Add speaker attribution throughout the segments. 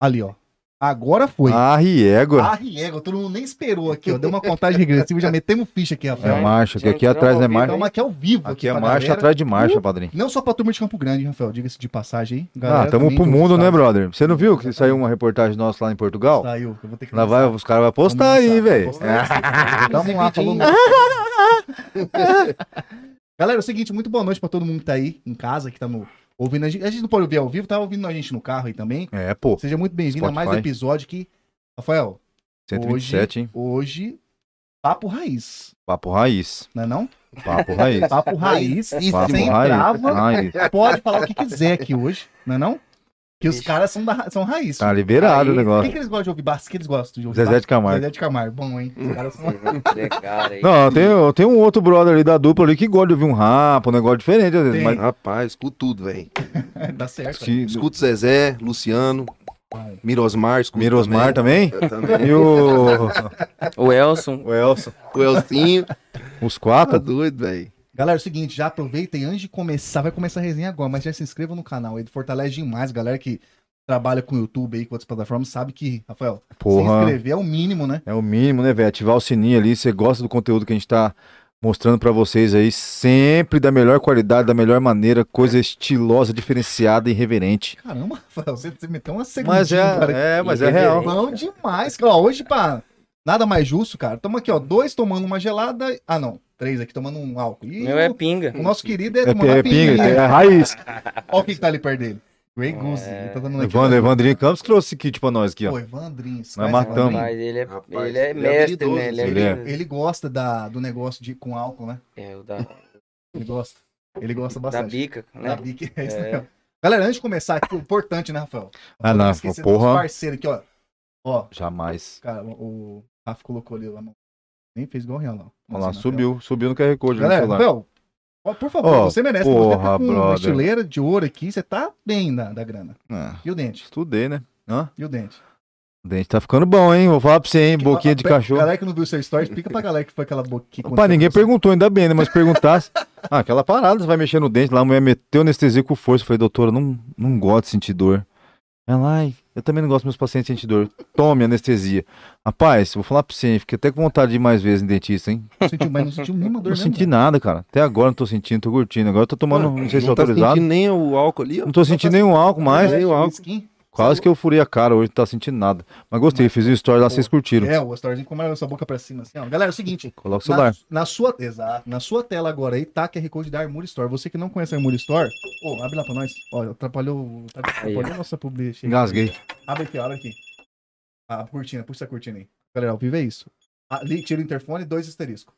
Speaker 1: Ali, ó. Agora foi.
Speaker 2: Ah, Riego.
Speaker 1: Ah, Riego, todo mundo nem esperou aqui, ó. Deu uma contagem regressiva, já metemos ficha aqui,
Speaker 2: É
Speaker 1: Rafael.
Speaker 2: marcha, que
Speaker 3: Gente,
Speaker 2: aqui
Speaker 3: eu
Speaker 2: atrás
Speaker 3: vou
Speaker 2: não é
Speaker 3: ouvir,
Speaker 2: marcha.
Speaker 1: Dá uma que ao vivo
Speaker 2: Aqui é
Speaker 1: pra
Speaker 2: marcha
Speaker 1: galera.
Speaker 2: atrás de marcha, padrinho.
Speaker 1: Não só pra turma de Campo Grande, Rafael, diga-se de passagem, hein?
Speaker 2: Ah,
Speaker 1: Galera
Speaker 2: tamo
Speaker 1: também
Speaker 2: pro
Speaker 1: do
Speaker 2: mundo, né,
Speaker 1: estado.
Speaker 2: brother? Você não viu que saiu uma reportagem nossa lá em Portugal?
Speaker 1: Saiu, eu vou ter que
Speaker 2: Lá vai, os caras vão postar aí,
Speaker 1: Vamos
Speaker 2: velho.
Speaker 1: lançar. Dá um lá, falou. Galera, é o seguinte, muito boa noite pra todo mundo que tá aí em casa, que tá no- ouvindo a gente. A gente não pode ouvir ao vivo, tá ouvindo a gente no carro aí também.
Speaker 2: É, pô.
Speaker 1: Seja muito bem-vindo a mais um
Speaker 2: Spotify.
Speaker 1: episódio que, Rafael,
Speaker 2: 127, hein?
Speaker 1: hoje, papo raiz,
Speaker 2: Papo raiz.
Speaker 1: não é não?
Speaker 2: Papo raiz.
Speaker 1: Papo raiz e
Speaker 2: Papo
Speaker 1: sem
Speaker 2: raiz.
Speaker 1: trava.
Speaker 2: Raiz.
Speaker 1: Pode falar o que quiser aqui hoje, não é não? Que os
Speaker 3: Ixi.
Speaker 1: caras são, da, ra- são raiz.
Speaker 2: Tá liberado o
Speaker 1: O que,
Speaker 2: negócio.
Speaker 1: que eles gostam de ouvir? Bas- O que eles gostam de ouvir?
Speaker 2: Zezé de Camargo.
Speaker 1: Zezé de Camargo, bom, hein? Os caras são...
Speaker 3: Cara, aí.
Speaker 2: Não, tem, tem um outro brother ali da dupla ali que gosta de ouvir um rapa, um negócio diferente às vezes.
Speaker 1: Tem.
Speaker 2: Mas
Speaker 4: Rapaz, escuto tudo, velho.
Speaker 1: É, Dá certo. né?
Speaker 2: se,
Speaker 4: Escuto Zezé, Luciano, Mirosmar, escuto
Speaker 2: Mirosmar também.
Speaker 4: também. Eu também.
Speaker 2: E o,
Speaker 3: O Elson.
Speaker 2: o Elson.
Speaker 4: O Elcinho.
Speaker 2: Os
Speaker 4: Tá
Speaker 2: quatro?
Speaker 4: doido, velho.
Speaker 1: Galera, é o seguinte, já aproveitem antes de começar, vai começar a resenha agora, mas já se inscrevam no canal, ele fortalece demais, galera que trabalha com o YouTube aí, com outras plataformas, sabe que, Rafael, se
Speaker 2: Porra.
Speaker 1: inscrever é o mínimo, né?
Speaker 2: É o mínimo, né, velho? Ativar o sininho ali. Você gosta do conteúdo que a gente tá mostrando pra vocês aí. Sempre da melhor qualidade, da melhor maneira. Coisa estilosa, diferenciada e irreverente.
Speaker 1: Caramba, Rafael, você, você meteu uma segunda.
Speaker 2: Mas é, é, mas é real.
Speaker 1: Bom demais, cara. Ó, Hoje, pá, nada mais justo, cara. Tamo aqui, ó, dois tomando uma gelada, ah não, três aqui tomando um álcool. E
Speaker 3: Meu é pinga.
Speaker 1: o nosso querido é
Speaker 2: É,
Speaker 1: tomando
Speaker 2: é,
Speaker 1: uma
Speaker 2: pinga,
Speaker 1: pinguinha.
Speaker 2: é raiz.
Speaker 1: Ó o que, que tá ali perto dele. Grey Goose,
Speaker 3: É.
Speaker 1: ele tá dando
Speaker 2: Evandro, Evandrinho Campos trouxe kit pra nós aqui, ó.
Speaker 1: Pô, Evandrinho, esquece,
Speaker 2: Nós matamos.
Speaker 1: Evandrinho.
Speaker 3: Mas ele é,
Speaker 4: Rapaz,
Speaker 3: ele é
Speaker 4: ele é
Speaker 3: mestre,
Speaker 4: habilidoso,
Speaker 3: né? Ele é,
Speaker 2: ele é.
Speaker 3: habilidoso.
Speaker 1: Ele gosta da, do negócio de, com álcool, né?
Speaker 3: É, o da,
Speaker 1: Ele gosta. Ele gosta
Speaker 3: da
Speaker 1: bastante.
Speaker 3: bica, né?
Speaker 1: Da bica, é isso
Speaker 3: É.
Speaker 1: mesmo. Galera, antes de começar aqui, o importante, né, Rafael?
Speaker 2: Ah, não,
Speaker 1: Esquecer
Speaker 2: porra.
Speaker 1: dos parceiros aqui, ó. Ó,
Speaker 2: Jamais.
Speaker 1: cara, o o Rafa colocou ali a mão. Nem fez igual o Real, não. Assim,
Speaker 2: Olha lá,
Speaker 1: Nossa,
Speaker 2: subiu, subiu no QR Code ali no
Speaker 1: Galera,
Speaker 2: celular.
Speaker 1: Rafael, ó, por favor,
Speaker 2: Ó,
Speaker 1: você merece.
Speaker 2: porra,
Speaker 1: você tá com uma
Speaker 2: brother.
Speaker 1: estileira de ouro aqui, você tá bem da, da grana.
Speaker 2: Ah,
Speaker 1: E o dente?
Speaker 2: estudei, né? Hã?
Speaker 1: E o dente?
Speaker 2: O dente tá ficando bom, hein? Vou falar pra você, hein? Boquinha de
Speaker 1: Pra- pra
Speaker 2: cachorro.
Speaker 1: Galera que não viu o seu story, explica pra galera que foi aquela boquinha. que
Speaker 2: Opa, ninguém
Speaker 1: aconteceu com
Speaker 2: perguntou, ainda bem, né? Mas perguntasse. ah, aquela parada, você vai mexer no dente lá, a mulher meteu anestesia com força. Eu falei, doutora, não, não gosto de sentir dor. Ela, ai, eu também não gosto dos meus pacientes sentir dor. Tome anestesia. Rapaz, vou falar pra você, hein? Fiquei até com vontade de ir mais vezes no dentista, hein?
Speaker 1: você. Não sentiu, mas não sentiu nenhuma dor
Speaker 2: Não
Speaker 1: mesmo, né?
Speaker 2: senti nada, cara. Até agora não tô sentindo, tô curtindo. Agora eu tô tomando, não sei se é
Speaker 4: não tá
Speaker 2: autorizado.
Speaker 4: sentindo nem o álcool ali, ó.
Speaker 2: Não tô sentindo nenhum álcool mais.
Speaker 1: Galera,
Speaker 4: nem o álcool.
Speaker 1: skin.
Speaker 2: Quase que eu furei a cara hoje, não tá sentindo nada. Mas gostei, fiz um story lá, vocês curtiram.
Speaker 1: É, o storyzinho ficou maior, sua boca pra cima, assim, ó. Galera, é o seguinte,
Speaker 2: Coloca o
Speaker 1: na,
Speaker 2: celular.
Speaker 1: na sua, exato, na sua tela agora aí tá QR Code da Armour Store. Você que não conhece a Armour Store, ô, abre lá pra nós. Olha, atrapalhou, tá atrapalhou
Speaker 3: Aí,
Speaker 1: nossa publicidade.
Speaker 2: Engasguei.
Speaker 1: Abre aqui, ó, abre aqui. Ah, curtindo, puxa a cortina aí. Galera, ao vivo é isso. Ali, tira o interfone, dois asterisco.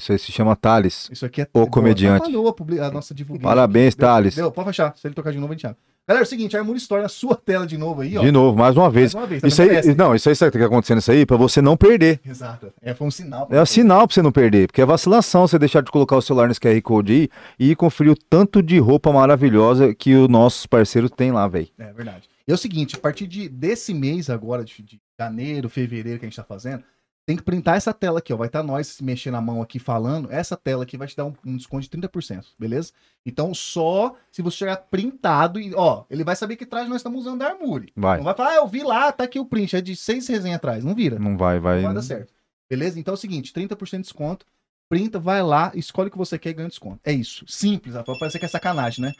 Speaker 2: Isso aí se chama Thales.
Speaker 1: Isso aqui é...
Speaker 2: O comediante.
Speaker 1: Atrapalhou a, publi- a nossa divulgação.
Speaker 2: Parabéns,
Speaker 1: Deu-
Speaker 2: Thales.
Speaker 1: Deu, pode fechar. Se ele tocar de novo, a gente abre. Galera, é o seguinte, a Armour Store na sua tela de novo aí, ó.
Speaker 2: De novo, mais uma vez.
Speaker 1: Mais uma vez, tá
Speaker 2: Isso aí,
Speaker 1: vendo? Parece.
Speaker 2: não, isso aí sabe o que tá acontecendo isso aí? Pra você não perder.
Speaker 1: Exato. É, foi um sinal.
Speaker 2: É um sinal pra você não perder, porque é vacilação você deixar de colocar o celular nesse QR Code aí e conferir o tanto de roupa maravilhosa que os nossos parceiros têm lá, velho.
Speaker 1: É verdade. E é o seguinte, a partir de, desse mês agora, de, de janeiro, fevereiro que a gente tá fazendo, tem que printar essa tela aqui, ó. Vai estar nós mexendo a mão aqui falando. Essa tela aqui vai te dar um, um desconto de 30%, beleza? Então só se você chegar printado e, ó, ele vai saber que atrás nós estamos usando a Armure.
Speaker 2: Vai.
Speaker 1: Não vai falar, ah, eu vi lá, tá aqui o print, é de seis resenhas atrás. Não vira.
Speaker 2: Não vai, vai.
Speaker 1: Vai dar certo. Beleza? Então é o seguinte, 30% de desconto. Printa, vai lá, escolhe o que você quer e ganha desconto. É isso. Simples, Rafael. Parece que é sacanagem, né?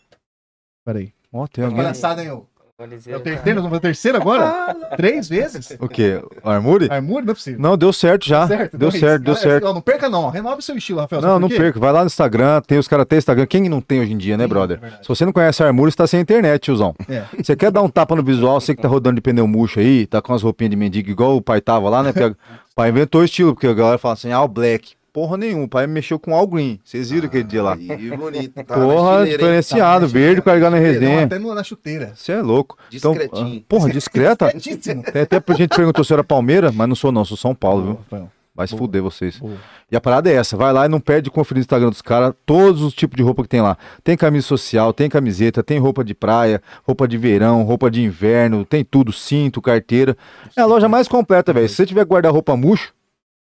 Speaker 1: Peraí.
Speaker 2: Ó, tem alguém.
Speaker 1: Palhaçada, hein, ô? É
Speaker 3: Oliveira,
Speaker 1: o terceiro, não foi o terceiro
Speaker 2: Ah,
Speaker 1: agora? Três vezes?
Speaker 2: O quê? O Armure?
Speaker 1: Armure? Não é possível.
Speaker 2: Não, deu certo já.
Speaker 1: Certo,
Speaker 2: deu
Speaker 1: então é
Speaker 2: certo,
Speaker 1: isso. é
Speaker 2: deu
Speaker 1: Galera,
Speaker 2: certo.
Speaker 1: ó, não perca não, ó. renove seu estilo, Rafael.
Speaker 2: Não, não perca. Vai lá no Instagram, tem os caras têm Instagram. Quem não tem hoje em dia, né, brother? Se você não conhece a Armura, você tá sem internet, tiozão.
Speaker 1: É.
Speaker 2: Você quer dar um tapa no visual, você que tá rodando de pneu murcho aí, tá com as roupinhas de mendigo igual o pai tava lá, né? Porque a- o pai inventou o estilo, porque a galera fala assim, all black. Porra nenhuma, o pai mexeu com all green. Vocês viram aquele dia lá.
Speaker 4: E bonito. Tá
Speaker 2: Porra,
Speaker 4: na chileira, hein?
Speaker 2: diferenciado,
Speaker 1: Tá na
Speaker 2: verde,
Speaker 1: chileira.
Speaker 2: carregado na
Speaker 1: Não,
Speaker 2: resenha.
Speaker 1: até no- na chuteira.
Speaker 2: Você é louco. Então,
Speaker 4: Discretinho.
Speaker 2: ah, porra, discreta?
Speaker 1: Certíssimo.
Speaker 2: Tem até por gente que perguntou se eu era Palmeiras, mas não sou não, sou São Paulo, viu?
Speaker 1: Rafael.
Speaker 2: Vai se
Speaker 1: Boa.
Speaker 2: fuder vocês.
Speaker 1: Boa.
Speaker 2: E a parada é essa, vai lá e não perde de conferir no Instagram dos caras todos os tipos de roupa que tem lá. Tem camisa social, tem camiseta, tem roupa de praia, roupa de verão, roupa de inverno, tem tudo, cinto, carteira. É a loja mais completa, velho. Se você tiver guarda-roupa murcho,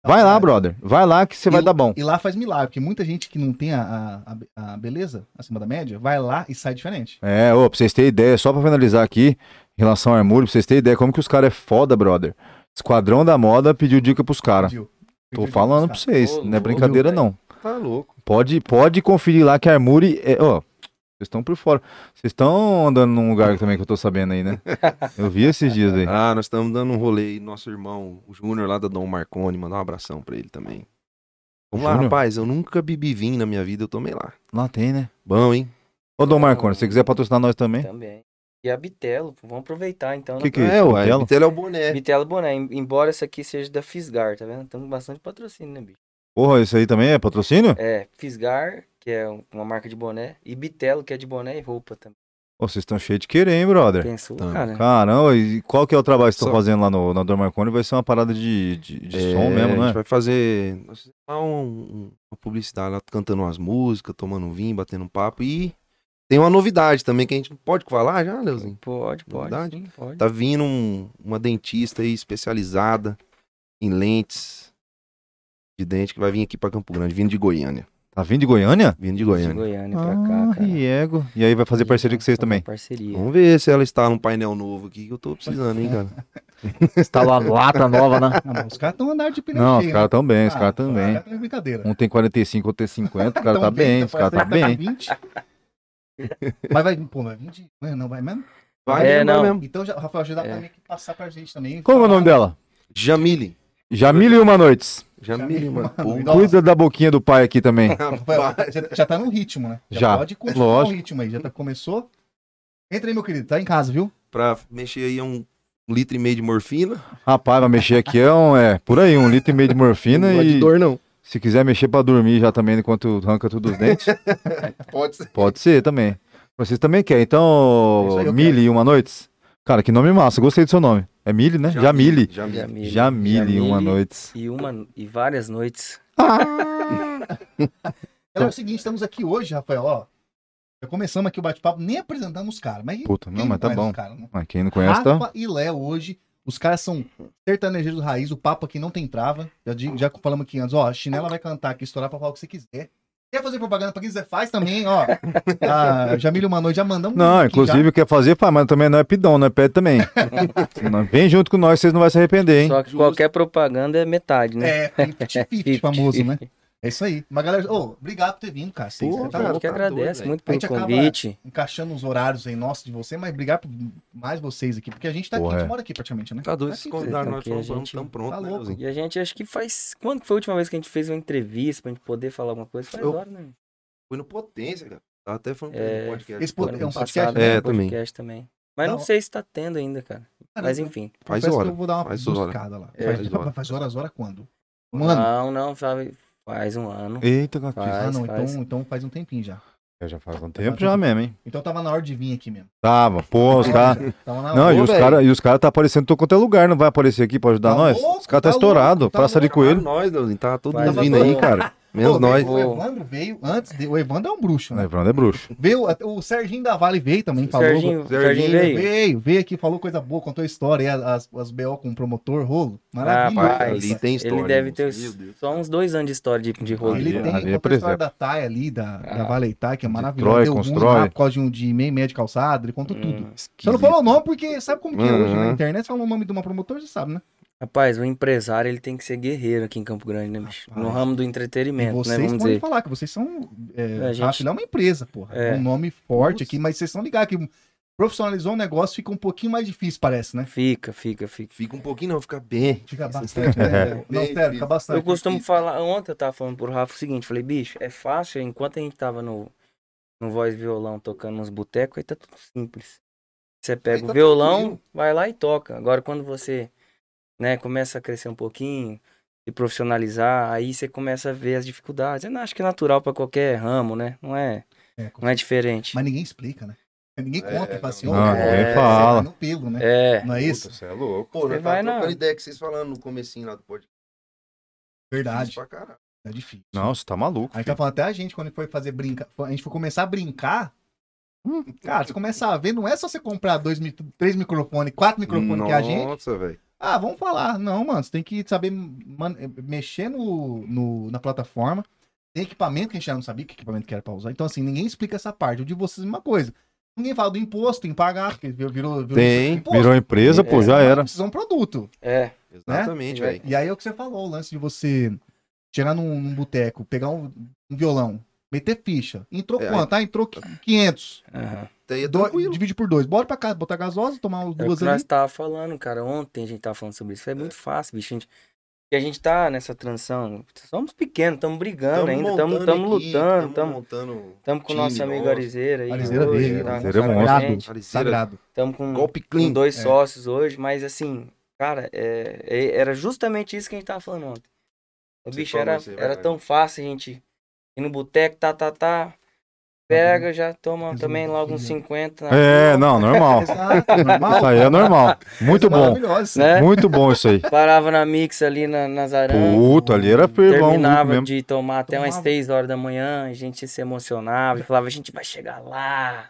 Speaker 2: vai lá, brother. Vai lá que você vai dar bom.
Speaker 1: E lá faz milagre, porque muita gente que não tem a, a, a beleza acima da média, vai lá e sai diferente.
Speaker 2: É, ô, pra vocês terem ideia, só pra finalizar aqui, Em relação ao armário, pra vocês terem ideia, como que os caras é foda, brother. Esquadrão da moda pediu dica pros caras.
Speaker 1: Pediu.
Speaker 2: Tô falando pra vocês,
Speaker 3: Ô,
Speaker 2: não é
Speaker 3: louco,
Speaker 2: brincadeira
Speaker 3: velho.
Speaker 2: não.
Speaker 4: Tá louco.
Speaker 2: Pode, pode conferir lá que a Armuri é, ó, vocês estão por fora. Vocês estão andando num lugar também que eu tô sabendo aí, né? Eu vi esses dias aí.
Speaker 4: Ah, nós estamos dando um rolê aí. Nosso irmão, o Júnior lá da Dom Marconi, mandar um abração pra ele também. Vamos lá,
Speaker 2: Júnior?
Speaker 4: rapaz. Eu nunca bebi vinho na minha vida, eu tomei lá.
Speaker 2: Lá tem, né?
Speaker 4: Bom, hein?
Speaker 2: Ô, Dom Marconi, se você quiser patrocinar nós também.
Speaker 3: Também. E a Bitelo, pô, vamos aproveitar então.
Speaker 2: Que
Speaker 3: né?
Speaker 2: que é isso?
Speaker 4: ué.
Speaker 2: Bitelo?
Speaker 4: Bitelo é o boné.
Speaker 3: Bitelo Boné, em- embora essa aqui seja da Fisgar, tá vendo? Temos bastante patrocínio, né, bicho?
Speaker 2: Porra, isso aí também é patrocínio?
Speaker 3: É, Fisgar, que é um- uma marca de boné, e Bitelo, que é de boné e roupa também.
Speaker 2: Ô, vocês estão cheios de querer, hein, brother?
Speaker 3: Pensou,
Speaker 4: Tá.
Speaker 3: cara?
Speaker 2: Caramba, e qual que é o trabalho que vocês estão
Speaker 4: Só-
Speaker 2: fazendo lá no, na Dom Marconi? Vai ser uma parada de, de, de som mesmo,
Speaker 4: É, A
Speaker 2: né?
Speaker 4: gente vai fazer nós fizemos lá um- um- uma publicidade lá, cantando umas músicas, tomando um vinho, batendo um papo. E tem uma novidade também que a gente não pode falar já, Leozinho.
Speaker 3: Pode, pode.
Speaker 4: Verdade.
Speaker 3: Sim, pode.
Speaker 4: Tá vindo um- uma dentista aí especializada em lentes de dente que vai vir aqui pra Campo Grande, vindo de Goiânia.
Speaker 2: Tá vindo de Goiânia?
Speaker 4: Vindo de
Speaker 3: De
Speaker 4: Goiânia.
Speaker 3: Goiânia pra cá,
Speaker 2: Ah,
Speaker 3: cara.
Speaker 2: Riego. E aí vai fazer parceria com vocês também.
Speaker 3: Parceria.
Speaker 4: Vamos ver se ela está num painel novo aqui que eu tô precisando, hein, cara.
Speaker 2: Está lá lata nova, né?
Speaker 1: Não, mas os caras estão andando de pneu
Speaker 2: Não, os
Speaker 1: cheio,
Speaker 2: caras tão bem, os
Speaker 1: Ah,
Speaker 2: caras também.
Speaker 1: É brincadeira.
Speaker 2: Um tem 45, outro tem 50, o cara
Speaker 1: Tão
Speaker 2: tá bem,
Speaker 1: então
Speaker 2: os caras tá
Speaker 1: parece que
Speaker 2: bem.
Speaker 1: 20. Mas vai, pô, vai 20? Não, Não vai mesmo?
Speaker 4: Vai,
Speaker 3: É,
Speaker 4: vai
Speaker 3: não.
Speaker 4: mesmo.
Speaker 1: Então, já, Rafael, já dá
Speaker 3: É.
Speaker 1: pra mim que passar pra gente também.
Speaker 2: Como é o nome dela?
Speaker 4: Jamile.
Speaker 2: Jamile e Uma Noites.
Speaker 4: Jamile, mano.
Speaker 1: Jamile,
Speaker 4: Pô,
Speaker 1: mano.
Speaker 2: Cuida da boquinha do pai aqui também.
Speaker 4: rapaz.
Speaker 1: Rafael, já, já tá no ritmo, né?
Speaker 2: Já,
Speaker 1: pode continuar
Speaker 2: lógico.
Speaker 1: o ritmo aí. Já tá, começou. Entra aí, meu querido. Tá em casa, viu?
Speaker 4: Pra mexer aí é um litro e meio de morfina.
Speaker 2: Rapaz, vai mexer aqui é, um, é por aí, um litro e meio de morfina
Speaker 4: gosto
Speaker 2: e
Speaker 4: de dor, não.
Speaker 2: se quiser mexer pra dormir já também enquanto arranca tudo os dentes,
Speaker 4: Pode ser.
Speaker 2: pode ser também. Vocês também querem,
Speaker 1: Isso
Speaker 2: então,
Speaker 1: aí eu
Speaker 2: Mili e Uma Noites? Cara, que nome massa, gostei do seu nome. É Mili, né? Jamile.
Speaker 4: Jamile.
Speaker 3: Jamile.
Speaker 2: Jamile e Uma
Speaker 3: Jamile
Speaker 2: Noites.
Speaker 3: E, uma, e várias noites.
Speaker 1: Galera, é o seguinte, estamos aqui hoje, Rafael, ó. Já começamos aqui o bate-papo, nem apresentamos os caras, mas.
Speaker 2: Puta, não,
Speaker 1: quem
Speaker 2: mas tá
Speaker 1: conhece
Speaker 2: bom.
Speaker 1: os caras, né?
Speaker 2: Mas quem não conhece, tá?
Speaker 1: Rafa e Léo hoje. Os caras são sertanejeiros raiz, o papo aqui não tem trava. Já, digo- já falamos aqui antes, ó, a chinela vai cantar aqui, estourar pra falar o que você quiser. Quer fazer propaganda pra quem quiser, faz também, ó. A Jamília uma noite já mandamos. um
Speaker 2: Não,
Speaker 1: link
Speaker 2: inclusive quer fazer, pá, mas também não é pidão, não é pede também. Não, Vem junto com nós, vocês não vão se arrepender, hein?
Speaker 3: Só que qualquer propaganda é metade,
Speaker 1: já.
Speaker 3: né?
Speaker 1: É, 50-50 famoso, né? É isso aí. Mas galera, ô, obrigado por ter vindo, cara. Vocês-
Speaker 4: Pô,
Speaker 1: Você tá
Speaker 4: cara,
Speaker 3: Eu
Speaker 1: louco,
Speaker 3: que
Speaker 4: tá doido,
Speaker 3: agradeço
Speaker 4: velho.
Speaker 3: muito
Speaker 1: A
Speaker 3: pelo
Speaker 1: gente acaba-
Speaker 3: convite.
Speaker 1: encaixando os horários aí nossos de você, mas obrigado por mais vocês aqui, porque a gente tá aqui,
Speaker 2: Porra,
Speaker 1: a
Speaker 2: é.
Speaker 1: gente mora aqui praticamente, né?
Speaker 4: Tá doido,
Speaker 1: Tá
Speaker 4: esses
Speaker 1: aqui,
Speaker 4: convidaram, nós
Speaker 3: tá aqui,
Speaker 4: falamos,
Speaker 3: a
Speaker 4: vamos,
Speaker 3: gente
Speaker 4: tamo pronto,
Speaker 1: tá
Speaker 4: né,
Speaker 1: louco.
Speaker 4: Leozinho?
Speaker 3: E a gente acho que faz. Quando que foi a última vez que a gente fez uma entrevista pra gente poder falar alguma coisa? Faz
Speaker 4: Eu-
Speaker 3: hora, né?
Speaker 4: Foi no Potência, cara. Tava até falando pra ele
Speaker 3: É,
Speaker 4: no podcast.
Speaker 1: Esse po-
Speaker 3: Ano
Speaker 1: é um podcast,
Speaker 3: passado,
Speaker 1: né?
Speaker 3: né?
Speaker 4: É, também.
Speaker 3: Podcast também. Mas não,
Speaker 1: Não.
Speaker 3: sei se tá tendo ainda, cara. Mas enfim.
Speaker 4: Faz
Speaker 1: Confesso que
Speaker 4: hora.
Speaker 1: Eu vou dar uma
Speaker 4: faz hora.
Speaker 1: buscada lá.
Speaker 3: É,
Speaker 1: faz,
Speaker 4: faz
Speaker 1: hora.
Speaker 4: hora.
Speaker 1: faz horas, hora quando? Um ano?
Speaker 3: Não, não, faz, faz um ano.
Speaker 2: Eita, Gatinho.
Speaker 1: Ah,
Speaker 3: faz,
Speaker 1: não,
Speaker 3: faz.
Speaker 1: então, então faz um tempinho já.
Speaker 2: Já faz um tempo já mesmo, hein?
Speaker 1: Então tava na hora de vir aqui mesmo.
Speaker 2: Tava, porra, os caras.
Speaker 1: Tava na
Speaker 2: Não,
Speaker 1: hora.
Speaker 2: e os
Speaker 4: velho.
Speaker 2: caras cara tá aparecendo em todo quanto é lugar, não vai aparecer aqui pra ajudar
Speaker 1: Tá
Speaker 2: nós?
Speaker 1: louco,
Speaker 2: os caras tá,
Speaker 1: tá
Speaker 2: estourado,
Speaker 1: louco, tá
Speaker 2: praça de
Speaker 1: louco.
Speaker 2: coelho.
Speaker 4: nós, Leozinho. Tá todo
Speaker 3: Faz
Speaker 4: mundo vindo
Speaker 1: hora.
Speaker 4: aí, cara. Menos
Speaker 1: Pô,
Speaker 4: é nós.
Speaker 1: O Evandro veio antes de... O Evandro é um bruxo, né?
Speaker 2: Lembrando, é bruxo.
Speaker 1: Veio, até- o Serginho da Vale veio também, falou.
Speaker 3: Serginho, Serginho
Speaker 4: Serginho
Speaker 3: veio.
Speaker 1: Veio, veio aqui, falou coisa boa, contou a história, e as, as BO com o promotor, rolo. Maravilhoso.
Speaker 3: Rapaz,
Speaker 4: Ali tá tem história, né?
Speaker 3: Ele deve
Speaker 4: meu
Speaker 3: ter
Speaker 4: Deus do céu.
Speaker 3: só uns dois anos de história de, de
Speaker 1: Ah,
Speaker 3: rolê.
Speaker 1: Ele
Speaker 2: Ali-
Speaker 1: tem
Speaker 2: ali é
Speaker 1: contou a história
Speaker 2: presente.
Speaker 1: da Thay ali, da, da
Speaker 3: Ah.
Speaker 1: Vale Thay, que é
Speaker 2: Destrói,
Speaker 1: maravilhosa. Deu ruim
Speaker 2: constrói.
Speaker 1: lá por causa de um de meio e meia de calçado, ele conta tudo.
Speaker 3: Hum.
Speaker 1: Você não falou o nome porque sabe como que é hoje
Speaker 4: Uhum.
Speaker 1: na internet, você fala o nome de uma promotora, você sabe, né?
Speaker 3: Rapaz, o empresário ele tem que ser guerreiro aqui em Campo Grande, né, bicho?
Speaker 1: Rapaz.
Speaker 3: No ramo do
Speaker 1: E
Speaker 3: entretenimento, né?
Speaker 1: vocês
Speaker 3: Vamos
Speaker 1: podem
Speaker 3: dizer.
Speaker 1: falar que vocês são. É,
Speaker 3: A
Speaker 1: a
Speaker 3: gente-
Speaker 1: Rafa é uma empresa, porra. É.
Speaker 3: É.
Speaker 1: um nome forte
Speaker 4: Nossa.
Speaker 1: aqui, mas vocês estão ligados que profissionalizou o negócio, fica um pouquinho mais difícil, parece, né?
Speaker 3: Fica, fica, fica.
Speaker 4: Fica um pouquinho, não, fica bem.
Speaker 1: Fica bastante, né?
Speaker 4: É.
Speaker 1: Não, sério, fica bastante.
Speaker 3: Eu costumo falar, ontem eu tava falando pro Rafa o seguinte, falei, bicho, é fácil, enquanto a gente tava no, no voz e violão tocando nos botecos, aí tá tudo simples. Você pega
Speaker 4: Aí
Speaker 3: o
Speaker 4: tá
Speaker 3: violão,
Speaker 4: tranquilo.
Speaker 3: vai lá e toca. Agora quando você, né, começa a crescer um pouquinho, se profissionalizar, aí você começa a ver as dificuldades. Eu não acho que é natural pra qualquer ramo, né? Não é,
Speaker 1: É,
Speaker 3: não é diferente.
Speaker 1: Mas ninguém explica, né? Ninguém conta, fala assim, ó,
Speaker 2: É, Não,
Speaker 1: cara,
Speaker 2: ninguém
Speaker 1: você
Speaker 2: fala.
Speaker 1: vai no pelo, né?
Speaker 3: É,
Speaker 1: Não é isso?
Speaker 2: você é louco.
Speaker 4: Pô,
Speaker 3: Você
Speaker 4: nós
Speaker 3: vai
Speaker 4: tava
Speaker 3: na-
Speaker 4: trocando ideia que vocês falaram no comecinho lá do podcast.
Speaker 1: Verdade.
Speaker 4: Pra caralho.
Speaker 1: É difícil.
Speaker 2: Não, você tá maluco.
Speaker 1: A gente tá falando até a gente, quando foi fazer brincar, a gente foi começar a brincar. hum, Cara, você começa a ver, não é só você comprar dois, mi- três microfones, quatro microfones que é a gente.
Speaker 4: Nossa, velho.
Speaker 1: Ah, vamos falar. Não, mano, você tem que saber man- mexer no, no- na plataforma. Tem equipamento que a gente já não sabia que equipamento que era pra usar. Então, assim, ninguém explica essa parte. Eu de vocês é uma coisa. Ninguém fala do imposto, tem que pagar, porque virou, virou, virou
Speaker 4: Tem,
Speaker 1: imposto.
Speaker 2: Virou empresa, pô,
Speaker 3: É.
Speaker 2: já era.
Speaker 1: Precisa de um produto.
Speaker 3: É,
Speaker 4: Exatamente,
Speaker 3: Né?
Speaker 4: velho.
Speaker 1: E aí é o que você falou, o lance de você chegar num, num boteco, pegar um, um violão, meter ficha. Entrou
Speaker 4: É,
Speaker 1: quanto? Ah, entrou qu- 500.
Speaker 3: aham.
Speaker 4: Daí é
Speaker 1: Do-
Speaker 4: tranquilo.
Speaker 1: divide por dois. Bora pra casa, botar gasosa, tomar uns
Speaker 3: É o
Speaker 1: duas
Speaker 3: que
Speaker 1: ali.
Speaker 3: nós tava falando, cara. Ontem a gente tava falando sobre isso. É muito fácil, bicho. A gente... E a gente tá nessa transição. Somos pequenos, estamos brigando ainda, estamos lutando, estamos
Speaker 4: montando.
Speaker 3: com o nosso
Speaker 4: time
Speaker 3: amigo
Speaker 4: nosso.
Speaker 3: Arizeira aí.
Speaker 1: Arizeira
Speaker 3: hoje,
Speaker 1: veio,
Speaker 3: tá
Speaker 2: Arizeira é
Speaker 3: com a
Speaker 2: monstro.
Speaker 3: gente.
Speaker 4: Arizeira,
Speaker 1: Sagrado.
Speaker 3: Tamo com,
Speaker 4: golpe
Speaker 3: com
Speaker 4: clean.
Speaker 3: dois
Speaker 1: é.
Speaker 3: sócios hoje, mas assim, cara, é- é- era justamente isso que a gente tava falando ontem. O
Speaker 4: Você
Speaker 3: bicho
Speaker 4: falou
Speaker 3: era,
Speaker 4: isso aí,
Speaker 3: era
Speaker 4: verdade.
Speaker 3: tão fácil a gente ir no boteco, tá, tá, tá. Pega, já toma
Speaker 1: Resolve
Speaker 3: também logo
Speaker 1: tudo.
Speaker 3: uns 50. na-
Speaker 2: É, não, normal.
Speaker 1: Exato,
Speaker 2: Isso
Speaker 1: normal.
Speaker 2: aí é normal. Muito bom.
Speaker 1: Maravilhosa.
Speaker 3: Né?
Speaker 2: Muito bom isso aí.
Speaker 3: Parava na mix ali na, nas aranhas.
Speaker 2: Puta, ali era fervão
Speaker 3: terminava
Speaker 2: mesmo.
Speaker 3: de tomar até umas
Speaker 1: Tomava.
Speaker 3: 3 horas da manhã, a gente se emocionava e falava, a gente vai chegar lá.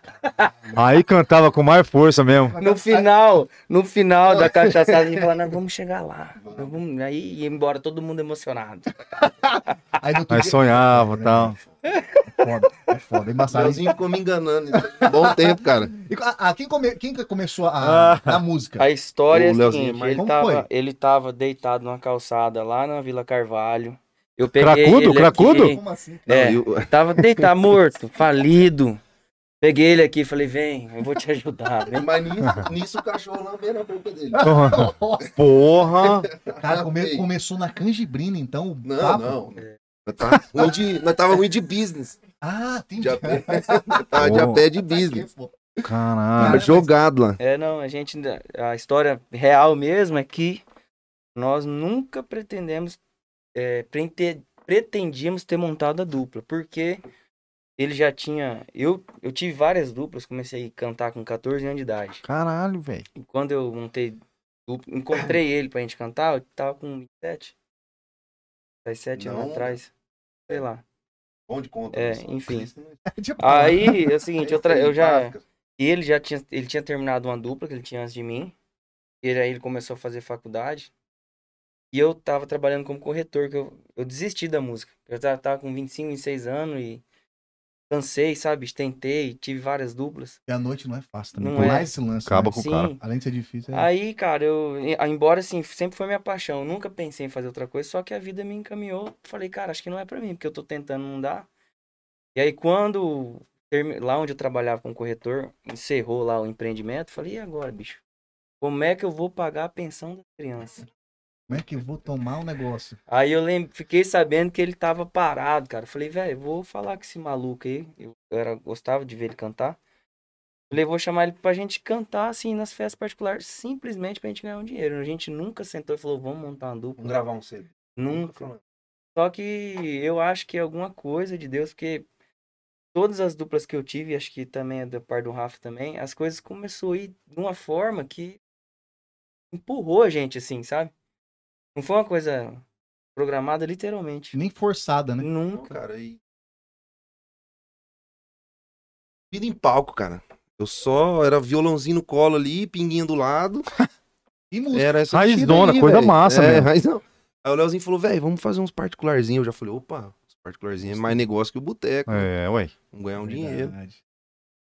Speaker 2: Aí cantava com mais força mesmo.
Speaker 3: No final, no final da cachaça, a gente falava, nós vamos chegar lá. Nós vamos- Aí ia embora todo mundo emocionado.
Speaker 1: Aí no outro
Speaker 2: Aí
Speaker 1: dia-
Speaker 2: sonhava e tal.
Speaker 1: É foda, é foda, é
Speaker 4: O
Speaker 1: embaçado.
Speaker 4: Leozinho ficou me enganando. isso. é um Bom tempo, cara.
Speaker 1: E co- ah, quem, come- quem que começou a, a música?
Speaker 3: A história é
Speaker 4: Ô,
Speaker 3: a
Speaker 4: Leozinho,
Speaker 3: seguinte,
Speaker 4: mas
Speaker 3: ele
Speaker 1: como
Speaker 3: tava,
Speaker 1: foi?
Speaker 3: ele tava deitado numa calçada lá na Vila Carvalho. Eu peguei
Speaker 2: Cracudo?
Speaker 3: ele
Speaker 2: Cracudo?
Speaker 3: aqui,
Speaker 1: Como assim?
Speaker 3: é,
Speaker 4: Não, eu-
Speaker 3: tava deitado, morto, falido. Peguei ele aqui e falei, vem, eu vou te ajudar, vem.
Speaker 4: Mas nisso, nisso o cachorro lambendo a boca dele.
Speaker 2: Porra!
Speaker 1: Cara, come-
Speaker 4: Ei.
Speaker 1: começou na canjibrina, então. o
Speaker 4: Não,
Speaker 1: papo?
Speaker 4: não. Nós tava ruim de, nós tava ruim de business.
Speaker 1: Ah, tem
Speaker 4: De a pé, nós tava de a pé de business. Tava
Speaker 2: Caralho.
Speaker 4: Ah, jogado lá.
Speaker 3: É, não, a gente. A história real mesmo é que nós nunca pretendemos. é, prete- pretendíamos ter montado a dupla, porque ele já tinha. Eu, eu tive várias duplas, comecei a cantar com 14 anos de idade.
Speaker 2: Caralho, velho.
Speaker 3: E quando eu montei dupla, encontrei ele pra gente cantar, eu tava com 27. 17 anos
Speaker 4: Não.
Speaker 3: atrás. Sei lá.
Speaker 4: Bom de conta.
Speaker 3: É,
Speaker 4: isso.
Speaker 3: enfim.
Speaker 4: Isso não é-
Speaker 1: tipo,
Speaker 3: Aí é o seguinte, eu, tra- eu já.
Speaker 4: Básica. assim,
Speaker 3: E ele já tinha, ele tinha terminado uma dupla que ele tinha antes de mim. E ele- aí ele começou a fazer faculdade. E eu tava trabalhando como corretor, que eu, eu desisti da música. Eu tava, tava com 25, 26 anos e cansei, sabe? Tentei, tive várias duplas.
Speaker 1: E a noite não é fácil também.
Speaker 3: Não
Speaker 1: Pular
Speaker 3: é.
Speaker 1: esse lance.
Speaker 2: Acaba
Speaker 1: né?
Speaker 2: com o cara.
Speaker 1: Além de ser difícil. é-
Speaker 3: Aí, cara, eu. e- ah, Embora assim, sempre foi minha paixão. Eu nunca pensei em fazer outra coisa, só que a vida me encaminhou. Falei, cara, acho que não é pra mim, porque eu tô tentando não dá. E aí, quando. termi- Lá onde eu trabalhava com o corretor, encerrou lá o empreendimento, falei, e agora, bicho? Como é que eu vou pagar a pensão da criança?
Speaker 1: Como é que eu vou tomar o negócio?
Speaker 3: Aí eu lembro, fiquei sabendo que ele tava parado, cara. Falei, velho, vou falar com esse maluco aí. Eu era, gostava de ver ele cantar. Falei, vou chamar ele pra gente cantar, assim, nas festas particulares, simplesmente pra gente ganhar um dinheiro. A gente nunca sentou e falou, vamos montar uma dupla.
Speaker 4: Vamos gravar um CD.
Speaker 3: Nunca. Só que eu acho que é alguma coisa de Deus, porque todas as duplas que eu tive, acho que também é da parte do Rafa também, as coisas começou a ir de uma forma que empurrou a gente, assim, sabe? Não foi uma coisa programada literalmente.
Speaker 1: Nem forçada, né?
Speaker 4: Não,
Speaker 3: Nunca.
Speaker 4: cara, e... Vida em palco, cara. Eu só era violãozinho no colo ali, pinguinha do lado.
Speaker 1: E música.
Speaker 4: Era essa
Speaker 2: Raizdona,
Speaker 4: vida aí,
Speaker 2: coisa
Speaker 4: velho.
Speaker 2: massa
Speaker 4: é,
Speaker 2: mesmo.
Speaker 4: raizão. Aí o Leozinho falou, velho, vamos fazer uns particularzinhos. Eu já falei, opa, os particularzinhos é mais negócio que o boteco.
Speaker 2: É, ué.
Speaker 4: Vamos ganhar um
Speaker 1: Verdade.
Speaker 4: dinheiro.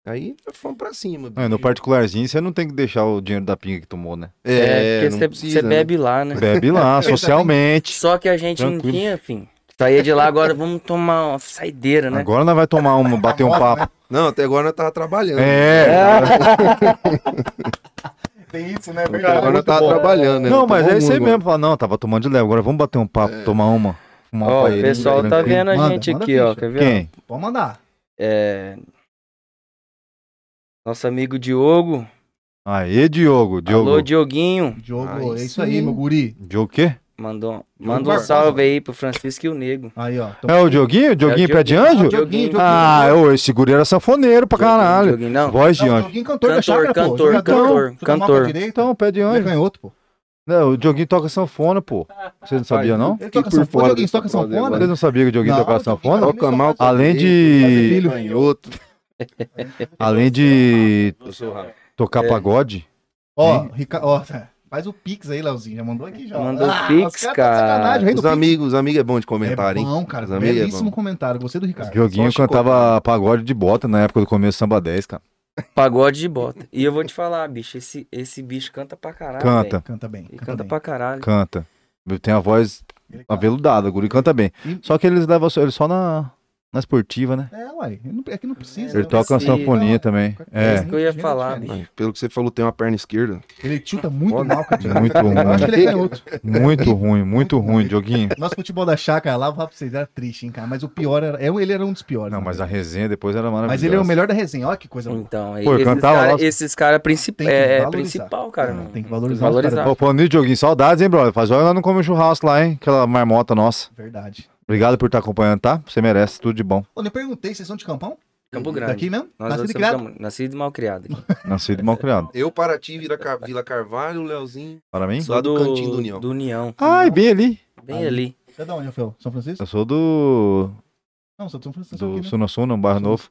Speaker 4: Aí fomos pra cima.
Speaker 2: É, No particularzinho, você não tem que deixar o dinheiro da pinga que tomou, né?
Speaker 4: É, não
Speaker 3: porque
Speaker 4: precisa,
Speaker 3: você
Speaker 4: né?
Speaker 3: bebe lá, né?
Speaker 2: Bebe lá, socialmente.
Speaker 3: Só que a gente não
Speaker 2: Tranquilo.
Speaker 3: tinha, fim. Saía de lá agora, vamos tomar uma saideira, né?
Speaker 2: Agora nós vai tomar uma, bater um
Speaker 1: Agora,
Speaker 2: papo.
Speaker 4: Não, até agora nós tava trabalhando.
Speaker 2: É.
Speaker 1: né? Tem isso, né?
Speaker 4: Até Então, agora nós tava trabalhando. né?
Speaker 2: Não, mas
Speaker 4: Tomou
Speaker 2: é isso aí
Speaker 3: um
Speaker 4: muito,
Speaker 2: mesmo. Fala, não, tava tomando de leve. Agora vamos bater um
Speaker 1: É.
Speaker 2: papo, tomar uma. Fumar
Speaker 3: Ó, o
Speaker 2: paella,
Speaker 3: pessoal tá
Speaker 2: tranquilo.
Speaker 3: vendo a
Speaker 1: Manda,
Speaker 3: gente
Speaker 1: manda
Speaker 3: aqui, ó.
Speaker 1: ficha.
Speaker 3: Quer ver? ó?
Speaker 2: Quem?
Speaker 1: Pode mandar.
Speaker 3: É... Nosso amigo Diogo.
Speaker 2: Aê, Diogo. Diogo.
Speaker 3: Alô, Dioguinho.
Speaker 1: Diogo,
Speaker 4: Aí
Speaker 1: é isso aí,
Speaker 4: sim.
Speaker 1: meu guri.
Speaker 2: Diogo o quê?
Speaker 3: Mandou,
Speaker 1: Diogo
Speaker 3: manda um
Speaker 1: Barbosa.
Speaker 3: salve aí pro Francisco e o Nego.
Speaker 1: Aí, ó.
Speaker 2: É o Dioguinho? Dioguinho
Speaker 3: É o
Speaker 2: pé de
Speaker 3: Dioguinho.
Speaker 2: anjo?
Speaker 3: Dioguinho, Dioguinho.
Speaker 2: Ah, ô, esse guri era sanfoneiro pra caralho.
Speaker 3: Dioguinho, não.
Speaker 2: Voz de
Speaker 1: Não,
Speaker 2: anjo.
Speaker 1: Dioguinho, cantor, da
Speaker 3: Cantor,
Speaker 1: chácara, pô.
Speaker 3: cantor, cantor,
Speaker 1: Chuta mal pra
Speaker 3: cantor.
Speaker 1: direita,
Speaker 2: Então, pé de
Speaker 1: Ele é
Speaker 2: anjo.
Speaker 1: canhoto, pô.
Speaker 2: Não, o Dioguinho toca sanfona, pô. Você não sabia, não?
Speaker 1: Ele
Speaker 4: Fiquei
Speaker 1: toca
Speaker 4: por
Speaker 1: sanfona,
Speaker 4: fora
Speaker 1: Dioguinho
Speaker 4: dessa
Speaker 1: toca sanfona?
Speaker 4: brother
Speaker 2: Vocês
Speaker 4: agora.
Speaker 2: não sabiam que o Dioguinho
Speaker 1: Não,
Speaker 2: tocava
Speaker 1: o Dioguinho
Speaker 2: sanfona?
Speaker 1: toca-
Speaker 4: Toca mal.
Speaker 2: Além
Speaker 1: Fazer
Speaker 2: de.
Speaker 1: filho.
Speaker 4: Canhoto.
Speaker 2: Além de
Speaker 4: Eu sou o Rafa.
Speaker 2: tocar
Speaker 3: É.
Speaker 2: pagode.
Speaker 1: Ó, Rica... ó, faz o pix aí, Leozinho. Já mandou aqui, já. ó.
Speaker 3: Mandou o
Speaker 1: Ah,
Speaker 3: pix,
Speaker 1: os tá de
Speaker 3: cara.
Speaker 1: sacanagem, o rei do
Speaker 4: Os
Speaker 1: pix.
Speaker 4: amigos, os amigos é bom de comentário,
Speaker 1: É
Speaker 4: hein?
Speaker 1: bom, cara.
Speaker 4: Os amigos é
Speaker 1: Belíssimo
Speaker 4: bom.
Speaker 1: comentário. Gostei do Ricardo.
Speaker 2: Dioguinho
Speaker 4: só Chico.
Speaker 2: cantava pagode de bota na época do começo do Samba 10, cara.
Speaker 3: Pagode de bota. E eu vou te falar, bicho, esse, esse bicho canta pra caralho.
Speaker 2: Canta.
Speaker 3: velho.
Speaker 1: Canta bem.
Speaker 3: Ele canta
Speaker 1: bem.
Speaker 3: pra caralho.
Speaker 2: Canta. Tem a voz
Speaker 1: Ele canta.
Speaker 2: aveludada, o guri canta bem.
Speaker 1: E-
Speaker 2: Só que eles levam só- ele só na, na esportiva, né?
Speaker 1: É, uai. ele não- É que não precisa.
Speaker 2: Ele
Speaker 1: né?
Speaker 2: toca uma
Speaker 3: precisa.
Speaker 2: sanfoninha também.
Speaker 3: É
Speaker 2: É,
Speaker 3: isso que eu ia
Speaker 1: Gente,
Speaker 3: falar,
Speaker 1: gente,
Speaker 3: bicho.
Speaker 4: Ai, Pelo que você falou, tem uma perna esquerda.
Speaker 1: Ele chuta muito
Speaker 4: Foda.
Speaker 1: mal, cara.
Speaker 2: Muito ruim.
Speaker 1: Eu acho que ele é canhoto.
Speaker 2: muito ruim, muito ruim, Dioguinho.
Speaker 1: Nosso futebol da chácara lá, vou falar pra vocês, era triste, hein, cara. Mas o pior era. é, Ele era um dos piores.
Speaker 2: Não,
Speaker 1: né?
Speaker 2: mas a resenha depois era maravilhosa.
Speaker 1: Mas ele é o melhor da resenha. Olha que coisa boa.
Speaker 3: Então, aí
Speaker 2: Pô,
Speaker 3: esses
Speaker 2: cantar
Speaker 3: cara-
Speaker 2: lá-
Speaker 3: esses caras
Speaker 1: Tem que
Speaker 3: é,
Speaker 1: valorizar.
Speaker 3: principal, cara.
Speaker 1: É,
Speaker 3: não-
Speaker 1: tem que
Speaker 3: tem
Speaker 1: valorizar. os
Speaker 3: valorizar.
Speaker 1: caras.
Speaker 2: Pô, falando nisso, Dioguinho, saudades, hein, brother? Faz hora que nós não comemos churrasco lá, hein? Aquela marmota nossa.
Speaker 1: Verdade.
Speaker 2: Obrigado por estar acompanhando, tá? Você merece, tudo de bom.
Speaker 1: Ô, nem perguntei, vocês são de Campão?
Speaker 3: Campo Grande.
Speaker 1: Daqui mesmo?
Speaker 3: Nós
Speaker 1: Nascido
Speaker 3: nascido
Speaker 1: e criado?
Speaker 3: Nascido e mal criado. aqui.
Speaker 2: Nascido e mal criado.
Speaker 4: Eu, Paraty, Vira Car- Vila Carvalho, Leozinho.
Speaker 2: Para mim?
Speaker 4: Sou do cantinho do União.
Speaker 3: Do União.
Speaker 2: Ai, bem ali.
Speaker 3: Bem
Speaker 1: Ali.
Speaker 3: ali.
Speaker 1: Você é de onde, Rafael? São Francisco?
Speaker 2: Eu sou do.
Speaker 1: Não, sou de São Francisco.
Speaker 2: do
Speaker 1: aqui, né?
Speaker 2: Sunassuna, um bairro novo.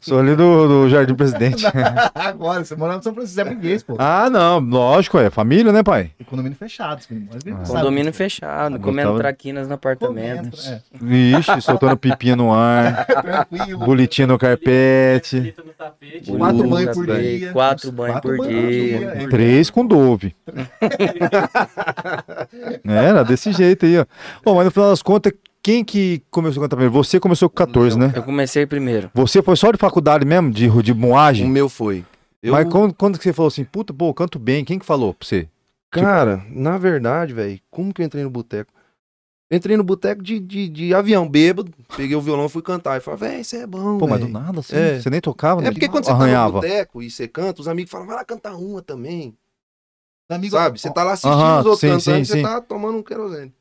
Speaker 2: Sou ali do, do Jardim Presidente.
Speaker 1: Agora, você morava em São Francisco, é burguês, pô.
Speaker 2: ah, não, lógico, é família, né, pai?
Speaker 1: Condomínio fechado. esse menino, mas ele
Speaker 2: Ah.
Speaker 1: sabe.
Speaker 3: Condomínio né? fechado,
Speaker 2: Gostava
Speaker 3: comendo
Speaker 2: de-
Speaker 3: traquinas no apartamento.
Speaker 1: Comenta, é.
Speaker 2: Ixi, soltando pipinha no ar,
Speaker 1: Tranquilo.
Speaker 2: bonitinha no carpete.
Speaker 5: Fita no tapete.
Speaker 3: Bonito,
Speaker 1: Quatro banhos por
Speaker 3: velho.
Speaker 1: dia.
Speaker 3: Quatro banhos por dia.
Speaker 1: é.
Speaker 2: Três com Dove. É, Era desse jeito aí, ó. Bom, mas no final das contas, quem que começou a cantar primeiro? Você começou com 14, né?
Speaker 3: Eu comecei primeiro.
Speaker 2: Você foi só de faculdade mesmo, de, de
Speaker 4: O
Speaker 2: moagem?
Speaker 4: meu foi. Eu,
Speaker 2: Mas quando, quando que você falou assim, puta, pô, eu canto bem, quem que falou pra você?
Speaker 4: cara, na verdade, velho, como que eu entrei no boteco? Eu Entrei no boteco de, de, de avião, bêbado. Peguei o violão e fui cantar. E falei, velho, você é bom.
Speaker 2: Pô, mas do
Speaker 4: véi."
Speaker 2: nada, assim,
Speaker 4: É.
Speaker 2: você nem tocava, né?
Speaker 4: É porque quando você tá no
Speaker 2: arranhava.
Speaker 4: boteco e você canta, os amigos falam, vai lá cantar uma também.
Speaker 1: Amigo,
Speaker 4: Sabe? Você tá lá assistindo
Speaker 2: Aham,
Speaker 4: os outros
Speaker 2: sim, sim,
Speaker 4: cantando, você
Speaker 2: sim.
Speaker 4: tá tomando um querosene.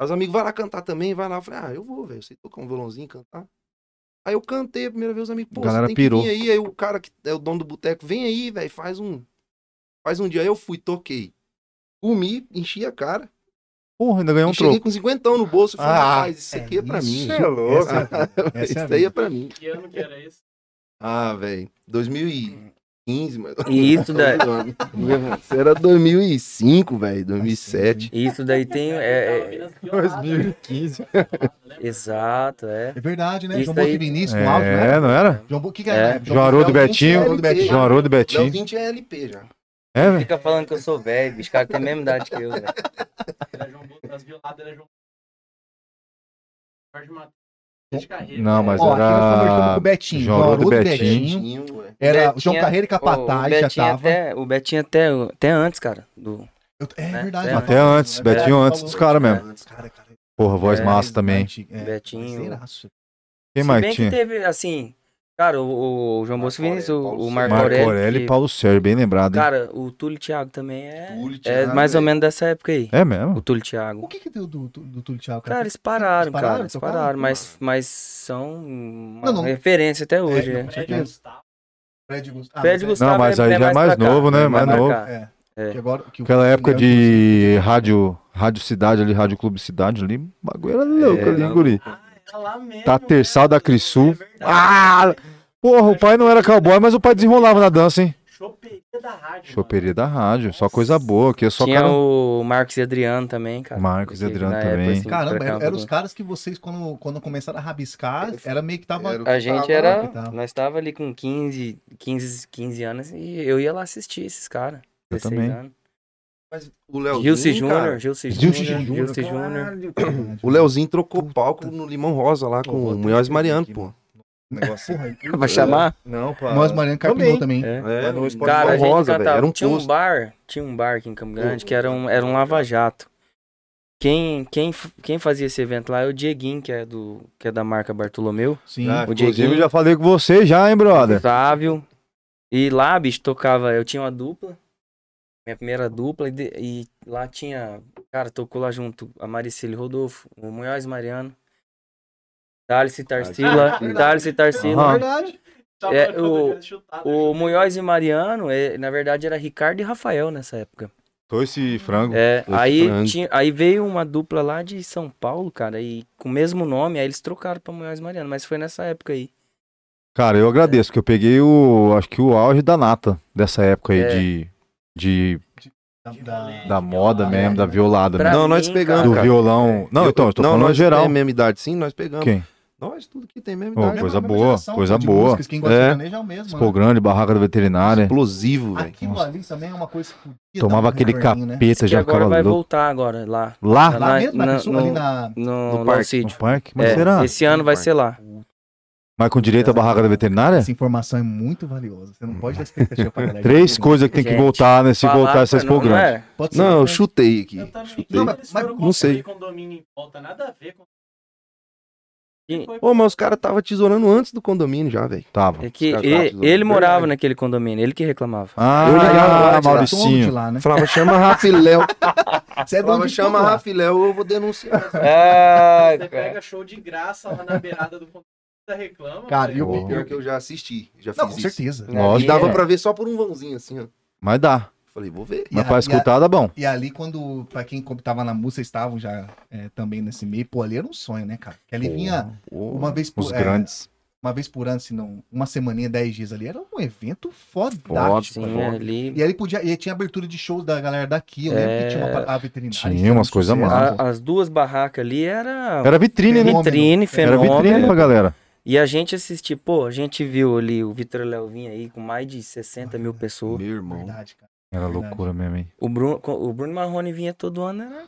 Speaker 4: Aí os amigos, vai lá cantar também, vai lá. Eu falei, ah, eu vou, velho. Você tocar um violãozinho, cantar. Aí eu cantei a primeira vez, os amigos, pô,
Speaker 2: Galera
Speaker 4: você tem que
Speaker 2: pirou.
Speaker 4: vir aí. Aí o cara que é o dono do boteco, vem aí, velho, faz um... Faz um dia. Aí eu fui, toquei. Comi, enchi a cara.
Speaker 2: Porra, ainda ganhou um
Speaker 4: e cheguei
Speaker 2: troco.
Speaker 4: com 50 no bolso e falei,
Speaker 2: Ah,
Speaker 4: rapaz, isso aqui é pra mim.
Speaker 1: Isso é louco. Essa é a
Speaker 4: Isso daí é
Speaker 1: vida.
Speaker 4: pra mim.
Speaker 5: Que ano que era isso?
Speaker 4: Ah, velho, 2015, mas...
Speaker 3: E isso daí,
Speaker 4: Isso era 2005, velho, 2007.
Speaker 3: isso daí tem. É, é-
Speaker 5: Minas piorada, né?
Speaker 2: 2015.
Speaker 5: Lembra?
Speaker 3: exato, é.
Speaker 1: É verdade, né?
Speaker 3: Isso
Speaker 1: João Boto
Speaker 3: aí-
Speaker 1: e Vinícius com áudio, né?
Speaker 2: É, não era?
Speaker 1: João Boto, que que
Speaker 3: É.
Speaker 1: é?
Speaker 2: João Haroldo
Speaker 1: Léo
Speaker 2: Betinho.
Speaker 1: Haroldo Betinho.
Speaker 2: João Haroldo Betinho.
Speaker 4: Leozinho tinha LP já.
Speaker 2: É, velho.
Speaker 3: Fica falando que eu sou velho, bicho. Cara, tem a mesma idade que eu, velho. é.
Speaker 5: Era João Boto, das violadas era João Jorge Matheus. de carreira. né?
Speaker 2: Não, mas é
Speaker 1: Ó, aqui nós conversamos
Speaker 2: era.
Speaker 1: com o Betinho.
Speaker 2: João
Speaker 1: João
Speaker 2: Haroldo
Speaker 1: Haroldo
Speaker 2: Betinho.
Speaker 1: Betinho.
Speaker 4: Tinha, ué.
Speaker 1: Era
Speaker 3: Betinho-
Speaker 1: João Carreira e
Speaker 3: Ô,
Speaker 1: Capataz,
Speaker 3: o
Speaker 1: já
Speaker 3: Betinho
Speaker 1: tava.
Speaker 3: até, o Betinho até, até antes, cara. Do,
Speaker 1: Eu- É
Speaker 3: né?
Speaker 1: verdade.
Speaker 3: Até
Speaker 1: mano.
Speaker 2: Até antes,
Speaker 1: É verdade,
Speaker 2: Betinho
Speaker 1: falou.
Speaker 2: antes dos caras mesmo.
Speaker 1: Antes, cara, cara.
Speaker 2: Porra, voz
Speaker 3: É,
Speaker 2: massa também.
Speaker 1: É,
Speaker 3: Betinho.
Speaker 1: parceiraço.
Speaker 2: Quem
Speaker 3: Se
Speaker 2: mais
Speaker 3: bem
Speaker 2: tinha?
Speaker 3: que teve, assim. Cara, o, o João Bosco
Speaker 4: Marco Aurélio,
Speaker 3: Vinícius, o,
Speaker 4: Paulo
Speaker 3: o
Speaker 4: Sérgio.
Speaker 3: Marco
Speaker 2: Marco
Speaker 3: Aurélio.
Speaker 2: Aurélio e
Speaker 3: que-
Speaker 2: Paulo Sérgio, bem lembrado, hein?
Speaker 3: Cara, o Túlio Thiago também é.
Speaker 4: Túlio,
Speaker 3: É
Speaker 4: Thiago,
Speaker 3: mais ou
Speaker 4: velho.
Speaker 3: menos dessa época aí.
Speaker 2: É mesmo?
Speaker 3: O Túlio Thiago.
Speaker 1: O que que deu do, do, do Túlio Thiago,
Speaker 3: Cara, eles
Speaker 1: Eles
Speaker 3: pararam,
Speaker 1: pararam,
Speaker 3: cara. Eles
Speaker 1: tocaram?
Speaker 3: pararam, mas, mas são uma
Speaker 1: Não, não.
Speaker 3: referência até hoje.
Speaker 1: não,
Speaker 3: né?
Speaker 1: com
Speaker 5: Fred
Speaker 1: certeza.
Speaker 5: Gustavo.
Speaker 1: Fred Gustavo.
Speaker 3: Fred Gustavo
Speaker 2: Não, mas
Speaker 3: é,
Speaker 2: aí já é mais
Speaker 3: pra cá,
Speaker 2: novo, né?
Speaker 3: é
Speaker 2: Mais
Speaker 3: pra
Speaker 2: novo.
Speaker 3: cá.
Speaker 1: É.
Speaker 3: É.
Speaker 1: Que agora, que o-
Speaker 2: Aquela época
Speaker 1: que
Speaker 2: de rádio, rádio cidade ali, rádio clube cidade ali, o bagulho era louco
Speaker 4: É,
Speaker 2: ali,
Speaker 4: não.
Speaker 2: guri.
Speaker 5: Ah, era lá mesmo.
Speaker 2: Tá terçal da
Speaker 5: É
Speaker 2: Crisul.
Speaker 5: verdade.
Speaker 2: Ah! Porra, o pai não era cowboy, mas o pai desenrolava na dança, hein?
Speaker 5: Choperia da rádio.
Speaker 2: Choperia da rádio, só coisa boa, que só
Speaker 3: Tinha
Speaker 2: cara...
Speaker 3: o Marcos e Adriano também, cara.
Speaker 2: Marcos e
Speaker 3: Porque
Speaker 2: Adriano
Speaker 3: na época,
Speaker 2: também.
Speaker 3: assim,
Speaker 1: Caramba,
Speaker 3: pra cá,
Speaker 1: eram era os
Speaker 3: pra cá.
Speaker 1: caras que vocês, quando, quando começaram a rabiscar, era meio que tava.
Speaker 4: Era o
Speaker 3: A
Speaker 4: que
Speaker 3: gente
Speaker 4: tava,
Speaker 3: era.
Speaker 1: que tava.
Speaker 3: Nós tava ali com 15, 15, 15 anos e eu ia lá assistir esses caras.
Speaker 2: Eu
Speaker 3: 16
Speaker 2: também.
Speaker 3: anos.
Speaker 4: Mas É o Leozinho,
Speaker 3: Gilce
Speaker 4: cara,
Speaker 3: Júnior, Gilce
Speaker 2: Gilce
Speaker 3: Júnior,
Speaker 2: Júnior,
Speaker 3: Gilce Júnior.
Speaker 4: O Leozinho trocou palco no Limão Rosa lá
Speaker 1: Pô,
Speaker 4: com
Speaker 1: vou
Speaker 4: o
Speaker 1: ter
Speaker 4: Munhoz
Speaker 1: que
Speaker 4: Mariano,
Speaker 1: ver aqui,
Speaker 4: pô.
Speaker 3: Vai chamar?
Speaker 4: Não, pô.
Speaker 1: Nós, Mariano Carpinou também.
Speaker 3: É.
Speaker 4: É, no esporte
Speaker 3: Cara,
Speaker 4: Limão
Speaker 3: a gente
Speaker 4: Rosa, velho.
Speaker 3: cantava.
Speaker 4: Era um
Speaker 3: tinha um
Speaker 4: posto.
Speaker 3: bar, tinha um bar aqui em Campo Grande
Speaker 4: Pô.
Speaker 3: que era um, era um lava-jato. Quem, quem, f- quem fazia esse evento lá é o Dieguinho, que é, do, que é da marca Bartolomeu.
Speaker 1: Sim.
Speaker 4: Ah,
Speaker 3: o
Speaker 2: Inclusive, eu
Speaker 3: Dieguinho,
Speaker 2: já falei com você já, hein,
Speaker 3: o
Speaker 2: brother?
Speaker 3: Otávio. E lá, bicho, tocava. Eu tinha uma dupla. Minha primeira dupla. E, de- e lá tinha. Cara, tocou lá junto a Maricele Rodolfo, o Munhoz Mariano. Thales e Tarsila.
Speaker 4: Ah,
Speaker 3: Thales e Tarsila.
Speaker 2: Aham.
Speaker 1: Verdade.
Speaker 5: Tava
Speaker 3: É,
Speaker 5: com
Speaker 3: o-
Speaker 5: aquele chutado,
Speaker 3: O
Speaker 5: chutado.
Speaker 3: Munhoz e Mariano, é, na verdade, era Ricardo e Rafael nessa época.
Speaker 2: Tô esse frango.
Speaker 3: É,
Speaker 4: Puta,
Speaker 3: aí,
Speaker 4: frango.
Speaker 3: tinha, aí veio uma dupla lá de São Paulo, cara, e com o mesmo nome, aí eles trocaram pra Munhoz e Mariano, mas foi nessa época aí.
Speaker 2: Cara, eu agradeço, que eu peguei o. Acho que o auge da nata dessa época aí
Speaker 3: É.
Speaker 2: de. De,
Speaker 1: Da, da-
Speaker 2: da moda mesmo, da violada,
Speaker 3: Pra
Speaker 2: né?
Speaker 4: Não, nós
Speaker 3: mim,
Speaker 4: pegamos,
Speaker 2: Do
Speaker 4: cara.
Speaker 2: violão. Não, então, eu tô
Speaker 4: não,
Speaker 2: falando
Speaker 4: nós
Speaker 2: geral.
Speaker 4: temos a mesma idade, sim, nós pegamos.
Speaker 2: Quem?
Speaker 4: Nós, tudo que tem mesmo.
Speaker 2: Ô,
Speaker 4: idade.
Speaker 2: coisa
Speaker 1: É a mesma
Speaker 2: boa,
Speaker 1: geração,
Speaker 2: coisa
Speaker 1: pô, de
Speaker 2: boa.
Speaker 1: músicas, Quem gosta
Speaker 4: É.
Speaker 1: de sertanejo é o mesmo.
Speaker 2: Expo Grande, barraca da veterinária.
Speaker 4: Explosivo, velho.
Speaker 1: Aquilo
Speaker 2: Nossa.
Speaker 1: ali também é uma coisa que podia
Speaker 2: Tomava
Speaker 1: dar um
Speaker 2: aquele
Speaker 1: retorninho, né?
Speaker 2: capeta,
Speaker 3: E
Speaker 2: já
Speaker 3: agora
Speaker 2: ficava
Speaker 3: vai
Speaker 2: louco.
Speaker 3: voltar agora, lá.
Speaker 2: Lá,
Speaker 1: Lá
Speaker 3: na-
Speaker 1: mesmo, na,
Speaker 3: na-
Speaker 1: pessoa, ali
Speaker 3: no-
Speaker 2: É.
Speaker 1: na...
Speaker 3: No,
Speaker 4: No
Speaker 3: no
Speaker 4: parque.
Speaker 2: no
Speaker 3: sítio.
Speaker 2: parque? Mas
Speaker 3: É,
Speaker 2: será?
Speaker 3: Esse ano
Speaker 4: No
Speaker 3: vai
Speaker 4: parque.
Speaker 3: ser lá.
Speaker 2: Mas com direito à barraca da veterinária?
Speaker 1: Essa informação é muito valiosa. Você não pode dar expectativa pra galera.
Speaker 2: Três coisas que tem que
Speaker 3: Gente,
Speaker 2: voltar, né? Se
Speaker 3: Falar,
Speaker 2: voltar essa
Speaker 3: pô,
Speaker 2: Expo
Speaker 3: não- não
Speaker 2: Grande.
Speaker 3: é?
Speaker 1: Pode ser.
Speaker 4: Não, eu chutei aqui.
Speaker 5: Eu também.
Speaker 4: Chutei.
Speaker 5: Não,
Speaker 1: mas-
Speaker 5: mas,
Speaker 1: mas-
Speaker 4: não sei.
Speaker 5: condomínio em volta, nada a ver com.
Speaker 3: E-
Speaker 5: Foi-
Speaker 4: Ô, mas os caras tava tesourando antes do condomínio já, velho.
Speaker 2: Tava.
Speaker 3: É que
Speaker 4: Os caras
Speaker 3: e-
Speaker 4: lá,
Speaker 3: ele,
Speaker 4: verdade.
Speaker 3: morava naquele condomínio, ele que reclamava.
Speaker 2: Ah,
Speaker 4: Eu ligava lá,
Speaker 1: um. Você é dono de
Speaker 2: Mauricinho.
Speaker 1: lá, né?
Speaker 4: Falava, chama Rafiléo.
Speaker 1: Você é dono
Speaker 4: Falava,
Speaker 1: de tudo
Speaker 4: chama
Speaker 1: lá.
Speaker 4: Rafiléo, eu vou denunciar.
Speaker 3: Ah,
Speaker 5: Você
Speaker 3: cara.
Speaker 5: pega show de graça lá na beirada do condomínio, ainda reclama.
Speaker 1: Cara,
Speaker 5: velho.
Speaker 1: e o
Speaker 2: Boa.
Speaker 4: Pior que eu já assisti, já
Speaker 1: Não,
Speaker 4: fiz
Speaker 1: com
Speaker 4: isso.
Speaker 1: certeza.
Speaker 2: Lógico.
Speaker 4: E dava
Speaker 3: É.
Speaker 4: pra ver só por um vãozinho, assim, ó.
Speaker 2: Mas dá.
Speaker 4: Falei, vou ver.
Speaker 2: Mas
Speaker 1: a-
Speaker 2: pra
Speaker 1: a-
Speaker 2: escutar dá bom.
Speaker 1: E ali, quando, pra quem co- tava na música, estavam já é, também nesse meio, pô, ali era um sonho, né, cara? Que ali vinha
Speaker 4: Pô,
Speaker 1: uma vez
Speaker 2: Os
Speaker 1: por é,
Speaker 2: grandes.
Speaker 1: uma vez por ano, se não, uma semaninha, dez dias ali, era um evento foda.
Speaker 4: Foda.
Speaker 3: Sim, é,
Speaker 4: Pô.
Speaker 3: ali.
Speaker 1: E ali podia, e tinha abertura de shows da galera daqui, eu lembro
Speaker 3: É.
Speaker 1: que tinha uma pa- a veterinária.
Speaker 2: Tinha
Speaker 1: que era
Speaker 2: umas
Speaker 1: um
Speaker 2: coisas
Speaker 1: sucesso,
Speaker 2: massa.
Speaker 1: pô.
Speaker 3: a- as duas barracas ali era
Speaker 2: Era vitrine, né?
Speaker 1: Fenômeno.
Speaker 3: vitrine,
Speaker 2: Era
Speaker 3: fenômeno.
Speaker 2: vitrine pra galera.
Speaker 3: E a gente assistia, pô, a gente viu ali o Vitor Leovin aí com mais de 60 mil pessoas.
Speaker 4: Meu irmão.
Speaker 1: é Verdade, cara.
Speaker 2: Era
Speaker 1: Verdade.
Speaker 2: loucura mesmo, hein?
Speaker 3: O Bruno, o Bruno Marrone vinha todo ano, era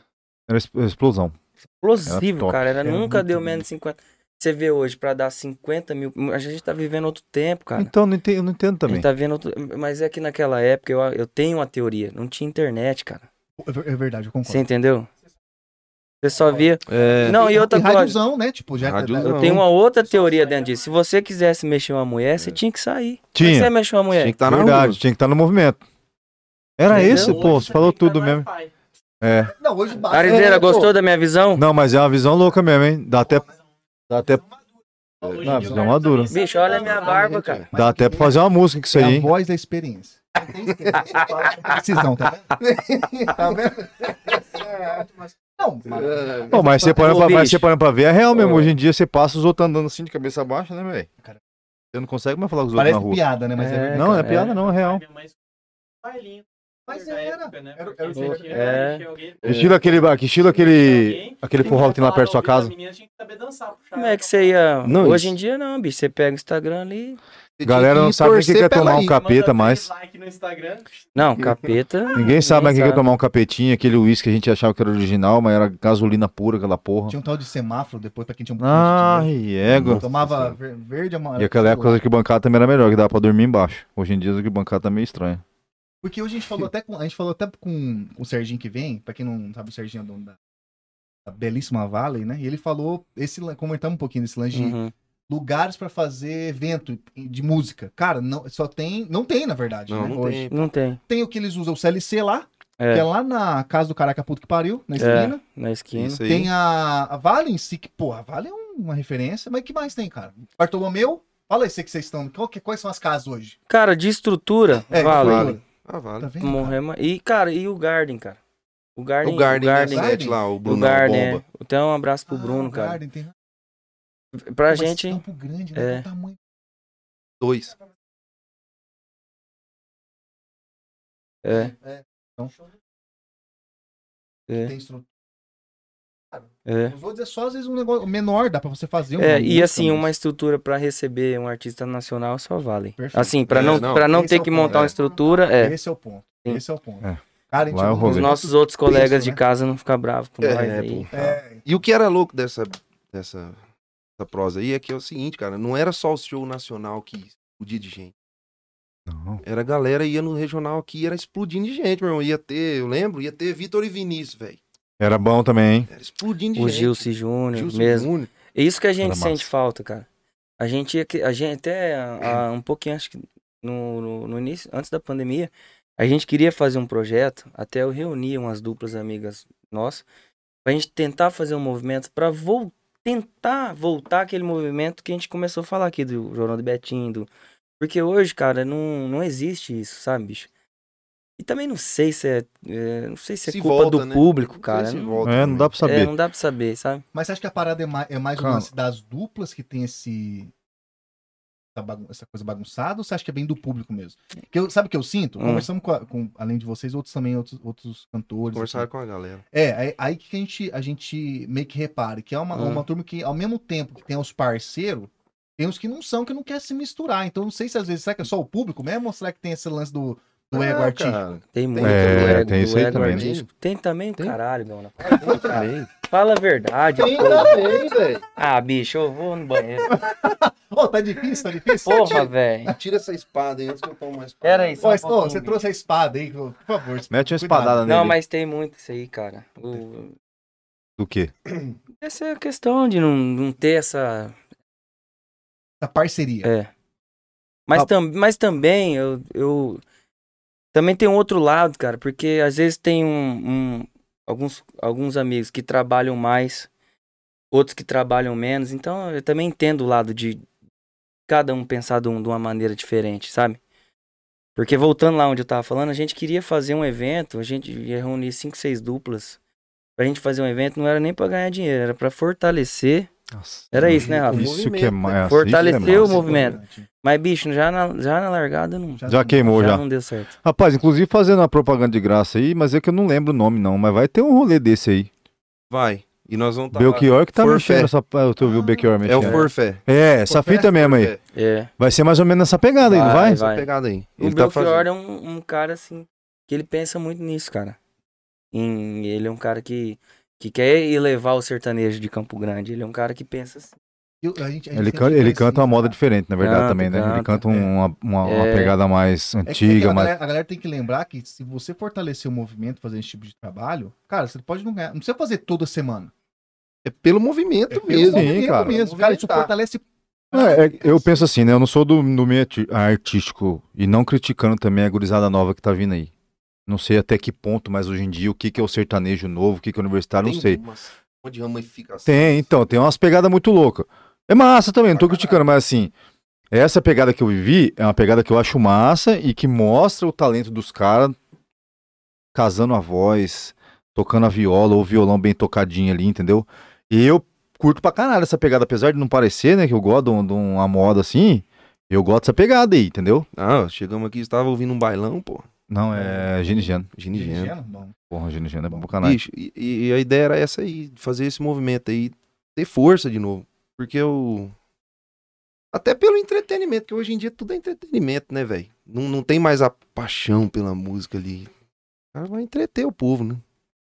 Speaker 2: Era es- explosão. Era
Speaker 3: explosivo,
Speaker 2: top.
Speaker 3: cara. Era,
Speaker 1: Era
Speaker 3: nunca
Speaker 1: muito
Speaker 3: deu
Speaker 1: bom.
Speaker 3: menos de 50. Você vê hoje, pra dar 50 mil. A gente tá vivendo outro tempo, cara.
Speaker 2: Então, não entendo, eu não entendo
Speaker 3: A
Speaker 2: também.
Speaker 3: gente tá vendo outro... Mas é que naquela época eu, eu tenho uma teoria. Não tinha internet, cara.
Speaker 1: É ver- É verdade, eu concordo.
Speaker 3: Você entendeu? Você só via.
Speaker 4: É.
Speaker 3: Não, e outra coisa.
Speaker 1: radiozão, né? Tipo, já
Speaker 4: Rádiozão.
Speaker 3: Eu
Speaker 4: Não.
Speaker 3: tenho uma outra teoria dentro disso. Se você quisesse mexer uma mulher, você tinha que sair. Como é que
Speaker 2: Tinha.
Speaker 3: você mexeu uma mulher?
Speaker 4: Tinha que estar na
Speaker 2: Verdade,
Speaker 4: rua.
Speaker 2: tinha que estar no movimento. Era
Speaker 3: Entendeu?
Speaker 2: esse,
Speaker 5: Hoje
Speaker 2: pô,
Speaker 5: você
Speaker 2: você falou
Speaker 5: tem que
Speaker 2: tudo
Speaker 5: dar
Speaker 2: mesmo.
Speaker 5: Wi-Fi.
Speaker 2: É.
Speaker 1: Não, hoje bate.
Speaker 3: Arizeira,
Speaker 1: É, pô,
Speaker 3: Ah, gostou da minha visão?
Speaker 2: Não, mas é uma visão louca mesmo, hein? Dá até, dá até,
Speaker 5: Hoje em
Speaker 2: Não,
Speaker 5: dia o
Speaker 2: dá uma
Speaker 5: cara
Speaker 2: dura.
Speaker 5: também sabe
Speaker 3: Bicho, olha
Speaker 5: dar
Speaker 3: a minha
Speaker 5: uma-
Speaker 3: barba,
Speaker 4: gente,
Speaker 3: cara.
Speaker 2: dá até pra fazer uma música com isso aí,
Speaker 1: É a
Speaker 2: hein?
Speaker 1: voz da experiência. Não tem experiência, você fala com precisão, tá vendo? tá vendo? Não, mano.
Speaker 4: É.
Speaker 2: Pô, mas você parando
Speaker 3: Ô,
Speaker 2: pra, mas
Speaker 3: bicho.
Speaker 2: você parando pra ver, é real mesmo.
Speaker 3: Ô.
Speaker 2: Hoje em dia você passa os outros andando assim de cabeça baixa, né, velho? Você não consegue mais falar com os outros
Speaker 1: Parece
Speaker 2: na rua.
Speaker 1: piada, né? Mas é,
Speaker 3: É,
Speaker 1: verdade.
Speaker 2: Não, não é
Speaker 3: cara,
Speaker 2: piada, não, é real.
Speaker 5: Minha mãe bailinho.
Speaker 1: Mas
Speaker 5: Da
Speaker 1: era.
Speaker 5: época, né?
Speaker 1: Era-
Speaker 5: Porque
Speaker 1: era o
Speaker 5: você
Speaker 1: jeito
Speaker 5: tinha
Speaker 1: que
Speaker 5: que
Speaker 3: era.
Speaker 5: mexer alguém-
Speaker 2: É. Estilo aquele, ba- que estilo aquele,
Speaker 5: Alguém-
Speaker 2: aquele forró que tem lá perto da sua
Speaker 5: A
Speaker 2: casa.
Speaker 5: menina tinha que saber dançar, puxar
Speaker 3: Como é
Speaker 5: ela
Speaker 3: que
Speaker 5: pra
Speaker 3: você ia.
Speaker 4: Não,
Speaker 3: Hoje
Speaker 4: isso.
Speaker 3: em dia não, bicho. Você pega o Instagram ali.
Speaker 4: Você
Speaker 2: Galera
Speaker 4: tinha
Speaker 2: não
Speaker 4: ir
Speaker 2: sabe quem
Speaker 4: torcer
Speaker 2: quer
Speaker 4: pela
Speaker 2: tomar um
Speaker 4: ida.
Speaker 5: Manda
Speaker 2: capeta
Speaker 5: três
Speaker 2: mais.
Speaker 5: like no Instagram.
Speaker 3: Não, capeta.
Speaker 2: Ninguém sabe mais quem quer
Speaker 3: sabe.
Speaker 2: tomar um capetinho, aquele uísque que a gente achava que era original, mas era gasolina pura aquela porra.
Speaker 3: Tipo,
Speaker 1: Tinha um tal de semáforo depois pra quem tinha um
Speaker 2: Ai, égua.
Speaker 1: Tomava ver- verde, amarelo.
Speaker 2: Ah, então. E aquela época as arquibancadas também era melhor, que dava pra dormir embaixo. Hoje em dia as arquibancadas tá meio estranha.
Speaker 1: Porque hoje a gente falou até com, a gente falou até com, com o Serginho que vem, pra quem não sabe, o Serginho é dono da, da belíssima Valley, né? E ele falou, esse, lan- comentamos um pouquinho desse lance de
Speaker 3: Uhum.
Speaker 1: lugares pra fazer evento de música. Cara, não, só tem, não tem na verdade,
Speaker 4: Não,
Speaker 1: né?
Speaker 4: não
Speaker 1: hoje.
Speaker 4: tem.
Speaker 3: Não tem.
Speaker 1: Tem o que eles usam, o CLC lá,
Speaker 3: É.
Speaker 1: que é lá na casa do caraca puto que pariu, na
Speaker 3: É,
Speaker 1: esquina.
Speaker 3: na esquina.
Speaker 4: Isso aí.
Speaker 1: Tem a, a Vale em si, que, porra, a Vale é um- uma referência, mas que mais tem, cara? Bartolomeu? Fala aí, você que vocês estão. Qual que- quais são as casas hoje?
Speaker 3: Cara, de estrutura,
Speaker 1: É,
Speaker 3: vale.
Speaker 4: Vale. Ah,
Speaker 1: Tá
Speaker 4: vale.
Speaker 1: vendo? cara?
Speaker 3: Morremos. E, cara, e o Garden, cara? O Garden.
Speaker 4: O Garden, né,
Speaker 1: Garden.
Speaker 4: Sete lá, o
Speaker 3: o
Speaker 4: Bruno
Speaker 3: Garden.
Speaker 4: Bomba.
Speaker 3: é. Então, um abraço pro
Speaker 1: Ah,
Speaker 3: Bruno,
Speaker 1: o
Speaker 3: cara.
Speaker 1: Garden tem-
Speaker 3: Pra
Speaker 1: Mas
Speaker 3: gente.
Speaker 1: Campo Grande, né?
Speaker 3: é.
Speaker 1: Olha o tamanho.
Speaker 4: Dois.
Speaker 3: É,
Speaker 1: É, então,
Speaker 3: É.
Speaker 1: tem estrutura.
Speaker 3: é.
Speaker 1: Os outros é só, às vezes, um negócio menor, dá pra você fazer. uma
Speaker 3: É, e
Speaker 1: música,
Speaker 3: assim,
Speaker 1: mas-
Speaker 3: uma estrutura pra receber um artista nacional só vale.
Speaker 1: Perfeito.
Speaker 3: Assim, pra
Speaker 4: É,
Speaker 3: não,
Speaker 4: não,
Speaker 3: pra não
Speaker 1: esse é
Speaker 3: ter
Speaker 1: o
Speaker 3: que
Speaker 1: ponto,
Speaker 3: montar
Speaker 1: é.
Speaker 3: uma estrutura, é.
Speaker 1: Esse é o ponto.
Speaker 3: Sim.
Speaker 1: Esse é o ponto.
Speaker 2: É.
Speaker 1: Cara, a
Speaker 2: Lá é o
Speaker 1: não-
Speaker 2: rolê.
Speaker 3: Os nossos outros
Speaker 1: Peso,
Speaker 3: colegas de
Speaker 1: né?
Speaker 3: casa não ficam bravos com nós
Speaker 4: É,
Speaker 3: aí.
Speaker 4: pô.
Speaker 1: É,
Speaker 4: E o que era louco dessa, dessa, dessa prosa aí é que é o seguinte, cara, não era só o show nacional que explodia de gente.
Speaker 2: Não.
Speaker 4: Era a galera ia no regional aqui, era explodindo de gente, meu irmão. Ia ter, eu lembro, ia ter Vitor e Vinícius, velho.
Speaker 2: Era bom também, hein?
Speaker 4: Era explodindo de
Speaker 3: O
Speaker 4: gente.
Speaker 3: Gilson Júnior
Speaker 4: Gilson
Speaker 3: mesmo.
Speaker 4: Júnior.
Speaker 3: É isso que a gente
Speaker 2: Era
Speaker 3: sente
Speaker 2: massa.
Speaker 3: falta, cara. A gente, ia que- a gente até a- a- um pouquinho, acho que no, no, no início, antes da pandemia, a gente queria fazer um projeto, até eu reuni umas duplas amigas nossas, pra gente tentar fazer um movimento pra vol tentar voltar aquele movimento que a gente começou a falar aqui do Jornal do Betinho, do... porque hoje, cara, não, não existe isso, sabe, bicho? E também não sei se é, é, não sei se é
Speaker 4: Se
Speaker 3: culpa
Speaker 4: volta,
Speaker 3: do
Speaker 4: né?
Speaker 3: público,
Speaker 4: Não sei
Speaker 3: cara.
Speaker 4: se
Speaker 3: Não-
Speaker 4: volta
Speaker 2: É, não
Speaker 4: também.
Speaker 2: dá pra
Speaker 3: é,
Speaker 2: saber.
Speaker 3: não dá pra saber, sabe?
Speaker 1: Mas você acha que a parada é mais, é mais o
Speaker 2: Calma.
Speaker 1: lance das duplas que tem esse. essa, bagun- essa coisa bagunçada ou você acha que é bem do público mesmo? Que eu, sabe o que eu sinto?
Speaker 3: Hum.
Speaker 1: Conversamos com, a- com, além de vocês, outros também, outros, outros cantores.
Speaker 4: Conversaram com a galera.
Speaker 1: É, aí- aí que a gente, a gente meio que repare, que é uma,
Speaker 3: Hum.
Speaker 1: uma turma que, ao mesmo tempo que tem os parceiros, tem os que não são, que não quer se misturar. Então, não sei se às vezes, será que é só o público mesmo? Ou será que tem esse lance do, do ego
Speaker 4: Ah,
Speaker 1: artístico?
Speaker 4: cara,
Speaker 3: Tem muito
Speaker 2: É,
Speaker 3: do ego,
Speaker 2: tem
Speaker 3: do
Speaker 2: isso aí
Speaker 3: ego
Speaker 2: também, né?
Speaker 3: artístico. Tem também o
Speaker 4: Tem.
Speaker 3: caralho, Gauna.
Speaker 4: Eu também.
Speaker 3: Fala a verdade.
Speaker 4: Tem
Speaker 3: pô.
Speaker 4: também, velho.
Speaker 3: Ah, bicho, eu vou no banheiro.
Speaker 1: Ô, tá difícil, tá difícil.
Speaker 3: Porra, velho.
Speaker 4: Tira essa espada aí antes que eu tomo mais.
Speaker 3: Pera aí,
Speaker 1: Ó,
Speaker 3: só um
Speaker 1: ó,
Speaker 3: pouquinho,
Speaker 1: você
Speaker 3: bicho.
Speaker 1: trouxe a espada aí, por favor.
Speaker 2: Mete uma
Speaker 1: cuidado.
Speaker 2: espadada nele.
Speaker 3: Não, mas tem muito isso aí, cara. O-
Speaker 2: Do quê?
Speaker 3: Essa é a questão de não, não ter essa.
Speaker 1: Da parceria.
Speaker 3: É. Mas,
Speaker 2: Ah.
Speaker 3: tam, mas também, eu, eu. Também tem um outro lado, cara, porque às vezes tem um, um- alguns, alguns amigos que trabalham mais, outros que trabalham menos. Então eu também entendo o lado de cada um pensar de, um- de uma maneira diferente, sabe? Porque voltando lá onde eu tava falando, a gente queria fazer um evento, a gente ia reunir cinco, seis duplas. Pra gente fazer um evento não era nem pra ganhar dinheiro, era pra fortalecer.
Speaker 2: Nossa,
Speaker 3: Era isso, né, Rafa?
Speaker 2: Isso que é mais.
Speaker 3: Fortaleceu o
Speaker 2: movimento.
Speaker 3: movimento. Mas, bicho, já na, já na largada não, já,
Speaker 2: Já queimou, já.
Speaker 3: não deu certo.
Speaker 2: Rapaz, inclusive fazendo uma propaganda de graça aí, mas é que eu não lembro o nome não, mas vai ter um rolê desse aí.
Speaker 4: Vai. E nós vamos tá lá.
Speaker 2: Belchior que tá
Speaker 4: Forfé.
Speaker 2: mexendo essa... Eu tô ouvindo o Belchior
Speaker 4: É o
Speaker 2: mexendo.
Speaker 4: forfé.
Speaker 2: É, essa
Speaker 1: Forfé?
Speaker 2: fita mesmo aí.
Speaker 4: Forfé.
Speaker 3: É.
Speaker 2: Vai ser mais ou menos nessa pegada aí, não vai?
Speaker 3: Vai,
Speaker 4: Essa pegada aí.
Speaker 3: O
Speaker 4: Ele tá
Speaker 3: Belchior
Speaker 4: fazendo.
Speaker 3: é um, um cara, assim, que ele pensa muito nisso, cara. Em- ele é um cara que, que quer elevar o sertanejo de Campo Grande. Ele é um cara que pensa assim.
Speaker 1: Eu- a gente- a gente
Speaker 2: Ele,
Speaker 1: sempre
Speaker 2: can- ele
Speaker 1: pensa
Speaker 2: canta uma
Speaker 1: nisso,
Speaker 2: moda
Speaker 1: cara.
Speaker 2: diferente, na verdade,
Speaker 3: Canta,
Speaker 2: também, né? Ele
Speaker 3: canta,
Speaker 2: canta um- uma, uma- uma
Speaker 3: É.
Speaker 2: pegada mais
Speaker 1: É que- é que
Speaker 2: antiga,
Speaker 1: a,
Speaker 2: mais...
Speaker 1: galera, a galera tem que lembrar que se você fortalecer o movimento fazendo esse tipo de trabalho, cara, você pode não ganhar. Não precisa fazer toda semana.
Speaker 4: É pelo movimento
Speaker 1: pelo
Speaker 4: mesmo.
Speaker 2: movimento.
Speaker 1: movimento
Speaker 2: cara.
Speaker 1: mesmo. Cara, isso
Speaker 4: Movimentar.
Speaker 1: fortalece.
Speaker 2: É, é, eu penso assim, né? Eu não sou do, do meio arti- artístico e não criticando também a gurizada nova que tá vindo aí. Não sei até que ponto, mas hoje em dia, o que, que é o sertanejo novo, o que, que é o universitário, não
Speaker 4: Tem
Speaker 2: sei.
Speaker 4: umas- Um monte de ramificação.
Speaker 2: Tem, então, tem umas pegadas muito loucas. É massa também, não tô
Speaker 4: Pra
Speaker 2: criticando, mas assim, essa pegada que eu vivi é uma pegada que eu acho massa e que mostra o talento dos caras casando a voz, tocando a viola ou o violão bem tocadinho ali, entendeu? E eu curto pra caralho essa pegada, apesar de não parecer, né, que eu gosto de, um- de uma moda assim, eu gosto dessa pegada aí, entendeu?
Speaker 4: Ah, chegamos aqui, estava ouvindo um bailão, pô.
Speaker 2: Não, é Ginigeno.
Speaker 4: Gini Geno.
Speaker 1: Bom,
Speaker 2: Porra, Ginigeno é bom pra caralho.
Speaker 4: Bicho, e, e a ideia era essa aí, de fazer esse movimento aí, ter força de novo. Porque eu. Até pelo entretenimento, que hoje em dia tudo é entretenimento, né, velho? Não, não tem mais a paixão pela música ali. O cara vai entreter o povo, né?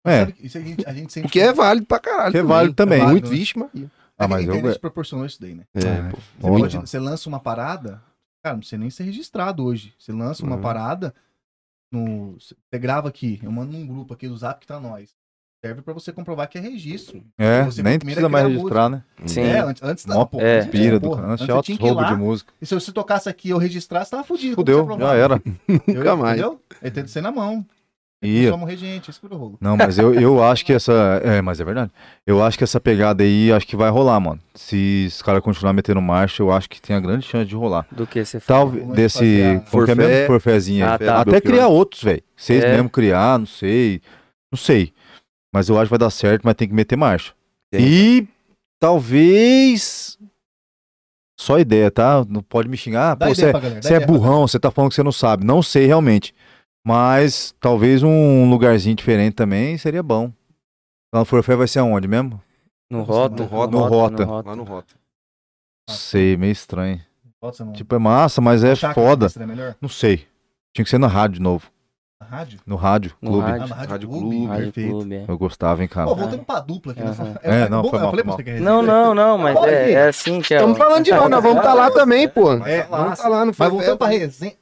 Speaker 2: É,
Speaker 1: sabe que isso a gente, a gente sempre.
Speaker 4: O que é válido pra caralho.
Speaker 2: Que é válido também.
Speaker 4: É muito
Speaker 1: Válido, né?
Speaker 4: vixe,
Speaker 1: É
Speaker 4: Maria.
Speaker 2: ah,
Speaker 1: que a
Speaker 2: mas eu...
Speaker 1: internet proporcionou isso daí, né?
Speaker 2: É,
Speaker 4: É, pô.
Speaker 1: Você,
Speaker 2: Olha.
Speaker 1: pode- você lança uma parada, cara, não precisa nem ser registrado hoje. Você lança uma
Speaker 4: Uhum.
Speaker 1: parada, no, você grava aqui, eu mando num grupo aqui do Zap que tá nós. Serve pra você comprovar que é registro.
Speaker 2: É,
Speaker 1: Você
Speaker 2: nem
Speaker 1: primeiro
Speaker 2: precisa
Speaker 1: é
Speaker 2: mais
Speaker 1: criar
Speaker 2: registrar, né?
Speaker 3: Sim.
Speaker 1: É, antes, antes não,
Speaker 2: Mó
Speaker 1: pô.
Speaker 3: é,
Speaker 1: Antes,
Speaker 2: Pira do
Speaker 1: porra,
Speaker 2: cara,
Speaker 1: antes eu
Speaker 2: altos
Speaker 1: tinha que ir
Speaker 2: roubo de
Speaker 1: lá,
Speaker 2: música.
Speaker 1: e se eu se tocasse aqui e eu registrasse, tava fudido. como
Speaker 2: Fudeu,
Speaker 1: você é
Speaker 2: já
Speaker 1: provava?
Speaker 2: era.
Speaker 1: Eu-
Speaker 4: Nunca mais.
Speaker 1: Entendeu? Ele tem de ser na mão.
Speaker 2: Ia.
Speaker 1: Só morrer de gente, isso que é eu rolo.
Speaker 2: Não, mas eu, eu acho que essa. É, mas é verdade. Eu acho que essa pegada aí acho que vai rolar, mano. Se os caras continuar metendo marcha, eu acho que tem a grande chance de rolar.
Speaker 3: Do que você fala.
Speaker 2: Talvez
Speaker 1: Vamos
Speaker 2: desse.
Speaker 1: fazer a-
Speaker 2: Forfé,
Speaker 4: Forfé.
Speaker 2: mesmo forfézinho aí.
Speaker 3: Ah, tá.
Speaker 2: Até criar outros, velho. Vocês
Speaker 3: É.
Speaker 2: mesmo criar, não sei. Não sei. Mas eu acho que vai dar certo, mas tem que meter marcha.
Speaker 4: Tem.
Speaker 2: E talvez. Só ideia, tá? Não pode me xingar.
Speaker 1: Dá
Speaker 2: Pô,
Speaker 1: ideia
Speaker 2: você é
Speaker 1: pra galera. dá
Speaker 2: Você é
Speaker 1: ideia pra
Speaker 2: burrão, você tá falando que você não sabe. Não sei realmente. Mas talvez um lugarzinho diferente também seria bom. Lá no Forfé vai ser aonde mesmo?
Speaker 3: No rota.
Speaker 1: No
Speaker 4: Rota.
Speaker 2: No Rota.
Speaker 4: Lá no Rota.
Speaker 1: Ah,
Speaker 2: Sei, meio estranho.
Speaker 1: Pode ser no-
Speaker 2: Tipo, é massa, mas é
Speaker 1: Chácara,
Speaker 2: foda.
Speaker 1: seria melhor?
Speaker 2: Não sei. Tinha que ser na rádio de novo.
Speaker 1: Na rádio?
Speaker 2: No rádio,
Speaker 3: No
Speaker 2: clube.
Speaker 3: rádio.
Speaker 1: Ah, na Rádio,
Speaker 4: Rádio
Speaker 1: Clube,
Speaker 4: Clube,
Speaker 3: Rádio
Speaker 1: perfeito.
Speaker 3: Clube, é.
Speaker 2: Eu gostava, hein, cara.
Speaker 1: Pô, voltando pra dupla aqui. né?
Speaker 3: Aham.
Speaker 1: Eu-
Speaker 2: É, não,
Speaker 1: bom,
Speaker 2: foi
Speaker 1: eu
Speaker 2: mal,
Speaker 1: falei pra
Speaker 2: foi mal.
Speaker 1: você que é
Speaker 3: Não, não, não, mas
Speaker 1: Olha
Speaker 3: é,
Speaker 1: aí.
Speaker 3: é assim que é.
Speaker 4: Estamos falando de lá, nós vamos estar lá também, pô.
Speaker 1: É,
Speaker 4: vamos
Speaker 1: massa.
Speaker 4: estar lá no
Speaker 1: Mas
Speaker 4: Forfé.
Speaker 1: voltando pra resenha,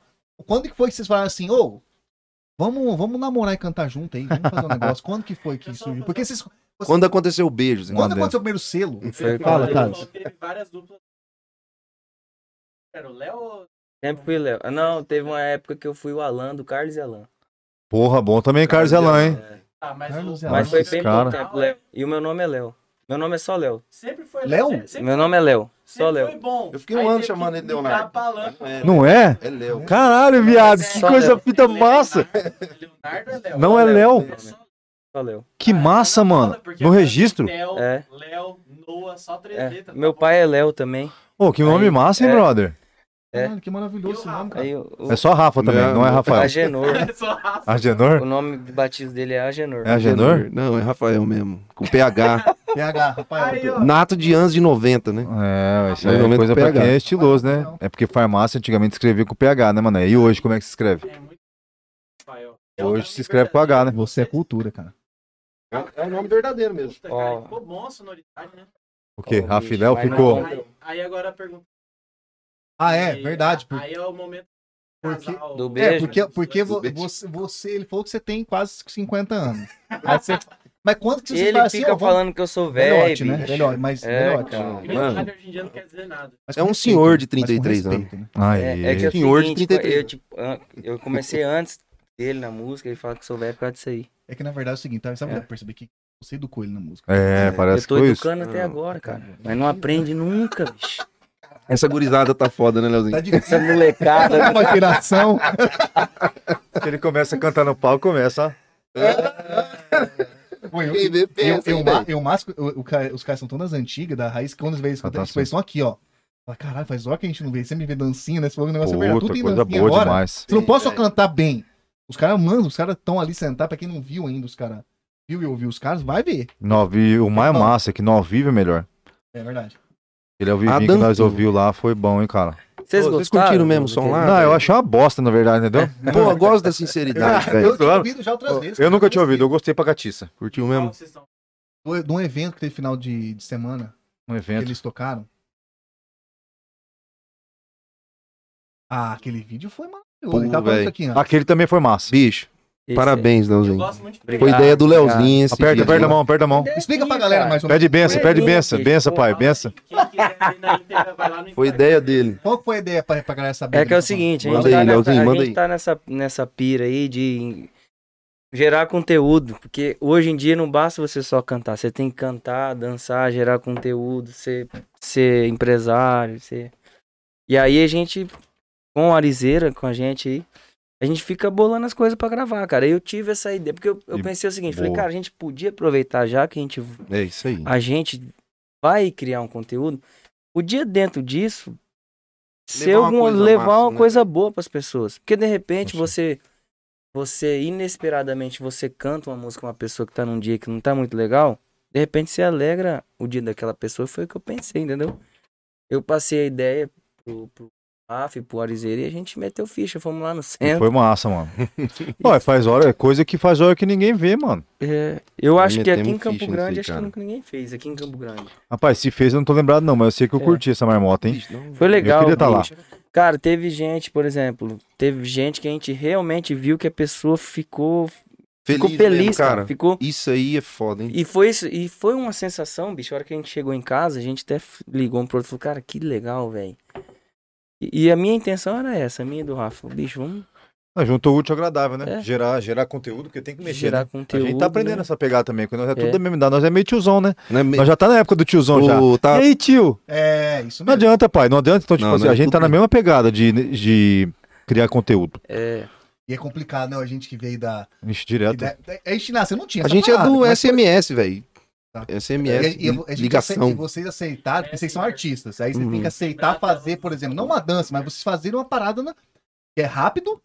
Speaker 1: quando que foi que vocês falaram assim, ô, vamos, vamos namorar e cantar junto aí, vamos fazer um negócio. Quando que foi que surgiu? Porque vocês...
Speaker 4: Quando aconteceu o beijo, Zé?
Speaker 1: Quando aconteceu o primeiro selo?
Speaker 3: Foi-
Speaker 1: Fala,
Speaker 5: Ele
Speaker 1: Thales.
Speaker 5: falou que Teve várias duplas. Era o Léo ou
Speaker 3: Sempre fui Léo. Ah, Não, teve uma época que eu fui o Alan, do Carlos e Alan.
Speaker 2: Porra, bom também, Carlos
Speaker 4: Carlos
Speaker 2: Elan,
Speaker 4: Elan,
Speaker 2: hein?
Speaker 5: Ah, mas,
Speaker 1: Carlos
Speaker 5: o...
Speaker 1: e
Speaker 3: Mas
Speaker 1: Nossa,
Speaker 3: foi
Speaker 2: esse
Speaker 3: bem
Speaker 2: cara.
Speaker 3: pouco tempo, Léo. E o meu nome é Léo. Meu nome é só Léo.
Speaker 5: Sempre foi
Speaker 1: Léo?
Speaker 5: Sempre, sempre
Speaker 3: Meu nome é Léo. Só
Speaker 5: foi
Speaker 3: Léo.
Speaker 5: bom.
Speaker 4: Eu fiquei um
Speaker 5: Aí
Speaker 4: ano
Speaker 5: teve
Speaker 4: chamando
Speaker 5: que
Speaker 4: ele Leonardo.
Speaker 5: mudar pra Alan.
Speaker 4: Não era.
Speaker 2: Não é?
Speaker 4: É Léo.
Speaker 2: Caralho, viado,
Speaker 3: Mas é
Speaker 2: que
Speaker 3: só
Speaker 2: coisa
Speaker 3: Léo.
Speaker 2: fita massa.
Speaker 5: Leonardo é Léo.
Speaker 2: Não é Léo?
Speaker 5: É só-
Speaker 3: Só Léo.
Speaker 2: Que
Speaker 5: Ah,
Speaker 2: massa,
Speaker 5: não fala,
Speaker 2: mano.
Speaker 5: porque
Speaker 2: No
Speaker 5: eu falei
Speaker 2: registro.
Speaker 5: Theo,
Speaker 3: É.
Speaker 5: Léo, Noah, só três
Speaker 3: É.
Speaker 5: letras.
Speaker 3: Meu
Speaker 5: tá
Speaker 3: pai é Léo também.
Speaker 2: Pô, que nome
Speaker 3: Aí,
Speaker 2: massa, hein,
Speaker 3: é.
Speaker 2: brother?
Speaker 1: Caralho, que maravilhoso esse
Speaker 5: E o
Speaker 1: nome,
Speaker 5: Rafa?
Speaker 1: cara.
Speaker 3: Aí o, o
Speaker 2: É só Rafa também,
Speaker 4: Não,
Speaker 2: não, é
Speaker 4: não.
Speaker 2: Rafael.
Speaker 3: Agenor.
Speaker 5: Só raça.
Speaker 3: o
Speaker 2: Agenor?
Speaker 3: nome de batismo dele é Agenor.
Speaker 2: É Agenor?
Speaker 4: Não, é Rafael mesmo. Com PH.
Speaker 1: PH, Rafael.
Speaker 5: Aí, ó.
Speaker 4: Nato de anos de 90, né?
Speaker 3: Ah,
Speaker 2: É, isso aí
Speaker 4: Mas no
Speaker 2: é
Speaker 4: momento
Speaker 2: coisa pra
Speaker 4: PH.
Speaker 2: quem é estiloso, né? É porque farmácia antigamente escrevia com PH, né, mano? E hoje, como é que se escreve?
Speaker 5: É muito Rafael. é
Speaker 2: Hoje se escreve com H, né?
Speaker 1: Você é cultura, cara.
Speaker 4: É o nome verdadeiro mesmo.
Speaker 5: Puta,
Speaker 3: Ó.
Speaker 5: cara, ficou bom a sonoridade, né?
Speaker 2: O quê?
Speaker 3: Ó,
Speaker 2: Rafiléu
Speaker 3: bicho, vai
Speaker 2: ficou.
Speaker 3: na-
Speaker 5: Aí, aí agora a pergunta.
Speaker 1: Ah, é,
Speaker 5: E-
Speaker 1: verdade. por-
Speaker 5: Aí é o momento
Speaker 1: Porque-
Speaker 5: casal,
Speaker 3: Do
Speaker 1: É,
Speaker 3: beijo. né?
Speaker 1: porque, porque
Speaker 4: Do
Speaker 1: vo-
Speaker 4: beijo.
Speaker 1: você, você- ele falou que você tem quase 50 anos. Aí você- mas quanto que você
Speaker 3: Ele
Speaker 1: fala assim,
Speaker 3: fica
Speaker 1: ó, vamos-
Speaker 3: falando que eu sou velho.
Speaker 1: Velhote, né?
Speaker 3: bicho.
Speaker 1: Velhote, mas
Speaker 3: É,
Speaker 1: velhote.
Speaker 3: cara.
Speaker 5: Verdade,
Speaker 4: Mano.
Speaker 5: hoje em dia não quer dizer nada.
Speaker 1: Mas
Speaker 4: É
Speaker 1: com
Speaker 4: um senhor de
Speaker 1: né? Mas com
Speaker 4: 33 anos.
Speaker 1: respeito, né?
Speaker 2: Aí.
Speaker 3: É, é que é o
Speaker 4: Senhor de
Speaker 3: seguinte,
Speaker 4: 33
Speaker 3: eu, tipo, an- eu comecei antes dele na música, ele fala que sou velho por causa disso aí.
Speaker 1: É que na verdade é o seguinte, tá? sabe
Speaker 3: É.
Speaker 1: eu percebi que eu sei do coelho na música.
Speaker 2: É, parece
Speaker 3: eu tô
Speaker 2: que foi isso.
Speaker 3: educando até
Speaker 4: Não.
Speaker 3: agora, cara. Mas não aprende nunca, bicho.
Speaker 4: Essa gurizada tá foda, né, Leozinho?
Speaker 1: Tá difícil. né?
Speaker 3: Essa molecada.
Speaker 1: Uma piração.
Speaker 2: Ele começa a cantar no palco, começa, ó.
Speaker 1: Eu,
Speaker 4: Quem vê,
Speaker 1: eu,
Speaker 4: pensa,
Speaker 1: eu,
Speaker 2: né?
Speaker 4: hein,
Speaker 1: ma-
Speaker 4: velho?
Speaker 1: eu masco, eu- o ca- os caras são tão das antigas, da raiz, que quando às vezes quando eles
Speaker 2: Fantástico.
Speaker 1: tipo, são aqui, ó. Fala, caralho, faz hora que a gente não vê. Você me vê dancinha, né? Você falou que o negócio é verdade.
Speaker 2: Puta,
Speaker 1: Tudo tem
Speaker 2: coisa
Speaker 1: dancinha
Speaker 2: boa
Speaker 1: agora.
Speaker 2: demais.
Speaker 1: Você não
Speaker 4: Sim,
Speaker 1: pode só
Speaker 4: é.
Speaker 1: cantar bem. Os caras, mano, os caras estão ali sentados. Pra quem não viu ainda, os caras viu e ouviu os caras, vai ver.
Speaker 2: No ao vivo, o mais
Speaker 1: Então-
Speaker 2: massa é que no ao vivo é melhor.
Speaker 1: É verdade.
Speaker 2: Ele ao vivo que
Speaker 4: Adam
Speaker 2: nós
Speaker 4: Silva.
Speaker 2: ouviu lá, foi bom, hein, cara.
Speaker 3: Vocês
Speaker 4: Ô,
Speaker 3: gostaram?
Speaker 4: vocês curtiram mesmo o som lá? Ah,
Speaker 2: não, eu
Speaker 4: velho.
Speaker 3: é-
Speaker 2: achei uma bosta, na verdade, entendeu?
Speaker 4: Pô, eu gosto da sinceridade,
Speaker 2: Eu-
Speaker 4: velho.
Speaker 1: Eu tinha ouvido já outras vezes.
Speaker 2: é, Eu nunca tinha ouvido, eu gostei pra catiça.
Speaker 4: Curtiu
Speaker 5: Qual
Speaker 4: mesmo?
Speaker 5: que vocês são?
Speaker 1: Do- De um evento que teve final de, de semana.
Speaker 2: Um
Speaker 1: que
Speaker 2: evento.
Speaker 1: eles tocaram. Ah, aquele vídeo foi maravilhoso.
Speaker 4: Pô,
Speaker 1: Ele tava falando
Speaker 4: véi.
Speaker 1: isso aqui, ó.
Speaker 2: Aquele também foi massa.
Speaker 4: Bicho,
Speaker 3: Esse
Speaker 4: parabéns,
Speaker 5: Eu
Speaker 4: Leozinho.
Speaker 5: gosto muito de
Speaker 4: Foi
Speaker 3: Obrigado,
Speaker 4: ideia do
Speaker 3: obrigado.
Speaker 4: Leozinho. esse
Speaker 2: Aperta,
Speaker 4: dia,
Speaker 2: aperta
Speaker 4: né?
Speaker 2: a mão, aperta a mão.
Speaker 3: é.
Speaker 1: Explica pra galera mais ou menos.
Speaker 2: Pede benção, pede
Speaker 3: Foi
Speaker 2: benção,
Speaker 3: lindo,
Speaker 2: benção,
Speaker 3: pô.
Speaker 2: pai, benção.
Speaker 5: Quem quiser ver na íntegra, vai lá no
Speaker 4: Foi
Speaker 5: Instagram.
Speaker 4: ideia dele.
Speaker 1: Qual que foi a ideia pra, pra galera saber?
Speaker 3: É
Speaker 1: do
Speaker 3: que é o
Speaker 1: tá
Speaker 3: seguinte, a
Speaker 4: Manda
Speaker 3: gente,
Speaker 4: aí,
Speaker 3: tá, nessa,
Speaker 4: Leozinho,
Speaker 3: a
Speaker 4: manda
Speaker 3: gente
Speaker 4: aí.
Speaker 3: tá nessa, nessa pira aí de gerar conteúdo, porque hoje em dia não basta você só cantar, você tem que cantar, dançar, gerar conteúdo, ser, ser empresário, ser... E aí a gente, com a Arizeira, com a gente aí, a gente fica bolando as coisas pra gravar, cara. Eu tive essa ideia, porque eu, eu
Speaker 2: E
Speaker 3: pensei o seguinte, falei,
Speaker 2: boa.
Speaker 3: cara, a gente podia aproveitar já que a gente
Speaker 4: É isso aí.
Speaker 3: a gente vai criar um conteúdo, podia dentro disso ser
Speaker 4: Levar uma
Speaker 3: alguma-
Speaker 4: coisa
Speaker 3: levar
Speaker 4: massa,
Speaker 3: uma
Speaker 4: né?
Speaker 3: coisa boa para as pessoas. Porque de repente
Speaker 2: Sim.
Speaker 3: você você inesperadamente você canta uma música com uma pessoa que tá num dia que não tá muito legal, de repente você alegra o dia daquela pessoa, foi o que eu pensei, entendeu? Eu passei a ideia pro, pro AF, pro Arizeira e a gente meteu ficha, fomos lá no
Speaker 2: E
Speaker 3: centro.
Speaker 2: Foi massa, mano. Ué, faz hora, é coisa que faz hora que ninguém vê, mano.
Speaker 3: É, eu acho que aqui
Speaker 4: metemos
Speaker 3: em Campo
Speaker 4: um ficha nisso
Speaker 3: Grande,
Speaker 4: aí,
Speaker 3: acho que
Speaker 4: cara.
Speaker 3: nunca ninguém fez, aqui em Campo Grande.
Speaker 2: Rapaz, se fez, eu não tô lembrado, não, mas eu sei que eu
Speaker 3: É.
Speaker 2: curti essa marmota, hein?
Speaker 4: Bicho, não,
Speaker 3: Foi legal.
Speaker 2: queria tá lá.
Speaker 3: bicho. Cara, teve gente, por exemplo, teve gente que a gente realmente viu que a pessoa ficou ficou feliz,
Speaker 4: mesmo,
Speaker 3: cara. Ficou
Speaker 4: Isso aí é foda, hein?
Speaker 3: e foi isso, e foi uma sensação, bicho, a hora que a gente chegou em casa, a gente até f- ligou um pro outro e falou, cara, que legal, velho. E, e a minha intenção era essa, a minha e do Rafa, bicho, vamos
Speaker 2: Ah, juntou o útil ao agradável, né?
Speaker 3: É.
Speaker 2: Gerar, gerar conteúdo, porque tem que mexer,
Speaker 3: gerar
Speaker 2: né? A
Speaker 3: conteúdo.
Speaker 2: gente tá aprendendo
Speaker 3: né?
Speaker 2: essa pegada também, porque nós é tudo
Speaker 3: É.
Speaker 2: da mesma idade, nós é meio tiozão, né?
Speaker 4: Não é me-
Speaker 2: Nós já tá na época do tiozão já.
Speaker 4: O- tá-
Speaker 2: E aí, tio?
Speaker 1: É, isso
Speaker 2: Não
Speaker 1: mesmo.
Speaker 2: adianta, pai, não adianta. Então, tipo
Speaker 4: Não,
Speaker 2: assim,
Speaker 4: não é
Speaker 2: a gente tá
Speaker 4: tudo
Speaker 2: na
Speaker 4: bem.
Speaker 2: mesma pegada de, de criar conteúdo.
Speaker 3: É,
Speaker 1: E é complicado, né? A gente que veio da.
Speaker 2: Vixe,
Speaker 1: que
Speaker 2: direto.
Speaker 1: da- da- A gente nasceu, não tinha.
Speaker 4: A
Speaker 1: essa
Speaker 4: gente é
Speaker 1: parada,
Speaker 4: do
Speaker 1: mas-
Speaker 4: SMS, velho.
Speaker 1: Tá.
Speaker 4: SMS,
Speaker 1: E, e- e- a gente ace- e
Speaker 4: ligação.
Speaker 1: vocês aceitaram, porque vocês são artistas. Aí vocês
Speaker 4: Uhum.
Speaker 1: têm que aceitar fazer, por exemplo, não uma dança, mas vocês fazerem uma parada na- que é rápido,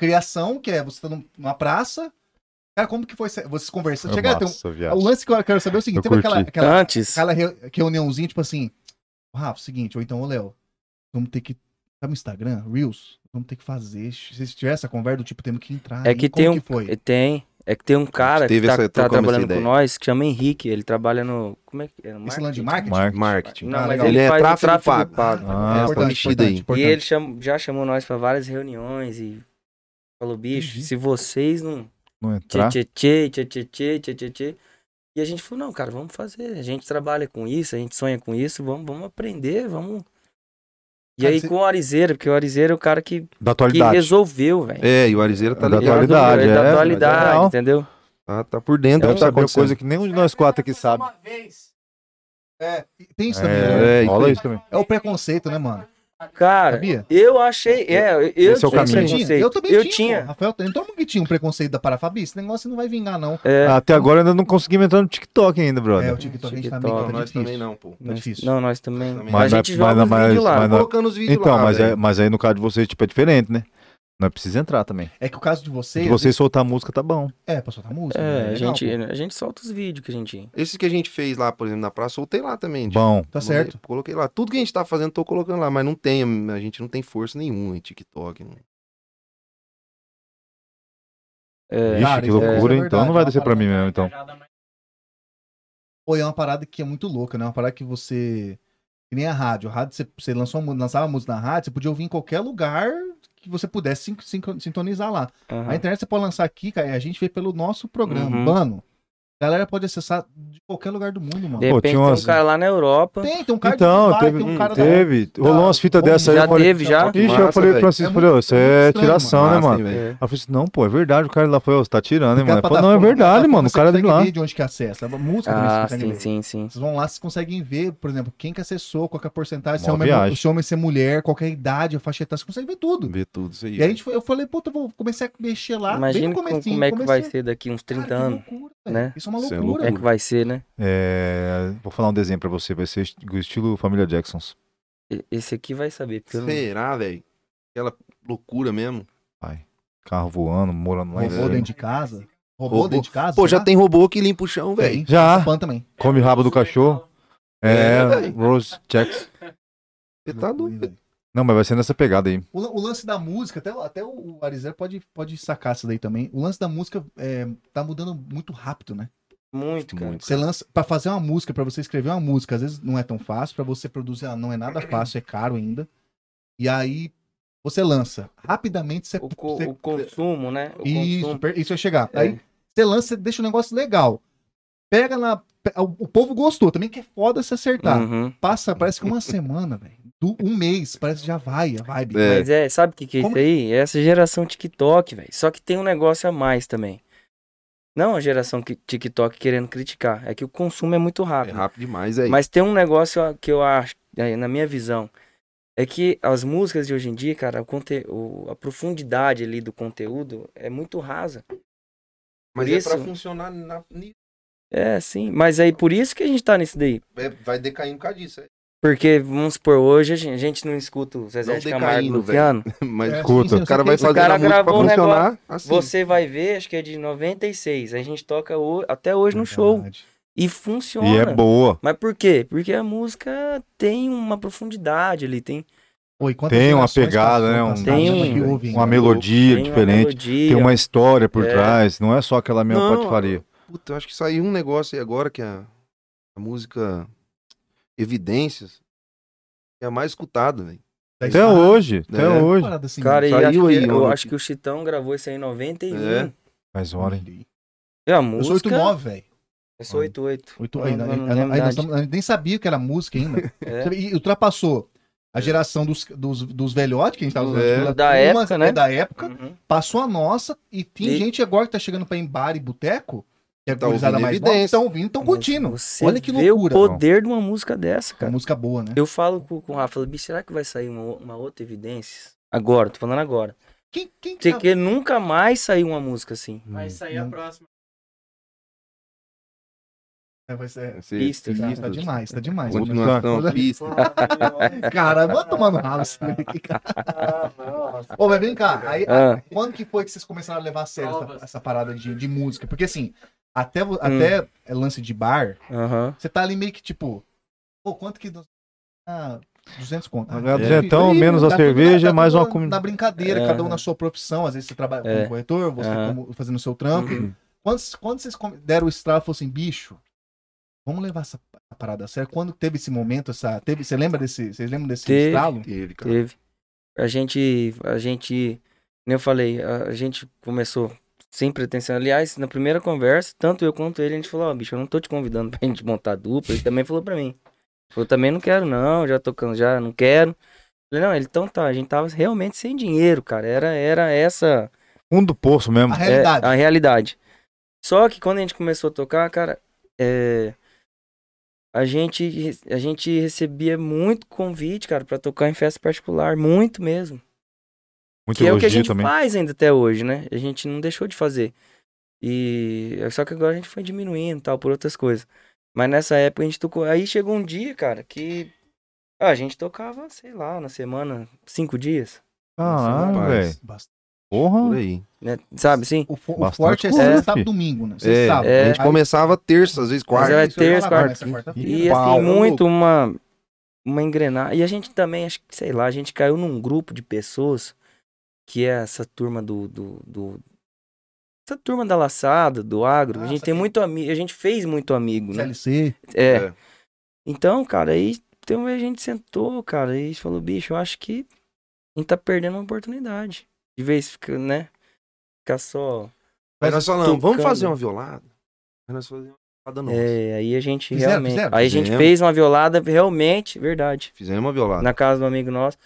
Speaker 1: criação, que é você tá num- numa praça. Cara, como que foi? essa- Vocês conversando.
Speaker 2: É
Speaker 1: Chegaram, tem um-
Speaker 2: massa, viado.
Speaker 1: O lance que eu quero saber é o seguinte:
Speaker 2: Eu
Speaker 1: teve aquela,
Speaker 2: curti.
Speaker 1: aquela,
Speaker 3: antes,
Speaker 1: aquela reu- reuniãozinha, tipo assim, "Ô, Rafa, seguinte, ou então, ô Léo, vamos ter que. Sabe o Instagram? Reels? Vamos ter que fazer. Se vocês tiverem essa conversa do tipo, temos que entrar.
Speaker 3: É
Speaker 1: hein?
Speaker 3: que
Speaker 1: Como
Speaker 3: tem um-
Speaker 1: que foi?
Speaker 3: tem, é que tem um cara que
Speaker 4: teve
Speaker 3: tá,
Speaker 4: essa-
Speaker 3: tá
Speaker 4: trocamos essa
Speaker 3: trabalhando com
Speaker 4: ideia.
Speaker 3: nós, que chama Henrique, ele trabalha no, como é que é? No
Speaker 1: Esse lance de
Speaker 3: marketing?
Speaker 1: marketing?
Speaker 2: Marketing.
Speaker 4: Marketing.
Speaker 3: Não,
Speaker 1: Ah,
Speaker 3: mas
Speaker 1: legal.
Speaker 3: ele,
Speaker 4: Ele é
Speaker 3: faz o
Speaker 4: tráfego pago.
Speaker 3: pago.
Speaker 2: Ah,
Speaker 4: essa
Speaker 1: tá. importante,
Speaker 4: mexida aí.
Speaker 1: importante,
Speaker 3: É E
Speaker 1: importante.
Speaker 3: ele cham- já chamou nós pra várias reuniões e falou, bicho,
Speaker 1: Entendi.
Speaker 3: se vocês não.
Speaker 2: Não entrar.
Speaker 3: Tchê, tchê, tchê, tchê, tchê, tchê, tchê, tchê, tchê. E a gente falou, não, cara, vamos fazer. A gente trabalha com isso, a gente sonha com isso, vamos, vamos aprender, vamos. E
Speaker 1: Cara,
Speaker 3: aí
Speaker 1: você-
Speaker 3: com o Arizeiro, porque o Arizeiro é o cara que,
Speaker 2: Da
Speaker 3: que
Speaker 2: atualidade.
Speaker 3: resolveu, velho.
Speaker 4: É, e o Arizeira tá
Speaker 2: Da
Speaker 3: Ele
Speaker 4: ligado.
Speaker 2: atualidade.
Speaker 3: resolveu, ele
Speaker 2: é,
Speaker 3: da
Speaker 2: mas é
Speaker 3: atualidade,
Speaker 2: real.
Speaker 3: entendeu?
Speaker 4: Tá, tá por dentro do
Speaker 2: Deve
Speaker 4: que tá
Speaker 2: saber
Speaker 4: acontecendo.
Speaker 2: é coisa que nenhum Um de nós quatro aqui sabe.
Speaker 5: Uma vez.
Speaker 1: É, e tem isso também, né?
Speaker 2: É,
Speaker 4: É,
Speaker 2: rola
Speaker 4: isso
Speaker 2: isso também.
Speaker 1: É o preconceito, né, mano?
Speaker 3: Cara,
Speaker 1: Sabia?
Speaker 3: eu achei. É, eu
Speaker 2: Esse é o
Speaker 3: tinha
Speaker 2: caminho.
Speaker 1: Tinha?
Speaker 3: preconceito.
Speaker 1: Eu também
Speaker 3: eu
Speaker 1: tinha. pô.
Speaker 3: tinha.
Speaker 1: Rafael, tem- todo mundo que tinha um preconceito da parafabi. Esse negócio não vai vingar, não.
Speaker 3: É,
Speaker 2: Até agora eu ainda não conseguimos entrar no TikTok ainda,
Speaker 1: É,
Speaker 2: brother.
Speaker 1: o TikTok a gente tá
Speaker 3: TikTok,
Speaker 1: meio
Speaker 4: Não, é
Speaker 1: que tá
Speaker 4: nós
Speaker 1: difícil.
Speaker 4: também não, pô.
Speaker 1: Tá difícil.
Speaker 3: Não, nós também.
Speaker 4: Mas-
Speaker 3: a
Speaker 2: mas-
Speaker 3: gente
Speaker 2: mas-
Speaker 3: joga os
Speaker 2: mas-
Speaker 3: vídeos lá.
Speaker 2: mas-
Speaker 4: Colocando os vídeos
Speaker 2: então,
Speaker 4: lá,
Speaker 2: mas,
Speaker 4: velho.
Speaker 2: é- mas aí no caso de vocês, tipo, é diferente, né? Não é precisa entrar também.
Speaker 1: É que o caso de vocês.
Speaker 2: Se vocês soltar a música, tá bom.
Speaker 1: É, pra soltar música.
Speaker 3: É,
Speaker 1: né?
Speaker 3: a
Speaker 1: Legal,
Speaker 3: gente,
Speaker 1: pô.
Speaker 3: a gente solta os vídeos que a gente.
Speaker 4: Esse que a gente fez lá, por exemplo, na praça, soltei lá também. tipo,
Speaker 2: Bom.
Speaker 1: Tá
Speaker 4: mandei-
Speaker 1: certo.
Speaker 4: Coloquei lá. Tudo que a gente tá fazendo, tô colocando lá, mas não tem, a gente não tem força nenhuma em TikTok. né? não.
Speaker 3: É,
Speaker 2: Vixe,
Speaker 1: Cara,
Speaker 2: que
Speaker 1: isso é-
Speaker 2: loucura.
Speaker 1: isso é
Speaker 2: então não vai
Speaker 1: verdade,
Speaker 2: descer pra mim mesmo, então.
Speaker 5: engajada, mas
Speaker 1: Pô, é uma parada que é muito louca, né? Uma parada que você. Que nem a rádio. A rádio, você, você lançou, uma- lançava música na rádio, você podia ouvir em qualquer lugar que você pudesse sin- sin- sintonizar lá.
Speaker 3: aham.
Speaker 2: Ah.
Speaker 1: A internet você pode lançar aqui, cara, e a gente vê pelo nosso programa.
Speaker 3: Uhum.
Speaker 1: Mano, a galera pode acessar de qualquer lugar do mundo, mano.
Speaker 3: De
Speaker 2: Pô, tinha
Speaker 3: repente tem
Speaker 2: umas-
Speaker 3: um cara lá na Europa.
Speaker 1: Tem, tem um cara
Speaker 2: Então,
Speaker 1: Dubai,
Speaker 2: teve-
Speaker 1: tem um
Speaker 4: hum,
Speaker 1: cara da-
Speaker 2: Teve, rolou umas fitas dessas aí.
Speaker 1: Já
Speaker 2: eu falei,
Speaker 3: teve, já?
Speaker 2: Ixi, eu
Speaker 4: Massa,
Speaker 2: falei
Speaker 4: velho.
Speaker 2: pro Francisco,
Speaker 1: É
Speaker 2: falei,
Speaker 1: muito-
Speaker 2: "Ô, isso é
Speaker 1: muito estranho,
Speaker 2: tiração,
Speaker 4: Massa,
Speaker 2: né, mano?
Speaker 4: hein, Ah, velho?
Speaker 3: É.
Speaker 2: Ela falou assim, não, pô, é verdade, o cara lá foi, ó, você tá tirando, hein,
Speaker 1: Tem um
Speaker 2: mano? Eu
Speaker 1: cara
Speaker 2: falei,
Speaker 1: da
Speaker 2: não, é
Speaker 1: Folha,
Speaker 2: verdade,
Speaker 1: da
Speaker 2: mano, o
Speaker 1: Folha,
Speaker 2: cara
Speaker 1: você
Speaker 2: de
Speaker 1: consegue
Speaker 2: lá.
Speaker 1: ver de onde que acessa. A música também você
Speaker 3: Ah,
Speaker 1: consegue
Speaker 3: sim,
Speaker 1: ver.
Speaker 3: sim, sim.
Speaker 1: Vocês vão lá, vocês conseguem ver, por exemplo, quem que acessou, qual que é a porcentagem, se é
Speaker 2: Mó
Speaker 1: homem,
Speaker 2: viagem.
Speaker 1: se é homem, se é mulher, qualquer idade, a faixa etária, você consegue ver tudo.
Speaker 4: Ver tudo isso aí.
Speaker 1: É. E aí a gente foi- eu falei, puta, eu vou começar a mexer lá.
Speaker 3: Imagina co-
Speaker 1: comecinho,
Speaker 3: como é que vai
Speaker 1: comecei.
Speaker 3: ser daqui uns 30
Speaker 1: Cara, que
Speaker 3: anos.
Speaker 1: loucura, velho.
Speaker 3: né?
Speaker 1: Isso é uma
Speaker 4: Isso é
Speaker 1: loucura.
Speaker 3: Como é que vai ser, né?
Speaker 2: É, vou falar um desenho pra você, vai ser esti- estilo Família Jacksons.
Speaker 3: E- Esse aqui vai saber. Porque eu não-
Speaker 4: Será, velho? Aquela loucura mesmo.
Speaker 2: Carro voando, morando lá em
Speaker 1: Robô
Speaker 2: cima.
Speaker 1: dentro de casa. Robô,
Speaker 4: Robô.
Speaker 1: dentro de casa.
Speaker 4: Pô, já tem robô que limpa o chão, velho.
Speaker 2: Já,
Speaker 1: Pan também.
Speaker 2: come rabo do cachorro. É,
Speaker 4: É, velho.
Speaker 2: Rose Jackson.
Speaker 4: Você tá doido.
Speaker 2: Não, mas vai ser nessa pegada aí.
Speaker 1: O, lan- o lance da música, até, o- até o o Arizé pode, pode sacar isso daí também. O lance da música é, tá mudando muito rápido, né?
Speaker 3: Muito, cara.
Speaker 1: Você lança para fazer uma música, pra você escrever uma música, às vezes não é tão fácil, pra você produzir ela não é nada fácil, é caro ainda. E aí você lança. Rapidamente você,
Speaker 3: O, co-
Speaker 1: você-
Speaker 3: o consumo, né? O
Speaker 1: isso,
Speaker 3: consumo.
Speaker 1: per- isso vai chegar.
Speaker 3: É.
Speaker 1: Aí você lança, você deixa um negócio legal. Pega na pe- o, o povo gostou, também que é foda se acertar.
Speaker 3: Uhum.
Speaker 1: Passa, parece que uma semana, velho. Do- Um mês, parece que já vai a vibe.
Speaker 4: É.
Speaker 3: Mas é, sabe o que, que é
Speaker 1: Como-
Speaker 3: isso aí? É essa geração TikTok, velho. Só que tem um negócio a mais também. Não a geração que- TikTok querendo criticar. É que o consumo é muito
Speaker 4: É
Speaker 3: rápido.
Speaker 4: rápido demais aí.
Speaker 3: Mas tem um negócio a- que eu acho, é, na minha visão, é que as músicas de hoje em dia, cara, o conte o- a profundidade ali do conteúdo é muito rasa.
Speaker 4: Mas
Speaker 3: por
Speaker 4: é
Speaker 3: isso-
Speaker 4: pra funcionar na... ni-
Speaker 3: É, sim. Mas aí por isso que a gente tá nisso daí.
Speaker 4: é, Vai decair um bocado disso. é.
Speaker 3: Porque, vamos supor, hoje a gen- a gente não escuta o Zezé
Speaker 4: Não
Speaker 3: de Camargo e
Speaker 4: decaindo,
Speaker 3: Luciano.
Speaker 4: Mas
Speaker 1: É,
Speaker 2: escuta,
Speaker 1: sim, sim,
Speaker 4: o cara
Speaker 1: eu
Speaker 4: vai
Speaker 1: sei que-
Speaker 4: fazer
Speaker 3: cara
Speaker 4: a música pra
Speaker 3: gravou um
Speaker 4: funcionar assim.
Speaker 3: Você vai ver, acho que é de 96. A gente toca ho- até hoje no show.
Speaker 1: É Verdade.
Speaker 3: E funciona.
Speaker 2: E é boa.
Speaker 3: Mas por quê? Porque a música tem uma profundidade ali, tem,
Speaker 1: Pô, e quantas
Speaker 2: Tem uma
Speaker 1: gerações
Speaker 2: pegada,
Speaker 1: passou,
Speaker 2: né? Um-
Speaker 1: passaram,
Speaker 3: Tem
Speaker 1: chama que ouve,
Speaker 2: Uma
Speaker 1: né?
Speaker 2: melodia
Speaker 3: tem uma
Speaker 2: é diferente,
Speaker 3: melodia.
Speaker 2: tem um uma história por
Speaker 3: É.
Speaker 2: trás, não é só aquela mesma
Speaker 4: Não,
Speaker 2: patifaria.
Speaker 4: Puta, eu acho que saiu um negócio aí agora que a, a música Evidências é a mais escutada, velho.
Speaker 2: Até hoje, até
Speaker 4: É.
Speaker 1: Uma
Speaker 2: hoje.
Speaker 1: parada assim,
Speaker 3: Cara, e
Speaker 4: Saiu
Speaker 3: acho que-
Speaker 4: aí,
Speaker 3: eu
Speaker 4: ó.
Speaker 3: acho que o Chitão gravou isso aí em 91.
Speaker 4: É.
Speaker 2: Mas
Speaker 1: né?
Speaker 2: olha, hein.
Speaker 3: É a
Speaker 1: Eu
Speaker 3: música.
Speaker 1: sou 89, velho.
Speaker 3: Eu sou 88.
Speaker 1: Oito-
Speaker 3: Eu
Speaker 1: Aí,
Speaker 3: não-
Speaker 1: aí-
Speaker 3: eu não
Speaker 1: aí-
Speaker 3: lembro
Speaker 1: aí
Speaker 3: a
Speaker 1: nós
Speaker 3: idade.
Speaker 1: tamo- a gente nem sabia que era música ainda.
Speaker 3: É.
Speaker 1: Sabe? E ultrapassou a geração dos, dos, dos velhotes que a gente tava usando.
Speaker 4: É.
Speaker 1: Ela-
Speaker 3: Da
Speaker 1: uma-
Speaker 3: época,
Speaker 1: é
Speaker 3: né?
Speaker 1: Da época,
Speaker 3: Uhum.
Speaker 1: passou a nossa. E tem
Speaker 3: E-
Speaker 1: gente agora que tá chegando pra ir em bar e boteco, que é
Speaker 4: Tá
Speaker 1: gurizada
Speaker 4: ouvindo
Speaker 1: mais nova, que
Speaker 4: Evidência.
Speaker 1: estão ouvindo,
Speaker 3: Tá
Speaker 1: estão curtindo.
Speaker 3: Você
Speaker 1: Olha que
Speaker 3: vê
Speaker 1: loucura,
Speaker 3: o poder de uma música dessa,
Speaker 1: É
Speaker 3: cara.
Speaker 1: música boa, né?
Speaker 3: Eu falo com, com o Rafa, falo, bicho, será que vai sair uma, o- uma outra evidência? Agora, tô falando agora.
Speaker 1: Quem, quem que tá-
Speaker 3: Porque nunca mais saiu uma música assim.
Speaker 5: Vai sair a
Speaker 1: Não.
Speaker 5: próxima.
Speaker 1: É, vai ser-
Speaker 4: Esse-
Speaker 3: Listas,
Speaker 4: esse-
Speaker 1: Tá,
Speaker 3: listas.
Speaker 1: tá demais, tá demais.
Speaker 4: Continuação,
Speaker 1: Olha-
Speaker 4: pista.
Speaker 1: Cara, vai tomando ralo isso daqui, cara. Ô, mas vem cá, aí,
Speaker 3: Ah,
Speaker 1: Quando que foi que vocês começaram a levar a sério
Speaker 5: Provas.
Speaker 1: essa, essa parada de, de música? Porque assim, até,
Speaker 2: Hum.
Speaker 1: vo- até é, lance de bar,
Speaker 3: Ah, aham.
Speaker 1: você tá ali meio que tipo, pô, quanto que. do- Ah, 200 conto.
Speaker 2: Vai ganhar
Speaker 1: tá
Speaker 2: 200,
Speaker 1: tudo-
Speaker 2: menos a
Speaker 1: tudo-
Speaker 2: cerveja,
Speaker 1: tudo
Speaker 2: mais uma
Speaker 1: na-
Speaker 2: comi-
Speaker 1: Na brincadeira,
Speaker 3: É.
Speaker 1: cada um na sua profissão, às vezes você trabalha
Speaker 3: É.
Speaker 1: como corretor, você
Speaker 3: Aham.
Speaker 1: como, fazendo seu trampo.
Speaker 2: Uhum.
Speaker 1: Quando, quando vocês com- deram o estralo e falaram assim, bicho, vamos levar essa pa- parada a sério? Quando teve esse momento, essa. Teve, você lembra desse. Vocês lembram desse
Speaker 3: Teve.
Speaker 1: estralo?
Speaker 2: É,
Speaker 4: Teve, cara.
Speaker 3: Teve. A gente, a gente, nem eu falei, a, a gente começou sem pretensão. Aliás, na primeira conversa, tanto eu quanto ele, a gente falou, ó, bicho, eu não tô te convidando pra gente montar dupla. Ele também falou pra mim. Eu também não quero, não, já tô, can- já não quero. Eu Falei, não, ele, então tá, a gente tava realmente sem dinheiro, cara. Era, era essa
Speaker 2: Fundo Um do poço mesmo.
Speaker 1: A realidade.
Speaker 3: é, a realidade. Só que quando a gente começou a tocar, cara, é, a gente, re- a gente recebia muito convite, cara, pra tocar em festa particular, muito mesmo.
Speaker 2: Muito
Speaker 3: que é o que a
Speaker 2: elogio
Speaker 3: gente
Speaker 2: também.
Speaker 3: faz ainda até hoje, né? A gente não deixou de fazer. E só que agora a gente foi diminuindo e tal por outras coisas. Mas nessa época a gente tocou. Aí chegou um dia, cara, que ah, a gente tocava, sei lá, na semana, cinco dias,
Speaker 2: Caralho,
Speaker 4: Rapaz.
Speaker 2: Ah, velho.
Speaker 1: Bastante.
Speaker 4: Por
Speaker 2: Porra.
Speaker 4: aí.
Speaker 3: né? Sabe, sim.
Speaker 1: O, fo- o
Speaker 2: Bastante
Speaker 1: forte é
Speaker 2: coisa,
Speaker 1: sexta,
Speaker 2: né,
Speaker 1: sábado e
Speaker 2: filho?
Speaker 1: domingo, né? Sexta,
Speaker 4: É,
Speaker 1: sábado.
Speaker 4: a gente
Speaker 1: Aí-
Speaker 4: começava terça, às vezes
Speaker 1: Mas
Speaker 4: quarta.
Speaker 3: é
Speaker 1: isso eu ia
Speaker 3: terça,
Speaker 1: falar,
Speaker 3: quarta.
Speaker 1: nessa quarta-feira.
Speaker 3: E
Speaker 4: Pau,
Speaker 3: assim,
Speaker 4: ô
Speaker 3: muito
Speaker 4: louco.
Speaker 3: uma uma engrenagem. E a gente também, acho que, sei lá, a gente caiu num grupo de pessoas que é essa turma do. do, do- essa turma da laçada, do agro.
Speaker 1: Ah,
Speaker 3: a gente
Speaker 1: saquei.
Speaker 3: tem muito amigo. A gente fez muito amigo, né?
Speaker 1: CLC.
Speaker 3: É.
Speaker 4: É.
Speaker 3: Então, cara, aí tem uma vez a gente sentou, cara, e falou, bicho, eu acho que a gente tá perdendo uma oportunidade. De vez, fica, né? Ficar só.
Speaker 4: Aí nós falamos, vamos
Speaker 3: tocando.
Speaker 4: fazer uma violada? Aí nós fazemos uma violada nossa.
Speaker 3: É, aí a gente
Speaker 1: Fizeram,
Speaker 3: realmente.
Speaker 1: fizeram?
Speaker 3: aí a gente
Speaker 4: Fizemos.
Speaker 3: fez uma violada realmente, verdade.
Speaker 4: Fizemos uma violada.
Speaker 3: Na casa do amigo nosso.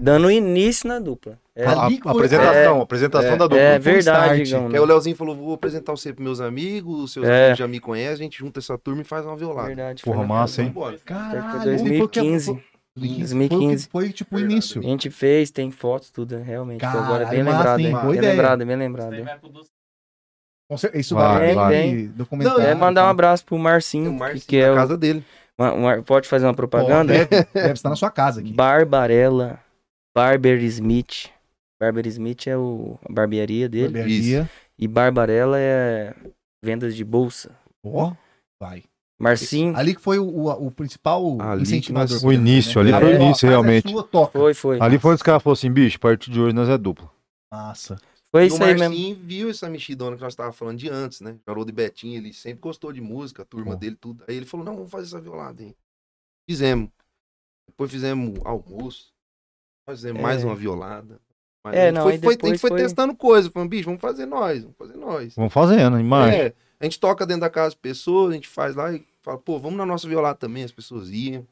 Speaker 3: Dando início na dupla. É,
Speaker 1: Fala,
Speaker 2: A-
Speaker 1: Ali
Speaker 2: a
Speaker 1: foi-
Speaker 2: apresentação, a apresentação da dupla.
Speaker 3: é
Speaker 1: foi um start.
Speaker 3: verdade, Igão.
Speaker 4: Que
Speaker 3: né?
Speaker 4: aí o Leozinho falou: vou apresentar você pros meus amigos, seus
Speaker 3: É.
Speaker 4: amigos já me conhecem, a gente junta essa turma e faz uma violada.
Speaker 3: Verdade.
Speaker 2: Porra,
Speaker 3: foi na
Speaker 2: massa,
Speaker 3: casa
Speaker 2: hein?
Speaker 5: Depois,
Speaker 1: Caralho,
Speaker 3: Cerca de
Speaker 1: foi o que-
Speaker 3: 2015.
Speaker 1: foi- 2015. Foi, o
Speaker 3: 2015.
Speaker 1: que foi, tipo o
Speaker 5: Verdade.
Speaker 1: início.
Speaker 3: do- A gente fez, tem fotos, tudo, né? realmente. Foi agora
Speaker 1: Caralho,
Speaker 3: bem
Speaker 1: massa,
Speaker 3: lembrado,
Speaker 1: hein?
Speaker 3: hein?
Speaker 1: Boa
Speaker 3: Bem
Speaker 1: ideia.
Speaker 3: lembrado, bem
Speaker 5: isso
Speaker 3: lembrado.
Speaker 5: daí
Speaker 3: hein?
Speaker 5: vai pro doce.
Speaker 1: Com cer- Isso
Speaker 2: Vai,
Speaker 1: vai,
Speaker 3: vai.
Speaker 1: vai. documentar.
Speaker 3: É mandar um abraço pro
Speaker 4: Tem
Speaker 3: Marcinho,
Speaker 4: o Márcio
Speaker 3: que, que é
Speaker 4: na
Speaker 3: o
Speaker 4: casa dele.
Speaker 3: Ma- ma- Pode fazer uma propaganda?
Speaker 1: Deve, deve estar na sua casa aqui.
Speaker 3: Barbarella, Barber Smith. Barber Smith é o, a barbearia dele.
Speaker 1: Barbearia.
Speaker 3: E Barbarella é vendas de bolsa.
Speaker 1: Ó, vai.
Speaker 3: Marcinho,
Speaker 1: Ali que foi o, o, o principal
Speaker 4: Ali
Speaker 1: incentivador.
Speaker 4: que nós-
Speaker 2: O início, ali
Speaker 1: Cara,
Speaker 2: foi o
Speaker 1: ó,
Speaker 2: início,
Speaker 1: a casa é
Speaker 2: realmente.
Speaker 1: sua, toca.
Speaker 3: foi, foi.
Speaker 2: Ali foi onde os caras falaram assim, bicho, a partir de hoje nós é dupla.
Speaker 1: Massa.
Speaker 3: Foi
Speaker 4: e o
Speaker 3: É isso aí mesmo.
Speaker 4: Marcinho viu essa mexidona que nós estávamos falando de antes, né? O Haroldo e Betinho, ele sempre gostou de música, a turma
Speaker 1: Pô.
Speaker 4: dele, tudo. Aí ele falou, não, vamos fazer essa violada aí. Fizemos. Depois fizemos almoço. Nós fizemos
Speaker 3: É.
Speaker 4: mais uma violada. Mas
Speaker 3: É,
Speaker 4: a gente
Speaker 3: não,
Speaker 4: foi,
Speaker 3: aí
Speaker 4: foi, a gente
Speaker 3: depois
Speaker 4: foi,
Speaker 3: foi-
Speaker 4: testando coisa. Falando, bicho, vamos fazer nós, vamos fazer nós.
Speaker 2: Vamos fazendo, imagem.
Speaker 4: É, a gente toca dentro da casa das pessoas, a gente faz lá e fala, pô, vamos na nossa violada também, as pessoas iam.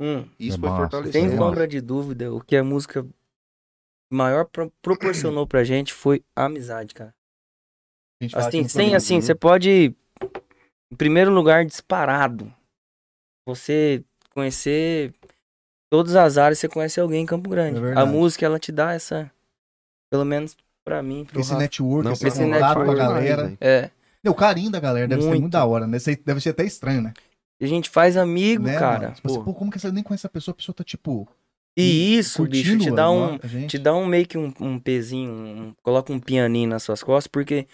Speaker 3: Hum,
Speaker 4: E isso
Speaker 2: É
Speaker 4: foi
Speaker 2: massa,
Speaker 4: fortalecendo.
Speaker 3: sem
Speaker 2: Sim,
Speaker 3: sombra de dúvida, o que a música maior pro- proporcionou pra gente foi a amizade, cara.
Speaker 1: A gente fala aqui
Speaker 3: Assim,
Speaker 1: no
Speaker 3: sem
Speaker 1: programa.
Speaker 3: assim, você pode, em primeiro lugar, disparado, você conhecer todos as áreas, você conhece alguém em Campo Grande.
Speaker 1: É verdade.
Speaker 3: a música, ela te dá essa, pelo menos pra mim, pro
Speaker 1: Esse
Speaker 3: Rafa.
Speaker 1: network,
Speaker 4: Não,
Speaker 1: esse
Speaker 3: esse
Speaker 1: contato com a
Speaker 3: network,
Speaker 1: né? galera.
Speaker 4: é né?
Speaker 3: É,
Speaker 1: Não, O carinho da galera deve ser
Speaker 3: Muito.
Speaker 1: muito da hora, né? Isso aí Deve ser até estranho, né?
Speaker 3: a gente faz amigo,
Speaker 1: Né,
Speaker 3: cara.
Speaker 1: mano? Tipo assim,
Speaker 4: pô.
Speaker 1: pô, como que você nem conhece a pessoa? A pessoa tá, tipo,
Speaker 3: E isso, bicho, te
Speaker 1: curtindo é
Speaker 3: dá
Speaker 1: a
Speaker 3: um,
Speaker 1: nota, gente.
Speaker 3: te dá um meio que um, um pezinho, um- coloca um pianinho nas suas costas, porque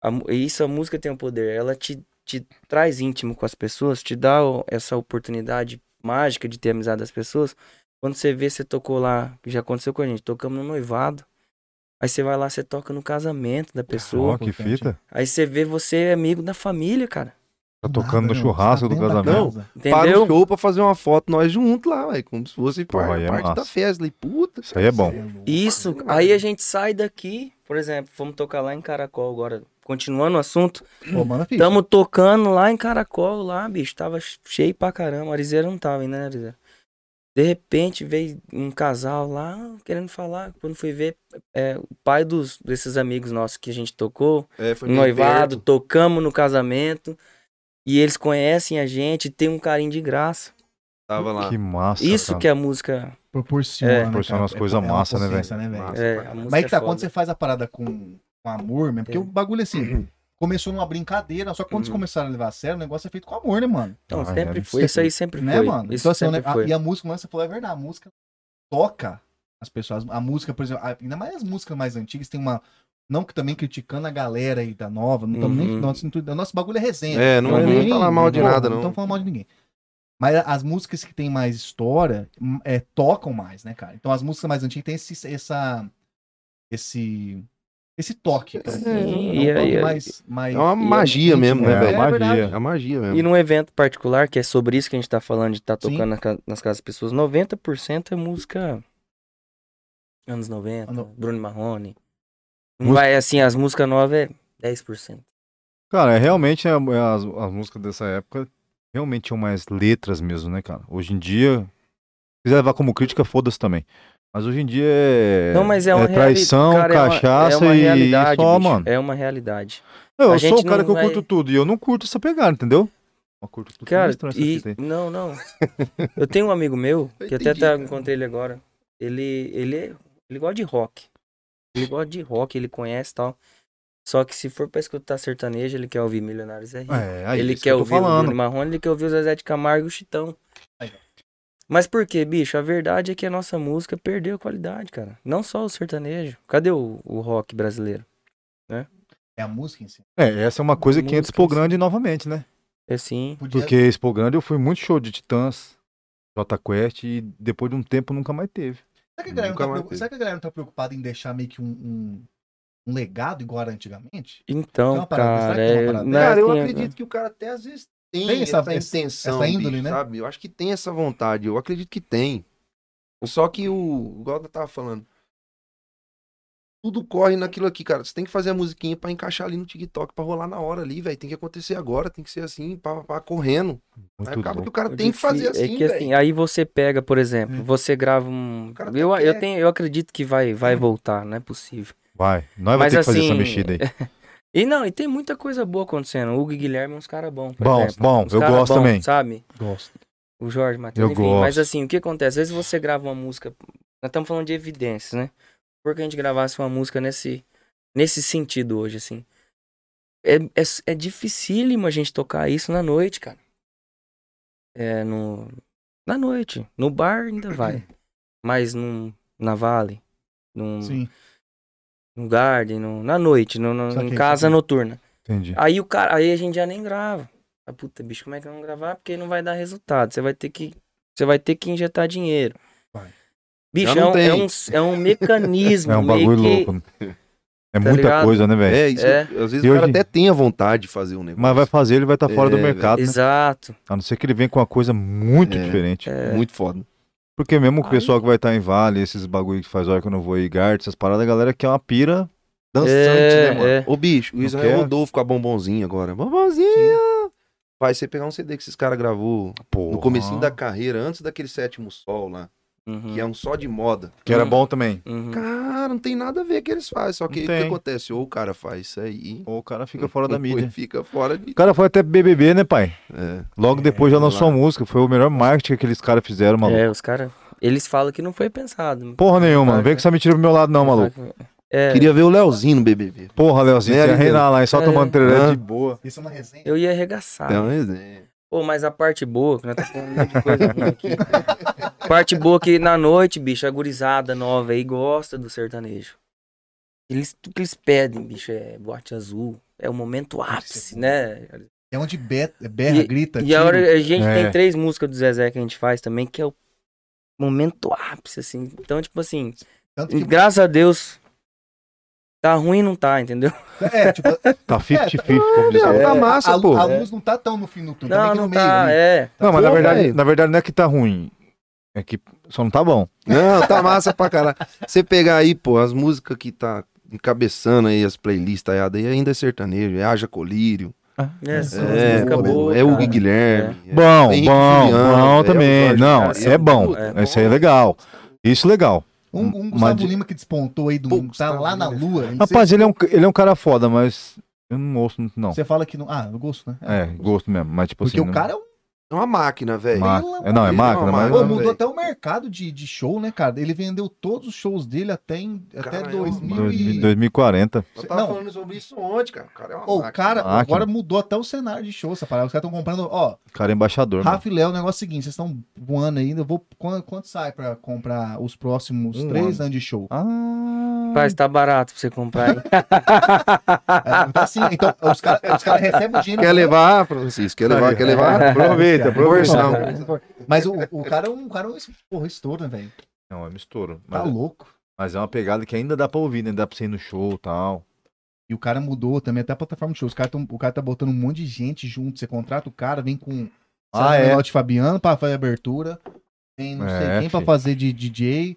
Speaker 3: a mu- isso a música tem um poder, ela te, te traz íntimo com as pessoas, te dá o- essa oportunidade mágica de ter amizade das pessoas. Quando você vê, você tocou lá, que já aconteceu com a gente, tocamos no noivado. Aí você vai lá, você toca no casamento da
Speaker 2: Ó,
Speaker 3: pessoa.
Speaker 2: que fita.
Speaker 3: Aí você vê, você é amigo da família, cara.
Speaker 2: Tá
Speaker 1: Nada,
Speaker 2: tocando no
Speaker 1: não,
Speaker 2: churrasco do
Speaker 1: tá dentro da
Speaker 2: casamento.
Speaker 1: casa.
Speaker 4: Para o
Speaker 3: Entendeu?
Speaker 4: show pra fazer uma foto nós juntos lá, ué, como se fosse
Speaker 2: Porra,
Speaker 4: par-
Speaker 2: aí é
Speaker 4: parte
Speaker 2: massa.
Speaker 4: da festa. Falei, puta,
Speaker 2: Isso aí é bom.
Speaker 1: Cê louco.
Speaker 3: Isso, aí a gente sai daqui, por exemplo, vamos tocar lá em Caracol agora. Continuando o assunto,
Speaker 1: Pô, manda ficha.
Speaker 3: Tamo tocando lá em Caracol, lá, bicho. Tava cheio pra caramba. Arizeira não tava ainda, né, Arizeira? De repente veio um casal lá querendo falar. Quando fui ver, é, o pai dos, desses amigos nossos que a gente tocou, um
Speaker 4: É, foi meio
Speaker 3: noivado,
Speaker 4: perto.
Speaker 3: tocamos no casamento. E eles conhecem a gente, tem um carinho de graça.
Speaker 4: Tava lá.
Speaker 2: Que massa,
Speaker 3: Isso
Speaker 1: tá
Speaker 2: cara.
Speaker 3: que é a música.
Speaker 1: Proporciona,
Speaker 3: É.
Speaker 1: né,
Speaker 2: Proporciona
Speaker 1: cara?
Speaker 2: umas coisas
Speaker 1: uma
Speaker 2: massa, né,
Speaker 1: consciência, né, velho?
Speaker 4: Massa. pra
Speaker 3: É, a
Speaker 4: caralho.
Speaker 3: música
Speaker 1: Mas aí que tá,
Speaker 3: é
Speaker 1: quando você
Speaker 3: foda.
Speaker 1: faz a parada com, com amor mesmo, porque
Speaker 3: É.
Speaker 1: o bagulho assim, começou numa brincadeira, só que quando eles
Speaker 4: Uhum.
Speaker 1: começaram a levar a sério, o negócio é feito com amor, né, mano?
Speaker 3: Não,
Speaker 2: Ah,
Speaker 3: sempre
Speaker 2: é,
Speaker 3: foi. Isso aí sempre
Speaker 1: Né,
Speaker 3: foi.
Speaker 1: mano?
Speaker 3: Isso
Speaker 1: Então, assim, o
Speaker 3: sempre
Speaker 1: ne- a-
Speaker 3: foi.
Speaker 1: e a música, como você falou, é verdade, a música toca as pessoas. A música, por exemplo, a- ainda mais as músicas mais antigas, tem uma. Não que também criticando a galera aí da nova, não estamos nem.
Speaker 3: Uhum.
Speaker 1: Nosso, nosso bagulho é resenha.
Speaker 4: É, não
Speaker 3: Não
Speaker 4: vamos
Speaker 3: é
Speaker 1: nem-
Speaker 4: falar mal de
Speaker 1: porra,
Speaker 4: nada,
Speaker 1: Não
Speaker 4: não.
Speaker 1: estamos falando mal de ninguém. Mas as músicas que tem mais história hum, é, tocam mais, né, cara? Então as músicas mais antigas têm esse, essa, esse, esse toque. tá ligado?
Speaker 3: e
Speaker 1: é um
Speaker 3: aí-
Speaker 1: toque mais, mais...
Speaker 4: É uma magia
Speaker 1: íntimo,
Speaker 4: mesmo, né,
Speaker 1: é
Speaker 4: velho?
Speaker 2: uma
Speaker 1: verdade.
Speaker 2: magia.
Speaker 4: É a magia mesmo.
Speaker 3: E num evento particular, que é sobre isso que a gente tá falando, de tá
Speaker 1: Sim.
Speaker 3: tocando na ca- nas casas das pessoas, 90% é música anos 90,
Speaker 1: Ano-
Speaker 3: Bruno Marrone. Não
Speaker 2: Música-
Speaker 3: vai assim, as músicas novas é 10%.
Speaker 2: Cara, é realmente é, é as, as músicas dessa época realmente tinham mais letras mesmo, né, cara? Hoje em dia, se quiser levar como crítica, foda-se também. Mas hoje em dia é,
Speaker 3: Não, mas é uma
Speaker 2: traição,
Speaker 3: reali- cara, é uma-
Speaker 2: cachaça
Speaker 3: é uma
Speaker 2: e
Speaker 3: realidade,
Speaker 2: só,
Speaker 3: bicho,
Speaker 2: mano.
Speaker 3: É uma realidade.
Speaker 2: Eu,
Speaker 3: a
Speaker 2: eu sou
Speaker 3: gente
Speaker 2: o cara
Speaker 3: não
Speaker 2: que eu
Speaker 3: vai-
Speaker 2: curto tudo e eu não curto essa pegada, entendeu? Uma curto tudo.
Speaker 1: é
Speaker 3: Cara,
Speaker 2: Muito estranho
Speaker 3: e...
Speaker 2: essa fita, hein?
Speaker 3: não, não. Eu tenho um amigo meu,
Speaker 4: Eu
Speaker 3: que até
Speaker 4: entendi,
Speaker 3: tá,
Speaker 4: cara.
Speaker 3: encontrei ele agora. Ele, ele, é- ele gosta de rock. Ele gosta de rock, ele conhece e tal. Só que se for pra escutar sertanejo, ele quer ouvir Milionários é Rico.
Speaker 2: É, aí,
Speaker 3: ele
Speaker 2: isso
Speaker 3: quer
Speaker 2: eu tô
Speaker 3: ouvir o
Speaker 2: falando.
Speaker 3: Bruno Marrone, ele quer ouvir o Zezé de Camargo e o Chitão.
Speaker 1: Aí, ó.
Speaker 3: Mas por quê, bicho? A verdade é que a nossa música perdeu qualidade, cara. Não só o sertanejo. Cadê o, o rock brasileiro?
Speaker 1: É a música em si.
Speaker 2: É, essa é uma coisa que entra
Speaker 3: Músicas.
Speaker 2: Expo Grande novamente, né?
Speaker 3: assim. É sim.
Speaker 1: Podia...
Speaker 2: Porque Expo Grande eu fui muito show de Titãs, Jota Quest, e depois de um tempo nunca mais teve.
Speaker 1: Será, que a galera não
Speaker 4: Nunca
Speaker 1: tá
Speaker 4: mais
Speaker 1: preocup-
Speaker 4: teve.
Speaker 1: Será que a galera não tá preocupada em deixar meio que um, um, um legado igual era antigamente?
Speaker 3: Então,
Speaker 1: Tem uma parada, será que
Speaker 3: cara.
Speaker 1: tem uma
Speaker 3: é-
Speaker 1: parada
Speaker 3: não,
Speaker 1: dessa?
Speaker 4: Cara, eu
Speaker 3: tem-
Speaker 4: acredito que o cara até às vezes tem,
Speaker 1: Tem essa-
Speaker 4: essa,
Speaker 1: essa-
Speaker 4: intenção,
Speaker 1: essa índole,
Speaker 4: bicho,
Speaker 1: né?
Speaker 4: sabe? Eu acho que tem essa vontade, eu acredito que tem. Só que o, igual eu tava falando, tudo corre naquilo aqui, cara. Você tem que fazer a musiquinha pra encaixar ali no TikTok, pra rolar na hora ali, velho. Tem que acontecer agora, tem que ser assim, pá, pá, pá, correndo. Aí
Speaker 2: Muito
Speaker 4: acaba
Speaker 2: bom.
Speaker 4: que o cara
Speaker 3: O
Speaker 4: tem que fazer
Speaker 3: difí-
Speaker 4: assim,
Speaker 3: é que,
Speaker 4: velho. Hum.
Speaker 3: assim, aí você pega, por exemplo, você grava um.
Speaker 4: O cara Hum. tá
Speaker 3: Eu, eu,
Speaker 4: quieto.
Speaker 3: tenho, eu acredito que vai, vai voltar, não é possível.
Speaker 2: Vai, nós vamos
Speaker 3: Mas
Speaker 2: ter que fazer essa
Speaker 3: assim,
Speaker 2: mexida aí.
Speaker 3: E não, e tem muita coisa boa acontecendo. O Hugo e Guilherme é uns caras bons. por
Speaker 2: Bom,
Speaker 3: exemplo.
Speaker 2: bom,
Speaker 3: Uns
Speaker 2: eu
Speaker 3: cara
Speaker 2: gosto
Speaker 3: bom,
Speaker 2: também.
Speaker 3: Sabe?
Speaker 1: Gosto.
Speaker 3: O Jorge Matheus,
Speaker 2: Eu
Speaker 3: enfim. Mas
Speaker 2: gosto.
Speaker 3: assim, o que acontece? Às vezes você grava uma música. Nós estamos falando de evidências, né? Por que a gente gravasse uma música nesse, nesse sentido hoje, assim? É, é, é dificílimo a gente tocar isso na noite, cara. É, no, na noite. No bar ainda vai. Mas num, na Vale, num,
Speaker 1: Sim.
Speaker 3: num Garden, num- na noite, no, no-
Speaker 1: Saquei,
Speaker 3: em casa
Speaker 1: saquei.
Speaker 3: noturna.
Speaker 2: Entendi.
Speaker 3: Aí o cara, aí a gente já nem grava. Ah, puta, bicho, como é que vamos gravar? Porque não vai dar resultado. Você vai ter que, você vai ter que injetar dinheiro.
Speaker 1: Vai.
Speaker 3: Bicho,
Speaker 4: Já
Speaker 3: é
Speaker 4: não
Speaker 3: um, é,
Speaker 4: tem.
Speaker 3: um, é um mecanismo.
Speaker 2: É um
Speaker 3: meio
Speaker 2: bagulho
Speaker 3: que- tá
Speaker 2: louco. né? É muita
Speaker 3: ligado?
Speaker 2: coisa, né, velho?
Speaker 4: É, isso,
Speaker 3: É.
Speaker 4: às vezes
Speaker 2: E
Speaker 4: o cara
Speaker 2: hoje-
Speaker 4: até tem a vontade de fazer um negócio.
Speaker 2: Mas vai fazer, ele vai estar fora do
Speaker 4: É,
Speaker 2: mercado, né?
Speaker 3: Exato.
Speaker 2: A não ser que ele venha com uma coisa muito
Speaker 4: É.
Speaker 2: diferente.
Speaker 4: Muito foda.
Speaker 2: Porque mesmo o
Speaker 3: Aí-
Speaker 2: pessoal que vai estar em Vale, esses bagulho que faz hora que eu não vou aí, Gart, essas paradas, a galera quer uma pira dançante,
Speaker 3: É,
Speaker 2: né, mano?
Speaker 3: é.
Speaker 4: Ô, bicho, o
Speaker 2: Não
Speaker 4: Israel
Speaker 2: quer?
Speaker 4: Rodolfo com a bombonzinha agora. Bombonzinha! Vai, você pegar um CD que esses caras gravou
Speaker 2: Porra.
Speaker 4: no comecinho da carreira, antes daquele sétimo sol lá,
Speaker 3: Uhum,
Speaker 4: que é um só de moda.
Speaker 2: Que era bom também.
Speaker 3: uhum.
Speaker 4: Cara, não tem nada a ver que eles fazem. Só que
Speaker 2: Não
Speaker 4: o que
Speaker 2: tem.
Speaker 4: acontece? Ou o cara faz isso aí.
Speaker 2: Ou o cara fica fora da
Speaker 4: ou ele
Speaker 2: mídia.
Speaker 4: Fica fora
Speaker 2: O
Speaker 4: de.
Speaker 2: cara foi até BBB, né, pai?
Speaker 4: É.
Speaker 2: Logo depois já lançou a
Speaker 4: lá.
Speaker 2: música. Foi o melhor marketing que aqueles caras fizeram, maluco.
Speaker 3: É, os caras, eles falam que não foi pensado.
Speaker 2: Porra nenhuma,
Speaker 3: Claro,
Speaker 2: não vem
Speaker 3: né?
Speaker 2: com essa mentira pro meu lado, não, Tá maluco.
Speaker 3: É,
Speaker 4: Queria ver o Leozinho no BBB.
Speaker 2: Porra, Leozinho,
Speaker 4: Né,
Speaker 2: você ia
Speaker 4: Ariel?
Speaker 2: reinar lá, e só
Speaker 3: É.
Speaker 2: tomando tereré
Speaker 4: Hã?
Speaker 2: de boa.
Speaker 1: Isso é uma resenha.
Speaker 3: eu ia arregaçar.
Speaker 4: Então, é.
Speaker 3: Pô, mas a parte boa, que nós tá falando muito de coisa ruim aqui. parte boa que na noite, bicho, a gurizada nova aí gosta do sertanejo. Eles, tudo que eles pedem, bicho, é boate azul. É o momento ápice, né?
Speaker 1: É onde be- berra,
Speaker 3: E-
Speaker 1: grita,
Speaker 3: E a hora a gente
Speaker 2: É.
Speaker 3: tem três músicas do Zezé que a gente faz também, que é o momento ápice, assim. Então, tipo assim,
Speaker 1: tanto que...
Speaker 3: graças a Deus, tá ruim não tá, entendeu?
Speaker 1: É, tipo,
Speaker 2: Tá 50-50, como diz o
Speaker 4: Não,
Speaker 2: outro.
Speaker 4: tá massa,
Speaker 1: a,
Speaker 4: pô.
Speaker 1: a luz não tá tão no fim do túnel, tá meio
Speaker 3: É.
Speaker 1: que
Speaker 3: Não,
Speaker 1: no
Speaker 3: não
Speaker 1: meio
Speaker 3: tá,
Speaker 1: ali.
Speaker 3: é.
Speaker 2: Não, mas na
Speaker 4: Pô,
Speaker 2: verdade,
Speaker 4: velho.
Speaker 2: na verdade não é que tá ruim. É que só não tá bom.
Speaker 4: Não, tá massa pra caralho. Você pegar aí, pô, as músicas que tá encabeçando aí, as playlists aí, aí ainda é sertanejo, é Haja Colírio.
Speaker 3: É,
Speaker 1: Sim,
Speaker 4: É,
Speaker 1: música
Speaker 4: pô,
Speaker 1: boa,
Speaker 4: é o
Speaker 3: cara.
Speaker 4: Guilherme. é
Speaker 2: Bom,
Speaker 4: Henrique
Speaker 2: bom,
Speaker 4: Juliano, é
Speaker 2: bom
Speaker 4: o
Speaker 2: também.
Speaker 4: Jorge
Speaker 2: Não,
Speaker 4: Matheus.
Speaker 2: é bom.
Speaker 3: É
Speaker 4: bom.
Speaker 2: Isso
Speaker 1: né?
Speaker 2: aí é legal. Isso é legal.
Speaker 1: Um, um
Speaker 2: Mas
Speaker 1: Gustavo
Speaker 2: de-
Speaker 1: Lima que despontou aí, do,
Speaker 4: Pô,
Speaker 1: tá
Speaker 4: Gustavo
Speaker 1: lá na
Speaker 4: Lima.
Speaker 1: lua. hein?
Speaker 2: Rapaz, ele é, um, ele é um cara foda, mas eu não ouço muito, não.
Speaker 1: Você fala que não... Ah, eu gosto, né?
Speaker 2: É, gosto mesmo, mas tipo
Speaker 1: Porque
Speaker 2: assim...
Speaker 1: o
Speaker 2: não-
Speaker 1: cara é um...
Speaker 4: É uma máquina, velho.
Speaker 2: Ma-
Speaker 1: Pelo
Speaker 2: é, não, é
Speaker 4: amor
Speaker 2: máquina,
Speaker 4: de
Speaker 2: mas...
Speaker 4: Deus,
Speaker 1: Pô,
Speaker 4: Não,
Speaker 1: mudou
Speaker 4: velho.
Speaker 1: até o mercado de, de show, né, cara? Ele vendeu todos os shows dele até, em, até
Speaker 4: Caralho,
Speaker 1: 2000
Speaker 2: é dois-
Speaker 1: e...
Speaker 2: 2040.
Speaker 4: Eu tava
Speaker 1: Não.
Speaker 4: falando sobre isso ontem, cara. O cara é uma
Speaker 1: Ô, o
Speaker 4: máquina.
Speaker 1: cara,
Speaker 2: Máquina.
Speaker 1: agora mudou até o cenário de show, essa parada. Os caras estão comprando, ó,
Speaker 2: O cara é embaixador, mano.
Speaker 1: Rafa e Léo, o negócio é o seguinte, vocês estão voando ainda, eu vou... Quanto, quanto sai pra comprar os próximos
Speaker 2: Um
Speaker 1: três
Speaker 2: ano.
Speaker 1: anos de show?
Speaker 2: Ah,
Speaker 3: Rapaz, tá barato pra você comprar, hein?
Speaker 1: É, então, assim, então, os caras os cara recebem o dinheiro...
Speaker 4: Quer levar, Francisco? Quer levar? Quer
Speaker 1: É.
Speaker 4: levar?
Speaker 2: Aproveita,
Speaker 4: Conversão.
Speaker 2: aproveita.
Speaker 1: Mas o, o cara é um, o cara é um es- porra, estouro, né, velho?
Speaker 2: Não, é mistura.
Speaker 1: Tá
Speaker 2: Mas,
Speaker 1: louco.
Speaker 2: mas é uma pegada que ainda dá pra ouvir, né? Dá pra você ir no show e tal.
Speaker 1: E o cara mudou também até a plataforma de shows. Os cara tão- o cara tá botando um monte de gente junto. Você contrata o cara, vem com
Speaker 2: Ah,
Speaker 1: Sérgio
Speaker 2: é?
Speaker 1: Menotti e Fabiano pra fazer abertura. Tem não sei
Speaker 2: É,
Speaker 1: quem pra
Speaker 2: fi.
Speaker 1: fazer de DJ.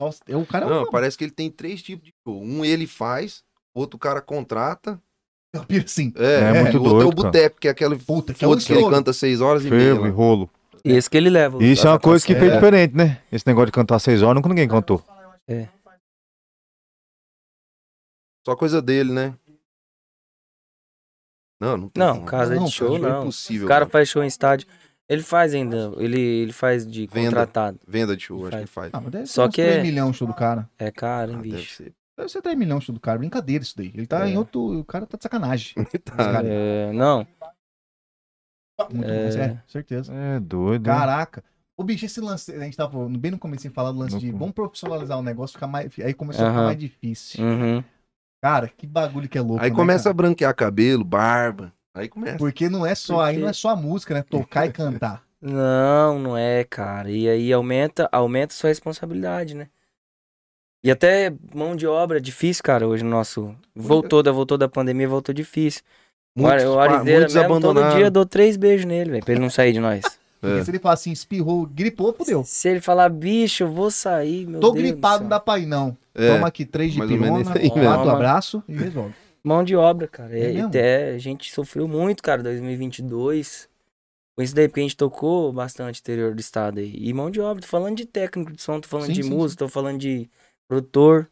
Speaker 1: Nossa, é- o cara é
Speaker 4: Não,
Speaker 1: uma
Speaker 4: parece que ele tem três tipos de show. Um ele faz, outro cara contrata.
Speaker 1: pira assim.
Speaker 4: É,
Speaker 1: É, muito
Speaker 4: o outro é o
Speaker 2: doido, cara.
Speaker 4: boteco, que é aquele
Speaker 1: Puta, que é um
Speaker 4: foda que ele
Speaker 1: estouro.
Speaker 4: canta seis horas e meia. né?
Speaker 2: Fervo e
Speaker 4: lá.
Speaker 2: rolo.
Speaker 3: Esse que ele leva.
Speaker 2: Isso é uma coisa que fez
Speaker 1: É.
Speaker 2: diferente, né? Esse negócio de cantar seis horas, nunca ninguém cantou.
Speaker 4: Só coisa dele, né? Não, não tem
Speaker 3: Não,
Speaker 4: como.
Speaker 3: casa
Speaker 1: Não,
Speaker 3: de show
Speaker 4: é
Speaker 3: não.
Speaker 4: impossível.
Speaker 3: O cara
Speaker 4: cara.
Speaker 3: faz show em estádio. Ele faz ainda, ele, ele faz de
Speaker 4: Venda.
Speaker 3: contratado.
Speaker 4: Venda de show, acho que
Speaker 3: Faz.
Speaker 4: ele faz.
Speaker 1: Ah, mas deve
Speaker 3: Só
Speaker 1: ser uns
Speaker 3: que
Speaker 1: 3
Speaker 3: é-
Speaker 1: milhões o show do cara.
Speaker 3: É caro, hein,
Speaker 4: Ah, deve
Speaker 3: bicho?
Speaker 4: ser.
Speaker 1: Deve ser 3 milhões o show do cara. Brincadeira isso daí. Ele tá
Speaker 3: É.
Speaker 1: em outro. O cara tá de sacanagem.
Speaker 4: Tá.
Speaker 1: deve-
Speaker 3: É, não,
Speaker 1: Muito mais, é, certeza.
Speaker 2: É
Speaker 3: Uhum.
Speaker 2: doido. hein?
Speaker 1: Caraca. Ô, bicho, esse lance. A gente tava falando, bem no começo em falar do lance
Speaker 2: No-
Speaker 1: de vamos profissionalizar o negócio, ficar mais. Aí começou a ficar
Speaker 3: Aham.
Speaker 1: mais difícil.
Speaker 3: uhum.
Speaker 1: Cara, que bagulho que é louco.
Speaker 4: Aí
Speaker 1: né,
Speaker 4: começa a
Speaker 1: cara?
Speaker 4: branquear cabelo, barba. Aí começa.
Speaker 1: Porque não é só, aí
Speaker 3: Porque-
Speaker 1: não é só a música, né? Tocar e cantar.
Speaker 3: não, não é, cara. E aí aumenta, aumenta sua responsabilidade, né? E até mão de obra é difícil, cara, hoje no nosso. Voltou da, voltou da pandemia, voltou difícil.
Speaker 4: Muitos,
Speaker 3: o
Speaker 4: pa-
Speaker 3: Arideira
Speaker 4: muitos
Speaker 3: mesmo, todo
Speaker 4: abandonaram.
Speaker 3: dia eu dou três beijos nele, velho, pra ele não sair de nós.
Speaker 1: Porque se ele falar assim, espirrou, gripou, fudeu.
Speaker 3: Se ele falar, bicho, eu vou sair, meu
Speaker 1: Tô
Speaker 3: Deus do
Speaker 1: gripado,
Speaker 3: céu."
Speaker 1: não dá pra ir, não.
Speaker 4: É,
Speaker 1: Toma aqui três de
Speaker 4: mais ou menos
Speaker 1: pirona,
Speaker 4: isso aí
Speaker 1: quatro
Speaker 3: mesmo.
Speaker 1: abraço e resolve.
Speaker 3: Mão de obra, cara.
Speaker 1: É
Speaker 3: É,
Speaker 1: mesmo?
Speaker 3: até a gente sofreu muito, cara, 2022. Com isso daí, porque a gente tocou bastante interior do estado aí. E mão de obra, tô falando de técnico de som, tô falando
Speaker 1: Sim,
Speaker 3: de
Speaker 1: sim,
Speaker 3: música, tô falando de produtor.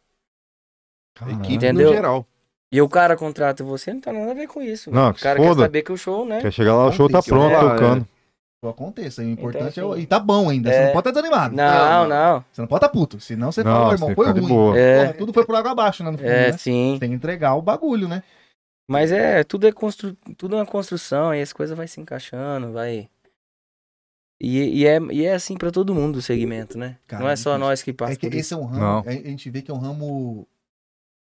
Speaker 4: a equipe é
Speaker 3: Entendeu?
Speaker 4: no geral.
Speaker 3: E o cara contrata você, não tá nada a ver com isso.
Speaker 2: Não,
Speaker 3: velho.
Speaker 2: que
Speaker 3: o cara
Speaker 2: foda.
Speaker 3: quer saber que o show, né?
Speaker 2: Quer chegar lá, o show tá
Speaker 1: Acontece,
Speaker 2: pronto,
Speaker 3: né?
Speaker 2: tocando.
Speaker 1: Pô, aconteça. E o importante
Speaker 3: Então,
Speaker 1: é. o-
Speaker 3: assim,
Speaker 1: E tá bom ainda. Você
Speaker 3: é.
Speaker 1: não pode estar desanimado.
Speaker 3: Não, não.
Speaker 1: Você não pode estar puto. Senão você
Speaker 2: Não,
Speaker 1: fala, "Ô,
Speaker 2: você
Speaker 1: irmão, foi
Speaker 2: fica de
Speaker 1: ruim.
Speaker 2: boa.
Speaker 3: É,
Speaker 1: Pô, Tudo foi por água abaixo, né? No fundo,
Speaker 3: é,
Speaker 1: né?
Speaker 3: sim.
Speaker 1: Tem que entregar o bagulho, né?
Speaker 3: Mas é, tudo é constru... tudo é uma construção, aí as coisas vai se encaixando, vai. E, e é, e é assim pra todo mundo o segmento, né?
Speaker 1: Cara,
Speaker 3: não é só
Speaker 1: difícil.
Speaker 3: nós que passa
Speaker 1: É que
Speaker 3: por
Speaker 1: esse
Speaker 3: isso.
Speaker 1: é um
Speaker 2: Não.
Speaker 1: ramo. A a gente vê que é um ramo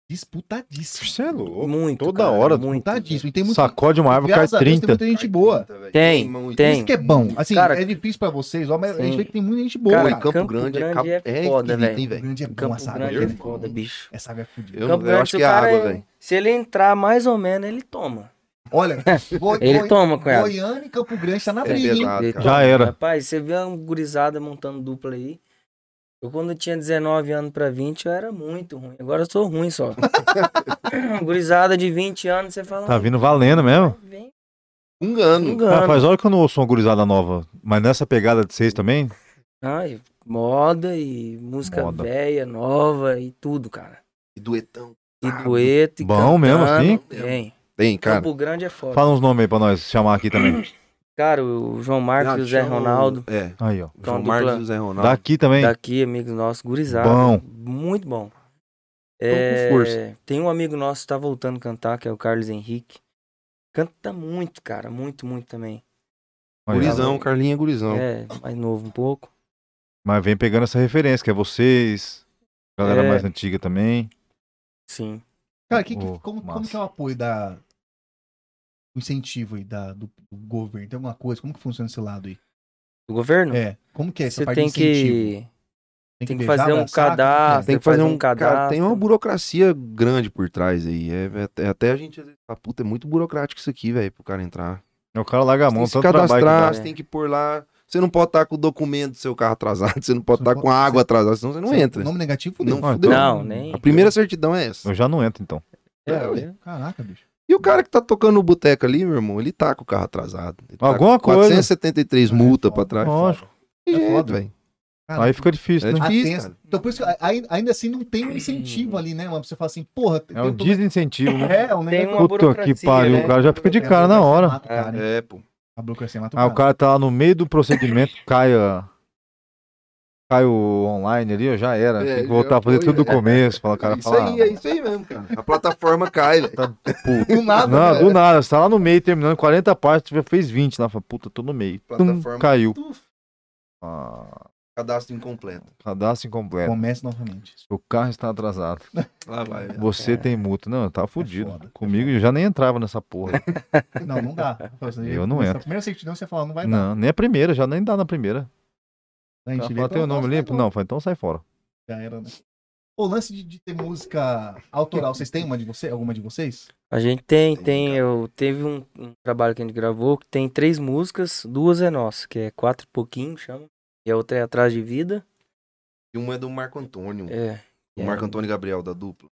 Speaker 1: disputadíssimo.
Speaker 2: Você é louco.
Speaker 3: Muito.
Speaker 2: toda
Speaker 3: cara,
Speaker 2: hora,
Speaker 3: muito. né?
Speaker 1: Disputadíssimo. E tem muito.
Speaker 2: Sacode uma árvore, cai
Speaker 1: Graças a Deus,
Speaker 2: 30.
Speaker 1: tem muita gente boa.
Speaker 3: Tem,
Speaker 4: muito.
Speaker 3: tem.
Speaker 1: Isso que é bom. Assim,
Speaker 3: Cara,
Speaker 1: é difícil pra vocês, ó, mas a gente
Speaker 3: sim.
Speaker 1: vê que tem muita gente boa.
Speaker 4: Pô,
Speaker 3: Cara,
Speaker 4: em
Speaker 1: Cara,
Speaker 4: Campo,
Speaker 3: Campo
Speaker 4: Grande, é,
Speaker 3: Grande
Speaker 4: cap...
Speaker 3: é
Speaker 4: é
Speaker 3: foda,
Speaker 4: infinito,
Speaker 3: velho.
Speaker 4: hein,
Speaker 1: Campo Grande é bom,
Speaker 3: Campo
Speaker 1: essa água.
Speaker 3: Grande
Speaker 1: dele
Speaker 3: é
Speaker 1: é
Speaker 4: bom. né?
Speaker 3: foda, bicho.
Speaker 1: Essa água é fodida.
Speaker 4: Eu,
Speaker 3: Campo
Speaker 4: não, eu
Speaker 3: Grande,
Speaker 4: acho
Speaker 3: o
Speaker 4: que é
Speaker 3: cara
Speaker 4: água,
Speaker 3: é-
Speaker 4: velho.
Speaker 3: Se ele entrar mais ou menos, ele toma.
Speaker 1: Olha, Goi-
Speaker 3: Ele
Speaker 1: Goi-
Speaker 3: toma com ela.
Speaker 1: Goiânia e Campo Grande tá na
Speaker 4: É
Speaker 1: briga, hein?
Speaker 4: pesado,
Speaker 3: Ele
Speaker 4: cara.
Speaker 3: toma.
Speaker 2: Já era.
Speaker 3: Rapaz, você vê uma gurizada montando dupla aí. Eu quando eu tinha 19 anos pra 20, eu era muito ruim. Agora eu sou ruim só. gurizada de 20 anos, você fala...
Speaker 2: Tá
Speaker 3: "Ah,
Speaker 2: vindo valendo mesmo.
Speaker 3: Vem,
Speaker 4: Um ano.
Speaker 2: Ah,
Speaker 3: engano.
Speaker 2: faz hora que eu não ouço uma gurizada nova. Mas nessa pegada de vocês também,
Speaker 3: Ai, Ah, moda e música
Speaker 2: Moda.
Speaker 3: velha, nova e tudo, cara.
Speaker 4: E duetão.
Speaker 3: E
Speaker 4: Ah,
Speaker 3: dueto e
Speaker 2: bom mesmo, assim?
Speaker 3: Tem.
Speaker 4: Tem, cara.
Speaker 3: Campo Grande é foda.
Speaker 2: fala uns nomes aí pra nós chamar aqui também.
Speaker 3: Cara, o João Marcos e o Zé
Speaker 4: Tinha
Speaker 3: Ronaldo.
Speaker 4: É.
Speaker 2: Aí, ó.
Speaker 4: o
Speaker 3: Então,
Speaker 4: João
Speaker 3: dupla-
Speaker 4: Marcos e o Zé Ronaldo.
Speaker 2: Daqui também.
Speaker 3: Daqui, amigos nossos, gurizada.
Speaker 2: Bom.
Speaker 3: Muito bom.
Speaker 4: com
Speaker 3: É,
Speaker 4: força.
Speaker 3: Tem um amigo nosso que tá voltando a cantar, que é o Carlos Henrique. Canta muito, cara. Muito, muito também.
Speaker 2: Aí, ó.
Speaker 4: Gurizão, Carlinha Gurizão.
Speaker 3: É, mais novo um pouco.
Speaker 2: Mas vem pegando essa referência, que é vocês, galera
Speaker 3: É.
Speaker 2: mais antiga também.
Speaker 3: Sim.
Speaker 1: Cara, que, que-
Speaker 2: Ô,
Speaker 1: como, como
Speaker 2: massa.
Speaker 1: que é o apoio da. O incentivo aí da, do, do governo? Tem alguma coisa? Como que funciona esse lado aí?
Speaker 3: O governo?
Speaker 1: É. Como que é essa
Speaker 3: Você
Speaker 1: parte
Speaker 3: tem
Speaker 1: de incentivo?
Speaker 3: que...
Speaker 1: Tem
Speaker 3: que
Speaker 1: beijar,
Speaker 3: fazer um
Speaker 1: abraçar? Como que é?
Speaker 3: cadastro.
Speaker 4: Tem que
Speaker 3: Você
Speaker 4: fazer
Speaker 3: faz
Speaker 4: um
Speaker 3: um
Speaker 4: Cara, tem uma
Speaker 3: cadastro.
Speaker 4: burocracia grande por trás aí. É, é- é- até a gente às vezes fala, puta, é muito burocrático isso aqui, velho, pro cara entrar.
Speaker 2: É O cara larga a
Speaker 4: Você tem
Speaker 2: mão,
Speaker 4: que se
Speaker 2: tanto trabalho que dá.
Speaker 4: cadastrar,
Speaker 3: dá.
Speaker 4: você tem que pôr lá. Você não pode estar com o documento do seu carro atrasado, você não pode
Speaker 1: Você
Speaker 4: estar
Speaker 1: não
Speaker 4: com a
Speaker 1: pode-
Speaker 4: água atrasada, senão você não
Speaker 1: Você-
Speaker 4: entra.
Speaker 1: Nome negativo?
Speaker 4: Não
Speaker 1: fudeu.
Speaker 4: fudeu.
Speaker 3: Não, nem-
Speaker 4: A primeira certidão é essa.
Speaker 2: Eu já não entro, então.
Speaker 4: É, ué.
Speaker 1: Caraca, bicho.
Speaker 4: E o cara que tá tocando o boteco ali, meu irmão, ele tá com o carro atrasado. Ele tá
Speaker 2: Alguma
Speaker 4: com
Speaker 2: coisa.
Speaker 4: 473 multa pra trás.
Speaker 2: Lógico.
Speaker 4: Que
Speaker 1: é
Speaker 4: jeito,
Speaker 1: foda.
Speaker 4: velho.
Speaker 1: Cara,
Speaker 2: Aí fica difícil,
Speaker 4: É
Speaker 2: né?
Speaker 1: Ah,
Speaker 4: difícil,
Speaker 1: tem essa-
Speaker 4: cara.
Speaker 1: Então, por isso que a- ai- ainda assim não tem um incentivo ali, né, mano? Pra Você fala assim, porra,
Speaker 2: É um
Speaker 1: eu tô-
Speaker 2: desincentivo, né?
Speaker 1: É, um
Speaker 3: Tem
Speaker 1: negócio.
Speaker 3: uma
Speaker 2: Puta que
Speaker 3: burocracia,
Speaker 2: pariu,
Speaker 3: né?
Speaker 2: o cara já fica de cara na hora.
Speaker 1: É, Mata o cara, hein?
Speaker 4: É, pô.
Speaker 1: A burocracia mata o
Speaker 2: Aí o
Speaker 1: cara.
Speaker 2: cara tá lá no meio do procedimento, cai a... Cai o online ali, ó, já era.
Speaker 4: É,
Speaker 2: Tem que
Speaker 4: já
Speaker 2: voltar a fazer
Speaker 4: foi,
Speaker 2: tudo do
Speaker 4: velho.
Speaker 2: começo. Fala, o cara,
Speaker 4: isso
Speaker 2: fala, tá
Speaker 4: aí, é isso aí mesmo, cara. A plataforma cai, velho.
Speaker 1: Do nada,
Speaker 2: Não,
Speaker 1: né?
Speaker 2: do nada. Você tá lá no meio, terminando 40 partes, já fez 20 lá. Fala, puta, tô no meio. Tum,
Speaker 4: Plataforma.
Speaker 2: caiu.
Speaker 4: Uf,
Speaker 2: Ah,
Speaker 4: Cadastro incompleto.
Speaker 2: cadastro incompleto.
Speaker 1: Começa novamente.
Speaker 2: O carro está atrasado.
Speaker 4: Lá vai, né? velho.
Speaker 2: Você
Speaker 3: É.
Speaker 2: tem multa. Não, eu tava fudido.
Speaker 1: foda, é
Speaker 2: Comigo eu já nem entrava nessa porra.
Speaker 1: Não, não dá. Fala assim,
Speaker 2: Eu não
Speaker 1: começa-
Speaker 2: entro.
Speaker 1: A primeira certidão você fala, não vai dar.
Speaker 2: não, nem a primeira, já nem dá na primeira.
Speaker 1: A
Speaker 2: Ela
Speaker 1: gente vê,
Speaker 2: Fala, tem o
Speaker 1: então,
Speaker 2: nome
Speaker 1: nossa,
Speaker 2: limpo?
Speaker 1: tá bom.
Speaker 2: Não, fala, então sai fora.
Speaker 1: Já era, né? O lance de, de ter música autoral, vocês têm uma de vocês? Alguma de vocês?
Speaker 3: A gente tem,
Speaker 4: Tem,
Speaker 3: tem.
Speaker 4: cara.
Speaker 3: Eu teve um, um trabalho que a gente gravou que tem três músicas, duas é nossa, que é quatro e pouquinho, chama. E a outra é Atrás de Vida.
Speaker 4: E uma é do Marco Antônio.
Speaker 3: É.
Speaker 4: O Marco Antônio Gabriel, da dupla.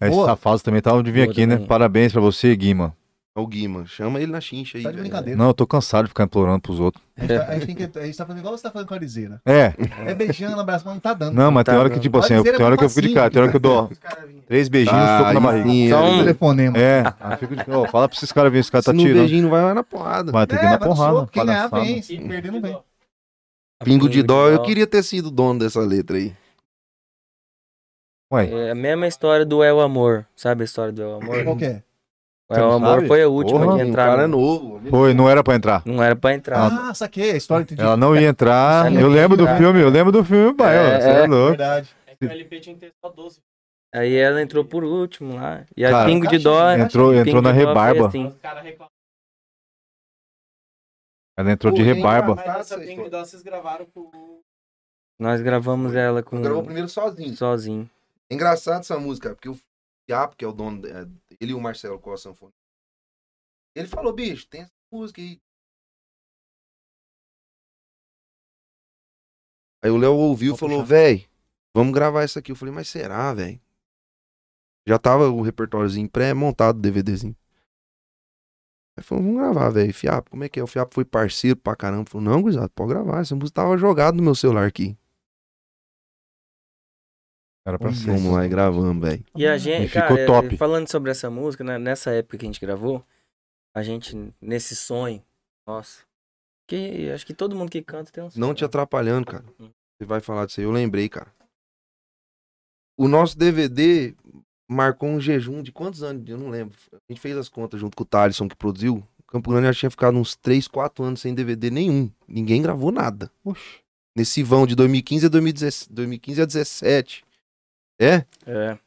Speaker 2: Essa
Speaker 1: Boa.
Speaker 2: fase também tava de vir
Speaker 3: Boa
Speaker 2: aqui, né?
Speaker 3: também.
Speaker 2: Parabéns pra você, Guima.
Speaker 4: É o Gui, mano. Chama ele na chincha aí.
Speaker 1: Tá de
Speaker 4: velho.
Speaker 1: brincadeira.
Speaker 2: Não, eu tô cansado de ficar implorando pros outros.
Speaker 1: A gente, tá, a gente tem que- a gente tá fazendo igual você tá fazendo com a Arizeira.
Speaker 2: É,
Speaker 1: É beijando, abraço, mas não tá dando.
Speaker 2: não, mas
Speaker 4: Tá,
Speaker 2: tem hora que,
Speaker 4: não.
Speaker 2: tipo assim,
Speaker 1: Pode
Speaker 2: eu-
Speaker 1: ser,
Speaker 2: tem
Speaker 1: é
Speaker 2: hora que eu
Speaker 1: facinho.
Speaker 2: fico de cara, tem hora que eu dou
Speaker 5: Os caras vêm.
Speaker 2: três beijinhos,
Speaker 4: Ah,
Speaker 2: soco na
Speaker 4: aí
Speaker 2: barriga.
Speaker 4: sim,
Speaker 3: Só
Speaker 4: aí
Speaker 3: um-
Speaker 4: sim.
Speaker 1: Telefonema.
Speaker 2: É, aí fica de... Ô, fala pra esses caras verem se esse cara
Speaker 4: Se
Speaker 2: tá
Speaker 4: não
Speaker 2: tirando.
Speaker 4: beijinho, não vai lá na porrada.
Speaker 2: Mas tem que ir na
Speaker 1: É, mas no
Speaker 2: porrada.
Speaker 1: soco, Quem ganhar
Speaker 2: palhaçada.
Speaker 1: vem, se
Speaker 5: E
Speaker 1: perder não vem.
Speaker 4: Pingo de dó, eu queria ter sido dono dessa letra aí.
Speaker 2: Ué,
Speaker 3: É a mesma história do É o Amor. Sabe a história do É o Amor?
Speaker 1: Qual que é?
Speaker 3: O É o
Speaker 2: Você não
Speaker 3: Amor
Speaker 2: Uhum. sabe?
Speaker 3: foi a última
Speaker 2: Porra,
Speaker 3: de
Speaker 4: o
Speaker 3: entrar.
Speaker 4: cara é
Speaker 3: no-
Speaker 4: novo.
Speaker 2: foi, não era pra entrar.
Speaker 3: Não era pra entrar.
Speaker 1: Ah, saquei. A história entendi.
Speaker 2: Ela não ia entrar.
Speaker 3: Ela
Speaker 2: Eu
Speaker 3: não ia
Speaker 2: lembro do
Speaker 3: entrar.
Speaker 2: filme, eu lembro do filme, pai.
Speaker 3: É,
Speaker 2: Você é
Speaker 3: é.
Speaker 2: louco.
Speaker 1: Verdade.
Speaker 5: É que o LP tinha que ter só 12.
Speaker 3: Aí ela entrou por último lá. E a
Speaker 2: Cara,
Speaker 3: Pingo de Dó.
Speaker 1: Eu
Speaker 2: Entrou,
Speaker 1: achei-
Speaker 2: entrou na
Speaker 3: Pingo de Dó foi
Speaker 2: rebarba.
Speaker 3: assim.
Speaker 5: Os caras reclamam.
Speaker 2: Ela entrou de
Speaker 4: Pô, hein,
Speaker 2: rebarba.
Speaker 5: Mas essa Pingo Dó vocês gravaram com.
Speaker 3: Nós gravamos ela com
Speaker 4: primeiro sozinho.
Speaker 3: sozinho.
Speaker 4: É Engraçado essa música, porque o Fiapo, que é o dono, de- é, ele e o Marcelo com a sanfona, ele falou, bicho, tem essa música aí. Aí o Léo ouviu e
Speaker 2: Vou
Speaker 4: falou,
Speaker 2: puxar.
Speaker 4: véi, vamos gravar isso aqui. Eu falei, mas será, véi? Já tava o repertóriozinho pré-montado, DVDzinho. Aí falou, vamos gravar, velho. Fiapo, como é que é? O Fiapo foi parceiro pra caramba. Falou, não, gurizada, pode gravar. Essa música tava jogada no meu celular aqui.
Speaker 2: Era pra ser.
Speaker 4: Vamos lá e gravamos, velho.
Speaker 3: E a
Speaker 2: Uhum. E
Speaker 3: gente,
Speaker 2: ficou
Speaker 3: cara, é,
Speaker 2: top.
Speaker 3: falando sobre essa música, né, nessa época que a gente gravou, a gente, nesse sonho, nossa. Que acho que todo mundo que canta tem um sonho.
Speaker 4: Não te atrapalhando, cara.
Speaker 3: Uhum.
Speaker 4: Você vai falar disso aí, eu lembrei, cara. O nosso DVD marcou um jejum de quantos anos? Eu não lembro. A gente fez as contas junto com o Thaleson, que produziu. O Campo Grande acho que tinha ficado uns 3, 4 anos sem DVD nenhum. Ninguém gravou nada.
Speaker 2: Oxe.
Speaker 4: Nesse vão de 2015 a 2017, 2015 a 17. É?
Speaker 3: É.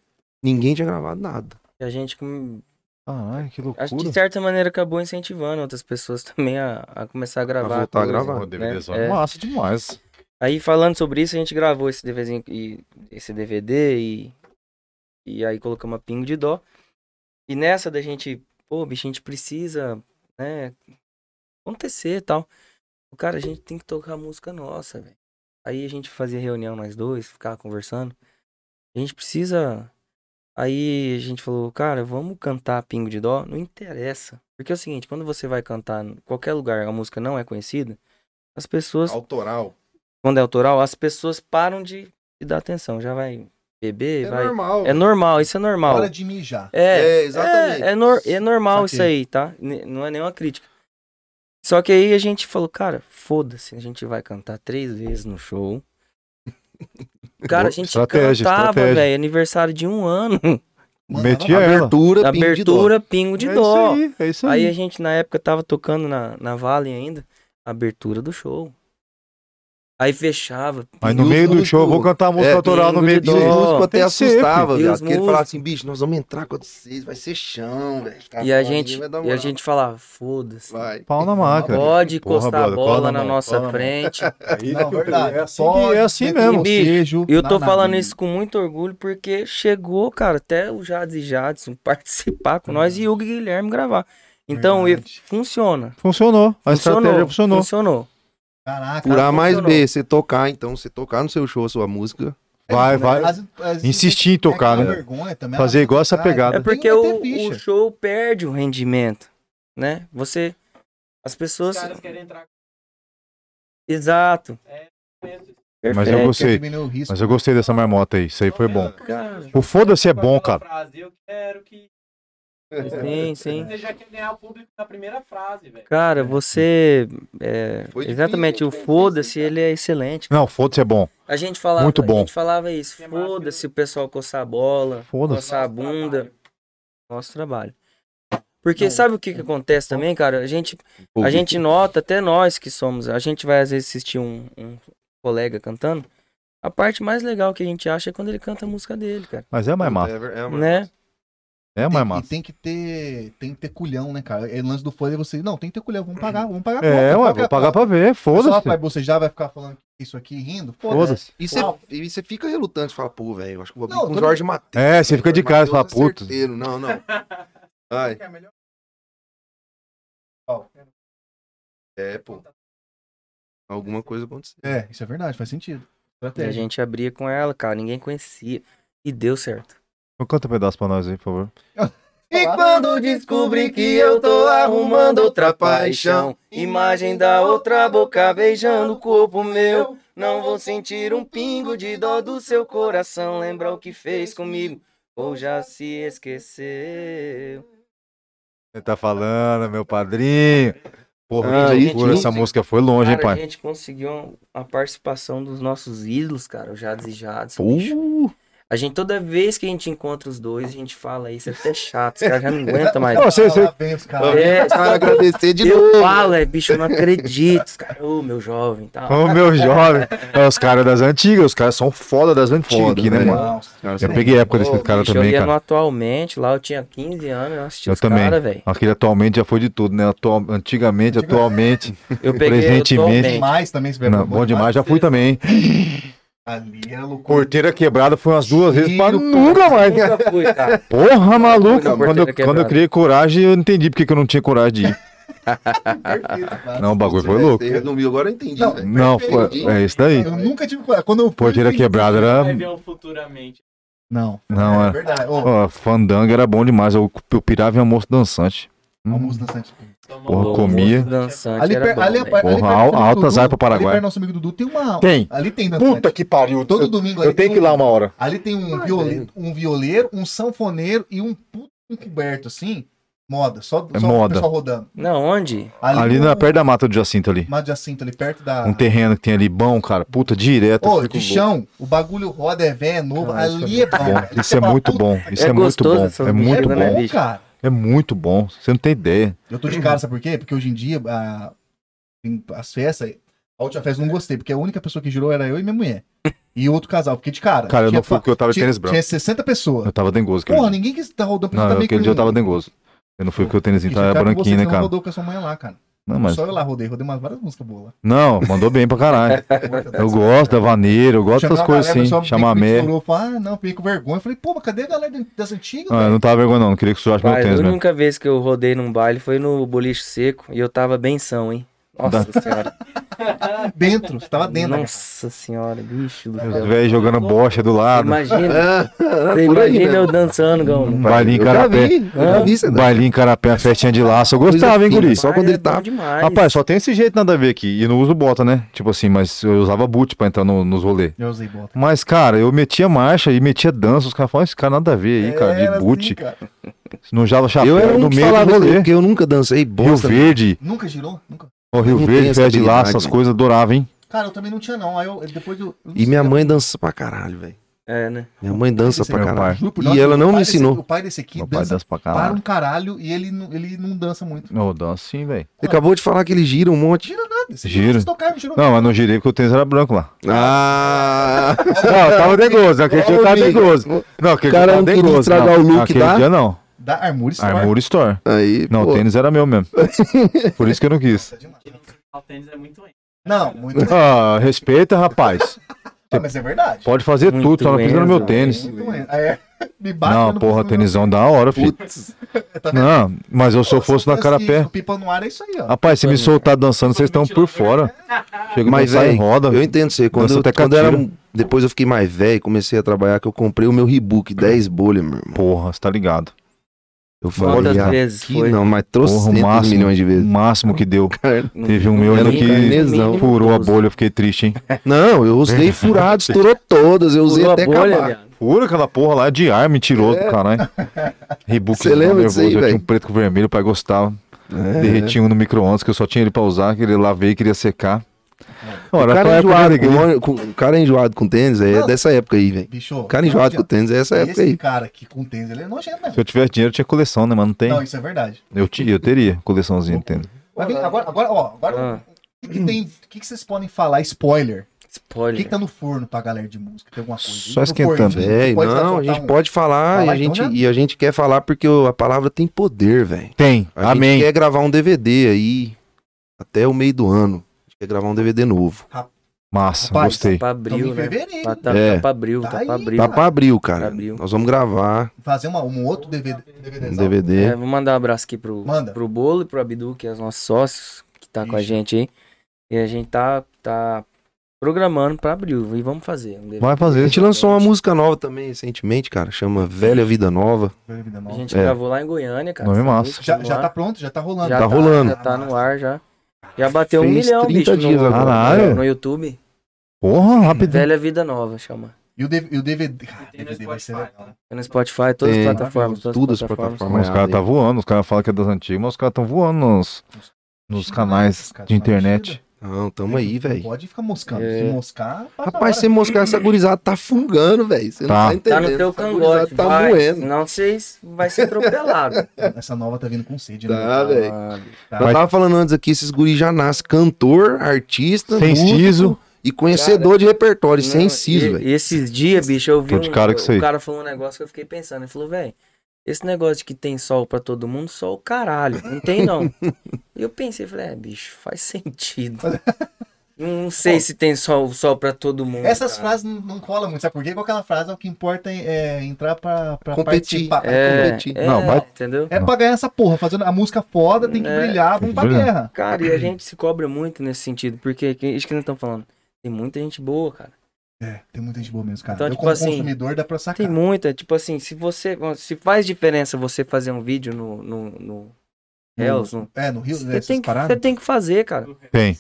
Speaker 4: Ninguém tinha gravado nada.
Speaker 3: E a gente, com-
Speaker 2: Caralho, que
Speaker 3: acho que
Speaker 2: loucura.
Speaker 3: de certa maneira acabou incentivando outras pessoas também a, a começar a gravar.
Speaker 4: voltar a
Speaker 3: coisa,
Speaker 4: gravar.
Speaker 2: Pô, DVDzão
Speaker 3: É.
Speaker 2: Massa demais.
Speaker 3: Aí falando sobre isso, a gente gravou esse DVDzinho e esse DVD e e aí colocamos a pingo de dó. E nessa da gente, pô, bicho, a gente precisa, né, acontecer e tal. O cara, a gente tem que tocar a música nossa, velho. Aí a gente fazia reunião nós dois, ficava conversando. A gente precisa Aí a gente falou, cara, vamos cantar pingo de dó? Não interessa. Porque é o seguinte, quando você vai cantar em qualquer lugar, a música não é conhecida, as pessoas
Speaker 4: Autoral.
Speaker 3: quando é autoral, as pessoas param de, de dar atenção. Já vai beber,
Speaker 4: É
Speaker 3: vai.
Speaker 4: normal.
Speaker 3: É normal, isso é normal.
Speaker 1: Hora de mijar.
Speaker 3: É,
Speaker 4: É, exatamente.
Speaker 3: É, é nor- é normal isso
Speaker 4: Saquei.
Speaker 3: aí, tá? Ne- Não é nenhuma crítica. Só que aí a gente falou, cara, foda-se, a gente vai cantar três vezes no show. Cara, a gente
Speaker 2: Estratégia,
Speaker 3: cantava,
Speaker 2: estratégia.
Speaker 3: velho, aniversário de um ano.
Speaker 1: Mandava
Speaker 2: Meti a ela.
Speaker 4: Abertura, pingo de dó.
Speaker 3: Abertura, pingo de
Speaker 2: É
Speaker 3: dó.
Speaker 2: isso aí, é isso
Speaker 3: Aí
Speaker 2: aí.
Speaker 3: a gente, na época, tava tocando na, na Vale ainda, a abertura do show. Aí fechava.
Speaker 2: Mas no
Speaker 4: E
Speaker 2: meio
Speaker 4: os
Speaker 2: do show eu vou
Speaker 4: músicos-
Speaker 2: cantar a música
Speaker 4: É,
Speaker 2: autoral no
Speaker 3: pingo
Speaker 2: meio
Speaker 3: de
Speaker 4: E
Speaker 2: do
Speaker 4: os
Speaker 3: dó.
Speaker 2: show.
Speaker 4: músicos até
Speaker 2: Tem que ser, filho.
Speaker 4: assustavam,
Speaker 3: E
Speaker 4: viado.
Speaker 3: os
Speaker 4: Porque ele falava
Speaker 3: músicos?
Speaker 4: assim, bicho, nós vamos entrar com vocês, vai ser chão, velho. Os caras
Speaker 3: E a
Speaker 4: falavam,
Speaker 3: gente,
Speaker 4: "Ninguém vai dar
Speaker 3: e a
Speaker 4: moral."
Speaker 3: gente falava, foda-se.
Speaker 4: Vai.
Speaker 2: Pau na máquina.
Speaker 3: Pode
Speaker 2: Porra,
Speaker 3: encostar
Speaker 2: brother,
Speaker 3: a
Speaker 2: cola na
Speaker 3: bola na
Speaker 2: mão,
Speaker 3: nossa
Speaker 2: cola na mão.
Speaker 3: frente.
Speaker 2: Aí
Speaker 1: Não, verdade.
Speaker 2: É assim, que- é assim
Speaker 1: meter
Speaker 2: mesmo.
Speaker 1: um
Speaker 3: Bicho,
Speaker 1: beijo
Speaker 3: E eu
Speaker 1: na
Speaker 3: tô
Speaker 1: narina.
Speaker 3: falando isso com muito orgulho, porque chegou, cara, até o Jades e Jadson participar com nós e o Guilherme gravar. Então,
Speaker 1: Verdade.
Speaker 3: e- funciona.
Speaker 2: Funcionou. A
Speaker 3: Funcionou.
Speaker 2: estratégia funcionou.
Speaker 3: Funcionou.
Speaker 1: Caraca.
Speaker 4: Por A mais
Speaker 3: funcionou.
Speaker 4: B, você tocar, então, você tocar no seu show a sua música.
Speaker 2: Vai, vai.
Speaker 1: Às vezes- às vezes
Speaker 2: Insistir em
Speaker 1: tem que
Speaker 2: tocar,
Speaker 1: ter
Speaker 2: né?
Speaker 1: vergonha também.
Speaker 2: Fazer igual essa
Speaker 1: Cara,
Speaker 2: pegada.
Speaker 3: É
Speaker 1: Tem que
Speaker 3: porque
Speaker 1: meter
Speaker 3: o,
Speaker 1: ficha.
Speaker 3: o show perde o rendimento, né? Você, as
Speaker 5: Os
Speaker 3: pessoas...
Speaker 5: caras querem entrar
Speaker 3: Exato.
Speaker 5: com medo.
Speaker 2: Mas é eu
Speaker 3: Perfeito.
Speaker 1: Quer
Speaker 2: gostei.
Speaker 1: diminuir o risco.
Speaker 2: Mas eu gostei dessa marmota aí. Isso aí foi bom.
Speaker 5: 90%
Speaker 3: Cara,
Speaker 2: O foda-se é bom,
Speaker 5: com aquela
Speaker 2: cara.
Speaker 5: Frase, eu quero que.
Speaker 3: Sim, sim.
Speaker 5: Você já quer ganhar o público na primeira frase, velho.
Speaker 3: Cara, você. é,
Speaker 4: Foi difícil, né?
Speaker 3: exatamente, o
Speaker 4: foi difícil,
Speaker 3: foda-se,
Speaker 4: cara.
Speaker 3: ele é excelente.
Speaker 2: Não, foda-se é bom.
Speaker 3: A gente falava,
Speaker 2: Muito bom.
Speaker 3: A gente falava isso.
Speaker 5: É maravilhoso.
Speaker 3: Foda-se o pessoal coçar a bola,
Speaker 2: Foda-se.
Speaker 3: coçar a
Speaker 5: Nosso
Speaker 3: bunda.
Speaker 5: trabalho.
Speaker 3: Nosso trabalho. Porque sabe o que, que acontece também, cara? A gente, a
Speaker 4: Pô,
Speaker 3: gente nota, até nós que somos, a gente vai às vezes assistir um, um colega cantando. A parte mais legal que a gente acha é quando ele canta a música dele, cara.
Speaker 2: Mas é mais massa.
Speaker 4: É, é,
Speaker 3: Né?
Speaker 2: É mais
Speaker 1: Tem, e
Speaker 2: massa.
Speaker 1: tem que ter, tem que ter culhão, né, cara? É, O lance do fã é você, não, tem que ter culhão, vamos pagar, vamos pagar.
Speaker 2: É, ué, vou pagar pra
Speaker 1: Só
Speaker 2: ver. Foda-se.
Speaker 1: vai bocejar, vai ficar falando isso aqui rindo? Foda-se.
Speaker 2: Foda-se.
Speaker 4: E você, e você fica relutante, você fala, pô, velho, eu acho que eu vou abrir
Speaker 1: Não,
Speaker 4: com o
Speaker 1: tô-
Speaker 4: Jorge Matheus.
Speaker 2: É, você fica de
Speaker 4: Jorge
Speaker 2: cara e fala,
Speaker 4: Mateus é
Speaker 2: puta.
Speaker 4: certeiro. Não, não. Ai,
Speaker 5: Quer melhor?
Speaker 1: Ó,
Speaker 4: é, pô. Alguma coisa aconteceu.
Speaker 1: É, isso é verdade, faz sentido.
Speaker 3: E a
Speaker 1: Estratégia.
Speaker 3: gente abria com ela, cara, ninguém conhecia. E deu certo.
Speaker 2: Canta um pedaço pra nós aí, por favor.
Speaker 4: E quando descobri que eu tô arrumando outra paixão,
Speaker 3: paixão. Imagem da outra boca beijando o corpo meu. Não vou sentir um pingo de dó do seu coração. Lembra o que fez comigo? Ou já se esqueceu?
Speaker 2: Você tá falando, meu padrinho. Porra,
Speaker 4: Ah,
Speaker 2: que
Speaker 4: e
Speaker 2: loucura,
Speaker 3: gente,
Speaker 2: essa
Speaker 3: gente,
Speaker 2: música foi longe, hein,
Speaker 3: Cara, a
Speaker 2: pai?
Speaker 3: gente conseguiu a participação dos nossos ídolos, cara, o Jades e Jadson. bicho.
Speaker 2: Uh,
Speaker 3: A gente, toda vez que a gente encontra os dois, a gente fala isso, é até chato, os caras já não aguentam mais.
Speaker 2: Não, você, você-
Speaker 1: Parabéns, cara.
Speaker 3: É,
Speaker 4: Cara, agradecer de
Speaker 3: eu
Speaker 4: novo.
Speaker 3: falo, é, bicho, eu não acredito, os caras, ô, meu jovem, tá. e tal.
Speaker 2: Ô, meu jovem. É, os caras das antigas, os caras são foda das antigas
Speaker 4: Foda,
Speaker 2: aqui, né,
Speaker 4: velho.
Speaker 2: mano?
Speaker 1: Não,
Speaker 4: Cara,
Speaker 2: Eu peguei a época desse
Speaker 3: Ô,
Speaker 2: cara
Speaker 3: bicho,
Speaker 2: também,
Speaker 3: eu ia no
Speaker 2: cara.
Speaker 3: atualmente, lá eu tinha 15 anos, eu assistia
Speaker 2: Eu
Speaker 3: os
Speaker 2: também.
Speaker 3: caras, velho.
Speaker 2: Aquele atualmente já foi de tudo, né? Atual, antigamente, atualmente.
Speaker 3: Eu peguei
Speaker 2: Presentemente.
Speaker 3: atualmente.
Speaker 1: demais também esse
Speaker 2: Não, bom demais, já fui também, hein?
Speaker 1: Ali é loucura.
Speaker 2: Corteira quebrada foi umas duas vezes, mas
Speaker 1: Tiro,
Speaker 2: nunca mais. né?
Speaker 3: Nunca fui, cara.
Speaker 2: Porra, maluco.
Speaker 3: Não,
Speaker 2: Quando eu,
Speaker 3: porteira
Speaker 2: quando eu
Speaker 3: quebrada.
Speaker 2: criei coragem, eu não entendi porque que eu não tinha coragem de ir.
Speaker 1: Perfeito, cara.
Speaker 2: Não, o bagulho foi louco.
Speaker 4: Você resumiu, agora eu entendi.
Speaker 1: Não,
Speaker 4: velho.
Speaker 2: Não, foi, é isso daí.
Speaker 1: Eu nunca tive coragem. Quando eu fui,
Speaker 2: Porteira
Speaker 1: eu fui-
Speaker 2: quebrada
Speaker 5: Vai
Speaker 2: era.
Speaker 5: ver um futuramente.
Speaker 1: Não,
Speaker 2: Não, Hum.
Speaker 1: é
Speaker 2: era.
Speaker 1: verdade. Ô,
Speaker 2: Ó, fandango era bom demais. Eu, eu pirava em almoço dançante. Hum.
Speaker 1: almoço dançante.
Speaker 5: Tomou
Speaker 2: Porra,
Speaker 5: um
Speaker 2: comia.
Speaker 5: almoço
Speaker 3: Dançante,
Speaker 1: Ali,
Speaker 3: era
Speaker 1: per,
Speaker 3: bom, né?
Speaker 1: ali,
Speaker 3: velho.
Speaker 1: ali perto do
Speaker 2: Porra, al-
Speaker 1: amigo
Speaker 2: altas
Speaker 1: Dudu,
Speaker 2: áreas pra Paraguai.
Speaker 1: Ali perto do nosso amigo Dudu tem uma.
Speaker 2: Tem.
Speaker 1: Ali tem dançante.
Speaker 2: Puta que pariu.
Speaker 1: Todo
Speaker 2: Eu,
Speaker 1: domingo ali
Speaker 2: eu tenho
Speaker 1: tem
Speaker 2: que ir lá uma hora.
Speaker 1: Ali tem um,
Speaker 4: Ah,
Speaker 1: viole- um violeiro, um sanfoneiro e um puto encoberto, assim. Moda. Só,
Speaker 2: É
Speaker 1: só
Speaker 2: moda.
Speaker 1: o pessoal rodando. um
Speaker 3: Não, onde?
Speaker 2: Ali
Speaker 1: no
Speaker 2: na perto da mata do Jacinto ali.
Speaker 1: Mato Jacinto, ali perto da.
Speaker 2: Um terreno que tem ali bom, cara. Puta, direto. eu
Speaker 1: Ô,
Speaker 2: fico
Speaker 1: de Ah. chão, o bagulho roda, é velho, é novo.
Speaker 2: Cara, isso
Speaker 1: ali é bom.
Speaker 2: bom.
Speaker 1: Ali
Speaker 2: Isso
Speaker 1: você
Speaker 2: é
Speaker 1: fala,
Speaker 2: muito
Speaker 1: "Puta,
Speaker 2: bom. Isso é
Speaker 3: É
Speaker 2: muito
Speaker 3: gostoso
Speaker 2: bom.
Speaker 3: essa
Speaker 2: É
Speaker 1: É
Speaker 2: muito
Speaker 3: merda, né,
Speaker 2: bom.
Speaker 1: bom,
Speaker 3: bicho?
Speaker 1: cara.
Speaker 2: É muito bom. Você não tem ideia.
Speaker 1: Eu tô de cara, sabe por quê? Porque hoje em dia, a- em- as festas, a última festa eu não gostei, porque a única pessoa que girou era eu e minha mulher. E outro casal, fiquei de cara.
Speaker 2: Cara, eu
Speaker 1: Tá, Tinha
Speaker 2: não fui
Speaker 1: fa-
Speaker 2: porque eu tava de
Speaker 1: tinha-
Speaker 2: tênis branco.
Speaker 1: Tinha 60 pessoas.
Speaker 2: Eu tava dengoso. aquele
Speaker 1: Porra,
Speaker 2: dia.
Speaker 1: ninguém quis tá rodando pra
Speaker 2: Não, eu- aquele dia eu tava dengoso. Eu não fui porque o tênis
Speaker 1: Fiquei de
Speaker 2: tava
Speaker 1: cara com você,
Speaker 2: branquinho,
Speaker 1: que
Speaker 2: né,
Speaker 1: não
Speaker 2: cara?
Speaker 1: rodou com a sua mãe lá, cara.
Speaker 2: Não, mas.
Speaker 1: Só eu lá rodei, rodei umas várias músicas boas lá. tá
Speaker 2: Não, mandou bem pra caralho. Eu gosto da vaneira, eu gosto
Speaker 1: Chamei uma
Speaker 2: dessas coisas
Speaker 1: galera, o pessoal
Speaker 2: assim.
Speaker 1: me-
Speaker 2: Chamar
Speaker 1: me
Speaker 2: merda.
Speaker 1: ignorou, falou, Ah, não, fiquei com vergonha. Eu falei, pô, mas cadê a galera das antigas?
Speaker 2: Não, Ah, eu
Speaker 1: velho?
Speaker 2: não tava vergonha, não. Não queria que sujasse meu
Speaker 3: Pai,
Speaker 2: tênis né?
Speaker 3: a
Speaker 2: mesmo.
Speaker 3: única vez que eu rodei num baile foi no boliche seco e eu tava benção, hein? Nossa senhora.
Speaker 1: Dentro, você tava Tá dentro. cara.
Speaker 3: Nossa senhora, bicho do
Speaker 2: Os
Speaker 3: céu.
Speaker 2: velhos jogando bocha do lado.
Speaker 3: Imagina,
Speaker 4: Ah,
Speaker 3: você
Speaker 4: por aí,
Speaker 3: imagina
Speaker 4: né?
Speaker 3: eu dançando, Gão.
Speaker 2: Um
Speaker 4: Pai,
Speaker 2: bailinho
Speaker 4: eu já
Speaker 2: carapé.
Speaker 4: vi, eu já vi isso, né?
Speaker 2: um Bailinho carapé, uma festinha de laço. Eu
Speaker 4: Coisa
Speaker 2: gostava, hein,
Speaker 4: fina,
Speaker 2: guri?
Speaker 4: só quando ele
Speaker 3: é bom
Speaker 4: tá-
Speaker 3: demais.
Speaker 2: Rapaz, só tem esse jeito nada a ver aqui. E não uso bota, né? Tipo assim, mas eu usava boot pra entrar no- nos rolê.
Speaker 1: Eu usei bota.
Speaker 2: Mas, cara, eu metia marcha e metia dança. Os caras falavam, esse cara nada a ver aí, cara,
Speaker 4: É,
Speaker 1: Era
Speaker 2: de
Speaker 1: assim,
Speaker 2: boot.
Speaker 1: cara.
Speaker 2: não java chapéu
Speaker 4: Eu era um
Speaker 2: no
Speaker 4: que
Speaker 2: meio do
Speaker 4: falava isso,
Speaker 2: rolê.
Speaker 4: porque eu nunca dancei
Speaker 2: Rio
Speaker 4: bosta.
Speaker 2: Verde,
Speaker 1: Nunca girou? Nunca.
Speaker 2: ó, Rio
Speaker 4: não
Speaker 2: Verde, Fé
Speaker 4: tenho
Speaker 2: de Laço,
Speaker 4: habilidade,
Speaker 2: essas
Speaker 4: mano.
Speaker 2: coisas adorava, hein?
Speaker 1: Cara, eu também não tinha, não. Aí eu, depois eu. eu não
Speaker 4: E minha
Speaker 1: sei,
Speaker 4: mãe dança pra caralho, velho.
Speaker 3: É, né?
Speaker 4: Minha mãe dança
Speaker 1: Esse é
Speaker 4: pra
Speaker 2: meu
Speaker 4: caralho.
Speaker 1: juro por
Speaker 4: E
Speaker 1: Deus,
Speaker 4: ela
Speaker 1: o
Speaker 4: não
Speaker 1: pai
Speaker 4: me
Speaker 1: desse-
Speaker 4: ensinou.
Speaker 1: o pai desse aqui
Speaker 2: Meu pai
Speaker 1: dança
Speaker 2: dança pra
Speaker 1: para um
Speaker 2: caralho.
Speaker 1: caralho e ele não, ele não dança
Speaker 4: um-
Speaker 1: muito.
Speaker 2: Não, dança sim, velho.
Speaker 4: Ele acabou de falar que ele gira um monte.
Speaker 1: Gira nada. Esse
Speaker 2: Gira.
Speaker 1: vocês tocaram, girou.
Speaker 2: Não, mas não girei porque o tênis era branco lá.
Speaker 4: Ah!
Speaker 2: Não, eu tava dengoso, aquele dia eu tava tá dengoso. Não, aquele dia eu
Speaker 4: Cara,
Speaker 2: tava
Speaker 4: não queria
Speaker 2: tá dengoso.
Speaker 4: estragar o look,
Speaker 2: aquele
Speaker 4: tá?
Speaker 2: dia não.
Speaker 1: Da Armour Store.
Speaker 2: Armour Store.
Speaker 4: Aí,
Speaker 2: Não,
Speaker 4: pô,
Speaker 2: o tênis era meu mesmo. Por isso que eu não quis.
Speaker 1: Nossa, demais.
Speaker 5: O tênis é muito ruim.
Speaker 1: Não, muito.
Speaker 2: Ah, respeita, rapaz.
Speaker 1: Ah, mas é verdade.
Speaker 2: Pode fazer
Speaker 3: Muito
Speaker 2: tudo, só não pisa no meu
Speaker 3: Enzo,
Speaker 2: tênis.
Speaker 1: Muito ruim. Ah, é. Me bate, mas
Speaker 2: Não, porra,
Speaker 1: precisa-
Speaker 2: tênisão da hora, filho.
Speaker 4: Putz, assim,
Speaker 2: Não, mas eu se eu
Speaker 1: Pô,
Speaker 2: fosse na
Speaker 1: dança que-
Speaker 2: carapé.
Speaker 1: Pipa no ar é isso aí, ó.
Speaker 2: Rapaz, se me soltar dançando, vocês estão por fora. Chega mas
Speaker 4: Mas,
Speaker 2: sai em
Speaker 4: velho,
Speaker 2: roda.
Speaker 4: eu entendo você. Quando,
Speaker 2: Dança
Speaker 4: eu,
Speaker 2: até
Speaker 4: quando eu era. um-
Speaker 2: catira.
Speaker 4: Depois eu fiquei mais velho, comecei a trabalhar, que eu comprei o meu Rebook 10 bolhas, meu irmão.
Speaker 2: Porra, você tá ligado.
Speaker 4: Eu
Speaker 3: Quantas
Speaker 4: falei, ah,
Speaker 3: vezes
Speaker 4: que
Speaker 3: foi?
Speaker 4: não, mas trouxe
Speaker 2: Porra, o máximo,
Speaker 4: milhões de
Speaker 2: O
Speaker 4: vezes.
Speaker 2: máximo que deu.
Speaker 4: Cara,
Speaker 3: No-
Speaker 2: Teve um
Speaker 3: no
Speaker 2: meu
Speaker 4: ainda
Speaker 3: mínimo,
Speaker 4: que
Speaker 3: no mínimo,
Speaker 2: Furou a
Speaker 3: doze.
Speaker 2: bolha, eu fiquei triste, hein?
Speaker 4: Não, eu usei furado, estourou todas, eu usei
Speaker 3: Furou a
Speaker 4: até
Speaker 3: bolha,
Speaker 4: acabar.
Speaker 3: viado.
Speaker 2: Fura aquela porra lá de ar, mentiroso do
Speaker 4: É.
Speaker 2: caralho. Rebook
Speaker 4: Você lembra disso aí,
Speaker 2: Eu tinha
Speaker 4: velho?
Speaker 2: um preto com vermelho, pai gostava.
Speaker 4: É.
Speaker 2: Derretinho no micro-ondas, que eu só tinha ele pra usar, que ele lavei e queria secar.
Speaker 4: O
Speaker 2: Ora,
Speaker 4: cara, é
Speaker 2: era tua
Speaker 4: enjoado
Speaker 2: alegria.
Speaker 4: com, com- o cara enjoado com tênis é
Speaker 1: Não.
Speaker 4: dessa época aí, velho.
Speaker 1: Bicho.
Speaker 4: O cara
Speaker 1: não
Speaker 4: enjoado com
Speaker 1: adianta.
Speaker 4: tênis é essa época
Speaker 1: Esse
Speaker 4: aí.
Speaker 1: cara aqui com tênis, ele é nojento, né?
Speaker 2: Se eu tivesse dinheiro, eu tinha coleção, né? Mas não tem.
Speaker 1: Não, isso é verdade.
Speaker 2: Eu, ti- eu teria coleçãozinha, entendo.
Speaker 1: Mas vem, agora, agora, ó, agora
Speaker 3: Ah,
Speaker 1: o que, tem- o que que vocês podem falar? Spoiler. O que,
Speaker 3: spoiler.
Speaker 1: que tá no forno pra galera de música? Tem alguma coisa? aí?
Speaker 2: Só
Speaker 1: No
Speaker 2: esquentando.
Speaker 1: forninho,
Speaker 4: Velho,
Speaker 1: pode só
Speaker 4: não, a
Speaker 1: soltar
Speaker 4: gente
Speaker 1: um-
Speaker 4: pode falar, e, a
Speaker 1: Falar, então,
Speaker 4: gente,
Speaker 1: já-
Speaker 4: e a gente quer falar porque o- a palavra tem poder, velho.
Speaker 2: Tem,
Speaker 4: A
Speaker 2: amém.
Speaker 4: gente quer gravar um DVD aí até o meio do ano. A gente quer gravar um DVD novo.
Speaker 2: Massa,
Speaker 1: Rapaz,
Speaker 2: gostei.
Speaker 3: Pra
Speaker 1: Tamo
Speaker 3: abril,
Speaker 1: em
Speaker 3: né?
Speaker 1: fevereiro,
Speaker 3: Tá, tá,
Speaker 4: É.
Speaker 3: tá pra abril,
Speaker 1: Tá
Speaker 3: tá,
Speaker 1: aí,
Speaker 3: pra abril.
Speaker 4: Tá pra abril, cara.
Speaker 3: Abril.
Speaker 4: Nós vamos gravar
Speaker 1: fazer uma, um outro DVD.
Speaker 4: um
Speaker 1: DVDzão.
Speaker 4: DVD.
Speaker 3: É, vou mandar um abraço aqui pro,
Speaker 1: Manda.
Speaker 3: pro Bolo e pro Abdu, que é os nossos sócios, que tá com a
Speaker 1: Isso.
Speaker 3: gente aí. E a gente tá, tá programando pra abril. E vamos fazer. um DVD.
Speaker 2: Vai
Speaker 4: A
Speaker 2: fazer.
Speaker 4: gente lançou uma música nova também recentemente, cara. Chama Velha Vida Nova.
Speaker 1: Velha Vida
Speaker 3: A
Speaker 1: Nova.
Speaker 3: gente
Speaker 2: É.
Speaker 3: gravou lá em Goiânia, cara.
Speaker 2: Nome
Speaker 3: essa
Speaker 2: massa.
Speaker 3: música,
Speaker 1: Já,
Speaker 3: vamos
Speaker 1: já
Speaker 3: lá.
Speaker 1: tá pronto, já tá rolando.
Speaker 3: Já
Speaker 4: Tá rolando.
Speaker 3: Já tá no ar já. Já bateu um
Speaker 4: Fez
Speaker 3: milhão,
Speaker 4: 30
Speaker 3: bicho,
Speaker 4: dias
Speaker 3: no,
Speaker 4: agora. Ah, é?
Speaker 2: Caralho.
Speaker 3: no YouTube.
Speaker 2: Porra, rapidinho.
Speaker 3: Velha Vida Nova, chama.
Speaker 1: E o, D- e o DVD. Cara,
Speaker 5: tem no
Speaker 1: DVD vai ser
Speaker 5: Spotify,
Speaker 1: legal.
Speaker 5: tá?
Speaker 1: né?
Speaker 3: É No Spotify, todas
Speaker 4: Tem.
Speaker 3: as plataformas. Todas,
Speaker 4: Todas
Speaker 3: as
Speaker 4: as
Speaker 3: plataformas.
Speaker 4: plataformas.
Speaker 2: Mas os caras tá voando, os caras falam que é das antigas, mas os caras estão voando nos, nos canais de internet.
Speaker 4: Não, tamo aí,
Speaker 1: Não
Speaker 4: velho.
Speaker 1: Pode ficar moscando.
Speaker 3: É.
Speaker 1: Se moscar. passa
Speaker 4: Rapaz,
Speaker 1: hora.
Speaker 4: você moscar essa gurizada tá fungando, velho. Você
Speaker 2: Tá.
Speaker 4: não tá
Speaker 3: Tá
Speaker 4: entendendo.
Speaker 3: no teu
Speaker 4: Essa gurizada
Speaker 3: cangote,
Speaker 4: tá
Speaker 3: vai.
Speaker 4: moendo.
Speaker 3: Não, vocês vai ser atropelado.
Speaker 1: Essa nova tá vindo com sede.
Speaker 4: Tá,
Speaker 1: né?
Speaker 4: velho.
Speaker 1: Tá.
Speaker 4: Eu tava falando antes aqui, esses guris já nascem cantor, artista,
Speaker 2: Sem
Speaker 4: músico
Speaker 2: siso.
Speaker 4: e conhecedor de repertório, sem siso,
Speaker 3: e-
Speaker 4: velho.
Speaker 3: e Esses dias, bicho, eu vi
Speaker 2: Tô
Speaker 3: um,
Speaker 2: de cara com isso aí.
Speaker 3: o cara falou um negócio que eu fiquei pensando. Ele falou, velho, esse negócio de que tem sol pra todo mundo, sol o caralho. Não tem, não. e eu pensei, falei, é, bicho, faz sentido. não, não sei se tem sol, sol pra todo mundo.
Speaker 1: Essas
Speaker 3: cara.
Speaker 1: frases não- não colam muito, sabe por quê? Igual aquela frase, o que importa é, é entrar pra, pra
Speaker 4: Competir.
Speaker 1: participar.
Speaker 3: é,
Speaker 4: competir.
Speaker 3: é,
Speaker 2: Não, vai-
Speaker 3: entendeu?
Speaker 1: É pra ganhar essa porra, fazendo a música foda, tem que
Speaker 3: É.
Speaker 1: brilhar, vamos pra
Speaker 2: Brilhar.
Speaker 1: guerra.
Speaker 3: Cara, e a gente se cobra muito nesse sentido, porque que- isso que nós estamos falando. Tem muita gente boa, cara.
Speaker 1: É, tem muita gente boa mesmo, cara.
Speaker 3: Então,
Speaker 1: Eu
Speaker 3: tipo
Speaker 1: como
Speaker 3: assim,
Speaker 1: consumidor dá pra sacar.
Speaker 3: Tem muita, tipo assim, se você. Se faz diferença você fazer um vídeo no. no, no Reels, no-
Speaker 1: É, no Rio,
Speaker 3: Você
Speaker 1: né,
Speaker 3: tem,
Speaker 1: essas
Speaker 3: que- você
Speaker 1: paradas.
Speaker 3: tem que fazer, cara.
Speaker 2: Tem.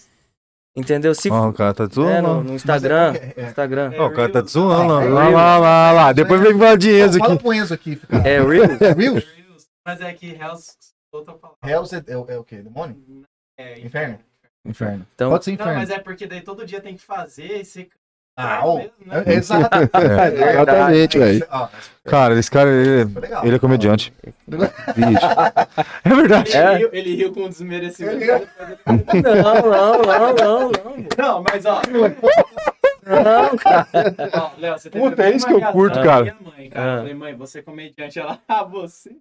Speaker 3: Entendeu? Se
Speaker 2: Ó, o cara tá
Speaker 3: é, no,
Speaker 2: zoando.
Speaker 3: no
Speaker 1: Mas é
Speaker 3: Instagram.
Speaker 1: porque- é.
Speaker 3: Instagram.
Speaker 2: ó. Ó, o cara tá
Speaker 5: Reels,
Speaker 2: zoando. ó.
Speaker 1: É
Speaker 2: Lá,
Speaker 3: Reels.
Speaker 2: lá, lá, lá. Depois vem falar de
Speaker 1: Não,
Speaker 2: Enzo
Speaker 1: fala
Speaker 2: aqui.
Speaker 1: pro Enzo aqui, cara.
Speaker 3: É, Reels.
Speaker 1: É. Reels?
Speaker 5: Reels, Mas é que Hells, outra palavra.
Speaker 1: Hells é, é, é o quê? Demônio?
Speaker 5: É,
Speaker 1: Inferno? Inferno.
Speaker 3: Então-
Speaker 1: Pode ser
Speaker 5: Não, mas
Speaker 1: inferno.
Speaker 5: é porque daí todo dia tem que fazer e você...
Speaker 1: Ah,
Speaker 5: é
Speaker 1: ó.
Speaker 5: mesmo, né?
Speaker 1: É, Exato.
Speaker 2: É.
Speaker 4: Exatamente, velho.
Speaker 1: Ah,
Speaker 2: Cara, esse cara, ele,
Speaker 1: foi legal.
Speaker 2: ele é comediante. É verdade.
Speaker 5: Ele,
Speaker 3: É.
Speaker 5: riu, ele riu com desmerecimento.
Speaker 3: Não, não, não, não, não.
Speaker 5: Não, mas ó,
Speaker 3: Não, cara.
Speaker 5: ó, Léo, você tem
Speaker 2: Puta, é isso que eu curto, cara.
Speaker 5: Minha mãe, cara.
Speaker 3: Ah.
Speaker 5: Eu Falei, mãe, você é comediante. Ela, ah, você.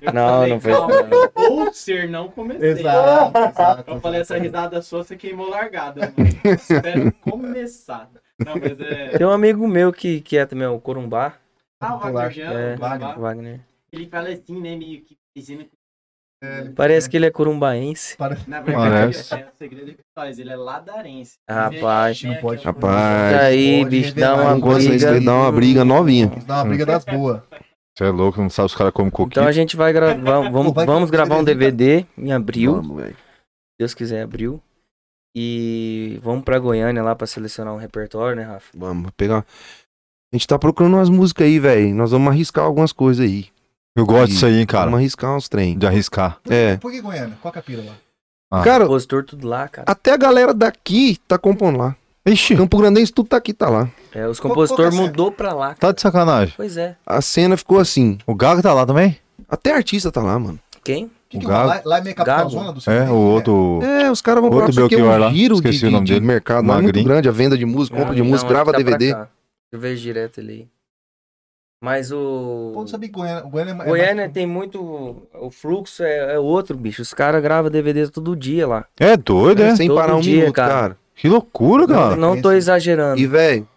Speaker 5: Eu
Speaker 3: Não,
Speaker 5: falei,
Speaker 3: não foi
Speaker 5: "Calma,
Speaker 3: isso, não."
Speaker 5: eu Vou ser, não comecei.
Speaker 1: Exato, exato.
Speaker 5: Eu falei, assim, essa risada sua, você queimou largada, mãe. Espero começar. Não, mas é.
Speaker 3: Tem um amigo meu que, que é também o Corumbá.
Speaker 5: Ah, o
Speaker 1: Popular.
Speaker 5: Wagner Jean,
Speaker 3: É.
Speaker 5: o Wagner,
Speaker 3: Wagner.
Speaker 5: ele fala assim, né? Meio que dizendo que,
Speaker 3: Parece que ele é corumbaense.
Speaker 5: na verdade,
Speaker 2: Parece.
Speaker 5: é, o segredo é que faz, ele é ladarense.
Speaker 3: Rapaz.
Speaker 5: Tem
Speaker 1: Não pode.
Speaker 5: aquela-
Speaker 4: Rapaz.
Speaker 3: E Tá aí,
Speaker 1: pode
Speaker 3: bicho, dá
Speaker 1: revelar.
Speaker 3: uma
Speaker 4: Não gosto disso,
Speaker 3: briga.
Speaker 4: daí dá uma briga novinha.
Speaker 1: Isso dá uma briga das boas.
Speaker 2: Você é louco, não sabe os caras comem coquinho.
Speaker 3: Então a gente vai gravar, vamos,
Speaker 1: Vai-
Speaker 3: vamos gravar um DVD em abril,
Speaker 4: Vamos, velho.
Speaker 3: se Deus quiser, abril. E vamos pra Goiânia lá pra selecionar um repertório, né, Rafa?
Speaker 4: Vamos pegar. A gente tá procurando umas músicas aí, velho. Nós vamos arriscar algumas coisas aí.
Speaker 2: Eu gosto disso aí, hein, cara.
Speaker 4: Vamos arriscar uns trem.
Speaker 2: De arriscar.
Speaker 4: É.
Speaker 1: Por que Goiânia? Qual que é a pira lá?
Speaker 2: Ah.
Speaker 4: Cara,
Speaker 3: Compositor tudo lá, cara.
Speaker 4: até a galera daqui tá compondo lá.
Speaker 2: Ixi,
Speaker 4: Campo Grandense, tudo tá aqui, tá lá.
Speaker 3: É, os
Speaker 1: qual-
Speaker 3: compositores
Speaker 1: qual que é
Speaker 3: mudou pra lá. cara.
Speaker 2: tá de sacanagem.
Speaker 3: Pois é.
Speaker 4: A cena ficou assim.
Speaker 2: O Gago tá lá também?
Speaker 4: Até artista tá lá, mano.
Speaker 3: Quem?
Speaker 1: Que
Speaker 2: O
Speaker 1: que
Speaker 2: Gago.
Speaker 1: lá, lá é meio capital
Speaker 3: Gago.
Speaker 1: zona do né?
Speaker 2: É,
Speaker 1: sertanejo,
Speaker 2: o outro.
Speaker 4: É, os caras vão
Speaker 2: Outro
Speaker 4: pra lá, só que é
Speaker 2: Belchior lá.
Speaker 4: um giro de,
Speaker 2: Esqueci o
Speaker 4: de-
Speaker 2: nome
Speaker 4: de
Speaker 2: dele.
Speaker 4: mercado lá, é muito
Speaker 2: Magrinho.
Speaker 4: grande. A venda de música, compra de
Speaker 3: Não,
Speaker 4: música,
Speaker 3: ele
Speaker 4: grava
Speaker 3: tá pra
Speaker 4: DVD.
Speaker 3: cá. Eu vejo direto ele. Mas
Speaker 1: O
Speaker 3: o.
Speaker 1: povo sabe que Goiânia, Goiânia é mais-
Speaker 3: Goiânia
Speaker 1: é mais-
Speaker 3: tem muito. O fluxo é, é outro, bicho. Os caras gravam DVD todo dia lá.
Speaker 2: É doido, é?
Speaker 4: Sem
Speaker 3: Todo
Speaker 4: parar um
Speaker 3: dia,
Speaker 4: minuto,
Speaker 3: cara.
Speaker 4: cara.
Speaker 2: Que loucura, cara.
Speaker 3: não tô
Speaker 1: esse-
Speaker 3: exagerando.
Speaker 4: E, velho,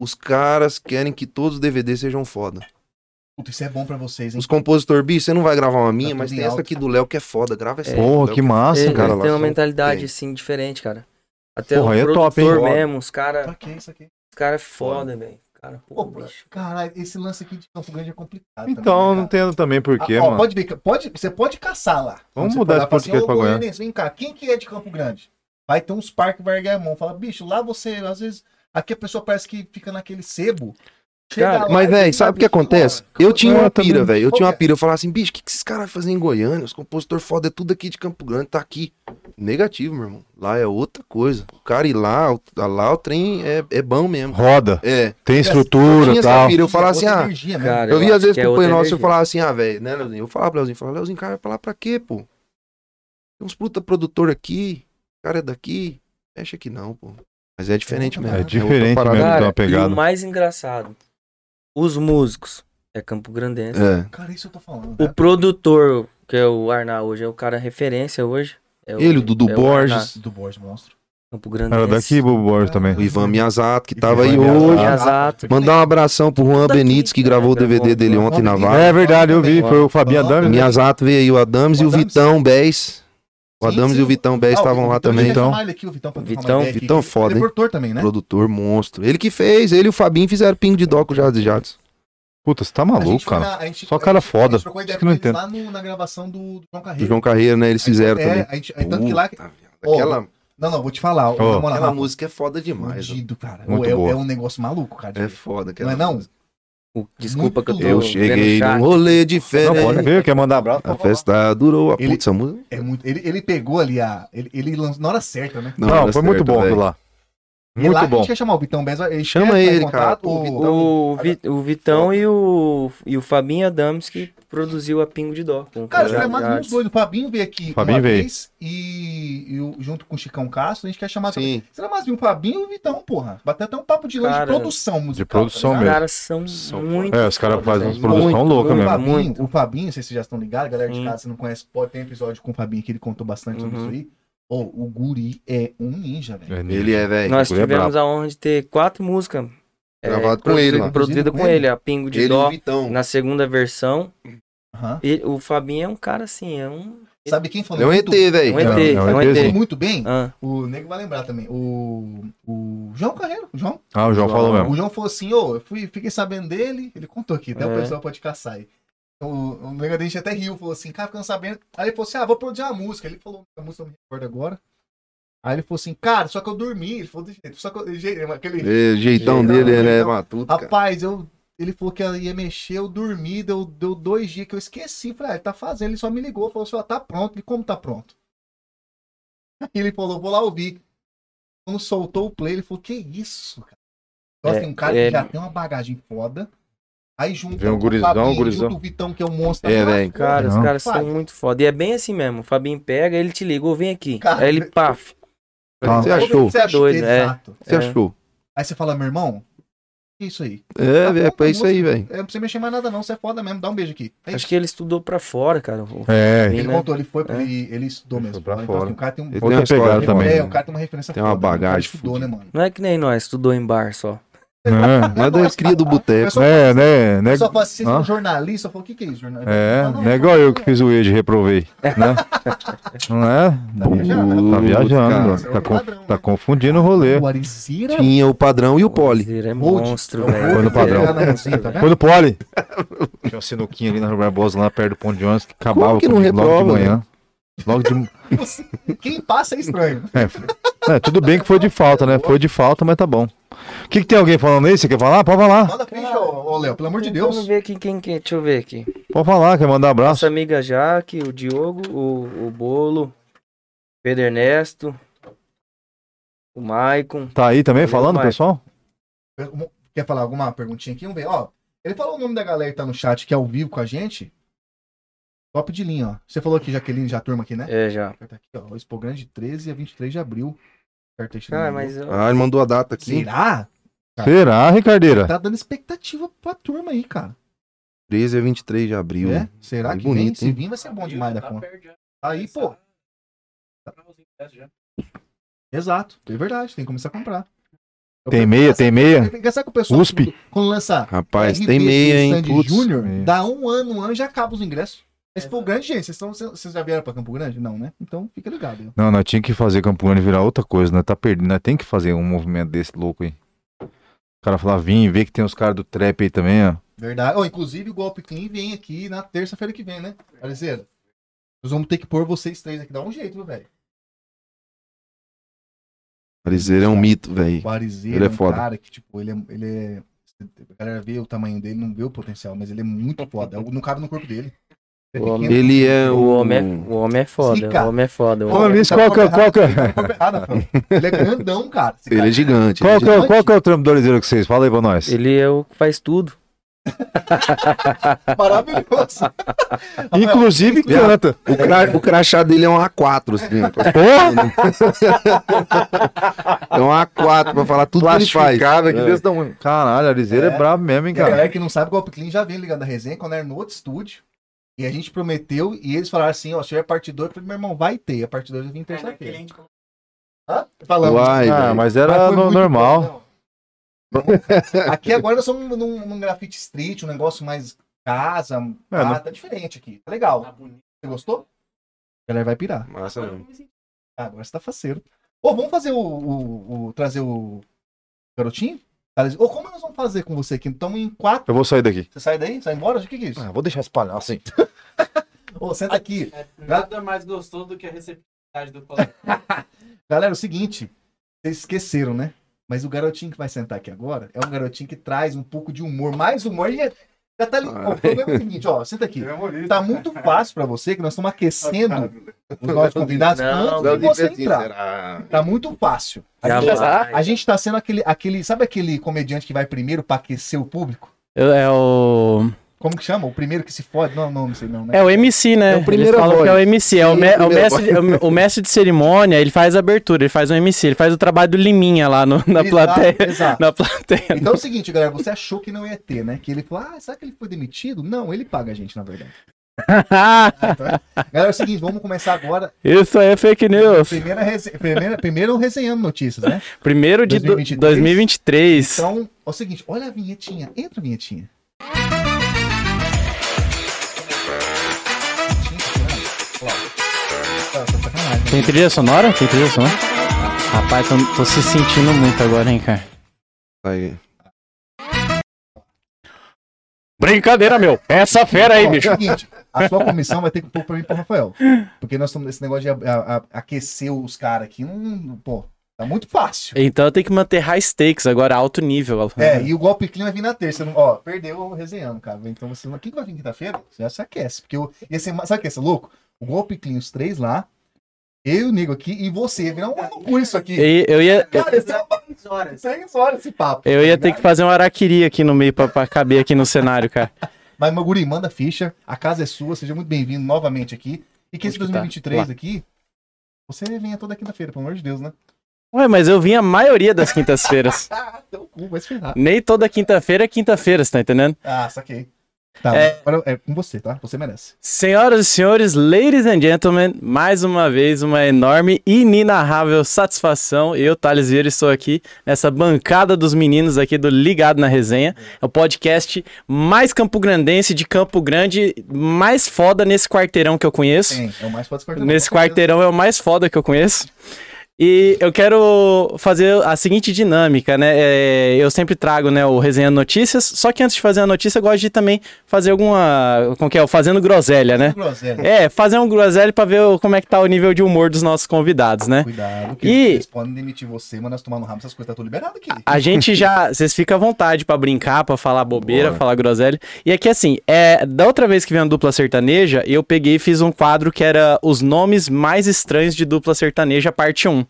Speaker 4: os caras querem que todos os DVDs sejam foda.
Speaker 1: Puta, isso é bom pra vocês, hein?
Speaker 4: Os compositores, bicho, você não vai gravar uma
Speaker 3: Tá
Speaker 4: minha,
Speaker 1: tudo
Speaker 4: mas
Speaker 1: em
Speaker 4: tem essa
Speaker 1: alto.
Speaker 4: aqui do Léo que é foda. Grava essa. aí, do
Speaker 2: Porra,
Speaker 4: Léo
Speaker 2: que massa,
Speaker 3: Eles-
Speaker 4: Esse
Speaker 2: cara.
Speaker 3: eles
Speaker 4: lá
Speaker 3: têm uma
Speaker 4: são-
Speaker 3: mentalidade,
Speaker 4: tem.
Speaker 3: assim, diferente, cara. Até
Speaker 2: Porra,
Speaker 3: o
Speaker 2: aí é
Speaker 3: produtor
Speaker 2: top, hein?
Speaker 3: mesmo, os caras.
Speaker 1: Isso aqui, isso aqui.
Speaker 3: Os caras é foda, velho. Cara, pô,
Speaker 1: Tá Pô,
Speaker 3: bicho.
Speaker 1: Caralho, esse lance aqui de Campo Grande é complicado.
Speaker 2: Então, não
Speaker 1: também, né, cara?
Speaker 2: entendo também porquê,
Speaker 1: Ah, ó,
Speaker 2: mano.
Speaker 1: Pode ver, que- pode, você pode caçar lá. Quando
Speaker 2: Vamos
Speaker 1: você
Speaker 2: mudar
Speaker 1: for lá,
Speaker 2: esse
Speaker 1: fala assim,
Speaker 2: podcast
Speaker 1: "Ô,
Speaker 2: pra Goiânia."
Speaker 1: goianense, Vem cá, quem que é de Campo Grande? Vai ter uns parques, vai erguer a mão. Fala, bicho, lá você, às vezes, aqui a pessoa parece que fica naquele sebo. Chega
Speaker 3: Cara,
Speaker 1: lá
Speaker 4: Mas,
Speaker 1: e
Speaker 4: velho,
Speaker 1: fica,
Speaker 4: sabe o
Speaker 1: bicho,
Speaker 4: que acontece?
Speaker 1: ó,
Speaker 4: Eu tinha um
Speaker 2: Eu
Speaker 4: uma
Speaker 2: também.
Speaker 4: pira, velho. Eu tinha uma
Speaker 1: Qual
Speaker 4: pira. Eu falava assim, bicho, o que, que esses caras fazem em Goiânia? Os compositores foda é tudo aqui de Campo Grande, tá aqui. Negativo, meu irmão. Lá é outra coisa. O cara ir lá, o- lá o trem é, é bom mesmo.
Speaker 2: Roda,
Speaker 4: É.
Speaker 2: tem
Speaker 4: Eu
Speaker 2: estrutura
Speaker 4: tinha
Speaker 2: e
Speaker 4: essa
Speaker 2: tal.
Speaker 4: pira. Eu falava assim,
Speaker 1: é outra
Speaker 4: ah,
Speaker 1: energia, né?
Speaker 3: Cara,
Speaker 4: Eu vi às
Speaker 3: acho
Speaker 4: vezes
Speaker 3: que
Speaker 4: que
Speaker 3: é
Speaker 4: acompanha
Speaker 3: outra
Speaker 4: nosso, eu
Speaker 3: energia.
Speaker 4: falava assim, ah, velho, né, Leozinho? Eu falava pro Leozinho, eu falava, Leozinho, cara, vai falar pra quê, pô? Tem uns puta produtor aqui, cara é daqui, fecha aqui não, pô. Mas é diferente mesmo.
Speaker 2: É
Speaker 4: outra
Speaker 2: diferente
Speaker 4: parada.
Speaker 2: mesmo,
Speaker 3: Cara,
Speaker 2: dá uma pegada.
Speaker 3: E o mais engraçado, os músicos é Campo Grandense.
Speaker 4: É.
Speaker 1: Cara, isso eu tô falando.
Speaker 3: O
Speaker 1: né?
Speaker 3: produtor, que é o Arná hoje, é o cara referência hoje. É
Speaker 4: Ele, o Dudu
Speaker 3: é Arná,
Speaker 4: Borges,
Speaker 1: Do Borges Monstro.
Speaker 3: Campo Grande.
Speaker 2: Era daqui, Bobo Borges também.
Speaker 4: o Ivan Miyazato, que tava
Speaker 2: Ivan
Speaker 4: aí
Speaker 2: Miyazato.
Speaker 4: hoje.
Speaker 1: Ah,
Speaker 3: Exato.
Speaker 4: Mandar um abração pro Juan
Speaker 3: Tudo aqui,
Speaker 4: Benítez, que
Speaker 3: cara,
Speaker 4: gravou o
Speaker 3: gravou
Speaker 4: DVD dele
Speaker 3: lá.
Speaker 4: ontem na
Speaker 1: Juan
Speaker 4: Vale.
Speaker 2: É verdade, eu vi. Foi o Fabinho Adame.
Speaker 4: O Miyazato veio aí, o Adams e o
Speaker 1: Adams.
Speaker 4: Vitão Bez. O Adams
Speaker 1: sim.
Speaker 4: e o Vitão Bé
Speaker 1: Ah,
Speaker 4: estavam
Speaker 1: o
Speaker 4: lá
Speaker 1: Vitão,
Speaker 4: também.
Speaker 1: deixa eu
Speaker 4: Então,
Speaker 1: chamar ele aqui, o Vitão, pra trocar uma
Speaker 3: Vitão,
Speaker 1: ideia aqui,
Speaker 4: Vitão
Speaker 1: que ele
Speaker 4: foda,
Speaker 1: é
Speaker 4: hein?
Speaker 1: produtor também, né?
Speaker 4: produtor monstro. Ele que fez, ele e o Fabinho fizeram pingo de dó com o Jardim Jatos.
Speaker 2: Puta, você tá
Speaker 1: A gente
Speaker 2: maluco,
Speaker 1: foi
Speaker 2: cara.
Speaker 1: na- a gente-
Speaker 2: Só
Speaker 1: a
Speaker 2: cara
Speaker 1: gente-
Speaker 2: foda.
Speaker 1: A gente trocou ideia
Speaker 2: Isso que eu não
Speaker 1: com ele lá no- na gravação do, do João
Speaker 4: Do
Speaker 1: Carreiro.
Speaker 4: João Carreira, né? Eles fizeram
Speaker 1: é,
Speaker 4: também.
Speaker 1: A gente, É. aí tanto que lá...
Speaker 4: Puta, viado.
Speaker 1: Ó,
Speaker 4: Aquela,
Speaker 1: Não, não, vou te falar.
Speaker 2: Ó,
Speaker 1: Oh,
Speaker 4: aquela música é foda demais. ó.
Speaker 1: Fudido, cara.
Speaker 2: Muito
Speaker 1: Ô, é,
Speaker 2: boa.
Speaker 1: é um negócio maluco, cara. de-
Speaker 4: É foda.
Speaker 1: não
Speaker 4: Aquela
Speaker 1: é não?
Speaker 4: música.
Speaker 3: O- Desculpa que eu tô.
Speaker 1: Eu
Speaker 4: Eu
Speaker 3: vendo
Speaker 4: cheguei
Speaker 3: o chat.
Speaker 4: num rolê
Speaker 2: Não,
Speaker 4: diferente.
Speaker 2: pode ver, quer mandar abraço.
Speaker 4: A festa durou. A
Speaker 1: Ele-
Speaker 4: putz, a música.
Speaker 1: É muito, ele, ele pegou ali a... Ele, ele lançou na hora certa, né?
Speaker 2: Não,
Speaker 4: era
Speaker 2: foi muito
Speaker 4: certo,
Speaker 2: bom
Speaker 4: velho.
Speaker 2: aquilo lá.
Speaker 1: E
Speaker 2: Muito
Speaker 1: lá a
Speaker 2: bom.
Speaker 1: gente quer chamar o Vitão Bez. Ele
Speaker 4: Chama
Speaker 1: quer entrar em
Speaker 4: ele, cara.
Speaker 1: contato,
Speaker 4: Pô,
Speaker 1: o-
Speaker 4: Vitão.
Speaker 3: O, Vi- o Vitão e o, e o Fabinho Adams que produziu a Pingo de Dó. com o
Speaker 1: Cara,
Speaker 3: Jorge
Speaker 1: é mais uns
Speaker 3: Artes.
Speaker 1: dois. O Fabinho veio aqui
Speaker 2: Fabinho
Speaker 1: uma
Speaker 2: veio.
Speaker 1: vez e, e o- junto com o Chicão Castro, a gente quer chamar também.
Speaker 4: Sim.
Speaker 1: Será mais um Fabinho e o Vitão, porra? Bateu até um papo de longe de
Speaker 3: Cara,
Speaker 1: produção musical.
Speaker 2: produção
Speaker 1: tá
Speaker 3: Os
Speaker 1: ligado?
Speaker 2: mesmo.
Speaker 3: caras são
Speaker 4: São
Speaker 3: muito.
Speaker 2: É, os caras
Speaker 3: fodas,
Speaker 2: fazem umas
Speaker 3: né?
Speaker 2: produção
Speaker 3: Muito,
Speaker 2: louca
Speaker 1: O
Speaker 3: muito,
Speaker 2: mesmo.
Speaker 1: um Fabinho,
Speaker 3: muito.
Speaker 1: o Fabinho, não sei se vocês já estão ligados, galera de
Speaker 3: Sim.
Speaker 1: casa, se não conhece, pode ter um episódio com o Fabinho que ele contou bastante sobre
Speaker 3: Uhum.
Speaker 1: isso aí. Ô, o Guri é um ninja, velho.
Speaker 4: Ele é, velho.
Speaker 3: Nós
Speaker 2: Ele é
Speaker 3: tivemos a honra de ter quatro músicas. é,
Speaker 4: Gravado com
Speaker 3: produzi-
Speaker 4: ele, mano.
Speaker 3: Produzida com
Speaker 1: Produzido com
Speaker 3: ele, a Pingo de
Speaker 4: Ele e o
Speaker 3: Dó.
Speaker 4: Vitão.
Speaker 3: Na segunda versão,
Speaker 1: Aham.
Speaker 3: E o Fabinho é um cara assim, é um.
Speaker 1: Sabe quem falou
Speaker 4: Ele é um ET,
Speaker 1: muito,
Speaker 4: velho.
Speaker 3: Um ET,
Speaker 2: Não, é um
Speaker 3: é um
Speaker 2: ET.
Speaker 1: falou
Speaker 3: ET.
Speaker 1: muito bem?
Speaker 3: Ah,
Speaker 1: O nego vai lembrar também. O, o João Carreiro. O João,
Speaker 2: Ah, o João falou mesmo.
Speaker 1: o João falou assim: ô, eu fui, fiquei sabendo dele. Ele contou aqui, até o
Speaker 3: É.
Speaker 1: pessoal pode caçar aí. O, o nego da gente até riu, falou assim: cara, ficando sabendo. Aí ele falou assim: ah, vou produzir uma música. Ele falou: a música eu não me recordo agora. Aí ele falou assim: cara, só que eu dormi. Ele falou: desse jeito, só que eu. je- Aquele,
Speaker 4: É, jeitão
Speaker 1: Jeitão,
Speaker 4: dele, ele é
Speaker 1: jeitão.
Speaker 4: matuto, cara.
Speaker 1: Rapaz, eu. Ele falou que ela ia mexer, eu dormi, deu, deu dois dias que eu esqueci. Falei, ah, ele tá fazendo, ele só me ligou, falou assim, ó, tá pronto. E como tá pronto? Aí ele falou, vou lá ouvir. Quando soltou o play, ele falou, que isso, cara? Então,
Speaker 3: É,
Speaker 1: assim, um cara
Speaker 3: é.
Speaker 1: que já tem uma bagagem foda. Aí junta
Speaker 2: Vem um
Speaker 1: com o
Speaker 2: gurizão,
Speaker 1: Fabinho,
Speaker 2: gurizão.
Speaker 1: junta o Vitão, que é um monstro.
Speaker 4: É,
Speaker 1: Ah,
Speaker 4: velho.
Speaker 1: pô,
Speaker 3: cara,
Speaker 2: Não.
Speaker 3: os caras são
Speaker 1: Fábio.
Speaker 3: muito foda. E é bem assim mesmo. O Fabinho pega, ele te liga, ô, vem aqui.
Speaker 1: Cara,
Speaker 3: Aí ele, paf.
Speaker 2: Tá.
Speaker 4: Você achou?
Speaker 1: Você achou?
Speaker 3: Doido, é.
Speaker 1: Exato.
Speaker 4: Você
Speaker 3: É.
Speaker 4: achou?
Speaker 1: Aí você fala, meu irmão, que isso aí?
Speaker 4: É,
Speaker 1: Tá
Speaker 4: velho,
Speaker 1: bom,
Speaker 4: é isso aí, velho.
Speaker 1: Eu não precisa mexer mais nada não, você é foda mesmo, dá um beijo aqui. É
Speaker 3: Acho que ele estudou pra fora, cara. o-
Speaker 2: É,
Speaker 1: Ele
Speaker 3: né?
Speaker 1: contou, ele foi,
Speaker 3: É.
Speaker 1: ele, ele estudou
Speaker 2: Ele
Speaker 1: mesmo.
Speaker 2: foi pra
Speaker 1: Então,
Speaker 2: fora.
Speaker 1: assim, o cara tem um.
Speaker 4: Ele
Speaker 2: outra
Speaker 4: tem uma
Speaker 2: pegada
Speaker 4: história
Speaker 2: também.
Speaker 1: É,
Speaker 4: né?
Speaker 1: o cara tem uma referência
Speaker 4: Tem uma
Speaker 1: foda, né? O cara
Speaker 4: bagagem
Speaker 1: Estudou, né, mano?
Speaker 3: Não é que nem nós, estudou em bar só.
Speaker 2: né?
Speaker 4: Não é dois cria do boteco.
Speaker 1: Pessoal,
Speaker 2: É, né? né?
Speaker 1: Só fala assim, você é
Speaker 2: Hã?
Speaker 1: um jornalista, eu falo, o que que é isso, jornalista?
Speaker 2: É,
Speaker 1: Não, não,
Speaker 2: não é igual eu que fiz o ED e reprovei, né? Não é? Tá
Speaker 1: viajando,
Speaker 4: né?
Speaker 2: tá viajando,
Speaker 4: Cara,
Speaker 2: tá,
Speaker 1: é um
Speaker 2: con-
Speaker 1: ladrão,
Speaker 2: tá
Speaker 1: né?
Speaker 2: confundindo o rolê.
Speaker 1: O é Aricira
Speaker 4: Tinha o padrão e o pole.
Speaker 3: Ele é
Speaker 1: Rude.
Speaker 3: monstro,
Speaker 1: Não,
Speaker 3: velho.
Speaker 2: Foi no padrão.
Speaker 1: Tá na mãozinha, tá vendo?
Speaker 2: Foi no pole. Tinha um sinuquinho ali na Rua Barbosa, lá perto do Ponto de Ônibus, que acabava
Speaker 4: Como que não
Speaker 2: comigo logo de
Speaker 4: reprova,
Speaker 2: manhã. Logo de...
Speaker 1: Quem passa é estranho.
Speaker 2: É, é, tudo bem que foi de falta, né? Foi de falta, mas tá bom. O que, que tem alguém falando aí? Você quer falar? Pode falar.
Speaker 1: Manda ficha, ô ô, Léo, pelo amor de
Speaker 3: Vamos
Speaker 1: Deus.
Speaker 3: ver aqui quem que. é, Deixa eu ver aqui.
Speaker 2: Pode falar, quer mandar um abraço?
Speaker 3: Nossa amiga Jaque, o Diogo, o, o Bolo, Pedro Ernesto, o Maicon.
Speaker 2: Tá aí também falando,
Speaker 3: Mike.
Speaker 2: pessoal?
Speaker 1: Quer falar alguma perguntinha aqui? Vamos ver, ó. Ele falou o nome da galera que tá no chat, que é ao vivo com a gente. Top de linha, ó. Você falou aqui, Jaqueline, já turma aqui, né?
Speaker 3: É, já.
Speaker 1: Tá aqui, ó. O Expo Grande 13 a 23 de abril. Carteixa
Speaker 3: Cara,
Speaker 1: do
Speaker 3: mas. assim, eu-
Speaker 4: Ah, ele mandou a data aqui.
Speaker 1: Será?
Speaker 2: Tá.
Speaker 1: Cara.
Speaker 2: Será, Ah, Ricardeira?
Speaker 1: Tá dando expectativa pra turma aí, cara.
Speaker 4: 13 a 23 de abril.
Speaker 1: É? Será
Speaker 4: Aí
Speaker 1: que vem?
Speaker 4: bonito,
Speaker 1: Se
Speaker 4: hein?
Speaker 1: vir, vai ser é
Speaker 6: Tá
Speaker 1: bom demais
Speaker 5: tá
Speaker 1: da conta. Aí,
Speaker 6: né,
Speaker 1: pô. Exato. É verdade. Tem que começar a comprar. Eu
Speaker 2: Tem
Speaker 1: quero
Speaker 2: meia,
Speaker 1: pensar-
Speaker 2: tem meia?
Speaker 1: Tem que pensar que o pessoal.
Speaker 2: USP.
Speaker 1: Quando, quando lançar.
Speaker 4: Rapaz,
Speaker 1: RB
Speaker 4: tem meia, hein?
Speaker 1: Sandy
Speaker 4: Putz.
Speaker 1: Júnior,
Speaker 2: meia.
Speaker 1: dá um ano, um ano já acaba os ingressos. Mas Expo Grande, gente, vocês, estão, vocês já vieram pra Campo Grande? Não, né? Então fica ligado. Viu?
Speaker 2: Não, nós tinha que fazer Campo Grande virar outra coisa, né? Tá perdido, né? Tem que fazer um movimento desse louco aí. O cara falar, vim, vê que tem os caras do trap aí também, ó.
Speaker 1: Verdade. Ó, inclusive, o Golpe Clean vem aqui na terça-feira que vem, né? Pareceira? Nós vamos ter que pôr vocês três aqui. Dá um jeito, viu, velho.
Speaker 4: Pariseiro é um mito, velho.
Speaker 1: O Arizeiro
Speaker 4: Ele é
Speaker 1: é um
Speaker 4: foda.
Speaker 1: cara que, tipo, ele é, ele é. A galera vê o tamanho dele, não vê o potencial, mas ele é muito foda. Não cabe no corpo dele. Ele
Speaker 3: O
Speaker 1: é
Speaker 3: homem-
Speaker 1: pequeno.
Speaker 4: Ele é
Speaker 3: O
Speaker 4: o.
Speaker 3: homem é, o homem é foda,
Speaker 1: Zica.
Speaker 3: o homem é foda. o
Speaker 1: Pô,
Speaker 2: Ô,
Speaker 3: homem é-
Speaker 2: Luiz,
Speaker 1: tá
Speaker 2: qual que é,
Speaker 1: com
Speaker 2: qual que é,
Speaker 1: Tá no corpo errado, Rafael. Ele é grandão, cara. Esse
Speaker 4: Ele
Speaker 1: cara-
Speaker 4: é gigante.
Speaker 2: qual
Speaker 4: ele
Speaker 2: que é, qual que é o trampo do Oliveira que vocês? Fala aí pra nós.
Speaker 3: Ele é o que faz tudo.
Speaker 1: Maravilhoso.
Speaker 2: tá Inclusive canta.
Speaker 4: é gigante. O, cra- o crachá dele é um A4, assim. ó.
Speaker 2: Porra,
Speaker 4: É um A4 pra falar tudo que ele faz.
Speaker 2: plastificado aqui
Speaker 4: É.
Speaker 2: desse tamanho. Caralho, Oliveira é.
Speaker 1: É.
Speaker 2: brabo mesmo, hein,
Speaker 1: E a
Speaker 2: cara.
Speaker 1: galera que não sabe, o Golpe Clean já veio ligando a resenha quando era no outro estúdio. E a gente prometeu, e eles falaram assim: ó, se tiver parte 2, eu falei, meu irmão, vai ter. A parte 2 eu vim terça-feira. Hã? Falamos.
Speaker 4: Uai,
Speaker 2: Ah,
Speaker 4: velho.
Speaker 2: mas era
Speaker 1: Mas foi
Speaker 2: no-
Speaker 1: muito
Speaker 2: normal.
Speaker 1: bom, não. aqui agora nós somos num, num grafite street, um negócio mais casa,
Speaker 2: É,
Speaker 1: ah,
Speaker 2: não-
Speaker 1: tá diferente aqui. Tá legal. Você gostou? galera vai pirar.
Speaker 4: Massa
Speaker 5: Agora eu
Speaker 4: mesmo.
Speaker 5: me senti-
Speaker 1: Ah, Agora você tá faceiro. Ô, vamos fazer o, o- o- trazer o garotinho? Cara, Ô, como nós vamos fazer com você aqui? Estamos em quatro.
Speaker 2: Eu vou sair daqui.
Speaker 1: Você sai daí? Sai embora? O que que é isso?
Speaker 2: Ah, vou deixar esse palhaço assim.
Speaker 1: Ô, senta aqui.
Speaker 5: é Nada mais gostoso do que a receptividade do colega.
Speaker 1: Galera, é o seguinte. Vocês esqueceram, né? Mas o garotinho que vai sentar aqui agora é um garotinho que traz um pouco de humor. Mais humor e é- já tá ali. Ó, o problema é o seguinte, ó. Senta aqui. Tá muito fácil pra você que nós estamos aquecendo os nossos convidados antes de você entrar. Tá muito fácil. A gente, tá, a gente tá sendo aquele, aquele. Sabe aquele comediante que vai primeiro pra aquecer o público?
Speaker 6: Eu- É o.
Speaker 1: Como que chama? O primeiro que se fode? Não, não, não sei não, né?
Speaker 6: É o MC, né?
Speaker 4: É o primeiro
Speaker 6: Eles falam
Speaker 4: voz.
Speaker 6: que é o MC, é o,
Speaker 4: Sim,
Speaker 6: me-
Speaker 4: é o
Speaker 6: é o
Speaker 4: primeiro
Speaker 6: mestre, é o- o mestre de cerimônia, ele faz a abertura, ele faz o MC, ele faz o trabalho do Liminha lá no- na
Speaker 1: Exato,
Speaker 6: plateia.
Speaker 1: Exato.
Speaker 6: Na plateia.
Speaker 1: Então é o seguinte, galera, você achou que não ia ter, né? Que ele falou, ah, será que ele foi demitido? Não, ele paga a gente, na verdade.
Speaker 6: Ah,
Speaker 1: Então, galera, é o seguinte, vamos começar agora.
Speaker 6: Isso aí é fake news.
Speaker 1: Primeira rese... primeira, primeiro resenhando notícias, né?
Speaker 6: Primeiro de do-
Speaker 1: 2023.
Speaker 6: 2023.
Speaker 1: Então, é o seguinte, olha a vinhetinha. Entra a vinhetinha.
Speaker 6: Tem trilha sonora? Tem trilha sonora? Rapaz, tô, tô se sentindo muito agora, hein, cara.
Speaker 4: Aí.
Speaker 6: Brincadeira, meu. Essa fera
Speaker 1: Ó, é seguinte, a sua comissão vai ter que pôr pra mim e pro Rafael. Porque nós estamos nesse negócio de a- a- a- aquecer os caras aqui. Não, pô, tá muito fácil.
Speaker 6: Então tem que manter high stakes agora, alto nível.
Speaker 3: Tá,
Speaker 1: É, e o golpe clima vai vir na terça. Não, ó, perdeu o resenhando, cara. Então você. O que que vai vir quinta-feira? Você já se aquece. Porque eu, ia ser, ma- sabe o que ia ser louco? O golpe clima, os três lá. Eu e o Nigo aqui. E você. Ia virar um loucura isso aqui.
Speaker 6: E eu ia,
Speaker 1: Cara, esse é
Speaker 5: Três horas.
Speaker 1: três horas esse papo.
Speaker 6: eu ia ter que fazer um araquiri aqui no meio pra, pra caber aqui no cenário, cara.
Speaker 1: Mas, Maguri, manda ficha. A casa é sua. Seja muito bem-vindo novamente aqui. E que esse
Speaker 6: Onde que tá?
Speaker 1: 2023
Speaker 6: Lá.
Speaker 1: aqui. Você venha toda quinta-feira, pelo amor de Deus, né?
Speaker 6: Ué, mas eu vim a maioria das quintas-feiras.
Speaker 1: Ah, teu cu vai se ferrar.
Speaker 6: Nem toda quinta-feira é quinta-feira, você tá entendendo?
Speaker 1: Ah, saquei. Tá,
Speaker 6: É.
Speaker 1: agora é com você, tá? Você merece.
Speaker 6: Senhoras e senhores, ladies and gentlemen, mais uma vez uma enorme e inenarrável satisfação. Eu, Thales Vieira, estou aqui nessa bancada dos meninos aqui do Ligado na Resenha. É o podcast mais campograndense de Campo Grande, mais foda nesse quarteirão que eu conheço.
Speaker 1: Sim, é o mais forte quarteirão.
Speaker 6: Nesse
Speaker 1: Com certeza.
Speaker 6: quarteirão é o mais foda que eu conheço. E eu quero fazer a seguinte dinâmica, né? É, eu sempre trago né, o Resenha Notícias, só que antes de fazer a notícia, eu gosto de também fazer alguma. Como que é? O Fazendo groselha, né?
Speaker 1: Groselha.
Speaker 6: É, fazer um groselha pra ver o- como é que tá o nível de humor dos nossos convidados, né?
Speaker 1: Cuidado, que
Speaker 6: E- Ah,
Speaker 1: eles podem demitir você, mas nós tomar no ramo essas coisas, tá tudo liberado aqui.
Speaker 6: A gente já. Vocês ficam à vontade pra brincar, pra falar bobeira,
Speaker 4: Bora.
Speaker 6: falar groselha. E aqui, assim, é, da outra vez que veio a dupla sertaneja, eu peguei e fiz um quadro que era os nomes mais estranhos de dupla sertaneja, parte 1.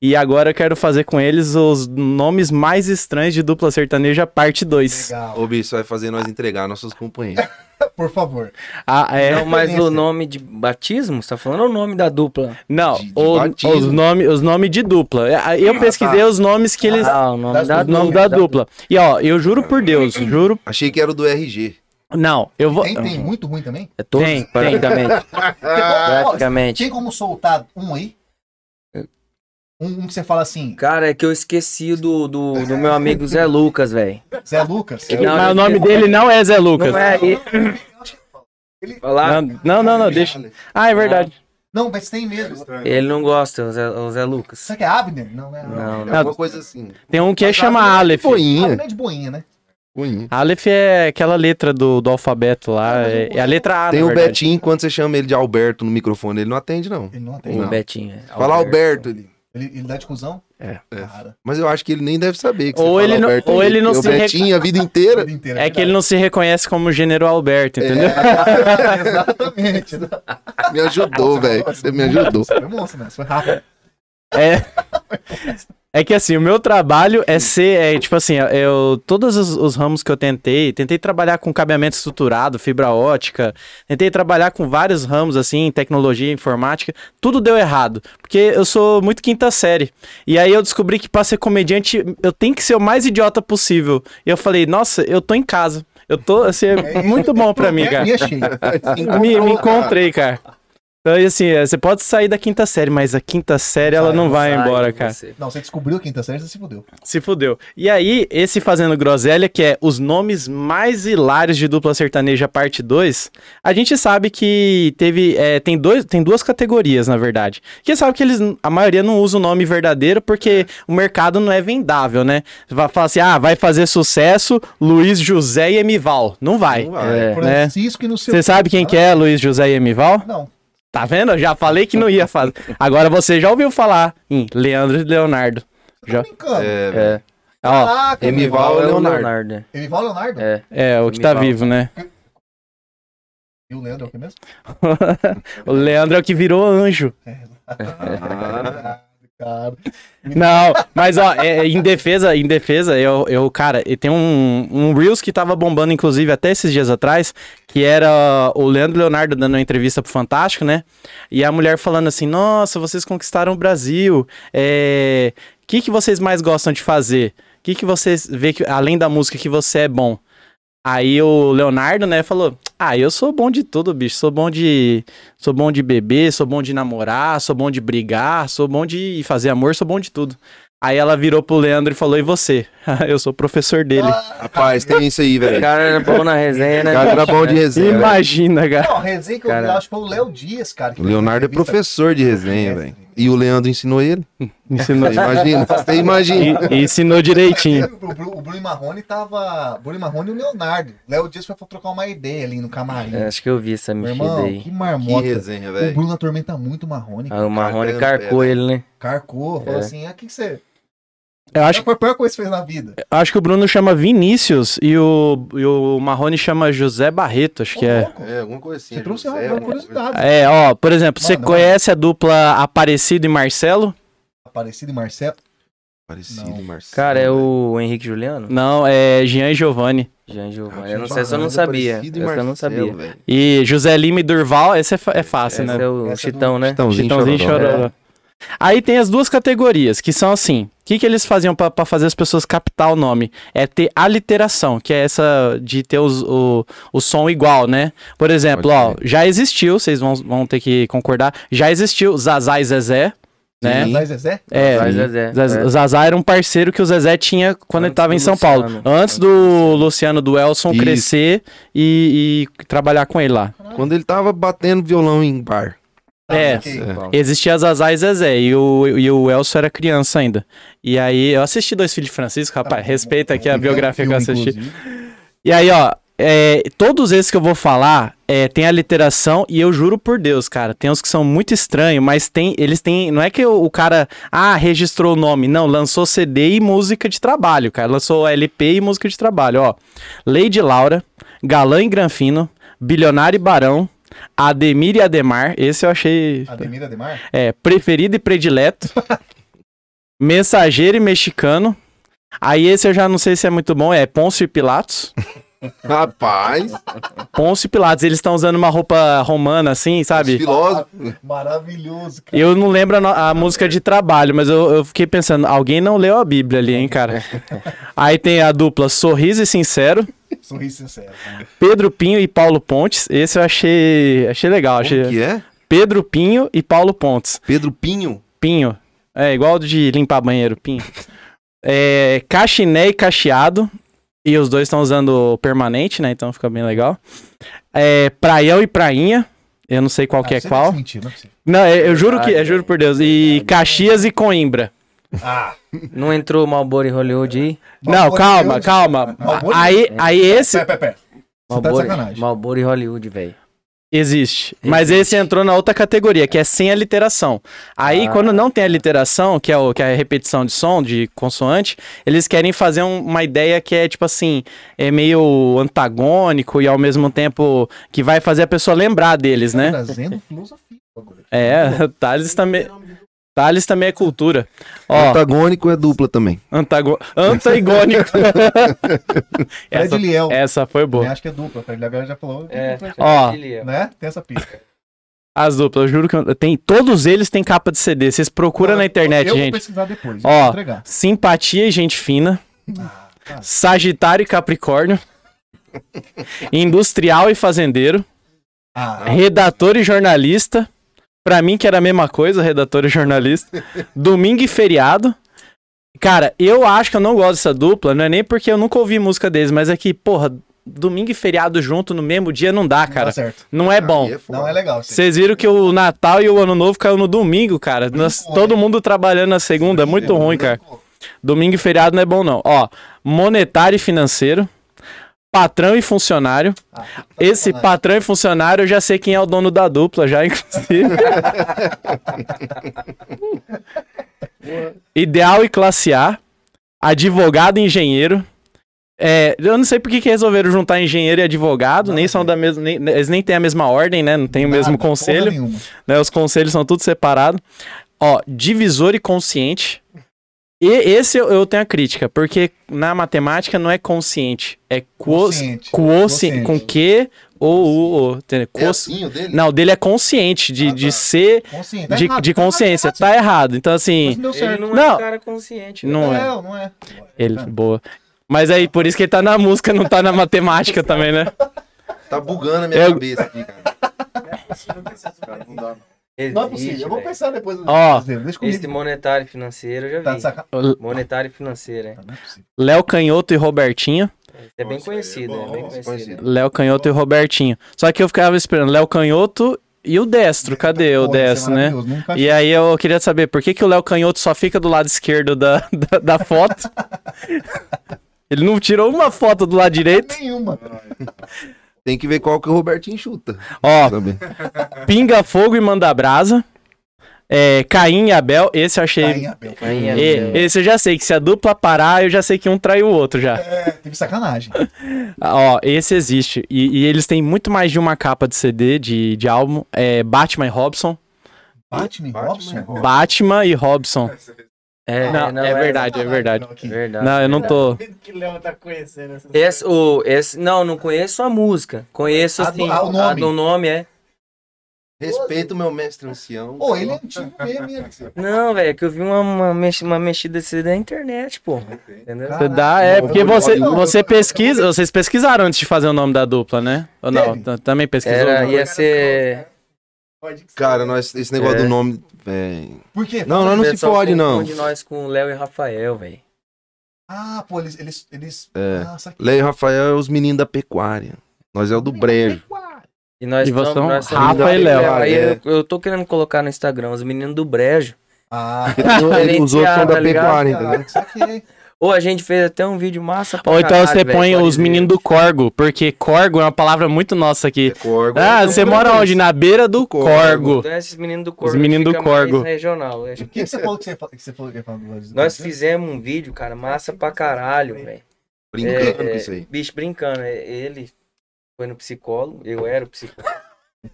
Speaker 6: E agora eu quero fazer com eles os nomes mais estranhos de dupla sertaneja, parte 2.
Speaker 1: Legal.
Speaker 4: Ô, bicho, vai fazer nós entregar nossos companheiros.
Speaker 1: Por favor.
Speaker 6: Ah, é.
Speaker 3: Não, mas o nome de batismo? Você tá falando ou o nome da dupla?
Speaker 6: Não,
Speaker 4: De- de
Speaker 6: o-
Speaker 4: batismo.
Speaker 6: os nomes os nome de dupla. Ah, Eu pesquisei os nomes que eles.
Speaker 3: Ah, o nome
Speaker 1: Das
Speaker 3: da, Então,
Speaker 6: o nome da dupla. E ó, eu juro por Deus, juro.
Speaker 4: Achei que era o do RG.
Speaker 6: Não, eu vou. Ah.
Speaker 1: Tem, tem muito ruim também?
Speaker 3: É todos,
Speaker 6: Tem, tem.
Speaker 3: praticamente.
Speaker 1: Ah, Ó,
Speaker 3: praticamente.
Speaker 1: Tem como soltar um aí? Um, um que você fala assim,
Speaker 3: Cara, é que eu esqueci do, do, do meu amigo Zé Lucas, velho.
Speaker 1: Zé Lucas.
Speaker 3: Não,
Speaker 6: Mas
Speaker 3: não,
Speaker 6: o nome
Speaker 3: não.
Speaker 6: dele não é Zé Lucas.
Speaker 3: Não é aí. tá? Falar.
Speaker 6: Não, não, não, não, deixa. Ah, é verdade.
Speaker 1: Não, mas tem mesmo.
Speaker 3: Ele não gosta, o Zé, o Zé Lucas.
Speaker 1: Será que é Abner? Não, né?
Speaker 3: Não, não.
Speaker 4: É uma coisa assim.
Speaker 6: Tem um que é chama Aleph.
Speaker 4: Boinha.
Speaker 1: Abner é de boinha, né?
Speaker 6: Ah,
Speaker 4: Boinha.
Speaker 6: Aleph é aquela letra do, do alfabeto lá. É, é a letra A,
Speaker 4: Tem
Speaker 6: na
Speaker 4: o
Speaker 6: verdade.
Speaker 4: Betinho, quando você chama ele de Alberto no microfone, ele não atende, não.
Speaker 1: Ele não tem.
Speaker 3: O
Speaker 4: Não.
Speaker 3: Betinho. é.
Speaker 4: Fala Alberto ali.
Speaker 1: Ele, ele dá de cuzão?
Speaker 6: É.
Speaker 1: Cara,
Speaker 4: Mas eu acho que ele nem deve saber. que
Speaker 6: Ou
Speaker 4: você fala
Speaker 6: ele não-
Speaker 4: Alberto
Speaker 6: ou
Speaker 4: ali,
Speaker 6: ele não
Speaker 4: porque
Speaker 6: se
Speaker 4: O
Speaker 6: reca-
Speaker 4: Betinho, a vida
Speaker 1: a
Speaker 4: inteira.
Speaker 1: vida inteira.
Speaker 6: É que ele não se reconhece como General Alberto, entendeu?
Speaker 1: Exatamente.
Speaker 4: É, Me ajudou, velho. Você me ajudou.
Speaker 1: Você foi monstro, né? Você foi rápido.
Speaker 6: É que assim, o meu trabalho é ser, é, tipo assim, eu todos os, os ramos que eu tentei, tentei trabalhar com cabeamento estruturado, fibra ótica, tentei trabalhar com vários ramos assim, tecnologia, informática, tudo deu errado, porque eu sou muito quinta série. E aí eu descobri que pra ser comediante eu tenho que ser o mais idiota possível. E eu falei, nossa, eu tô em casa. Eu tô assim, é muito bom pra mim,
Speaker 1: É,
Speaker 6: cara.
Speaker 1: me achei.
Speaker 6: Me, me encontrei, cara. Então, e assim, é, você pode sair da quinta série, mas a quinta série ela não vai embora, cara.
Speaker 1: Não, você descobriu a quinta série, você se fudeu.
Speaker 6: Se fudeu. E aí, esse Fazendo Groselha, que é os nomes mais hilários de dupla sertaneja parte 2, a gente sabe que teve. é, tem, dois, tem duas categorias, na verdade. Que sabe que eles. A maioria não usa o nome verdadeiro porque o mercado não é vendável, né? Vai falar assim: ah, vai fazer sucesso Luiz José e Emival. Não vai.
Speaker 4: Não vai.
Speaker 6: É, né?
Speaker 1: Francisco e não sei
Speaker 6: Você sabe quem que é Luiz José e Emival?
Speaker 1: Não.
Speaker 6: Tá vendo? Eu já falei que não ia fazer. Agora você já ouviu falar em Leandro e Leonardo.
Speaker 1: Você
Speaker 6: Já-
Speaker 1: tá brincando.
Speaker 4: É, velho.
Speaker 3: É,
Speaker 6: Ó,
Speaker 1: Caraca,
Speaker 4: Emival
Speaker 3: Val é
Speaker 4: é
Speaker 3: o
Speaker 4: Leonardo.
Speaker 3: Leonardo. né?
Speaker 1: Emival Leonardo?
Speaker 3: É.
Speaker 6: é, o que tá
Speaker 3: Emival.
Speaker 6: vivo, né?
Speaker 1: E o Leandro é o que mesmo?
Speaker 6: o Leandro é o que virou anjo.
Speaker 1: Ah, cara.
Speaker 6: Não, mas ó, é, é, em defesa, em defesa, eu, eu cara, e tem um, um Reels que tava bombando, inclusive, até esses dias atrás, que era o Leandro Leonardo dando uma entrevista pro Fantástico, né? E a mulher falando assim, nossa, vocês conquistaram o Brasil, é... O que, que vocês mais gostam de fazer? O que, que vocês vê, que, além da música, que você é bom? Aí o Leonardo, né, falou: Ah, eu sou bom de tudo, bicho. Sou bom de. Sou bom de beber, sou bom de namorar, sou bom de brigar, sou bom de fazer amor, sou bom de tudo. Aí ela virou pro Leandro e falou: E você? eu sou professor dele.
Speaker 4: Rapaz, tem isso aí,
Speaker 3: O
Speaker 4: velho.
Speaker 3: cara era bom na resenha, né?
Speaker 4: Cara, era
Speaker 3: bicho?
Speaker 4: bom de resenha. velho.
Speaker 6: Imagina, cara.
Speaker 1: Não, a resenha que eu vi
Speaker 3: Cara.
Speaker 1: lá, acho que foi o Léo Dias, cara. que
Speaker 4: O Leonardo é
Speaker 1: fez a entrevista.
Speaker 4: professor de resenha, velho. E o Leandro ensinou ele.
Speaker 6: Ensinou,
Speaker 4: Você imagina, você imagina.
Speaker 6: e- ensinou direitinho.
Speaker 1: O Bru- o Bruno Marrone tava. Bruno Marrone e o Leonardo. Léo Dias foi trocar uma ideia ali no camarim.
Speaker 3: É, Acho que eu vi essa
Speaker 1: Meu
Speaker 3: mexida
Speaker 1: irmão,
Speaker 3: aí.
Speaker 1: que
Speaker 4: Que
Speaker 1: marmota.
Speaker 4: resenha,
Speaker 1: o
Speaker 4: velho.
Speaker 1: Bruno atormenta muito o Marrone.
Speaker 3: Ah, o Marrone
Speaker 4: Cara,
Speaker 3: carcou
Speaker 4: é,
Speaker 3: ele, né?
Speaker 1: Carcou, falou
Speaker 3: É.
Speaker 1: assim: ah, o que, que você.
Speaker 6: Eu acho,
Speaker 1: Foi a pior coisa que você fez na vida.
Speaker 6: acho que o Bruno chama Vinícius e o, e o Marrone chama José Barreto, acho que
Speaker 1: Ô,
Speaker 6: é.
Speaker 1: louco,
Speaker 4: É, alguma coisa assim.
Speaker 1: Você trouxe uma
Speaker 4: José,
Speaker 1: uma
Speaker 4: alguma coisa.
Speaker 1: curiosidade.
Speaker 6: É, ó, por exemplo, você
Speaker 1: Mano,
Speaker 6: conhece a dupla Aparecido e Marcelo?
Speaker 1: Aparecido e Marcelo.
Speaker 4: Parecido, Marcelo.
Speaker 3: Cara, é o Henrique Juliano?
Speaker 6: Não, é Jean e Giovanni.
Speaker 3: Jean Giovanni.
Speaker 4: Cara,
Speaker 3: Eu não sei se eu não
Speaker 1: é
Speaker 4: Parecido
Speaker 3: sabia.
Speaker 4: e
Speaker 3: Essa eu não
Speaker 4: Marcelo,
Speaker 3: sabia.
Speaker 4: velho.
Speaker 6: E José Lima e Durval, esse é, fa- é fácil,
Speaker 3: Esse
Speaker 6: né?
Speaker 3: é o
Speaker 1: Essa é do
Speaker 3: Chitão, né?
Speaker 4: Chitãozinho,
Speaker 6: Chitãozinho e
Speaker 4: Então, Chororó.
Speaker 6: Chororó. É. Aí tem as duas categorias, que são assim: o que, que eles faziam pra pra fazer as pessoas captar o nome? É ter aliteração, que é essa de ter os- o, o som igual, né? Por exemplo,
Speaker 4: Pode
Speaker 6: ó, já existiu, vocês vão, vão ter que concordar, já existiu Zazá e Zezé, né?
Speaker 4: Sim.
Speaker 1: Zé Zezé?
Speaker 6: É,
Speaker 3: Mas Zezé.
Speaker 6: Zaz-
Speaker 3: é.
Speaker 6: Zazá era um parceiro que o Zezé tinha quando ele
Speaker 3: Antes
Speaker 6: tava em
Speaker 3: do
Speaker 6: São Paulo.
Speaker 3: Luciano.
Speaker 6: Antes do Luciano do Elson
Speaker 4: Isso.
Speaker 6: crescer e, e trabalhar com ele lá.
Speaker 4: É, Quando ele tava batendo violão em bar.
Speaker 6: É.
Speaker 1: ok.
Speaker 4: É.
Speaker 6: Existia Zazá e Zezé, e o, e o Elcio era criança ainda. E aí, eu assisti Dois Filhos de Francisco, rapaz, respeita aqui a
Speaker 1: Tem
Speaker 6: biografia que eu
Speaker 1: Ah, um filme,
Speaker 6: assisti.
Speaker 1: inclusive.
Speaker 6: E aí, ó, é, todos esses que eu vou falar é, tem aliteração e eu juro por Deus, cara, tem uns que são muito estranhos, mas tem, eles têm, não é que o, o cara, ah, registrou o nome, não, lançou CD e música de trabalho, cara, lançou LP e música de trabalho, ó, Lady Laura, Galã e Granfino, Bilionário e Barão, Ademir e Ademar, esse eu achei...
Speaker 1: Ademir Ademar?
Speaker 6: É, preferido e predileto. mensageiro e mexicano. Aí esse eu já não sei se é muito bom, é Pôncio e Pilatos.
Speaker 4: Rapaz,
Speaker 6: Pôncio e Pilatos, eles estão usando uma roupa romana assim, sabe?
Speaker 4: filósofo.
Speaker 1: Maravilhoso, cara.
Speaker 6: Eu não lembro a, no- a música de trabalho, mas eu, eu fiquei pensando, alguém não leu a Bíblia ali, hein, cara? Aí tem a dupla Sorriso e Sincero,
Speaker 1: Sorriso sincero. né?
Speaker 6: Pedro Pinho e Paulo Pontes. Esse eu achei, achei legal, achei.
Speaker 4: Como que é?
Speaker 6: Pedro Pinho e Paulo Pontes.
Speaker 4: Pedro Pinho.
Speaker 6: Pinho. É, igual de limpar banheiro, pinho. É, cachiné e cacheado. E os dois estão usando permanente, né? Então fica bem legal. É, praião e prainha. Eu não sei qual que
Speaker 1: Ah,
Speaker 6: é
Speaker 1: você
Speaker 6: qual.
Speaker 1: tá mentindo, não é possível.
Speaker 6: Não, eu, eu juro que, eu
Speaker 3: Verdade,
Speaker 6: juro por Deus. E
Speaker 3: verdade.
Speaker 6: Caxias e Coimbra.
Speaker 1: Ah,
Speaker 3: Não entrou o Malboro e Hollywood aí?
Speaker 6: Não,
Speaker 1: Malboro
Speaker 6: calma,
Speaker 1: Deus.
Speaker 6: calma.
Speaker 1: Malboro
Speaker 6: Aí,
Speaker 3: Deus.
Speaker 6: aí esse
Speaker 1: Pé, pé, pé. Você tá de
Speaker 3: Malboro,
Speaker 1: sacanagem.
Speaker 3: Malboro e Hollywood, velho.
Speaker 6: Existe. Mas esse entrou na outra categoria, que é sem aliteração. Aí,
Speaker 3: Ah.
Speaker 6: quando não tem aliteração, que é, o, que é a repetição de som, de consoante, eles querem fazer um- uma ideia que é, tipo assim, é meio antagônico e ao mesmo tempo que vai fazer a pessoa lembrar deles,
Speaker 1: Tá
Speaker 6: né?
Speaker 1: Trazendo filosofia agora.
Speaker 6: É, Thales também. Thales também é cultura. Ó,
Speaker 4: Antagônico é dupla também.
Speaker 6: antago... antagônico.
Speaker 1: Fred
Speaker 6: essa,
Speaker 1: Liel.
Speaker 6: essa foi
Speaker 1: né,
Speaker 6: boa.
Speaker 1: acho que é dupla. Fred Liel agora já falou.
Speaker 3: É,
Speaker 6: Ó.
Speaker 1: Né? Tem essa pista.
Speaker 6: As duplas, eu juro que eu- tem, todos eles têm capa de CD. Vocês procuram na internet,
Speaker 1: eu Eu vou
Speaker 6: gente.
Speaker 1: pesquisar depois.
Speaker 6: Ó.
Speaker 1: Eu vou entregar.
Speaker 6: Simpatia e gente fina.
Speaker 1: Ah, tá.
Speaker 6: Sagitário e Capricórnio. Industrial e fazendeiro.
Speaker 1: Ah,
Speaker 6: Redator e jornalista. Pra mim, que era a mesma coisa, redator e jornalista. Domingo e feriado. Cara, eu acho que eu não gosto dessa dupla, não é nem porque eu nunca ouvi música deles, mas é que, porra, domingo e feriado junto no mesmo dia não dá, cara.
Speaker 1: Tá certo.
Speaker 6: Não é bom.
Speaker 4: Aí é foda.
Speaker 1: Não é legal. isso aí.
Speaker 6: Vocês viram que o Natal e o Ano Novo caiu no domingo, cara. Nós-
Speaker 1: ruim.
Speaker 6: todo mundo trabalhando na segunda, é muito ruim, cara. Domingo e feriado não é bom, não. Ó, monetário e financeiro, patrão e funcionário.
Speaker 1: Ah,
Speaker 6: Esse patrão e funcionário eu já sei quem é o dono da dupla, já, inclusive. Ideal e classe A, advogado e engenheiro. É, eu não sei por que que resolveram juntar engenheiro e advogado, nem são da mesma. nem- eles nem têm a mesma ordem, né? Não tem o mesmo
Speaker 1: Nada, porra
Speaker 6: conselho
Speaker 1: nenhuma.
Speaker 6: né? Os conselhos são tudo separado. Ó, divisor e consciente. E esse eu, eu tenho a crítica, porque na matemática não é consciente, é
Speaker 1: Consciente.
Speaker 6: quociente. Quociente. Com que ou o, o, entendeu?
Speaker 4: É
Speaker 6: Quos-
Speaker 4: assim o dele?
Speaker 6: Não, o dele é consciente, de,
Speaker 4: Ah,
Speaker 6: de
Speaker 4: tá.
Speaker 6: ser,
Speaker 1: Consciente. Tá
Speaker 6: de,
Speaker 1: errado,
Speaker 6: de
Speaker 1: tá errado,
Speaker 6: consciência.
Speaker 1: tá errado.
Speaker 6: Tá errado. Então,
Speaker 1: Mas
Speaker 6: assim,
Speaker 1: não deu
Speaker 3: Ele
Speaker 1: certo.
Speaker 3: não, é
Speaker 6: Não.
Speaker 3: um cara consciente.
Speaker 6: não é.
Speaker 1: Não, não é.
Speaker 6: Ele, boa. Mas aí, por isso que ele tá na música, não tá na matemática também, né?
Speaker 4: Tá bugando a minha
Speaker 6: É-
Speaker 4: cabeça aqui, cara. Cara, não dá, não.
Speaker 3: Existe,
Speaker 1: Não é possível. Eu vou
Speaker 3: velho.
Speaker 1: pensar depois.
Speaker 6: Ó,
Speaker 1: deixa comigo.
Speaker 3: Esse monetário financeiro eu já vi.
Speaker 1: Tá de sacanagem.
Speaker 3: Monetário financeiro, é.
Speaker 1: Não é possível.
Speaker 6: Léo Canhoto e Robertinho.
Speaker 3: É bem
Speaker 4: Nossa,
Speaker 3: conhecido,
Speaker 4: é bom,
Speaker 3: é bem
Speaker 4: bom,
Speaker 3: conhecido.
Speaker 4: conhecido.
Speaker 6: Léo Canhoto e Robertinho. Só que eu ficava esperando Léo Canhoto e o Destro. Cadê o
Speaker 1: Porra, isso é
Speaker 6: Destro, né?
Speaker 1: maravilhoso, nunca
Speaker 6: E aí eu queria saber por que, que o Léo Canhoto só fica do lado esquerdo da, da, da foto. Ele não tirou uma foto do lado direito.
Speaker 1: achei nenhuma. Tá
Speaker 4: Tem que ver qual que o Robertinho chuta.
Speaker 6: Ó,
Speaker 4: Também.
Speaker 6: Pinga Fogo e Manda Brasa. É, Caim e Abel. Esse eu achei.
Speaker 1: Tá em Abel.
Speaker 3: Rainha
Speaker 6: E-
Speaker 3: Isabel.
Speaker 6: esse eu já sei que se a dupla parar, eu já sei que um trai o outro já.
Speaker 1: É, teve sacanagem.
Speaker 6: Ó, esse existe. E, e eles têm muito mais de uma capa de CD, de, de álbum. É Batman e Robson.
Speaker 1: Batman, Robson.
Speaker 6: Batman e Robson. É, não,
Speaker 3: não,
Speaker 6: é,
Speaker 3: é
Speaker 6: verdade, é verdade.
Speaker 1: Aqui.
Speaker 3: Verdade.
Speaker 6: Não, eu não tô.
Speaker 5: Duvido que o Leão tá conhecendo essas
Speaker 3: Esse, o, esse, não, não conheço a música. Conheço
Speaker 1: A do-
Speaker 3: assim,
Speaker 1: a- o nome.
Speaker 3: do nome é.
Speaker 4: Respeita o meu mestre ancião.
Speaker 1: Pô, ele é antigo mesmo, hein, Alexandre?
Speaker 3: Não, velho, é que eu vi uma, uma, mex- uma mexida assim da internet, pô. Entendeu?
Speaker 1: Cara,
Speaker 6: Você dá, é,
Speaker 1: Não,
Speaker 6: porque
Speaker 1: não,
Speaker 6: você,
Speaker 1: não,
Speaker 6: você
Speaker 1: eu-
Speaker 6: pesquisa, vocês pesquisaram antes de fazer o nome da dupla, né? Ou não?
Speaker 1: Teve.
Speaker 6: t- Também pesquisou?
Speaker 3: Era,
Speaker 6: não?
Speaker 3: ia ser.
Speaker 4: Cara, nós, esse negócio
Speaker 3: É.
Speaker 4: do nome. é, véi.
Speaker 1: Por quê?
Speaker 4: Não, nós não se
Speaker 3: pessoal
Speaker 4: fode, não.
Speaker 3: confunde nós com o Léo e Rafael, velho.
Speaker 1: Ah, pô, eles. eles, eles...
Speaker 4: É.
Speaker 1: Ah, saquei.
Speaker 4: Léo e Rafael é os meninos da pecuária. Nós é o do brejo.
Speaker 3: E nós
Speaker 6: E vocês
Speaker 3: estamos-
Speaker 6: são
Speaker 3: nós
Speaker 6: Rafa
Speaker 3: estamos-
Speaker 6: e Léo.
Speaker 3: Aí
Speaker 4: É.
Speaker 3: eu, eu tô querendo colocar no Instagram os meninos do Brejo.
Speaker 1: Ah,
Speaker 4: Os outros são da
Speaker 3: Tá ligado?
Speaker 4: pecuária, entendeu?
Speaker 1: cara, saquei.
Speaker 3: Ou a gente fez até um vídeo massa pra
Speaker 6: Ou então
Speaker 3: caralho,
Speaker 6: você
Speaker 3: velho,
Speaker 6: põe
Speaker 3: pode
Speaker 6: os
Speaker 3: ver.
Speaker 6: meninos do Corgo, porque Corgo é uma palavra muito nossa aqui.
Speaker 4: Corgo.
Speaker 6: Ah,
Speaker 4: Então,
Speaker 6: você mora onde? Na beira do
Speaker 4: Corgo.
Speaker 6: Corgo.
Speaker 3: Então, esses meninos do Corgo.
Speaker 6: meninos do
Speaker 3: fica mais
Speaker 6: Corgo.
Speaker 3: regional. eu acho.
Speaker 1: O que, né? que você falou que você, fa- que você falou que ia falar do Lodge?
Speaker 3: Nós fizemos um vídeo, cara, massa pra caralho, velho.
Speaker 4: Brincando
Speaker 3: É,
Speaker 4: com isso aí.
Speaker 3: Bicho, brincando. é, Ele foi no psicólogo, eu era o psicólogo.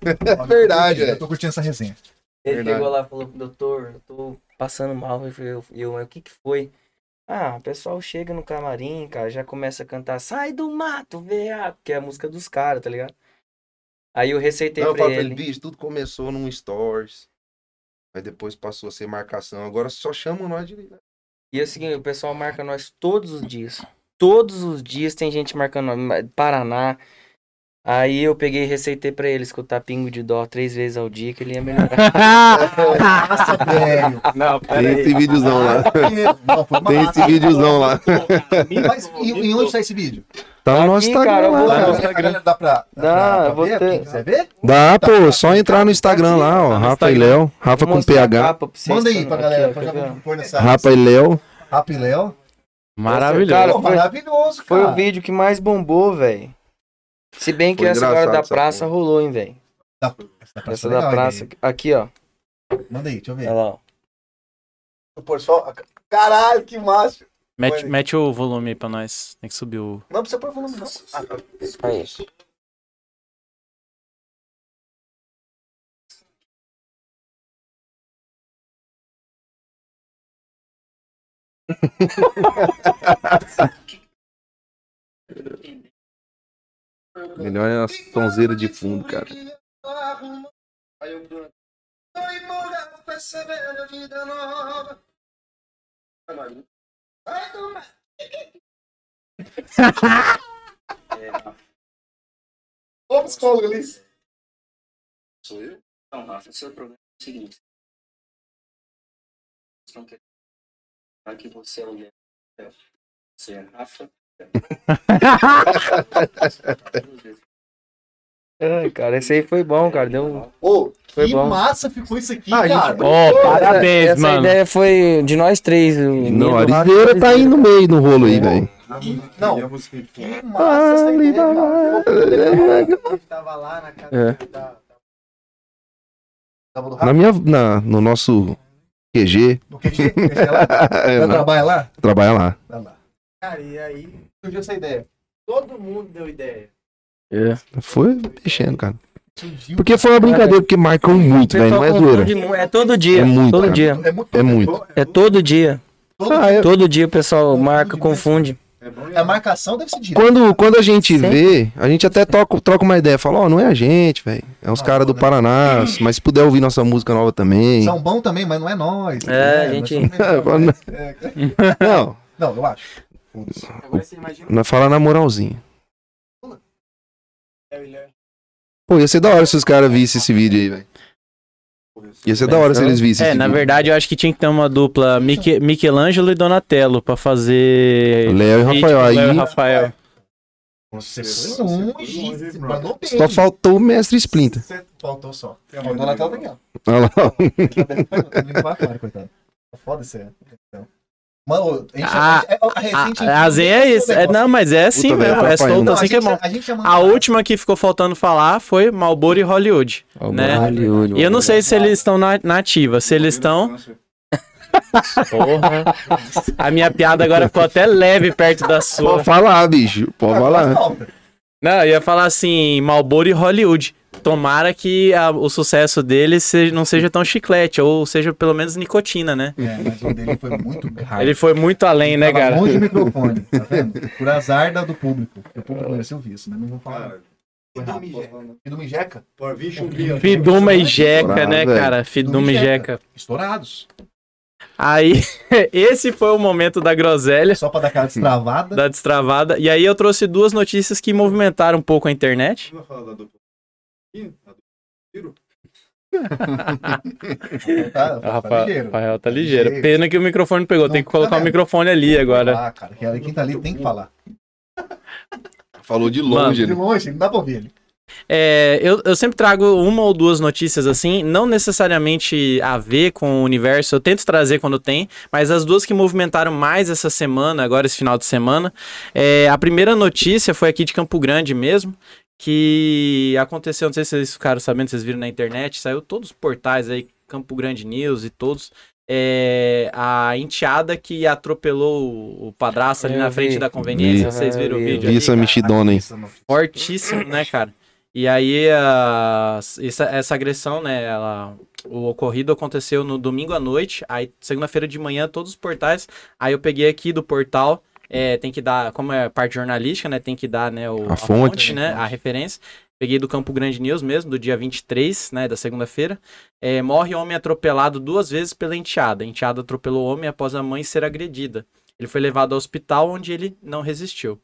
Speaker 1: É
Speaker 4: verdade, é.
Speaker 1: Eu tô curtindo essa resenha.
Speaker 3: Ele
Speaker 4: Verdade.
Speaker 3: chegou lá e falou, doutor, eu tô passando mal. Eu falei, eu, eu, mas o que que foi? Ah, o pessoal chega no camarim, cara, já começa a cantar Sai do mato, veaco, que é a música dos caras, tá ligado? Aí eu receitei
Speaker 4: Não, eu
Speaker 3: pra
Speaker 4: falo pra
Speaker 3: ele.
Speaker 4: ele, bicho, tudo começou num stories. Aí depois passou a ser marcação. Agora só chamam nós de.
Speaker 3: E é o seguinte, o pessoal marca nós todos os dias. Todos os dias tem gente marcando nós, ma- Paraná. Aí eu peguei e receitei pra ele escutar Pingo de Dó três vezes ao dia, que ele ia melhorar.
Speaker 1: Nossa, velho.
Speaker 6: Não,
Speaker 4: Tem esse videozão lá.
Speaker 1: Não, foi uma
Speaker 4: Tem esse videozão lá.
Speaker 1: Mas e, e onde tá esse vídeo?
Speaker 2: Então,
Speaker 4: Tá no
Speaker 3: nosso Instagram cara, eu vou- lá,
Speaker 1: Cara,
Speaker 3: no
Speaker 1: cara, Dá pra.
Speaker 3: Dá,
Speaker 1: pra- pra
Speaker 3: vou
Speaker 1: ver
Speaker 3: ter.
Speaker 1: aqui? Você vê?
Speaker 4: Dá,
Speaker 1: Tá
Speaker 4: pô, só entrar no Instagram lá, ó.
Speaker 6: no
Speaker 4: Rafa e
Speaker 6: Instagram.
Speaker 4: Léo. Rafa
Speaker 3: Vou
Speaker 4: com
Speaker 3: mostrar a
Speaker 4: PH.
Speaker 3: capa pra vocês,
Speaker 1: Manda aí
Speaker 3: tá?
Speaker 1: pra
Speaker 3: Aqui,
Speaker 1: galera.
Speaker 3: ó,
Speaker 1: Pra
Speaker 3: quer ver, ó?
Speaker 1: já pôr nessa.
Speaker 4: Rafa e Léo.
Speaker 1: Rap Léo.
Speaker 6: Maravilhoso.
Speaker 3: Cara,
Speaker 1: Pô,
Speaker 3: foi-
Speaker 1: maravilhoso,
Speaker 3: Foi
Speaker 1: cara.
Speaker 3: o vídeo que mais bombou, velho. Se bem que
Speaker 4: Foi
Speaker 3: essa agora
Speaker 4: engraçado
Speaker 3: da
Speaker 4: essa
Speaker 3: praça rolou, hein, velho.
Speaker 1: Essa da
Speaker 3: Essa
Speaker 1: é
Speaker 3: da
Speaker 1: legal, hein,
Speaker 3: praça.
Speaker 1: velho?
Speaker 3: Aqui, ó.
Speaker 1: Manda aí, deixa eu ver.
Speaker 3: Olha lá, ó.
Speaker 1: O pôr sol. Caralho, que macho.
Speaker 6: Mete, mete o volume aí pra nós. Tem que subir o.
Speaker 1: Não precisa pôr volume, não. Ah, tá.
Speaker 3: Aí.
Speaker 4: Melhor é a sonzeira de fundo, cara.
Speaker 7: é seguinte. Vocês não querem falar que você é o Leandro, você é a Rafa.
Speaker 3: Ai, cara, esse aí foi bom, cara. Deu um-
Speaker 1: Ô,
Speaker 3: Foi
Speaker 1: que
Speaker 3: bom.
Speaker 1: massa ficou isso aqui,
Speaker 4: Ah, gente,
Speaker 1: cara.
Speaker 6: Ó, parabéns,
Speaker 3: essa é
Speaker 6: mano.
Speaker 3: ideia foi de nós três. o Nilo,
Speaker 4: Não, a
Speaker 3: Rafa e
Speaker 4: Aristeira tá aí no meio no rolo
Speaker 1: É.
Speaker 4: aí, velho.
Speaker 1: Não, que massa essa ideia, cara.
Speaker 5: A gente tava lá na casa da.
Speaker 1: Tava do
Speaker 4: Na
Speaker 1: rápido,
Speaker 4: minha, na, no nosso QG,
Speaker 1: do QG, QG lá,
Speaker 4: é,
Speaker 1: vai
Speaker 4: na-
Speaker 1: trabalhar lá?
Speaker 4: trabalha lá.
Speaker 1: Vai lá.
Speaker 5: Cara, e aí
Speaker 1: Surgiu essa ideia.
Speaker 5: todo mundo deu ideia.
Speaker 6: É,
Speaker 4: Foi mexendo, cara.
Speaker 1: Surgiu.
Speaker 4: Porque foi uma brincadeira, porque marcam muito, velho. Não é
Speaker 3: Pessoal
Speaker 4: zoeira.
Speaker 3: confunde mu- É todo dia.
Speaker 4: É muito,
Speaker 3: todo
Speaker 4: cara.
Speaker 3: dia.
Speaker 1: É muito.
Speaker 4: É muito.
Speaker 3: É todo dia.
Speaker 1: todo-
Speaker 4: Ah, é-
Speaker 3: Todo dia o pessoal
Speaker 1: Confunde
Speaker 3: marca,
Speaker 1: mesmo.
Speaker 3: confunde.
Speaker 1: A marcação deve ser direta.
Speaker 4: Quando, quando a gente
Speaker 3: Sim.
Speaker 4: vê, a gente até toca, troca uma ideia. Fala, ó, não é a gente, velho. É uns
Speaker 1: Ah,
Speaker 4: caras do
Speaker 1: né?
Speaker 4: Paraná. Mas se puder ouvir nossa música nova também.
Speaker 1: São bom também, mas não é nós.
Speaker 3: É,
Speaker 1: né?
Speaker 3: a gente-
Speaker 1: Nós somos- É,
Speaker 4: Não,
Speaker 1: Não, eu acho.
Speaker 5: Agora você imagina
Speaker 4: nós fala na moralzinha.
Speaker 5: o Léo
Speaker 4: Pô, ia ser da hora se os caras vissem esse vídeo aí, velho. Ia ser da hora se eles vissem
Speaker 6: É,
Speaker 4: esse
Speaker 6: na
Speaker 4: vídeo.
Speaker 6: verdade eu acho que tinha que ter uma dupla Miche- Michelangelo e Donatello pra fazer.
Speaker 4: Léo e
Speaker 6: feat
Speaker 4: Rafael
Speaker 6: com Léo e
Speaker 4: aí.
Speaker 6: Rafael.
Speaker 1: Você foi longe. Você mandou bem.
Speaker 4: Só faltou o mestre Splinter.
Speaker 1: Você- Faltou só. Mandou na tela daqui, ó.
Speaker 4: Olha lá.
Speaker 1: Claro, coitado. Tá Foda isso aí. Então. Mano, a gente
Speaker 6: Ah,
Speaker 1: a, a, a recente-
Speaker 6: A Zen é isso. É, não, mas é assim
Speaker 4: Puta, velho,
Speaker 6: mesmo. É
Speaker 4: atrapalhando.
Speaker 6: solto
Speaker 1: Não,
Speaker 6: assim
Speaker 1: a
Speaker 6: que é
Speaker 1: gente-
Speaker 6: bom.
Speaker 1: A, gente já mandou-
Speaker 6: A última que ficou faltando falar foi Malboro e Hollywood. Né?
Speaker 3: Hollywood,
Speaker 6: E eu não sei se eles estão na, na ativa. Se eles estão. Porra. A minha piada agora ficou até leve perto da
Speaker 4: Pode
Speaker 6: sua.
Speaker 4: falar, bicho. Pode
Speaker 1: Agora
Speaker 4: falar.
Speaker 1: falta.
Speaker 6: Não, eu ia falar assim: Malboro e Hollywood. Tomara que a- o sucesso deles seja- não seja tão chiclete, ou seja pelo menos nicotina, né?
Speaker 1: É, mas o dele foi muito caro.
Speaker 6: Ele foi muito além, né,
Speaker 1: Tava
Speaker 6: cara?
Speaker 1: longe do microfone, tá vendo? Por azar da do público. Porque O público mereceu ouvir isso, né? Não vou falar. Foi rápido. E do Mijeca?
Speaker 8: Por vir chumbinho.
Speaker 6: Fiduma e Jeca,
Speaker 4: Estourado,
Speaker 6: né,
Speaker 4: velho.
Speaker 6: cara? Fiduma e Jeca.
Speaker 1: Estourados.
Speaker 6: Aí, esse foi o momento da groselha.
Speaker 1: Só pra dar aquela destravada.
Speaker 6: da destravada. E aí eu trouxe duas notícias que movimentaram um pouco a internet.
Speaker 8: Vai falar da dupla. Ih, a dupla.
Speaker 1: Tá,
Speaker 6: O
Speaker 1: tá
Speaker 6: Rafael,
Speaker 1: ligeiro.
Speaker 6: Rafael tá
Speaker 1: ligeiro.
Speaker 6: ligeiro. Pena que o microfone não pegou.
Speaker 1: Não,
Speaker 6: Tem que
Speaker 1: tá
Speaker 6: colocar o
Speaker 1: vendo?
Speaker 6: microfone ali agora.
Speaker 1: Ah, cara, que quem tá ali tem que falar.
Speaker 4: Falou de
Speaker 6: longe,
Speaker 1: De longe, não dá pra ouvir ele.
Speaker 6: É, eu, eu sempre trago uma ou duas notícias assim, não necessariamente a ver com o universo, eu tento trazer quando tem, mas as duas que movimentaram mais essa semana, agora esse final de semana. é, a primeira notícia foi aqui de Campo Grande mesmo, que aconteceu, não sei se vocês ficaram sabendo, vocês viram na internet, saiu todos os portais aí, Campo Grande News e todos. é, a enteada que atropelou o- o padrasto ali
Speaker 3: É, Eu
Speaker 6: na
Speaker 3: vi.
Speaker 6: frente da conveniência,
Speaker 3: Vi.
Speaker 6: vocês viram o
Speaker 3: Eu
Speaker 6: vídeo?
Speaker 4: Vi
Speaker 6: ali,
Speaker 4: essa
Speaker 6: cara?
Speaker 4: mexidona aí.
Speaker 6: fortíssimo, né, cara? E aí, a- essa, essa agressão, né, ela- o ocorrido aconteceu no domingo à noite, aí segunda-feira de manhã, todos os portais, aí eu peguei aqui do portal, é, tem que dar, como é parte jornalística, né, tem que dar, né, o-
Speaker 4: A fonte.
Speaker 6: né, a referência, peguei do Campo Grande News mesmo, do dia 23, né, da segunda-feira, é, morre homem atropelado duas vezes pela enteada, a enteada atropelou homem após a mãe ser agredida, ele foi levado ao hospital, onde ele não resistiu.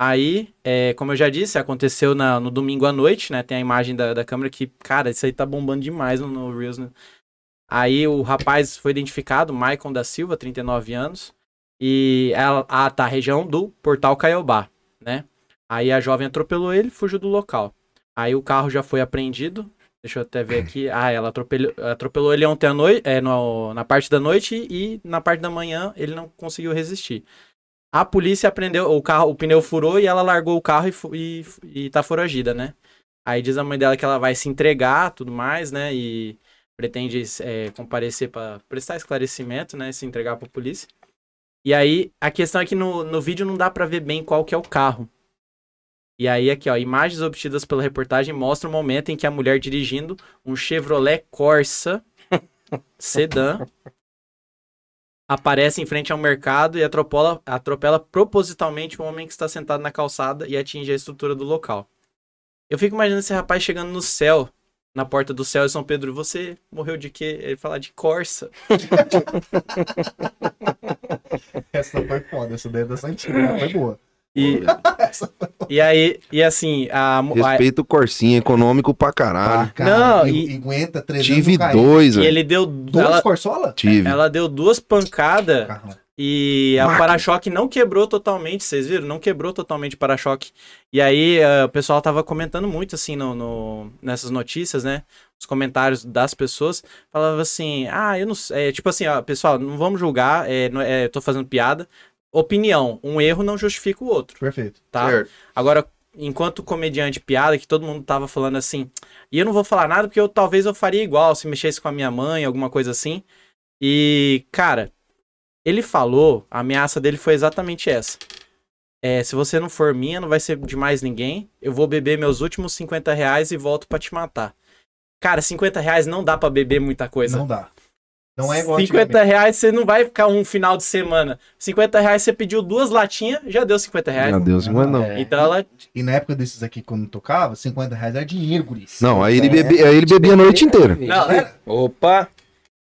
Speaker 6: Aí, é, como eu já disse, aconteceu na- no domingo à noite, né? Tem a imagem da, da câmera que, cara, isso aí tá bombando demais no, no Reels, né? Aí o rapaz foi identificado, Maicon da Silva, 39 anos, e ela, ah, tá, região do Portal Caiobá, né? Aí a jovem atropelou ele, fugiu do local. Aí o carro já foi apreendido. Deixa eu até ver aqui. Ah, ela atropelou, atropelou ele ontem à noite, é, no- na parte da noite e na parte da manhã ele não conseguiu resistir. A polícia prendeu, o carro, o pneu furou e ela largou o carro e, fu- e, e tá foragida, né? Aí diz a mãe dela que ela vai se entregar, tudo mais, né? E pretende é, comparecer para prestar esclarecimento, né? Se entregar pra polícia. E aí, a questão é que no, no vídeo não dá pra ver bem qual que é o carro. E aí, aqui, ó, imagens obtidas pela reportagem mostram o momento em que a mulher dirigindo um Chevrolet Corsa sedã aparece em frente ao mercado e atropela, atropela propositalmente um homem que está sentado na calçada e atinge a estrutura do local. Eu fico imaginando esse rapaz chegando no céu, na porta do céu, e São Pedro, você morreu de quê? Ele fala de Corsa.
Speaker 1: Essa foi foda, essa daí é da Santina, foi boa.
Speaker 6: E, e aí, e assim, a, mo- a-
Speaker 4: Respeita o Corsinha, econômico pra caralho.
Speaker 6: Não,
Speaker 1: e, aguenta 300
Speaker 4: Ah, Tive
Speaker 1: km.
Speaker 4: dois,
Speaker 6: e
Speaker 4: velho.
Speaker 6: ele é deu.
Speaker 1: Duas
Speaker 6: Ela, É.
Speaker 1: Corsola?
Speaker 4: Tive.
Speaker 6: ela deu duas pancadas
Speaker 1: Carrão.
Speaker 6: e a
Speaker 4: Máquina.
Speaker 6: para-choque não quebrou totalmente, vocês viram? Não quebrou totalmente o para-choque. E aí eh, o pessoal tava comentando muito, assim, no, no- nessas notícias, né? Os comentários das pessoas. Falava assim, ah, eu não sei. é, tipo assim, ó, pessoal, não vamos julgar, é, não- é, eu tô fazendo piada. Opinião, um erro não justifica o outro,
Speaker 1: Perfeito.
Speaker 6: tá?
Speaker 4: Certo.
Speaker 6: Agora, enquanto comediante piada, que todo mundo tava falando assim, e eu não vou falar nada porque eu talvez eu faria igual se mexesse com a minha mãe, alguma coisa assim. E, cara, ele falou, a ameaça dele foi exatamente essa. É, se você não for minha, não vai ser de mais ninguém. Eu vou beber meus últimos 50 reais e volto pra te matar. Cara, 50 reais não dá pra beber muita coisa.
Speaker 1: Não dá. Não é igual
Speaker 6: 50 reais você não vai ficar um final de semana. 50 reais você pediu duas latinhas, já deu 50 reais.
Speaker 4: Meu Deus, não é não.
Speaker 5: É.
Speaker 6: Então ela
Speaker 1: E na época desses aqui, quando tocava, 50 reais era dinheiro, guris.
Speaker 4: Não, aí ele, bebe, aí ele bebia a noite inteira.
Speaker 6: Não, é-
Speaker 3: Opa!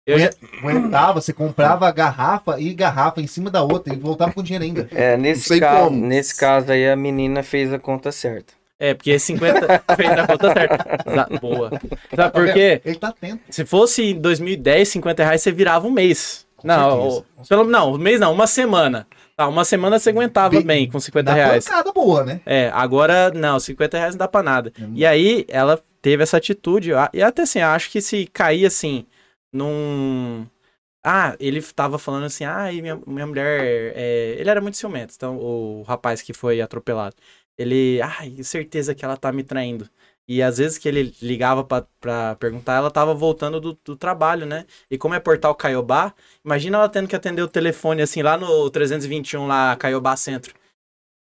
Speaker 6: Eu já-
Speaker 1: Aguentava, você comprava a garrafa e garrafa em cima da outra e voltava com dinheiro ainda.
Speaker 3: É,
Speaker 4: sei
Speaker 3: nesse caso,
Speaker 4: como.
Speaker 3: nesse caso aí a menina fez a conta certa.
Speaker 6: É, porque 50 fez a conta certa. Sa- Boa. Sabe por quê?
Speaker 1: Ele tá atento.
Speaker 6: Se fosse em 2010, 50 reais você virava um mês.
Speaker 1: Com
Speaker 6: não,
Speaker 1: certeza.
Speaker 6: o- pelo, não, um mês não, uma semana. Tá, uma semana você aguentava
Speaker 1: Bem-
Speaker 6: bem, com 50
Speaker 1: Na
Speaker 6: reais.
Speaker 1: pancada boa, né?
Speaker 6: É, agora não, 50 reais não dá pra nada. E aí ela teve essa atitude. a- E até assim, eu acho que se cair assim, num. Ah, ele tava falando assim, ah, e minha, minha mulher. é, Ele era muito ciumento, então o rapaz que foi atropelado. Ele. Ai, certeza que ela tá me traindo. E às vezes que ele ligava pra, pra perguntar, ela tava voltando do, do trabalho, né? E como é portal Caiobá, imagina ela tendo que atender o telefone assim, lá no 321, lá Caiobá Centro.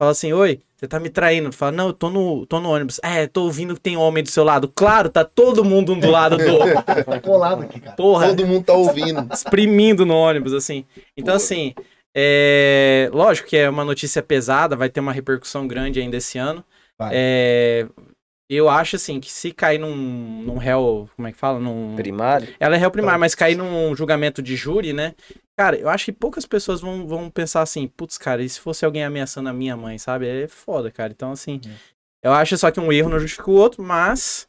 Speaker 6: Fala assim, oi, você tá me traindo. Fala, não, eu tô no, tô no ônibus. É, tô ouvindo que tem homem do seu lado. Claro, tá todo mundo um do lado do outro.
Speaker 1: Tá colado aqui, cara.
Speaker 6: Porra,
Speaker 4: mundo tá ouvindo.
Speaker 6: exprimindo no ônibus, assim. Então, assim, é... lógico que é uma notícia pesada, vai ter uma repercussão grande ainda esse ano.
Speaker 1: Vai.
Speaker 6: É, Eu acho, assim, que se cair num, num réu, como é que fala? Num...
Speaker 3: Primário?
Speaker 6: Ela é réu primário, mas cair num julgamento de júri, né? Cara, eu acho que poucas pessoas vão, vão pensar assim, putz, cara, e se fosse alguém ameaçando a minha mãe, sabe? É foda, cara. Então, assim, eu acho só que um erro não justifica o outro, mas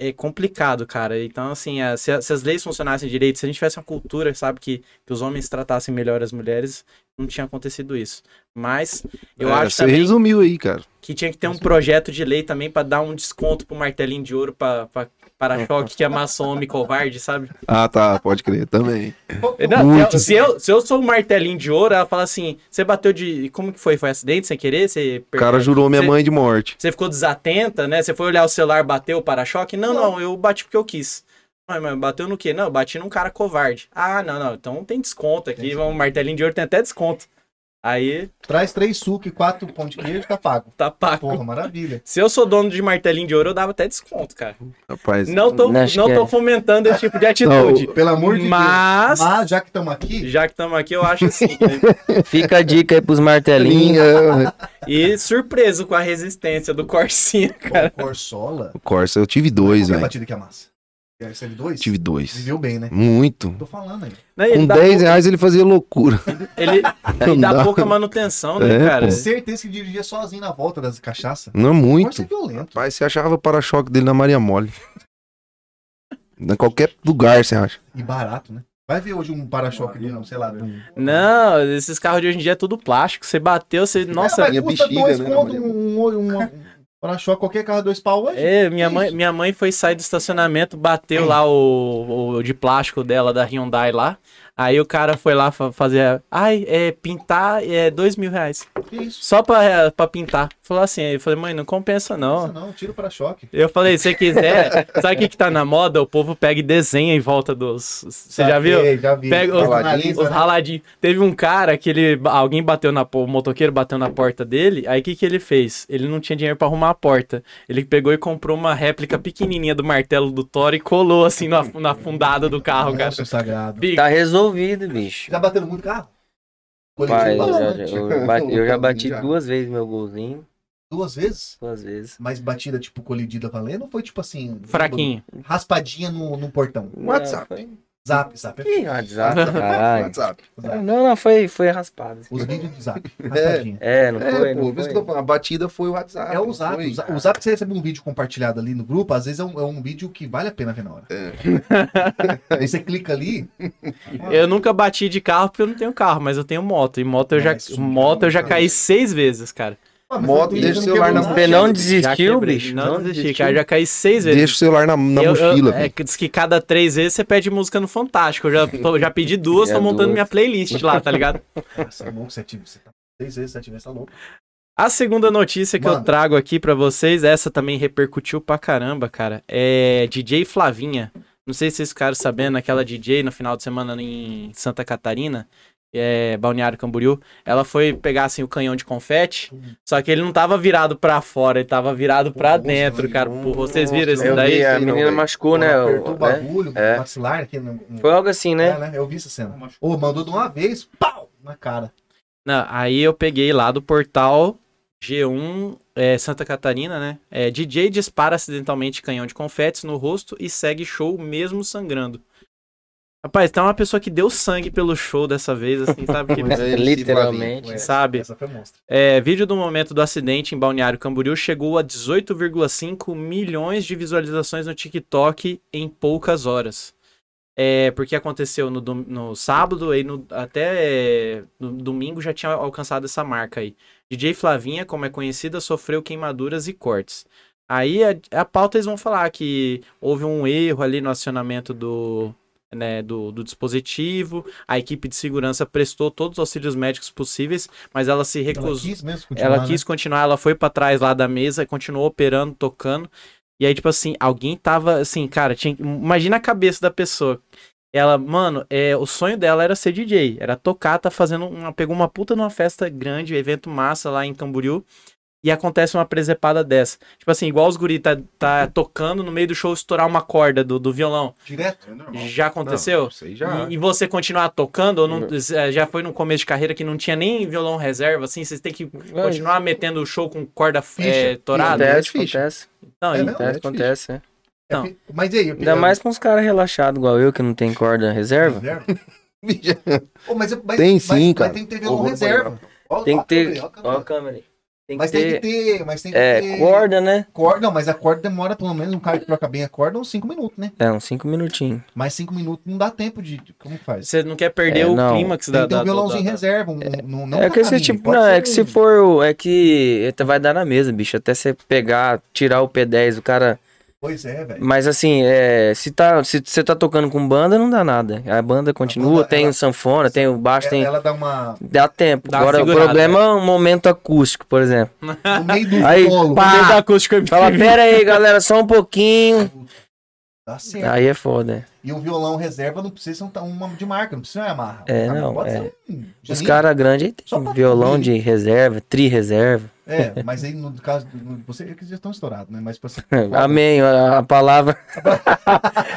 Speaker 6: é complicado, cara. Então, assim, a- se, a- se as leis funcionassem direito, se a gente tivesse uma cultura, sabe, que, que os homens tratassem melhor as mulheres, não tinha acontecido isso. Mas eu
Speaker 4: Cara,
Speaker 6: acho
Speaker 4: É, você
Speaker 6: também
Speaker 4: resumiu aí, cara.
Speaker 6: que tinha que ter um projeto de lei também pra dar um desconto pro martelinho de ouro pra, pra, para choque que amassou homem covarde, sabe?
Speaker 4: Ah, tá, pode crer, também.
Speaker 1: é
Speaker 6: Não,
Speaker 4: Muito.
Speaker 6: se, eu, se eu- se eu sou o martelinho de ouro, ela fala assim: você bateu de. Como que foi? Foi acidente sem querer? Você,
Speaker 4: O
Speaker 6: per-
Speaker 4: cara jurou minha
Speaker 6: Você-
Speaker 4: mãe de morte.
Speaker 6: você ficou desatenta, né? Você foi olhar o celular, bateu o para-choque? Não, não, eu bati porque eu quis. Mas, mas bateu no quê? Não, eu bati num cara covarde. Ah, não, não. Então tem desconto aqui.
Speaker 1: Tem
Speaker 6: vamos, martelinho de ouro tem até desconto. Aí
Speaker 1: Traz três suco e quatro pão de queijo, tá pago.
Speaker 6: tá pago.
Speaker 1: Porra, maravilha.
Speaker 6: Se eu sou dono de martelinho de ouro, eu dava até desconto, cara.
Speaker 4: Rapaz,
Speaker 6: Não tô,
Speaker 3: Não, acho
Speaker 6: não
Speaker 3: que
Speaker 6: tô
Speaker 3: é.
Speaker 6: fomentando esse tipo de atitude.
Speaker 1: Pelo amor de
Speaker 6: mas,
Speaker 1: Deus. Mas, já que estamos aqui,
Speaker 6: já que estamos aqui, eu acho assim.
Speaker 3: Fica a dica aí pros martelinhos.
Speaker 4: linha.
Speaker 6: E surpreso com a resistência do Corsinha, cara.
Speaker 1: Pô, Corsola.
Speaker 4: O Corsa, eu tive
Speaker 1: Qual que é
Speaker 4: dois,
Speaker 1: a
Speaker 4: velho.
Speaker 1: batida que amassa? Deve ser é dois?
Speaker 4: Tive dois.
Speaker 1: Viveu bem, né?
Speaker 4: Muito.
Speaker 1: Tô falando aí.
Speaker 6: Né, Ele,
Speaker 4: Com
Speaker 6: dá,
Speaker 4: 10 reais ele fazia loucura.
Speaker 6: pouca- ele, ele
Speaker 4: Não
Speaker 6: dá
Speaker 4: dá.
Speaker 6: pouca manutenção, né,
Speaker 4: É,
Speaker 6: cara?
Speaker 4: pô.
Speaker 1: Certeza que dirigia sozinho na volta das cachaças.
Speaker 4: Não,
Speaker 1: Corsa
Speaker 4: muito.
Speaker 1: é violento.
Speaker 4: Rapaz, você achava o para-choque dele na Maria Mole. Em qualquer lugar você acha.
Speaker 1: E barato, né? Vai ver hoje um para-choque de um, sei lá, de um.
Speaker 6: Não, esses carros de hoje em dia é tudo plástico. Você bateu, você. Nossa,
Speaker 1: é, mas
Speaker 4: minha
Speaker 1: custa
Speaker 4: bexiga,
Speaker 1: dois
Speaker 4: né,
Speaker 1: conto,
Speaker 4: na
Speaker 1: um, um, um, um para-choque, qualquer carro dois pau hoje.
Speaker 6: é, minha, mãe, minha mãe foi sair do estacionamento, bateu lá o, o de plástico dela, da Hyundai lá. Aí o cara foi lá fa- fazer. Ai, é pintar é dois mil reais.
Speaker 1: Que isso?
Speaker 6: Só pra, pra pintar. Falou assim, eu falei, mãe, não compensa não.
Speaker 1: Isso não, tira o para-choque.
Speaker 6: Eu falei, se você quiser, sabe o que, que tá na moda? O povo pega e desenha em volta dos. Você já viu?
Speaker 1: Saquei, Já vi.
Speaker 6: Pega os,
Speaker 1: Analisa,
Speaker 6: os
Speaker 1: né?
Speaker 6: raladinhos. Teve um cara que ele. Alguém bateu na. po- O motoqueiro bateu na porta dele. Aí o que, que ele fez? Ele não tinha dinheiro pra arrumar a porta. Ele pegou e comprou uma réplica pequenininha do martelo do Thor e colou assim na, na fundada do carro, cara.
Speaker 1: Nossa, é sagrado.
Speaker 6: Bico.
Speaker 3: Tá resolvido, bicho.
Speaker 1: Já bateram muito carro? né?
Speaker 3: Pai,
Speaker 1: Coletivo
Speaker 3: eu,
Speaker 1: bastante.
Speaker 3: já- eu bati, eu já bati duas vezes meu golzinho,
Speaker 1: Duas vezes?
Speaker 3: duas vezes.
Speaker 1: Mas batida, tipo, colidida valendo ou foi tipo assim?
Speaker 6: Fraquinho.
Speaker 1: Raspadinha no, no portão.
Speaker 4: WhatsApp.
Speaker 3: Não, foi-
Speaker 1: Zap, zap. é
Speaker 4: Ih, WhatsApp.
Speaker 6: Ah,
Speaker 3: Caralho.
Speaker 4: WhatsApp.
Speaker 3: Não, não, foi, foi raspado. assim.
Speaker 1: Os vídeos do zap. Rapidinho.
Speaker 3: É, não foi?
Speaker 4: É,
Speaker 3: não
Speaker 4: pô, por isso
Speaker 3: foi?
Speaker 4: que eu tô falando, a batida foi o WhatsApp.
Speaker 1: É o
Speaker 4: não
Speaker 1: zap.
Speaker 4: foi-
Speaker 1: o zap- O zap que você recebe um vídeo compartilhado ali no grupo, às vezes é um, é um vídeo que vale a pena ver na hora. Aí você clica ali,
Speaker 6: Eu nunca bati de carro porque eu não tenho carro, mas eu tenho moto. E moto eu já,
Speaker 1: Nossa,
Speaker 6: moto eu já caí seis vezes, cara.
Speaker 1: Ah, mas
Speaker 4: Moto,
Speaker 1: não tem-
Speaker 4: deixa
Speaker 1: não
Speaker 4: o celular
Speaker 1: quebrou
Speaker 4: na
Speaker 1: nada.
Speaker 3: Você não
Speaker 6: Já
Speaker 3: desistiu,
Speaker 6: quebrei-
Speaker 3: bicho?
Speaker 6: Não, desisti, cara. Eu já caí seis vezes.
Speaker 4: Deixa o celular na, na
Speaker 6: Eu- eu-
Speaker 4: mochila,
Speaker 6: é,
Speaker 4: velho.
Speaker 6: que diz que cada três vezes você pede música no Fantástico. Eu já, tô- já pedi duas,
Speaker 3: É,
Speaker 6: tô montando
Speaker 3: duas.
Speaker 6: minha playlist lá, tá ligado?
Speaker 1: Nossa, louco, você ativa- você tá seis vezes, sete vezes, tá louco.
Speaker 6: A segunda notícia que eu
Speaker 1: Manda.
Speaker 6: trago aqui pra vocês, essa também repercutiu pra caramba, cara. É DJ Flavinha. Não sei se vocês ficaram sabendo, aquela DJ no final de semana em Santa Catarina, é, Balneário Camboriú, ela foi pegar assim o canhão de confete, só que ele não tava virado pra fora, ele tava virado pra
Speaker 4: Nossa,
Speaker 6: dentro,
Speaker 4: mano,
Speaker 6: cara. Porra, vocês viram
Speaker 4: nossa,
Speaker 6: isso
Speaker 3: Eu
Speaker 6: daí?
Speaker 3: vi,
Speaker 4: Isso aí
Speaker 3: a
Speaker 4: não,
Speaker 3: menina
Speaker 4: velho.
Speaker 3: machucou, né?
Speaker 1: Ela
Speaker 3: o-
Speaker 1: apertou o
Speaker 3: né?
Speaker 1: bagulho,
Speaker 3: é.
Speaker 1: o vacilar, aquele. um-
Speaker 3: Foi algo assim,
Speaker 1: É,
Speaker 3: né?
Speaker 1: né? Eu vi essa cena. Ô, mandou de uma vez, pau, na cara.
Speaker 6: Não, aí eu peguei lá do portal G1 é, Santa Catarina, né? É, DJ dispara acidentalmente canhão de confetes no rosto e segue show mesmo sangrando. Rapaz, tá uma pessoa que deu sangue pelo show dessa vez, assim, sabe? Que,
Speaker 3: é.
Speaker 4: Esse
Speaker 3: Literalmente.
Speaker 1: Flavinho.
Speaker 6: sabe?
Speaker 1: Essa foi monstra.
Speaker 6: É, vídeo do momento do acidente em Balneário Camboriú chegou a 18,5 milhões de visualizações no TikTok em poucas horas. É, porque aconteceu no, dom- no sábado e no- até é, no domingo já tinha alcançado essa marca aí. DJ Flavinha, como é conhecida, sofreu queimaduras e cortes. Aí a, a pauta eles vão falar que houve um erro ali no acionamento do, né, do- do dispositivo, a equipe de segurança prestou todos os auxílios médicos possíveis, mas ela se
Speaker 1: Ela
Speaker 6: recusou.
Speaker 1: quis mesmo continuar, né?
Speaker 6: Ela
Speaker 4: né?
Speaker 6: quis continuar, ela foi pra trás lá da mesa, continuou operando, tocando. E aí, tipo assim, alguém tava assim, cara, tinha... imagina a cabeça da pessoa. Ela, mano, é, o sonho dela era ser DJ, era tocar, tá fazendo uma. Pegou uma puta numa festa grande, um evento massa lá em Camboriú. E acontece uma presepada dessa. Tipo assim, igual os guri tá, tá tocando no meio do show estourar uma corda do, do violão.
Speaker 1: né? Direto.
Speaker 8: É normal.
Speaker 6: Já aconteceu?
Speaker 4: Não, isso aí já.
Speaker 6: E, e você continuar tocando, ou não, é, já foi no começo de carreira que não tinha nem violão reserva, assim, vocês têm que
Speaker 3: É,
Speaker 6: continuar metendo o show com corda é, torada.
Speaker 3: Acontece,
Speaker 4: ficha.
Speaker 3: acontece.
Speaker 6: Não,
Speaker 1: É
Speaker 6: e-
Speaker 1: mesmo?
Speaker 3: Acontece, acontece. é.
Speaker 6: Então.
Speaker 1: É, fi- mas e aí? eu-
Speaker 3: Ainda
Speaker 1: eu-
Speaker 3: mais pra uns caras relaxados igual eu, que não tem corda reserva.
Speaker 1: reserva?
Speaker 4: Bicho,
Speaker 1: Ô, mas, mas-
Speaker 4: Tem
Speaker 1: mas-
Speaker 4: sim,
Speaker 1: mas
Speaker 4: cara.
Speaker 1: tem que ter violão
Speaker 4: Horror
Speaker 1: reserva. Ó,
Speaker 3: Tem
Speaker 1: ó a
Speaker 3: que
Speaker 1: câmera aí, ó a
Speaker 3: ter. Ó a
Speaker 1: câmera.
Speaker 3: câmera aí. Tem que
Speaker 1: Mas tem que
Speaker 3: ter.
Speaker 1: ter, mas tem que
Speaker 3: É,
Speaker 1: ter-
Speaker 3: corda, né?
Speaker 1: Corda, não, mas a corda demora pelo menos, um cara que troca bem a corda, uns 5 minutos, né?
Speaker 3: É, uns 5 minutinhos.
Speaker 1: Mas 5 minutos não dá tempo de. Como que faz?
Speaker 6: você não quer perder
Speaker 3: É,
Speaker 6: o
Speaker 3: não.
Speaker 6: clímax
Speaker 1: Tem
Speaker 6: da,
Speaker 1: que ter
Speaker 6: da,
Speaker 1: um violãozinho
Speaker 6: da- da-
Speaker 1: reserva. Um, um- não, não
Speaker 3: é que esse
Speaker 1: caminho,
Speaker 3: tipo.
Speaker 1: pode
Speaker 3: Não,
Speaker 1: ser
Speaker 3: é que se
Speaker 1: um-
Speaker 3: for. o- É que. até Vai dar na mesa, bicho. Até você pegar, tirar o P10, o cara.
Speaker 1: Pois é, velho.
Speaker 3: Mas assim, é, se, tá, se você tá tocando com banda, não dá nada. A banda continua,
Speaker 1: banda,
Speaker 3: tem
Speaker 1: ela-
Speaker 3: o sanfona, tem o baixo,
Speaker 1: Ela,
Speaker 3: tem.
Speaker 1: É, ela dá uma.
Speaker 3: Dá tempo.
Speaker 6: Dá
Speaker 3: Agora, o
Speaker 6: segurada. né?
Speaker 3: problema é um momento acústico, por exemplo.
Speaker 1: No meio do
Speaker 3: Aí,
Speaker 1: bolo.
Speaker 3: pá,
Speaker 6: Dentro da acústica MTV.
Speaker 3: Fala, pera aí, galera, só um pouquinho.
Speaker 1: Dá certo.
Speaker 3: Aí é foda.
Speaker 1: E um violão reserva não precisa ser um ta- uma de marca, não precisa ser uma Yamaha.
Speaker 3: É,
Speaker 1: Tá,
Speaker 3: não,
Speaker 1: Pode
Speaker 3: é.
Speaker 1: ser um
Speaker 3: Os
Speaker 1: Janine.
Speaker 3: caras grandes aí
Speaker 1: Só
Speaker 3: tem
Speaker 1: pra-
Speaker 3: violão de reserva, tri-reserva.
Speaker 1: É, mas aí no caso. no- Você é que já estão estourados, né? Mas pra ser.
Speaker 3: Amém. A, a palavra.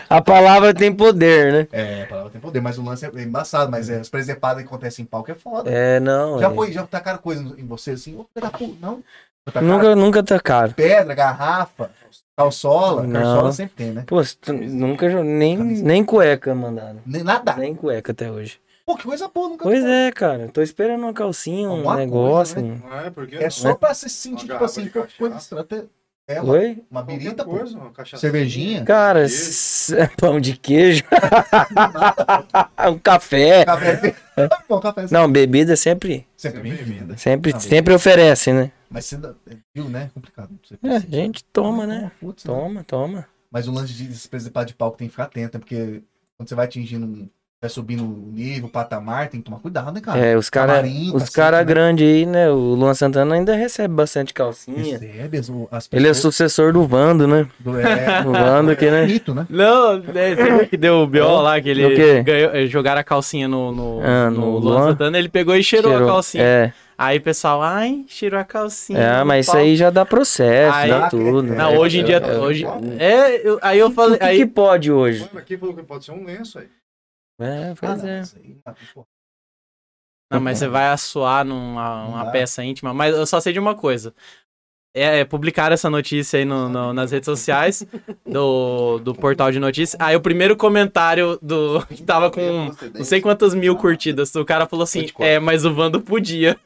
Speaker 3: a palavra tem poder, né?
Speaker 1: É, a palavra tem poder, mas o lance é embaçado. Mas é, as presepadas que acontecem em palco é foda.
Speaker 3: É, não.
Speaker 1: já
Speaker 3: é.
Speaker 1: foi, já tacaram coisa no- em você assim, ô, filho da puta, não. Já tacaram
Speaker 3: Nunca, nunca tá caro.
Speaker 1: Pedra, garrafa, calçola,
Speaker 3: Não.
Speaker 1: calçola sempre tem, né?
Speaker 3: Pô, se tu- nunca. jo- Nem, nem cueca mandaram.
Speaker 1: Nem nada.
Speaker 3: Nem cueca até hoje.
Speaker 1: Pô, que coisa boa, Tá. nunca.
Speaker 3: Pois é, cara. Tô esperando uma calcinha, um
Speaker 1: Alguma
Speaker 3: negócio.
Speaker 1: coisa,
Speaker 3: um-
Speaker 8: Não é, porque
Speaker 1: É só pra se sentir,
Speaker 8: Uma
Speaker 1: tipo
Speaker 8: garrafa
Speaker 1: assim,
Speaker 8: de
Speaker 1: pô, que coisa
Speaker 8: cachaça.
Speaker 1: estranha. Até- É uma,
Speaker 3: Oi?
Speaker 1: uma
Speaker 8: Qualquer
Speaker 1: birita, pô.
Speaker 8: coisa, uma cachaça.
Speaker 1: Cervejinha.
Speaker 3: Cara,
Speaker 8: Queijo.
Speaker 3: s- pão de queijo. um café.
Speaker 1: Café. Bom, café
Speaker 3: É. Não, bebida sempre.
Speaker 1: sempre bem vinda.
Speaker 8: bem-vinda.
Speaker 3: Sempre,
Speaker 1: Não,
Speaker 3: sempre oferece, né?
Speaker 1: Mas você dá- viu, né? É complicado. Você
Speaker 3: É, a
Speaker 1: precisa-
Speaker 3: gente toma, né?
Speaker 1: Putz,
Speaker 3: Toma, toma.
Speaker 1: Mas o lance de se preservar de palco tem que ficar atento, né? porque quando você vai atingindo um. Vai subindo o nível, o patamar, tem que tomar cuidado, né, cara?
Speaker 3: É, os cara,
Speaker 1: camarim,
Speaker 3: os
Speaker 1: cacete,
Speaker 3: cara
Speaker 1: né?
Speaker 3: grande aí, né? O Luan Santana ainda recebe bastante calcinha.
Speaker 1: Recebe as, as
Speaker 3: Ele é
Speaker 1: pessoas
Speaker 3: sucessor do Vando, né?
Speaker 1: do- é,
Speaker 3: O Vando que, né?
Speaker 1: mito, né?
Speaker 6: Não, é, você viu que deu o B.O. lá, que
Speaker 3: O quê?
Speaker 6: ele ganhou, é, jogaram a calcinha no, no,
Speaker 3: Ah,
Speaker 6: no
Speaker 3: no
Speaker 6: Luan
Speaker 3: Luan?
Speaker 6: Santana, ele pegou e cheirou, a calcinha.
Speaker 3: É,
Speaker 6: Aí o pessoal, ai, cheirou a calcinha.
Speaker 3: é
Speaker 6: no
Speaker 3: mas isso
Speaker 6: palco.
Speaker 3: aí já dá processo,
Speaker 6: Aí-
Speaker 3: dá tudo.
Speaker 6: Não,
Speaker 3: né?
Speaker 6: hoje em dia,
Speaker 3: É,
Speaker 6: hoje... É, eu- aí eu falei...
Speaker 3: O que,
Speaker 6: Aí,
Speaker 3: que pode hoje?
Speaker 8: Mano, aqui falou que pode ser um lenço aí.
Speaker 3: É,
Speaker 1: Ah,
Speaker 3: pois
Speaker 1: não,
Speaker 3: é.
Speaker 1: isso aí, ah, pô,
Speaker 6: Não, mas você vai assoar numa uma
Speaker 1: dá.
Speaker 6: peça íntima. Mas eu só sei de uma coisa. é, é, publicaram essa notícia aí no- no- nas redes sociais do, do portal de notícias. Aí o primeiro comentário do que tava com um- não sei quantas mil curtidas, o cara falou assim: É, mas o Vando podia.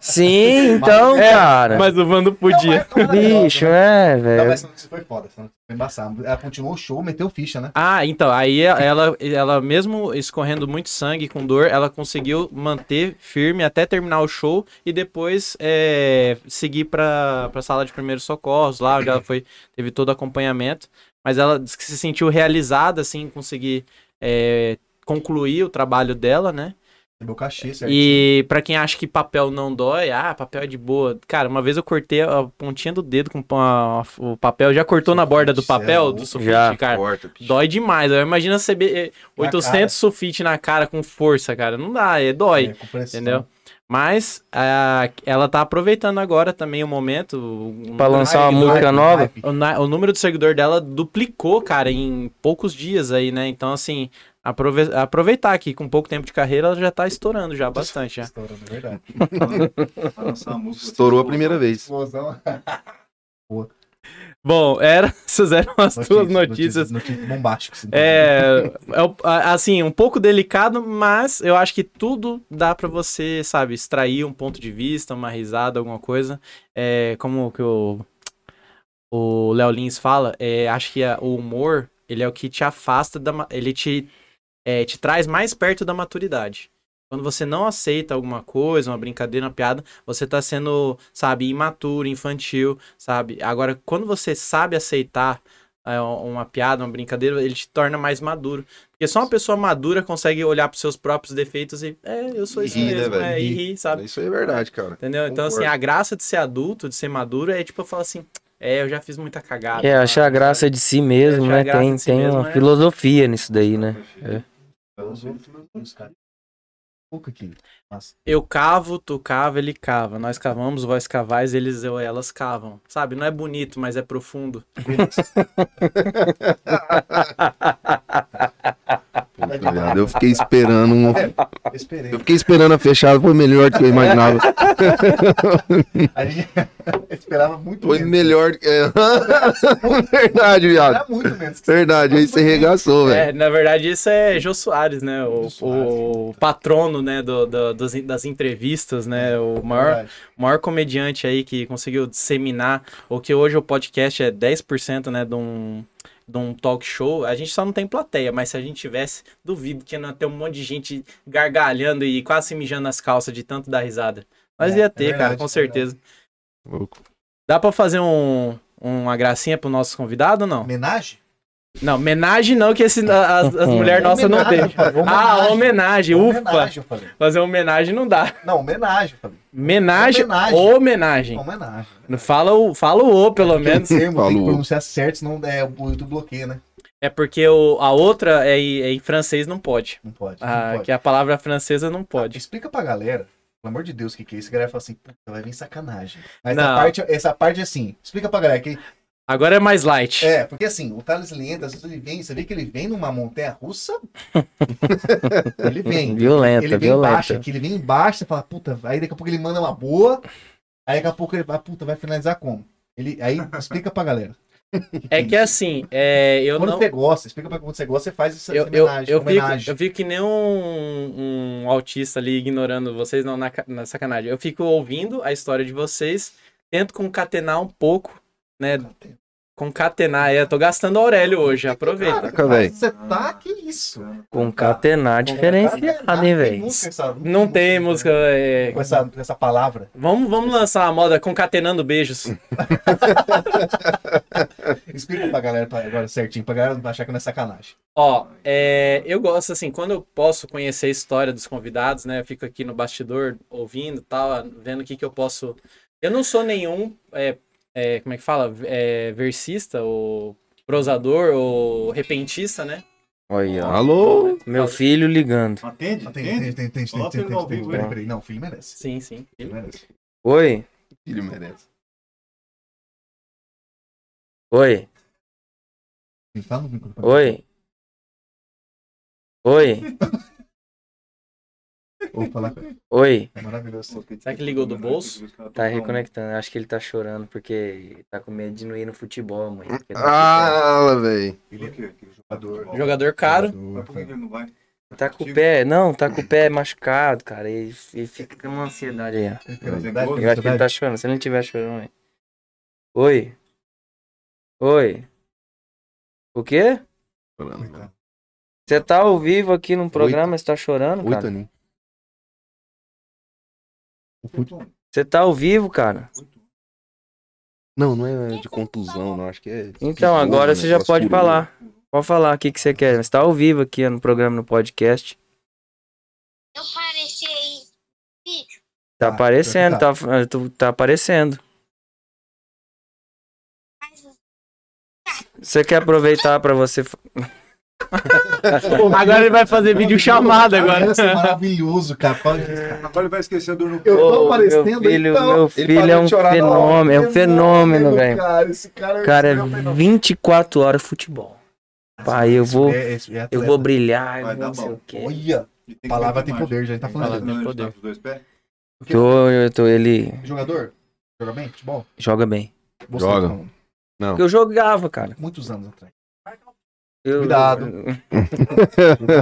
Speaker 3: Sim, então, cara.
Speaker 6: é, Mas o Vando podia.
Speaker 3: Bicho, é,
Speaker 1: Não,
Speaker 3: velho.
Speaker 1: mas isso foi foda, isso foi embaçado. Ela continuou o show, meteu ficha, né?
Speaker 6: Ah, então, aí ela, ela, mesmo escorrendo muito sangue com dor, ela conseguiu manter firme até terminar o show e depois é, seguir pra, pra sala de primeiros socorros, lá onde ela foi, teve todo o acompanhamento. Mas ela disse que se sentiu realizada, assim, em conseguir é, concluir o trabalho dela, né?
Speaker 1: Recebeu o cachê, certo? É,
Speaker 6: E pra quem acha que papel não dói, ah, papel é de boa. Cara, uma vez eu cortei a pontinha do dedo com pa- o papel, já cortou na borda do
Speaker 1: Sufite,
Speaker 6: papel,
Speaker 1: cê é
Speaker 6: do
Speaker 1: louco.
Speaker 6: sufite,
Speaker 3: Já.
Speaker 6: cara.
Speaker 4: Corta, bicho.
Speaker 6: Dói demais. Eu imagino você be- eh,
Speaker 1: Na
Speaker 6: 800
Speaker 1: cara.
Speaker 6: sulfite na cara com força, cara. Não dá, é dói,
Speaker 1: É, com pressão.
Speaker 6: entendeu? Mas ah, ela tá aproveitando agora também o momento. o-
Speaker 3: Pra
Speaker 6: o-
Speaker 3: lançar uma música
Speaker 1: hype,
Speaker 3: nova.
Speaker 1: hype.
Speaker 6: O, na- o número de seguidor dela duplicou, cara, em poucos dias aí, né? Então, assim, aprove- aproveitar que com pouco tempo de carreira ela já tá estourando já bastante. Já.
Speaker 1: Estourando, é verdade.
Speaker 4: Estourou a primeira vez.
Speaker 1: Explosão.
Speaker 6: Bom, era, essas eram as duas
Speaker 1: Notícias,
Speaker 6: notícias.
Speaker 1: notícias bombásticas. então.
Speaker 6: É, é o- a- assim, um pouco delicado, mas eu acho que tudo dá pra você, sabe, extrair um ponto de vista, uma risada, alguma coisa. É, como que o o Léo Lins fala, é, acho que a- o humor, ele é o que te afasta da, ma- ele te é, te traz mais perto da maturidade. Quando você não aceita alguma coisa, uma brincadeira, uma piada, você tá sendo, sabe, imaturo, infantil, sabe? Agora, quando você sabe aceitar é, uma piada, uma brincadeira, ele te torna mais maduro. Porque só uma pessoa madura consegue olhar pros seus próprios defeitos e, é, eu sou
Speaker 4: E
Speaker 6: isso
Speaker 4: rir, né,
Speaker 6: mesmo,
Speaker 4: velho?
Speaker 6: é,
Speaker 4: E
Speaker 6: e
Speaker 4: rir.
Speaker 6: rir, sabe?
Speaker 4: Isso aí é verdade, cara.
Speaker 6: Entendeu? Então, assim,
Speaker 4: Concordo.
Speaker 6: a graça de ser adulto, de ser maduro, é tipo eu falar assim, é, eu já fiz muita cagada.
Speaker 3: É, achar a
Speaker 6: sabe?
Speaker 3: graça de si mesmo,
Speaker 6: achar a
Speaker 3: né?
Speaker 6: graça
Speaker 3: Tem,
Speaker 6: de si
Speaker 3: tem
Speaker 6: mesmo,
Speaker 3: uma
Speaker 6: é.
Speaker 3: filosofia nisso daí, né?
Speaker 1: Os outros, os caras. Pouco aqui. Nossa.
Speaker 6: Eu cavo, tu cava, ele cava. Nós cavamos, vós cavais, eles ou elas cavam. Sabe? Não é bonito, mas é profundo.
Speaker 4: Puta merda, Tá Eu fiquei esperando um.
Speaker 1: Eu Esperei.
Speaker 4: Eu fiquei esperando a fechada, foi melhor do que eu imaginava.
Speaker 1: Aí, eu esperava muito
Speaker 4: Foi
Speaker 1: menos.
Speaker 4: melhor. É. Verdade, viado.
Speaker 1: Era muito menos. que
Speaker 4: Verdade, aí você regaçou, velho.
Speaker 6: É, na verdade, isso é Jô Soares, né? O,
Speaker 1: Jô Soares.
Speaker 6: o patrono, né? do- do- dos- das entrevistas, né? O maior,
Speaker 1: Verdade.
Speaker 6: maior comediante aí que conseguiu disseminar o que hoje o podcast é 10%, né? De um, de um talk show. A gente só não tem plateia, mas se a gente tivesse, duvido que não ia ter um monte de gente gargalhando e quase se mijando nas calças de tanto dar risada. Mas
Speaker 1: É,
Speaker 6: ia
Speaker 1: é
Speaker 6: ter,
Speaker 1: verdade,
Speaker 6: cara,
Speaker 1: é
Speaker 6: com
Speaker 1: verdade.
Speaker 6: certeza.
Speaker 4: Louco.
Speaker 6: Dá pra fazer um, uma gracinha pro nosso convidado ou não?
Speaker 1: Homenagem?
Speaker 6: Não, homenagem não, que esse, a- as, as mulheres nossas não
Speaker 1: Homenagem,
Speaker 6: tem.
Speaker 1: eu falei,
Speaker 6: Ah, homenagem, ufa.
Speaker 1: Homenagem, eu falei.
Speaker 6: Fazer homenagem não dá.
Speaker 1: Não, homenagem, eu falei.
Speaker 6: Homenagem,
Speaker 1: Homenagem.
Speaker 6: homenagem.
Speaker 1: Homenagem.
Speaker 6: Fala o, fala o, o pelo menos.
Speaker 1: Tem termo, tem
Speaker 4: Falou.
Speaker 1: que pronunciar certo, senão é, o YouTube bloqueia, né?
Speaker 6: É porque o- a outra é, em- é em francês, não pode.
Speaker 1: Não pode.
Speaker 6: Ah,
Speaker 1: não pode.
Speaker 6: Que a palavra francesa não pode.
Speaker 1: Explica pra galera, pelo amor de Deus, o que, que é isso? A galera fala assim, puta, vai vir sacanagem. Mas
Speaker 6: Não.
Speaker 1: essa parte, essa parte é assim, explica pra galera que.
Speaker 6: Agora é mais light.
Speaker 1: É, porque assim, o Thales Lienda, às vezes ele vem, você vê que ele vem numa montanha russa. ele vem.
Speaker 3: Violenta,
Speaker 1: ele vem embaixo,
Speaker 3: violenta.
Speaker 1: aqui, ele vem embaixo, você fala, puta, aí daqui a pouco ele manda uma boa. Aí daqui a pouco ele vai, puta, vai finalizar como? Ele, aí explica pra galera.
Speaker 6: É que assim, é, eu
Speaker 1: quando
Speaker 6: não.
Speaker 1: você gosta, explica pra quando você gosta, você faz essa
Speaker 6: Eu, eu,
Speaker 1: homenagem.
Speaker 6: eu, fico,
Speaker 1: homenagem.
Speaker 6: eu fico que nem um, um autista ali ignorando vocês, não, na, ca- na sacanagem. Eu fico ouvindo a história de vocês, tento concatenar um pouco, né? Concatenar, é, eu tô gastando Aurélio hoje, aproveita.
Speaker 4: Caraca, velho.
Speaker 1: Você tá, que isso?
Speaker 3: Concatenar diferenciado, hein, velho?
Speaker 6: Não tem música. é,
Speaker 1: Com essa, com essa palavra.
Speaker 6: Vamos, vamos lançar a moda concatenando beijos.
Speaker 1: Explica pra galera pra- agora certinho, pra galera não achar que não é sacanagem.
Speaker 6: Ó, é, eu gosto assim, quando eu posso conhecer a história dos convidados, né? Eu fico aqui no bastidor ouvindo e tal, vendo o que, que eu posso. Eu não sou nenhum, é, é, como é que fala? É, versista, ou prosador, ou repentista, né?
Speaker 3: Olha, aí, ó.
Speaker 4: Alô?
Speaker 3: Meu filho ligando.
Speaker 8: Atende,
Speaker 1: Tem, tem, tem, tem, tem, tem,
Speaker 8: Coloca
Speaker 1: tem,
Speaker 8: ele no ao
Speaker 1: tem,
Speaker 8: vivo,
Speaker 1: peraí,
Speaker 8: hein?
Speaker 1: peraí. Não, o filho merece.
Speaker 6: Sim, sim.
Speaker 1: O filho merece.
Speaker 3: Oi,
Speaker 4: Filho merece.
Speaker 3: oi,
Speaker 1: Ele tá no microfone.
Speaker 3: oi. Oi.
Speaker 1: Vou falar com ele.
Speaker 3: Oi,
Speaker 1: É maravilhoso.
Speaker 6: Será que ligou
Speaker 8: um
Speaker 6: do bolso?
Speaker 2: Então.
Speaker 3: tá reconectando. Acho que ele tá chorando porque tá com medo de não ir no futebol, mãe. Porque tá não-
Speaker 4: Ah, velho.
Speaker 1: Ele é jogador.
Speaker 6: Jogador caro.
Speaker 1: Mas por que ele não vai?
Speaker 3: Tá com o pé, não, tá com o pé machucado, cara. E, e fica com uma ansiedade aí, ó.
Speaker 1: Ele tem ansiedade, tem
Speaker 3: Eu acho que ele
Speaker 1: ansiedade.
Speaker 3: tá chorando. Se ele não tiver chorando, hein? Oi. Oi. O quê? Você tá ao vivo aqui num programa, você tá chorando,
Speaker 4: Oi,
Speaker 3: cara?
Speaker 4: Toninho.
Speaker 1: O Putin-
Speaker 3: Você tá ao vivo, cara?
Speaker 4: Não, não é de contusão, não. Acho que é.
Speaker 3: Então, agora você já
Speaker 4: negócio
Speaker 3: pode
Speaker 4: furo.
Speaker 3: falar. Pode falar o que, que você quer. Você tá ao vivo aqui ó, no programa, no podcast.
Speaker 9: Eu pareci aí. Vídeo.
Speaker 3: Tá
Speaker 8: Ah,
Speaker 1: Tá,
Speaker 3: aparecendo, tá, tu- tá aparecendo. Você quer aproveitar pra você. fa-
Speaker 6: Agora ele vai fazer vídeo chamada agora.
Speaker 1: Parece é maravilhoso, cara. Fala-
Speaker 8: Agora ele vai esquecer a dor no
Speaker 1: Eu tô
Speaker 3: Ô,
Speaker 1: aparecendo,
Speaker 3: meu filho,
Speaker 1: então.
Speaker 3: meu
Speaker 1: Ele
Speaker 3: filho
Speaker 1: parou
Speaker 3: é um
Speaker 1: de chorar na hora.
Speaker 3: fenômeno, é um fenômeno, velho.
Speaker 1: Cara, esse cara, um
Speaker 3: Cara,
Speaker 1: esse
Speaker 3: é 24 horas futebol. Pai, eu vou,
Speaker 1: é- esse é
Speaker 3: eu
Speaker 1: atleta.
Speaker 3: vou brilhar, eu
Speaker 8: Vai
Speaker 3: vou
Speaker 8: dar
Speaker 3: não sei
Speaker 8: bom.
Speaker 3: o quê.
Speaker 1: Olha, palavra tem poder, já tá
Speaker 8: Fala,
Speaker 1: falando.
Speaker 6: Palavra.
Speaker 8: não,
Speaker 6: poder.
Speaker 8: Os dois pés.
Speaker 3: Tô, eu tô, ele
Speaker 1: Jogador? Joga bem? Futebol?
Speaker 3: joga bem.
Speaker 1: Você,
Speaker 2: Joga.
Speaker 1: então,
Speaker 3: Eu jogava, cara.
Speaker 1: Muitos anos atrás.
Speaker 3: Eu-
Speaker 1: Cuidado.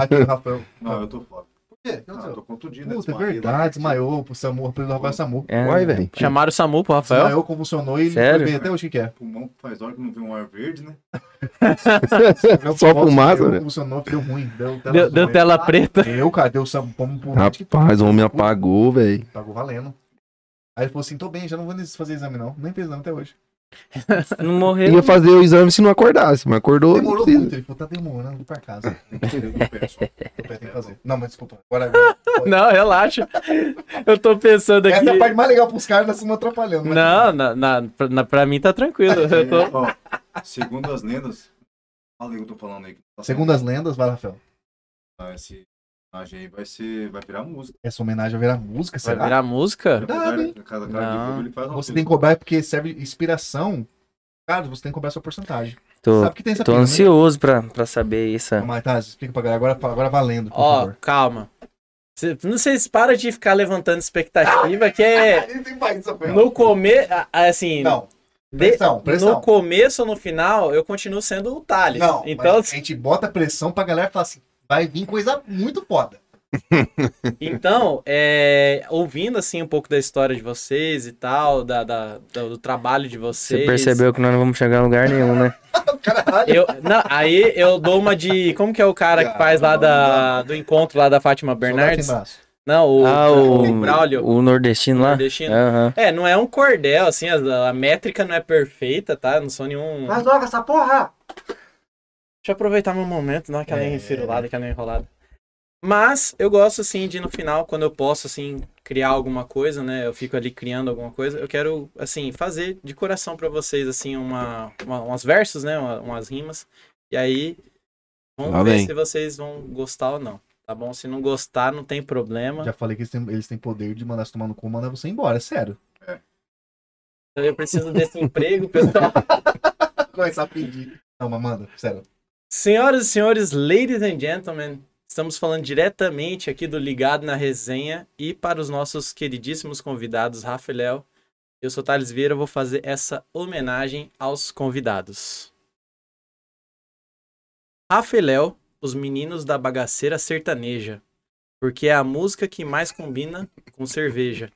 Speaker 1: Aqui, o Rafael.
Speaker 8: Não, eu tô fora.
Speaker 1: Por quê?
Speaker 8: Não, eu tô contundido.
Speaker 1: Puta, é
Speaker 8: desmaiei lá.
Speaker 1: verdade, desmaiou pro Samu, pro Rafael Samu.
Speaker 3: É,
Speaker 4: Vai, velho.
Speaker 6: Chamaram o Samu pro Rafael.
Speaker 1: Desmaiou, convulsionou e
Speaker 3: Sério?
Speaker 1: ele vê até hoje o que que é.
Speaker 8: Pulmão faz hora que não vê um ar verde, né?
Speaker 4: Só fumaça,
Speaker 1: Deu
Speaker 4: né?
Speaker 1: Convulsionou, deu ruim. Deu tela
Speaker 6: Deu, deu
Speaker 1: azul,
Speaker 6: tela preta.
Speaker 1: né? Deu, cara, deu Samu. Pum, pum,
Speaker 4: Rapaz, o homem apagou, velho.
Speaker 1: Pagou valendo. Aí ele falou assim, tô bem, já não vou nesse- fazer exame não. Nem fez exame até hoje.
Speaker 3: Não morreu.
Speaker 4: Ia fazer o exame se não acordasse, mas acordou. não
Speaker 1: Demorou
Speaker 4: precisa.
Speaker 1: muito, ele falou, tá demorando, vou pra casa. Eu tenho que fazer. Não, mas desculpa. Agora,
Speaker 6: Não, relaxa. Eu tô pensando
Speaker 1: essa é a
Speaker 6: aqui.
Speaker 1: parte mais legal pros caras, nós estamos atrapalhando. mas-
Speaker 6: Não, na, na, pra- na- pra mim tá tranquilo. Eu
Speaker 1: É.
Speaker 6: tô...
Speaker 8: Ó, segundo as lendas. Fala aí o que eu tô falando aí.
Speaker 1: Segundo as lendas, vai, Rafael.
Speaker 8: Ah, Esse personagem aí vai ser. Vai virar música.
Speaker 1: Essa homenagem vai virar música,
Speaker 6: Vai
Speaker 1: será?
Speaker 6: virar música?
Speaker 1: Verdade,
Speaker 8: Apesar
Speaker 1: hein?
Speaker 8: de Cada cara de
Speaker 6: Não.
Speaker 8: fogo, ele faz uma
Speaker 1: Você
Speaker 8: coisa.
Speaker 1: tem que cobrar porque serve inspiração. Cara, você tem que cobrar sua porcentagem.
Speaker 3: Tô,
Speaker 1: Sabe que tem essa
Speaker 3: tô
Speaker 1: pira, né?
Speaker 3: ansioso pra, pra saber isso.
Speaker 1: Mas tá, explica pra galera. Agora, agora valendo, por
Speaker 6: Ó,
Speaker 1: favor.
Speaker 6: calma. Cê- não vocês param de ficar levantando expectativa, que é
Speaker 1: Ele tem país, Rafael.
Speaker 6: no começo, assim,
Speaker 1: Não,
Speaker 6: de-
Speaker 1: pressão, pressão.
Speaker 6: no começo ou no final, eu continuo sendo o Thales.
Speaker 1: Não,
Speaker 6: então,
Speaker 1: mas a gente bota pressão pra galera falar assim, vai vir coisa muito foda.
Speaker 6: então é, ouvindo assim um pouco da história de vocês e tal, da, da- do, do trabalho de vocês.
Speaker 3: Você percebeu que nós não vamos chegar em lugar nenhum, né?
Speaker 6: Eu, não, aí eu dou uma de. Como que é o cara
Speaker 1: Ah,
Speaker 6: que faz lá da, do encontro lá da Fátima Bernardes?
Speaker 1: Soldado sem braço.
Speaker 6: Não, o,
Speaker 3: Ah,
Speaker 6: o,
Speaker 3: o,
Speaker 6: Braulio.
Speaker 3: o nordestino lá?
Speaker 6: nordestino.
Speaker 3: Aham.
Speaker 6: É, não é um cordel, assim, a, a métrica não é perfeita, tá? Não sou nenhum.
Speaker 1: Ah.
Speaker 6: Mas logo essa porra! Deixa eu aproveitar meu momento, não aquela
Speaker 1: É.
Speaker 6: enrolada, aquela enrolada. Mas eu gosto, assim, de no final, quando eu posso, assim, criar alguma coisa, né? Eu fico ali criando alguma coisa. Eu quero, assim, fazer de coração pra vocês, assim, uma, uma, umas versos, né? Uma- umas rimas. E aí, vamos
Speaker 4: Lá
Speaker 6: ver
Speaker 4: vem.
Speaker 6: se vocês vão gostar ou não. Tá bom? Se não gostar, não tem problema.
Speaker 1: Já falei que eles têm, eles têm poder de mandar você tomar no cu, mandar você embora, é sério.
Speaker 6: Eu preciso desse emprego, pessoal.
Speaker 1: Começar a pedir. Não, mas manda, sério.
Speaker 6: Senhoras e senhores, ladies and gentlemen, estamos falando diretamente aqui do Ligado na Resenha e para os nossos queridíssimos convidados, Rafa e Léo. Eu sou Thales Vieira, vou fazer essa homenagem aos convidados. Rafa e Léo, os meninos da bagaceira sertaneja, porque é a música que mais combina com cerveja.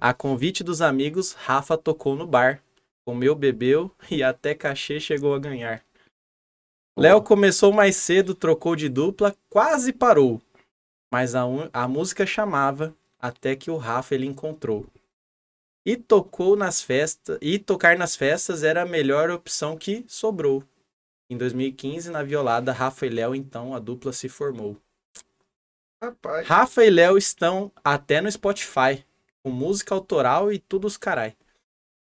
Speaker 6: A convite dos amigos, Rafa tocou no bar, comeu, bebeu e até cachê chegou a ganhar. Léo começou mais cedo, trocou de dupla, quase parou. Mas a, un- a música chamava até que o Rafa ele encontrou. E tocou nas festas, e tocar nas festas era a melhor opção que sobrou. Em 2015, na Violada, Rafa e Léo, então, a dupla se formou.
Speaker 4: Rapaz.
Speaker 6: Rafa e Léo estão até no Spotify, com música autoral e tudo os carai.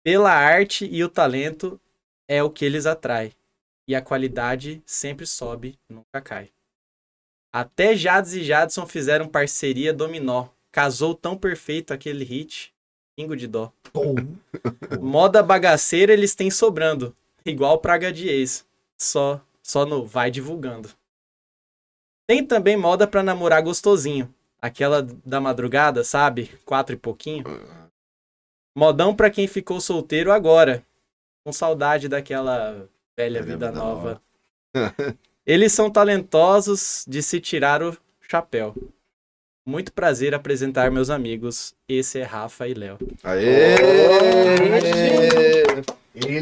Speaker 6: Pela arte e o talento é o que eles atrai. E a qualidade sempre sobe, nunca cai. Até Jades e Jadson fizeram parceria dominó. Casou tão perfeito aquele hit, pingo de dó.
Speaker 1: Pum.
Speaker 6: Moda bagaceira eles têm sobrando, igual praga de ex. Só, só no vai divulgando. Tem também moda pra namorar gostosinho. Aquela da madrugada, sabe? Quatro e pouquinho. Modão pra quem ficou solteiro agora. Com saudade daquela velha
Speaker 4: Velha
Speaker 6: vida
Speaker 4: vida
Speaker 6: nova. Eles são talentosos de se tirar o chapéu. Muito prazer apresentar meus amigos. Esse é Rafa e Léo.
Speaker 4: Aê!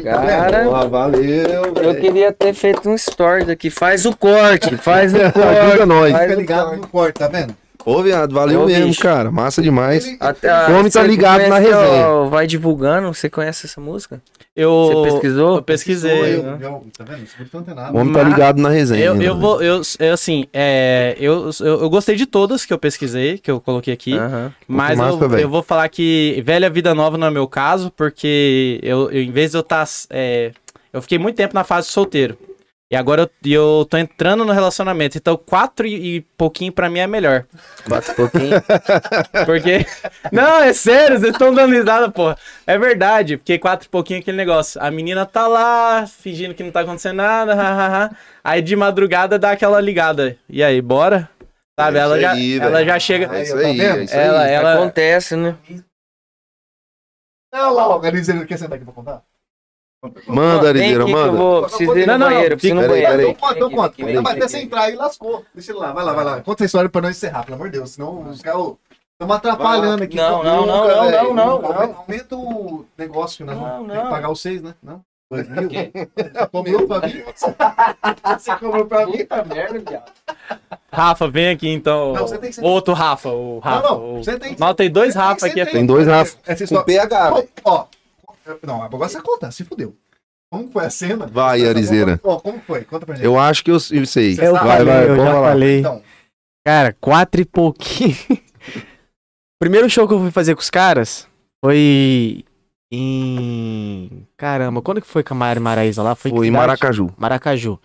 Speaker 3: Cara,
Speaker 4: Boa, valeu,
Speaker 3: eu
Speaker 4: velho.
Speaker 3: queria ter feito um story daqui. Faz o corte, faz o corte.
Speaker 4: Ajuda nós.
Speaker 3: Faz
Speaker 1: Fica
Speaker 3: o
Speaker 1: ligado
Speaker 3: corte.
Speaker 1: no corte, tá vendo?
Speaker 4: Ô, viado, valeu
Speaker 3: Ô,
Speaker 4: mesmo,
Speaker 3: bicho.
Speaker 4: cara. Massa demais.
Speaker 3: Até,
Speaker 4: O homem tá
Speaker 3: você
Speaker 4: ligado na
Speaker 3: conhece,
Speaker 4: resenha.
Speaker 3: ó, vai divulgando, você conhece essa música? Você
Speaker 6: Eu,
Speaker 3: pesquisou?
Speaker 6: eu pesquisei.
Speaker 1: eu, eu- tá vendo? Isso não tem
Speaker 4: O
Speaker 1: nada.
Speaker 4: homem tá
Speaker 6: Mas-
Speaker 4: ligado na resenha.
Speaker 6: Eu, eu
Speaker 4: né?
Speaker 6: vou, eu, eu, assim, é, eu, eu, eu gostei de todas que eu pesquisei, que eu coloquei aqui,
Speaker 3: Aham.
Speaker 6: mas eu-
Speaker 4: massa,
Speaker 6: eu,
Speaker 4: velho.
Speaker 6: vou falar que Velha Vida Nova não é meu caso, porque eu, eu, em vez de eu estar. eu fiquei muito tempo na fase solteiro. E agora eu, e eu tô entrando no relacionamento, então quatro e, e pouquinho pra mim é melhor.
Speaker 3: Bota um pouquinho.
Speaker 6: Porque. não, é sério, vocês estão dando risada, porra. É verdade, porque quatro e pouquinho é aquele negócio. A menina tá lá, fingindo que não tá acontecendo nada, hahaha. Aí de madrugada dá aquela ligada. E aí, bora? Sabe,
Speaker 4: É
Speaker 6: ela,
Speaker 4: isso
Speaker 6: já,
Speaker 4: aí,
Speaker 6: ela
Speaker 4: velho.
Speaker 6: já chega.
Speaker 4: É isso
Speaker 1: Aí, ó, tá
Speaker 4: aí,
Speaker 1: vendo?
Speaker 4: é isso aí.
Speaker 6: Ela, ela.
Speaker 3: Acontece, né?
Speaker 1: Olha lá, o Garizeiro quer sentar aqui pra contar?
Speaker 4: Manda, Arideira,
Speaker 3: Vem aqui que Eu
Speaker 4: manda.
Speaker 3: vou, preciso ir
Speaker 6: Não,
Speaker 3: no
Speaker 6: não, não,
Speaker 3: banheiro, preciso ir no
Speaker 4: fica-
Speaker 3: banheiro.
Speaker 4: peraí,
Speaker 1: Então conta, então
Speaker 3: Vem aqui,
Speaker 1: conta.
Speaker 3: vem
Speaker 1: Mas
Speaker 3: aqui, vem
Speaker 1: até
Speaker 3: aqui,
Speaker 1: você
Speaker 3: vem aqui.
Speaker 1: entrar aí, lascou. Deixa ele lá, vai lá, vai lá. Conta essa história pra nós encerrar, pelo amor de Deus. Senão os caras ô, estão atrapalhando aqui.
Speaker 3: Não,
Speaker 1: com o
Speaker 3: não, não,
Speaker 1: Luca,
Speaker 3: não,
Speaker 1: velho.
Speaker 3: não, não,
Speaker 1: Aumenta- Aumenta o negócio que nós
Speaker 3: Não,
Speaker 1: vamos ter
Speaker 3: não.
Speaker 1: que pagar os seis, né? Não? Dois mil? Cobrou pra mim? Você cobrou pra mim?
Speaker 3: Puta merda, viado.
Speaker 6: Rafa, vem aqui então.
Speaker 1: Não, você tem que ser-
Speaker 6: Outro Rafa, o Rafa.
Speaker 1: não,
Speaker 6: o-
Speaker 1: você tem que-
Speaker 6: Não, tem dois Rafa aqui.
Speaker 1: Você
Speaker 4: Tem dois Rafa.
Speaker 1: Essa
Speaker 4: Com
Speaker 1: história.
Speaker 4: PH, velho.
Speaker 1: Ó, não, agora você conta, se fudeu. Como foi a cena?
Speaker 4: Vai, Arizeira.
Speaker 1: Ó, como foi? Conta pra gente.
Speaker 4: Eu acho que eu, eu sei.
Speaker 1: Eu falei,
Speaker 4: vai, vai, vamos lá.
Speaker 6: falei.
Speaker 1: Então,
Speaker 10: Cara, quatro e pouquinho. Primeiro show que eu fui fazer com os caras foi em. Caramba, quando que foi com a Mari Maraísa lá? Foi, que
Speaker 4: Foi em
Speaker 10: cidade?
Speaker 4: Maracaju.
Speaker 10: Maracaju.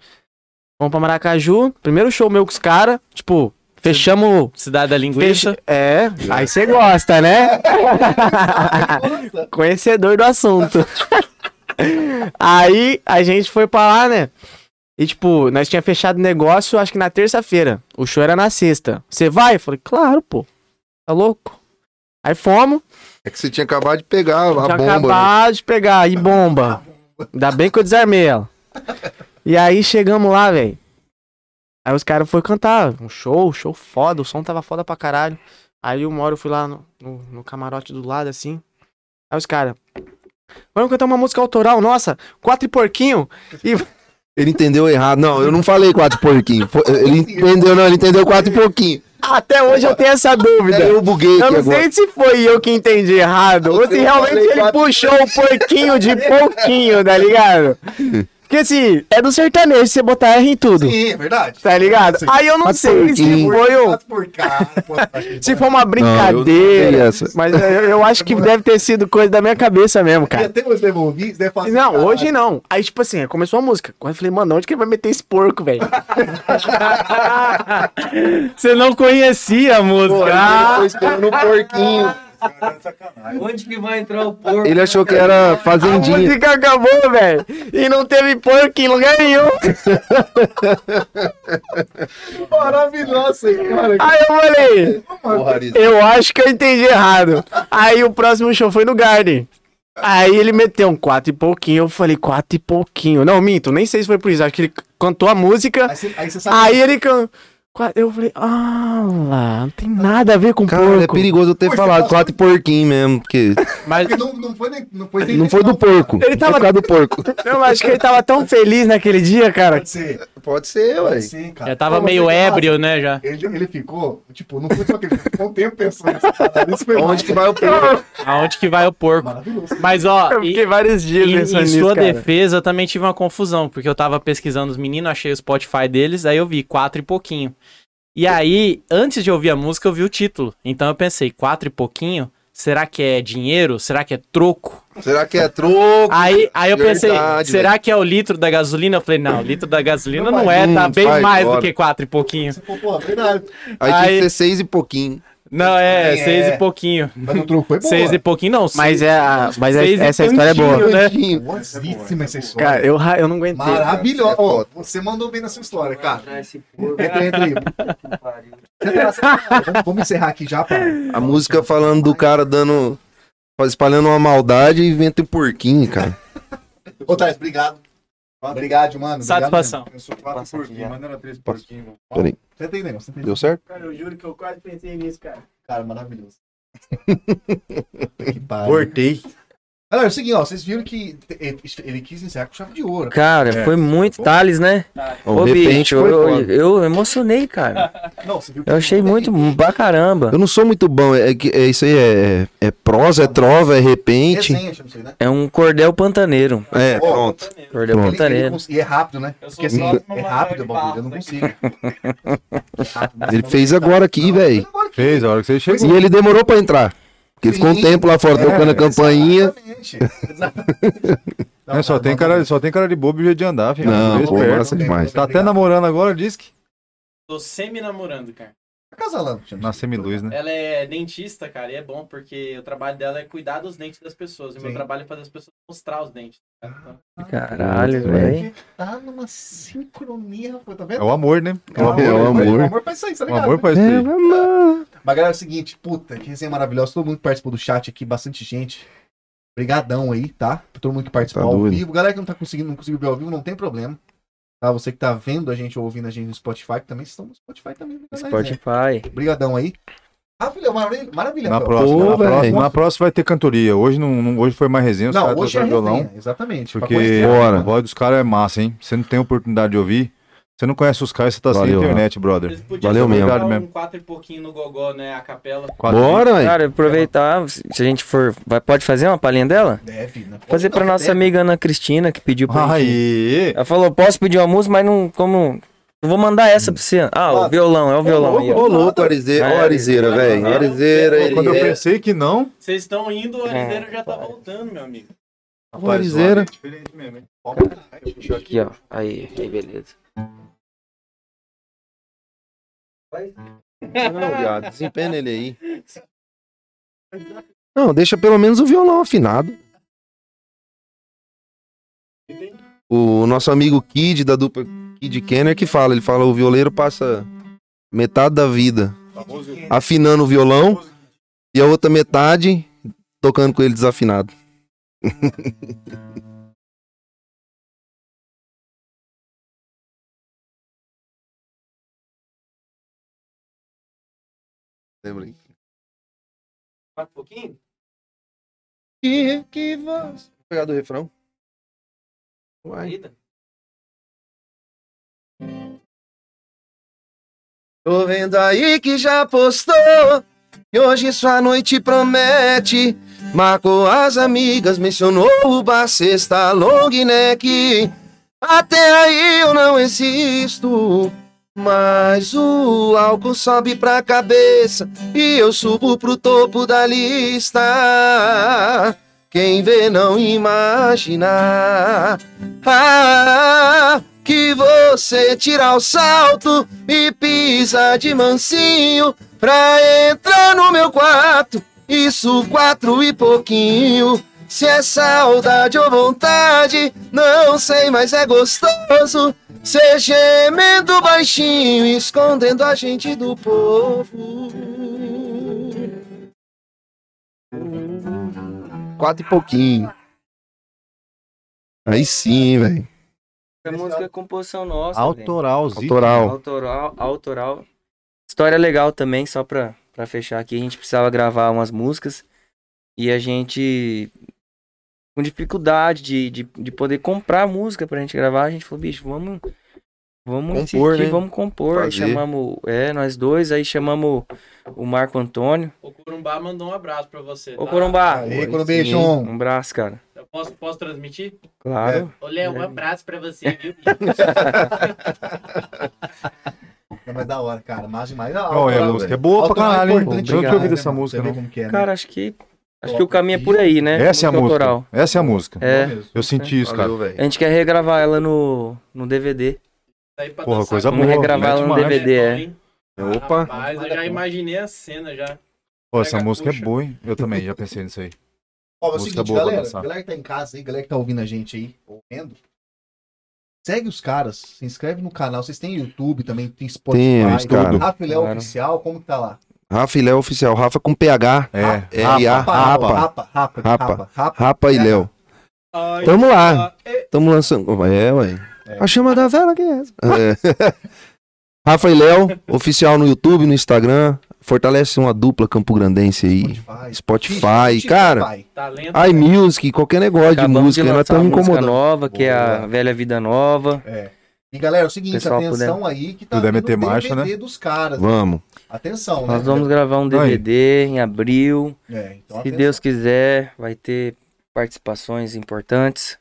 Speaker 10: Vamos pra Maracaju. Primeiro show meu com os caras. Tipo, fechamos.
Speaker 6: Cidade da Linguiça.
Speaker 10: Fecha... É, aí você gosta, né? Conhecedor do assunto. aí a gente foi pra lá, né? E tipo, nós tinha fechado o negócio, acho que na terça-feira. O show era na sexta. Você vai? Eu falei, claro, pô. Tá louco? Aí fomos.
Speaker 4: É que você tinha acabado de pegar a
Speaker 10: tinha
Speaker 4: bomba. né?
Speaker 10: acabado de pegar. E bomba. Ainda bem que eu desarmei ela. E aí chegamos lá, velho. Aí os caras foram cantar. Um show, show foda. O som tava foda pra caralho. Aí uma hora eu fui lá no, no, no camarote do lado, assim. Aí os caras. Vamos cantar uma música autoral, nossa, quatro e porquinho.
Speaker 4: Ele entendeu errado. Não, eu não falei quatro e pouquinho. Foi- Ele entendeu, não, ele entendeu quatro e pouquinho.
Speaker 10: Até hoje eu tenho essa dúvida.
Speaker 4: Aí
Speaker 10: Eu,
Speaker 4: É, eu buguei aqui
Speaker 10: não
Speaker 4: agora.
Speaker 10: sei se foi eu que entendi errado. Ou se
Speaker 4: Eu
Speaker 10: realmente
Speaker 4: falei
Speaker 10: ele
Speaker 4: quatro
Speaker 10: puxou o porquinho de pouquinho, tá ligado? Porque assim, é do sertanejo você botar R em tudo,
Speaker 1: sim, é verdade.
Speaker 10: tá ligado?
Speaker 1: Sim.
Speaker 10: Aí eu não
Speaker 4: Quatro
Speaker 10: sei se
Speaker 4: porquinho.
Speaker 10: foi um.
Speaker 1: Quatro por cá, pô, tá gente.
Speaker 10: Se foi
Speaker 4: Não,
Speaker 10: uma
Speaker 4: eu não sei
Speaker 10: brincadeira.
Speaker 4: essa.
Speaker 10: Mas eu, eu acho que deve ter sido coisa da minha cabeça mesmo,
Speaker 1: E
Speaker 10: cara.
Speaker 1: até hoje eu ouvi, deve falar assim,
Speaker 10: Não,
Speaker 1: caralho,
Speaker 10: hoje não. Aí, tipo assim, começou a música. Quando eu falei, mano, onde que ele vai meter esse porco, velho?
Speaker 6: Você não conhecia a
Speaker 4: Pô, ele
Speaker 6: música.
Speaker 4: ficou esperando o porquinho.
Speaker 3: Onde que vai entrar o porco?
Speaker 4: Ele achou que era
Speaker 10: A
Speaker 4: fazendinha.
Speaker 10: música acabou, velho. E não teve porco em lugar nenhum.
Speaker 1: Maravilhoso, cara.
Speaker 10: Aí eu falei,
Speaker 4: Porra, Ariz.
Speaker 10: eu acho que eu entendi errado. Aí o próximo show foi no Garden. Aí ele meteu um quatro e pouquinho. Eu falei, quatro e pouquinho. Não, minto, nem sei se foi por isso. Acho que ele cantou a música.
Speaker 1: Aí você, aí você sabe.
Speaker 10: Aí ele cantou. Eu falei, ah lá, não tem nada a ver com
Speaker 4: Cara, é
Speaker 10: porco.
Speaker 4: perigoso eu ter
Speaker 1: Pô,
Speaker 4: falado
Speaker 1: você
Speaker 4: quatro e porquinho mesmo, porque
Speaker 6: Mas
Speaker 1: que não, não foi nem- não foi nem-
Speaker 4: não foi do porco.
Speaker 10: Ele tava-
Speaker 4: Foi por causa do porco.
Speaker 10: Não, acho que ele tava tão feliz naquele dia, cara.
Speaker 1: Pode ser,
Speaker 4: Pode ser,
Speaker 1: pode
Speaker 4: ué.
Speaker 1: ser, cara.
Speaker 6: já tava
Speaker 1: Não, mas
Speaker 6: meio
Speaker 1: ele-
Speaker 6: ébrio, né, já.
Speaker 1: Ele, ele ficou, tipo, não foi só que ele ficou um tempo pensando. nessa parada, Isso foi
Speaker 4: Onde que vai o porco?
Speaker 6: Aonde que vai o porco?
Speaker 1: maravilhoso.
Speaker 6: Mas, ó,
Speaker 10: Eu
Speaker 6: e-
Speaker 10: fiquei vários dias
Speaker 6: E, em
Speaker 10: pensando nisso,
Speaker 6: sua
Speaker 10: cara.
Speaker 6: defesa, eu também tive uma confusão, porque eu tava pesquisando os meninos, achei o Spotify deles, aí eu vi quatro e pouquinho. E aí, antes de ouvir a música, eu vi o título. Então eu pensei, quatro e pouquinho? Será que é dinheiro? Será que é troco?
Speaker 4: Será que é troco?
Speaker 6: Aí, aí eu pensei,
Speaker 4: Verdade,
Speaker 6: será que é o litro da gasolina? Eu falei, não, o litro da gasolina
Speaker 1: Não
Speaker 6: não
Speaker 1: vai-
Speaker 6: é, tá
Speaker 4: Hum,
Speaker 6: bem
Speaker 4: vai
Speaker 6: mais do
Speaker 4: embora.
Speaker 6: que quatro e pouquinho.
Speaker 1: Você falou, pô, é verdade.
Speaker 4: Aí tinha
Speaker 6: Aí-
Speaker 4: que ser seis e pouquinho.
Speaker 6: Não, é,
Speaker 1: É.
Speaker 6: seis e pouquinho.
Speaker 1: Mas o troco foi boa.
Speaker 6: Seis e pouquinho, não.
Speaker 10: Mas, é a, mas é-
Speaker 6: Seis e
Speaker 10: essa história é boa.
Speaker 6: tantinho, né?
Speaker 1: pouquinho. Boazíssima essa história.
Speaker 10: Cara, é eu, ra- eu não aguentei.
Speaker 1: Maravilhosa. Ó, você mandou bem na sua história, cara.
Speaker 3: Ah, esse porco.
Speaker 1: Entra, entra aí.
Speaker 3: pariu.
Speaker 1: Vamos, vamos encerrar aqui já, pá.
Speaker 4: A música falando do cara dando. espalhando uma maldade e inventa um porquinho, cara.
Speaker 1: Ô, Thais, obrigado. Obrigado, mano. Obrigado
Speaker 6: Satisfação.
Speaker 1: mesmo.
Speaker 8: Eu sou quatro
Speaker 3: Passa aqui,
Speaker 8: porquinhos,
Speaker 3: ó.
Speaker 8: mas não era três
Speaker 4: Passa.
Speaker 8: porquinhos.
Speaker 4: Peraí,
Speaker 1: Senta aí, negão. Senta aí.
Speaker 4: deu certo?
Speaker 5: Cara, eu juro que eu quase pensei nisso, cara.
Speaker 1: Cara, maravilhoso. que pariu.
Speaker 2: Cortei.
Speaker 1: Galera, é o seguinte, ó. Vocês viram que te- ele ele quis encerrar com chave de ouro.
Speaker 3: Cara,
Speaker 2: É.
Speaker 3: foi muito Thales, né?
Speaker 4: Ó,
Speaker 3: Ô,
Speaker 4: de repente
Speaker 3: bicho,
Speaker 4: foi
Speaker 3: eu,
Speaker 4: foda.
Speaker 3: eu emocionei, cara.
Speaker 1: Não, você viu que
Speaker 3: Eu achei muito pra caramba.
Speaker 4: Eu não sou muito bom. É, que- é isso aí, é, é prosa, é trova, é repente.
Speaker 1: Resenha, chama isso aí, né?
Speaker 3: É um cordel pantaneiro.
Speaker 4: É, pronto.
Speaker 3: Cordel
Speaker 1: Ele,
Speaker 4: Pronto.
Speaker 1: ele
Speaker 3: pantaneiro.
Speaker 1: cons- e é rápido, né?
Speaker 5: Eu sou
Speaker 1: Porque assim,
Speaker 5: só uma
Speaker 1: é
Speaker 5: maior
Speaker 1: rápido o
Speaker 5: de
Speaker 1: bagulho, eu não
Speaker 5: barro,
Speaker 1: consigo. É rápido, mas
Speaker 4: Ele
Speaker 1: não
Speaker 4: fez
Speaker 1: dá.
Speaker 4: agora aqui,
Speaker 1: Não, fez
Speaker 4: velho.
Speaker 1: agora aqui.
Speaker 2: Fez a hora que você chegou.
Speaker 4: E ele demorou pra entrar. Porque ficou um
Speaker 1: Sim.
Speaker 4: tempo lá fora
Speaker 2: É,
Speaker 4: tocando a campainha.
Speaker 1: Exatamente. exatamente.
Speaker 8: Tá,
Speaker 1: Não,
Speaker 2: É, só,
Speaker 1: cara,
Speaker 2: tem
Speaker 1: não,
Speaker 2: cara,
Speaker 1: não.
Speaker 2: só tem cara de bobo e jeito de andar, filho.
Speaker 4: Não,
Speaker 2: Fez
Speaker 4: pô,
Speaker 2: perto.
Speaker 4: massa demais.
Speaker 2: Tá até namorando agora, diz que.
Speaker 6: Tô semi-namorando, cara.
Speaker 1: Tá casalando, gente.
Speaker 2: Na semiluz, né?
Speaker 5: Ela é dentista, cara, e é bom porque o trabalho dela é cuidar dos dentes das pessoas. E meu
Speaker 1: Sim.
Speaker 5: trabalho é fazer as pessoas mostrar os dentes. cara. Então,
Speaker 3: Caralho,
Speaker 4: Nossa,
Speaker 3: velho.
Speaker 1: Tá numa sincronia, pô, tá
Speaker 2: né? É
Speaker 1: vendo?
Speaker 2: o amor, né?
Speaker 4: É o amor.
Speaker 1: O amor faz isso aí, tá
Speaker 2: O
Speaker 1: ligado?
Speaker 2: amor
Speaker 4: É,
Speaker 2: pra isso aí.
Speaker 1: Mas galera, é o seguinte, puta, que resenha maravilhosa. Todo mundo que participou do chat aqui, bastante gente. Obrigadão aí, tá? Pra todo mundo que participou
Speaker 4: Tá
Speaker 1: ao
Speaker 4: doido.
Speaker 1: vivo. Galera que não tá conseguindo, não conseguiu ver ao vivo, não tem problema. Tá? Você que tá vendo a gente ou ouvindo a gente no Spotify, que também estão no Spotify também. né, galera?
Speaker 3: Spotify.
Speaker 1: Obrigadão aí. Maravilha, maravilha. maravilha
Speaker 2: Na
Speaker 1: Fel.
Speaker 2: próxima, na,
Speaker 4: Pô, velho.
Speaker 2: próxima, na próxima vai ter cantoria. Hoje, não, não- hoje foi mais resenha, os
Speaker 1: Não,
Speaker 2: caras
Speaker 1: hoje é
Speaker 2: tocaram violão.
Speaker 1: resenha, exatamente. pra
Speaker 2: Porque
Speaker 1: conhecer,
Speaker 2: a
Speaker 1: né?
Speaker 2: voz dos caras é massa, hein? Você não tem oportunidade de ouvir. Você não conece os caras, você tá
Speaker 4: Valeu,
Speaker 2: sem internet, brother.
Speaker 5: eles podiam
Speaker 4: Valeu
Speaker 5: só
Speaker 4: mesmo.
Speaker 5: colocar
Speaker 2: Obrigado
Speaker 5: um
Speaker 2: mesmo.
Speaker 5: quatro e pouquinho no gogó, né? A capela.
Speaker 2: Quatro
Speaker 4: Bora, velho.
Speaker 3: Cara, aproveitar, se a gente for. vai- pode fazer uma palhinha dela?
Speaker 1: Deve, né?
Speaker 3: Fazer pra
Speaker 1: Não,
Speaker 3: nossa
Speaker 1: deve.
Speaker 3: amiga Ana Cristina, que pediu pra gente.
Speaker 2: Aí!
Speaker 3: Ela falou, posso pedir uma música, mas não. Como. Eu vou mandar essa pra você. Ah, o violão, é o violão aí,
Speaker 4: Ô,
Speaker 3: ó.
Speaker 4: louco, Arizeira, ó, Arizeira, velho. Arizeira, ele
Speaker 2: Quando eu
Speaker 4: é-
Speaker 2: pensei que não,
Speaker 5: Vocês estão indo,
Speaker 3: É,
Speaker 5: o Arizeiro já tá
Speaker 3: pai.
Speaker 5: voltando, meu amigo.
Speaker 4: Ô, Arizeira.
Speaker 8: Diferente mesmo, hein?
Speaker 3: Aqui, ó. Aí, aí, beleza.
Speaker 4: Não, viado, desempena ele aí. Não, deixa pelo menos o violão afinado. O nosso amigo Kid, da dupla Kid Kenner, que fala, ele fala, o violeiro passa metade da vida afinando o violão e a outra metade tocando com ele desafinado. Lembra aí?
Speaker 5: Quatro e um pouquinho?
Speaker 4: Que, que voz. Pegar do refrão. Uai.
Speaker 5: Corrida?
Speaker 4: Tô vendo aí que já postou. E hoje sua noite promete. Marcou as amigas, mencionou o bar, sexta, long neck. Até aí eu não existo. Mas o álcool sobe pra cabeça e eu subo pro topo da lista. Quem vê não imagina ah, que você tira o salto e pisa de mansinho pra entrar no meu quarto. Isso quatro e pouquinho. Se é saudade ou vontade, não sei, mas é gostoso. Ser gemendo baixinho, escondendo a gente do povo. Quatro e pouquinho. Aí sim, velho.
Speaker 3: Essa música é composição nossa. velho.
Speaker 2: Autoralzinho.
Speaker 4: Autoral.
Speaker 3: Autoral, autoral. História legal também, só pra, pra fechar aqui. A gente precisava gravar umas músicas e a gente, com dificuldade de, de, de poder comprar música pra gente gravar, a gente falou, bicho, vamos, vamos
Speaker 4: Compor,
Speaker 3: insistir,
Speaker 4: né?
Speaker 3: vamos compor. Aí
Speaker 4: Fazer.
Speaker 3: chamamos, é, nós dois, aí chamamos o Marco Antônio.
Speaker 5: O Corumbá mandou um abraço pra você.
Speaker 3: Ô,
Speaker 5: tá?
Speaker 3: Corumbá,
Speaker 1: Aí, quando
Speaker 4: sim.
Speaker 1: beijo.
Speaker 3: um abraço, cara.
Speaker 5: Eu posso, posso transmitir?
Speaker 3: Claro.
Speaker 5: Ô, Léo, um
Speaker 3: É.
Speaker 5: abraço pra você, viu? Tá
Speaker 1: Não, mas é da hora, né, cara. Mas demais.
Speaker 2: Ó, é, a música é boa pra caralho,
Speaker 1: um
Speaker 2: hein? Eu não tinha ouvido essa música, não.
Speaker 1: é,
Speaker 3: É,
Speaker 1: né?
Speaker 3: Cara, acho que, acho
Speaker 1: Ó,
Speaker 3: que o caminho é por aí, né?
Speaker 2: Essa é a música.
Speaker 3: autoral.
Speaker 2: Essa é a música.
Speaker 3: É,
Speaker 2: Eu senti isso, cara.
Speaker 3: a gente quer regravar ela no, no DVD.
Speaker 5: Tá aí pra
Speaker 2: Porra,
Speaker 5: dançar.
Speaker 2: coisa
Speaker 3: Vamos
Speaker 2: boa.
Speaker 3: regravar ela no
Speaker 2: demais.
Speaker 3: DVD, é.
Speaker 2: Opa.
Speaker 5: Rapaz, eu já imaginei a cena já.
Speaker 2: Pô, essa
Speaker 5: Pega a
Speaker 2: música
Speaker 5: coxa.
Speaker 2: é boa, hein? Eu também já pensei nisso aí.
Speaker 1: Ó, é o
Speaker 2: Música
Speaker 1: seguinte,
Speaker 2: boa pra
Speaker 1: galera,
Speaker 2: dançar.
Speaker 1: galera que tá em casa aí, galera que tá ouvindo a gente aí, ouvindo, segue os caras, se inscreve no canal, vocês têm YouTube também, tem Spotify,
Speaker 4: Temos, cara.
Speaker 1: Rafa Léo
Speaker 4: Claro.
Speaker 1: Oficial, como que tá lá?
Speaker 4: Rafa e Léo oficial. Rafa com PH.
Speaker 2: É,
Speaker 4: R A
Speaker 1: Rapa, Rapa,
Speaker 4: Rapa.
Speaker 1: Rapa,
Speaker 4: Rapa.
Speaker 1: Rapa, Rapa.
Speaker 4: Rapa e Léo.
Speaker 5: Ai,
Speaker 4: Tamo lá.
Speaker 5: é,
Speaker 4: Tamo lançando. É, ué. A chama da vela que é essa? É. Rafa e Léo, oficial no YouTube, no Instagram. Fortalece uma dupla Campo Grandense aí.
Speaker 1: Spotify.
Speaker 4: Spotify, cara.
Speaker 5: talento.
Speaker 4: iMusic, qualquer negócio de
Speaker 3: Acabamos de
Speaker 4: música,
Speaker 2: né?
Speaker 4: nós
Speaker 3: lançar a
Speaker 4: estamos
Speaker 3: música
Speaker 4: incomodando.
Speaker 3: nova, que é a
Speaker 1: Boa.
Speaker 3: Velha Vida Nova.
Speaker 1: É. E galera, é o seguinte,
Speaker 3: Pessoal,
Speaker 1: atenção aí que tá
Speaker 2: puder
Speaker 1: vindo
Speaker 2: meter marcha,
Speaker 1: DVD dos caras.
Speaker 4: Vamos.
Speaker 1: Atenção, né?
Speaker 3: Nós vamos gravar um
Speaker 2: Aí.
Speaker 3: DVD em abril.
Speaker 1: É, então
Speaker 3: Se
Speaker 1: atenção.
Speaker 3: Deus quiser, vai ter participações importantes.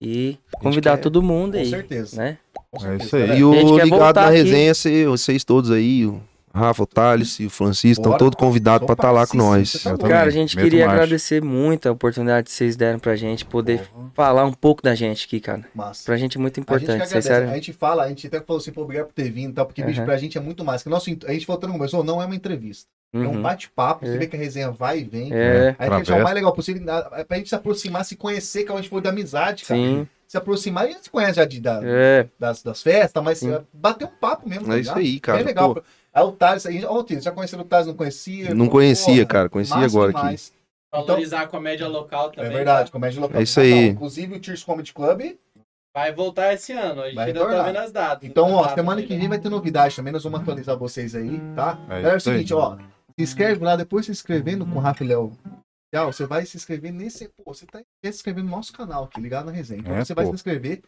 Speaker 3: E convidar
Speaker 4: quer-
Speaker 3: todo mundo
Speaker 1: Com
Speaker 3: aí.
Speaker 1: certeza.
Speaker 3: né?
Speaker 1: com
Speaker 2: É
Speaker 1: certeza,
Speaker 2: isso aí.
Speaker 1: galera.
Speaker 4: E
Speaker 3: A gente
Speaker 4: o
Speaker 3: quer
Speaker 4: Ligado
Speaker 3: voltar
Speaker 4: na
Speaker 3: aqui.
Speaker 4: Resenha, cê- vocês todos aí, o Rafa, o Thales e o Francisco, estão
Speaker 1: Bora.
Speaker 4: todos convidados pra
Speaker 1: Opa,
Speaker 4: estar lá com
Speaker 1: sim, sim,
Speaker 4: nós.
Speaker 1: você tá
Speaker 2: Eu
Speaker 1: louco.
Speaker 2: também.
Speaker 3: Cara, a gente
Speaker 2: meto
Speaker 3: queria
Speaker 2: marcha.
Speaker 3: agradecer muito a oportunidade que vocês deram pra gente poder falar um pouco da gente aqui, cara.
Speaker 1: Massa.
Speaker 3: Pra gente é muito
Speaker 1: A gente que
Speaker 3: importante,
Speaker 1: agradece.
Speaker 3: sincero.
Speaker 1: A gente fala, a gente até falou assim, pô, obrigado por ter vindo e tal, porque, bicho,
Speaker 3: Aham.
Speaker 1: pra gente é muito mais. Que nosso, int- a gente voltando começou, não é uma entrevista. É um
Speaker 3: Uhum.
Speaker 1: bate-papo, você
Speaker 3: É.
Speaker 1: vê que a resenha vai e vem.
Speaker 3: É,
Speaker 1: Aí pra gente é o
Speaker 2: Através.
Speaker 1: mais legal possível, na- é pra gente se aproximar, se conhecer, que é onde for da amizade, cara.
Speaker 3: sim.
Speaker 1: Se aproximar, a gente se conhece já de, da-
Speaker 3: É,
Speaker 1: das, das festas, mas
Speaker 3: Sim.
Speaker 1: é, bater um papo mesmo. tá
Speaker 4: É isso
Speaker 1: ligado?
Speaker 4: aí, cara.
Speaker 1: Bem legal.
Speaker 4: Pô,
Speaker 1: Aí o Thales, aí, ó, o Thales, já conheceu o Thales, não conhecia?
Speaker 4: não
Speaker 1: Pô,
Speaker 4: conhecia,
Speaker 1: porra,
Speaker 4: cara. Conheci
Speaker 1: massa
Speaker 4: agora aqui.
Speaker 1: demais.
Speaker 5: Valorizar a comédia local também.
Speaker 1: então- É verdade, comédia local. Tá,
Speaker 4: É isso aí.
Speaker 1: Inclusive o Tears Comedy Club
Speaker 5: Vai voltar esse ano. A gente
Speaker 1: Vai
Speaker 5: ainda
Speaker 1: retornar.
Speaker 5: tá Hum. vendo as datas. né?
Speaker 1: Então, ó,
Speaker 5: Data
Speaker 1: semana
Speaker 5: ainda.
Speaker 1: que vem vai ter novidade também, nós vamos atualizar vocês aí, tá?
Speaker 2: É
Speaker 1: Galera, é o
Speaker 2: isso aí.
Speaker 1: seguinte, ó, se inscreve lá, depois se inscrevendo com o Rafa e Léo Oficial, você vai se inscrever nesse, pô, você tá se inscrevendo no nosso canal aqui, ligado na resenha. Então
Speaker 2: É,
Speaker 1: você vai
Speaker 2: pô.
Speaker 1: se inscrever,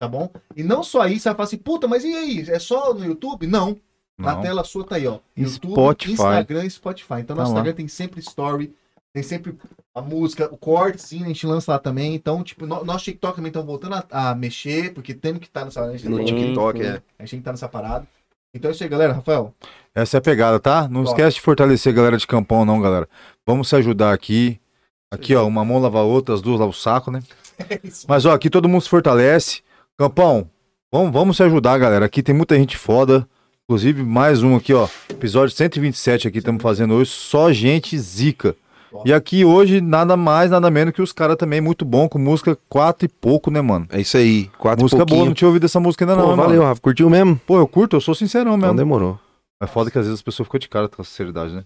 Speaker 1: tá bom? E não só aí, você vai falar assim, puta, mas e aí, é só no YouTube? Não, na
Speaker 2: Não.
Speaker 1: tela sua tá aí, ó.
Speaker 2: Spotify.
Speaker 1: Instagram e Spotify. Então,
Speaker 2: Tá
Speaker 1: nosso
Speaker 2: lá.
Speaker 1: Instagram tem sempre story, tem sempre a música, o corte, sim, a gente lança lá também. Então, tipo, no, nosso TikTok também estão voltando a, a mexer, porque temos que estar nessa... a gente
Speaker 4: No
Speaker 1: tem-
Speaker 4: TikTok, é.
Speaker 1: a gente tem que estar nessa parada. Então é isso aí, galera. Rafael,
Speaker 2: Essa é a pegada, tá? Não
Speaker 1: Top.
Speaker 2: esquece de fortalecer a galera de campão, não, galera. Vamos se ajudar aqui. Aqui, ó, uma mão lava a outra, as duas lavam o saco, né?
Speaker 1: É
Speaker 2: Mas, ó, aqui todo mundo se fortalece. Campão, vamos, vamos se ajudar, galera. Aqui tem muita gente foda. Inclusive, mais um aqui, ó. Episódio 127 aqui, estamos fazendo hoje. Só gente zica.
Speaker 1: Top.
Speaker 2: E aqui hoje, nada mais, nada menos que os caras também muito bom com música quatro e pouco, né, mano?
Speaker 4: É isso aí. Quatro
Speaker 2: música
Speaker 4: e pouquinho.
Speaker 2: boa, não tinha ouvido essa música ainda,
Speaker 4: Pô,
Speaker 2: não, hein,
Speaker 4: valeu,
Speaker 2: mano.
Speaker 4: Rafa. Curtiu mesmo?
Speaker 2: Pô, eu curto, eu sou sincerão
Speaker 4: Não
Speaker 2: mesmo.
Speaker 4: demorou.
Speaker 2: É foda que às vezes as pessoas ficam de cara com a sinceridade, né?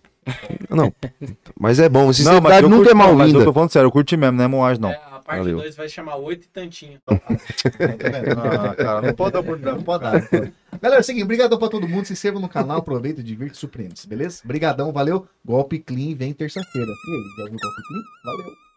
Speaker 4: Mas é bom.
Speaker 2: Não, mas
Speaker 4: Sinceridade
Speaker 2: eu
Speaker 4: nunca
Speaker 2: curti-
Speaker 4: é mal
Speaker 2: não, mas Eu
Speaker 4: vinda.
Speaker 2: tô falando sério, eu curti mesmo, não é moagem, não.
Speaker 5: É, a parte
Speaker 4: Valeu.
Speaker 5: 2 vai chamar oito e tantinho.
Speaker 1: tá vendo?
Speaker 2: Ah, cara, não pode dar
Speaker 1: Não, não
Speaker 2: oportunidade.
Speaker 1: pode dar. Galera, é o seguinte, brigadão pra todo mundo. Se inscreva no canal, aproveita, divirta e surpreende-se, beleza? Brigadão, valeu. Golpe clean vem terça-feira. E aí, já viu o golpe clean? Valeu.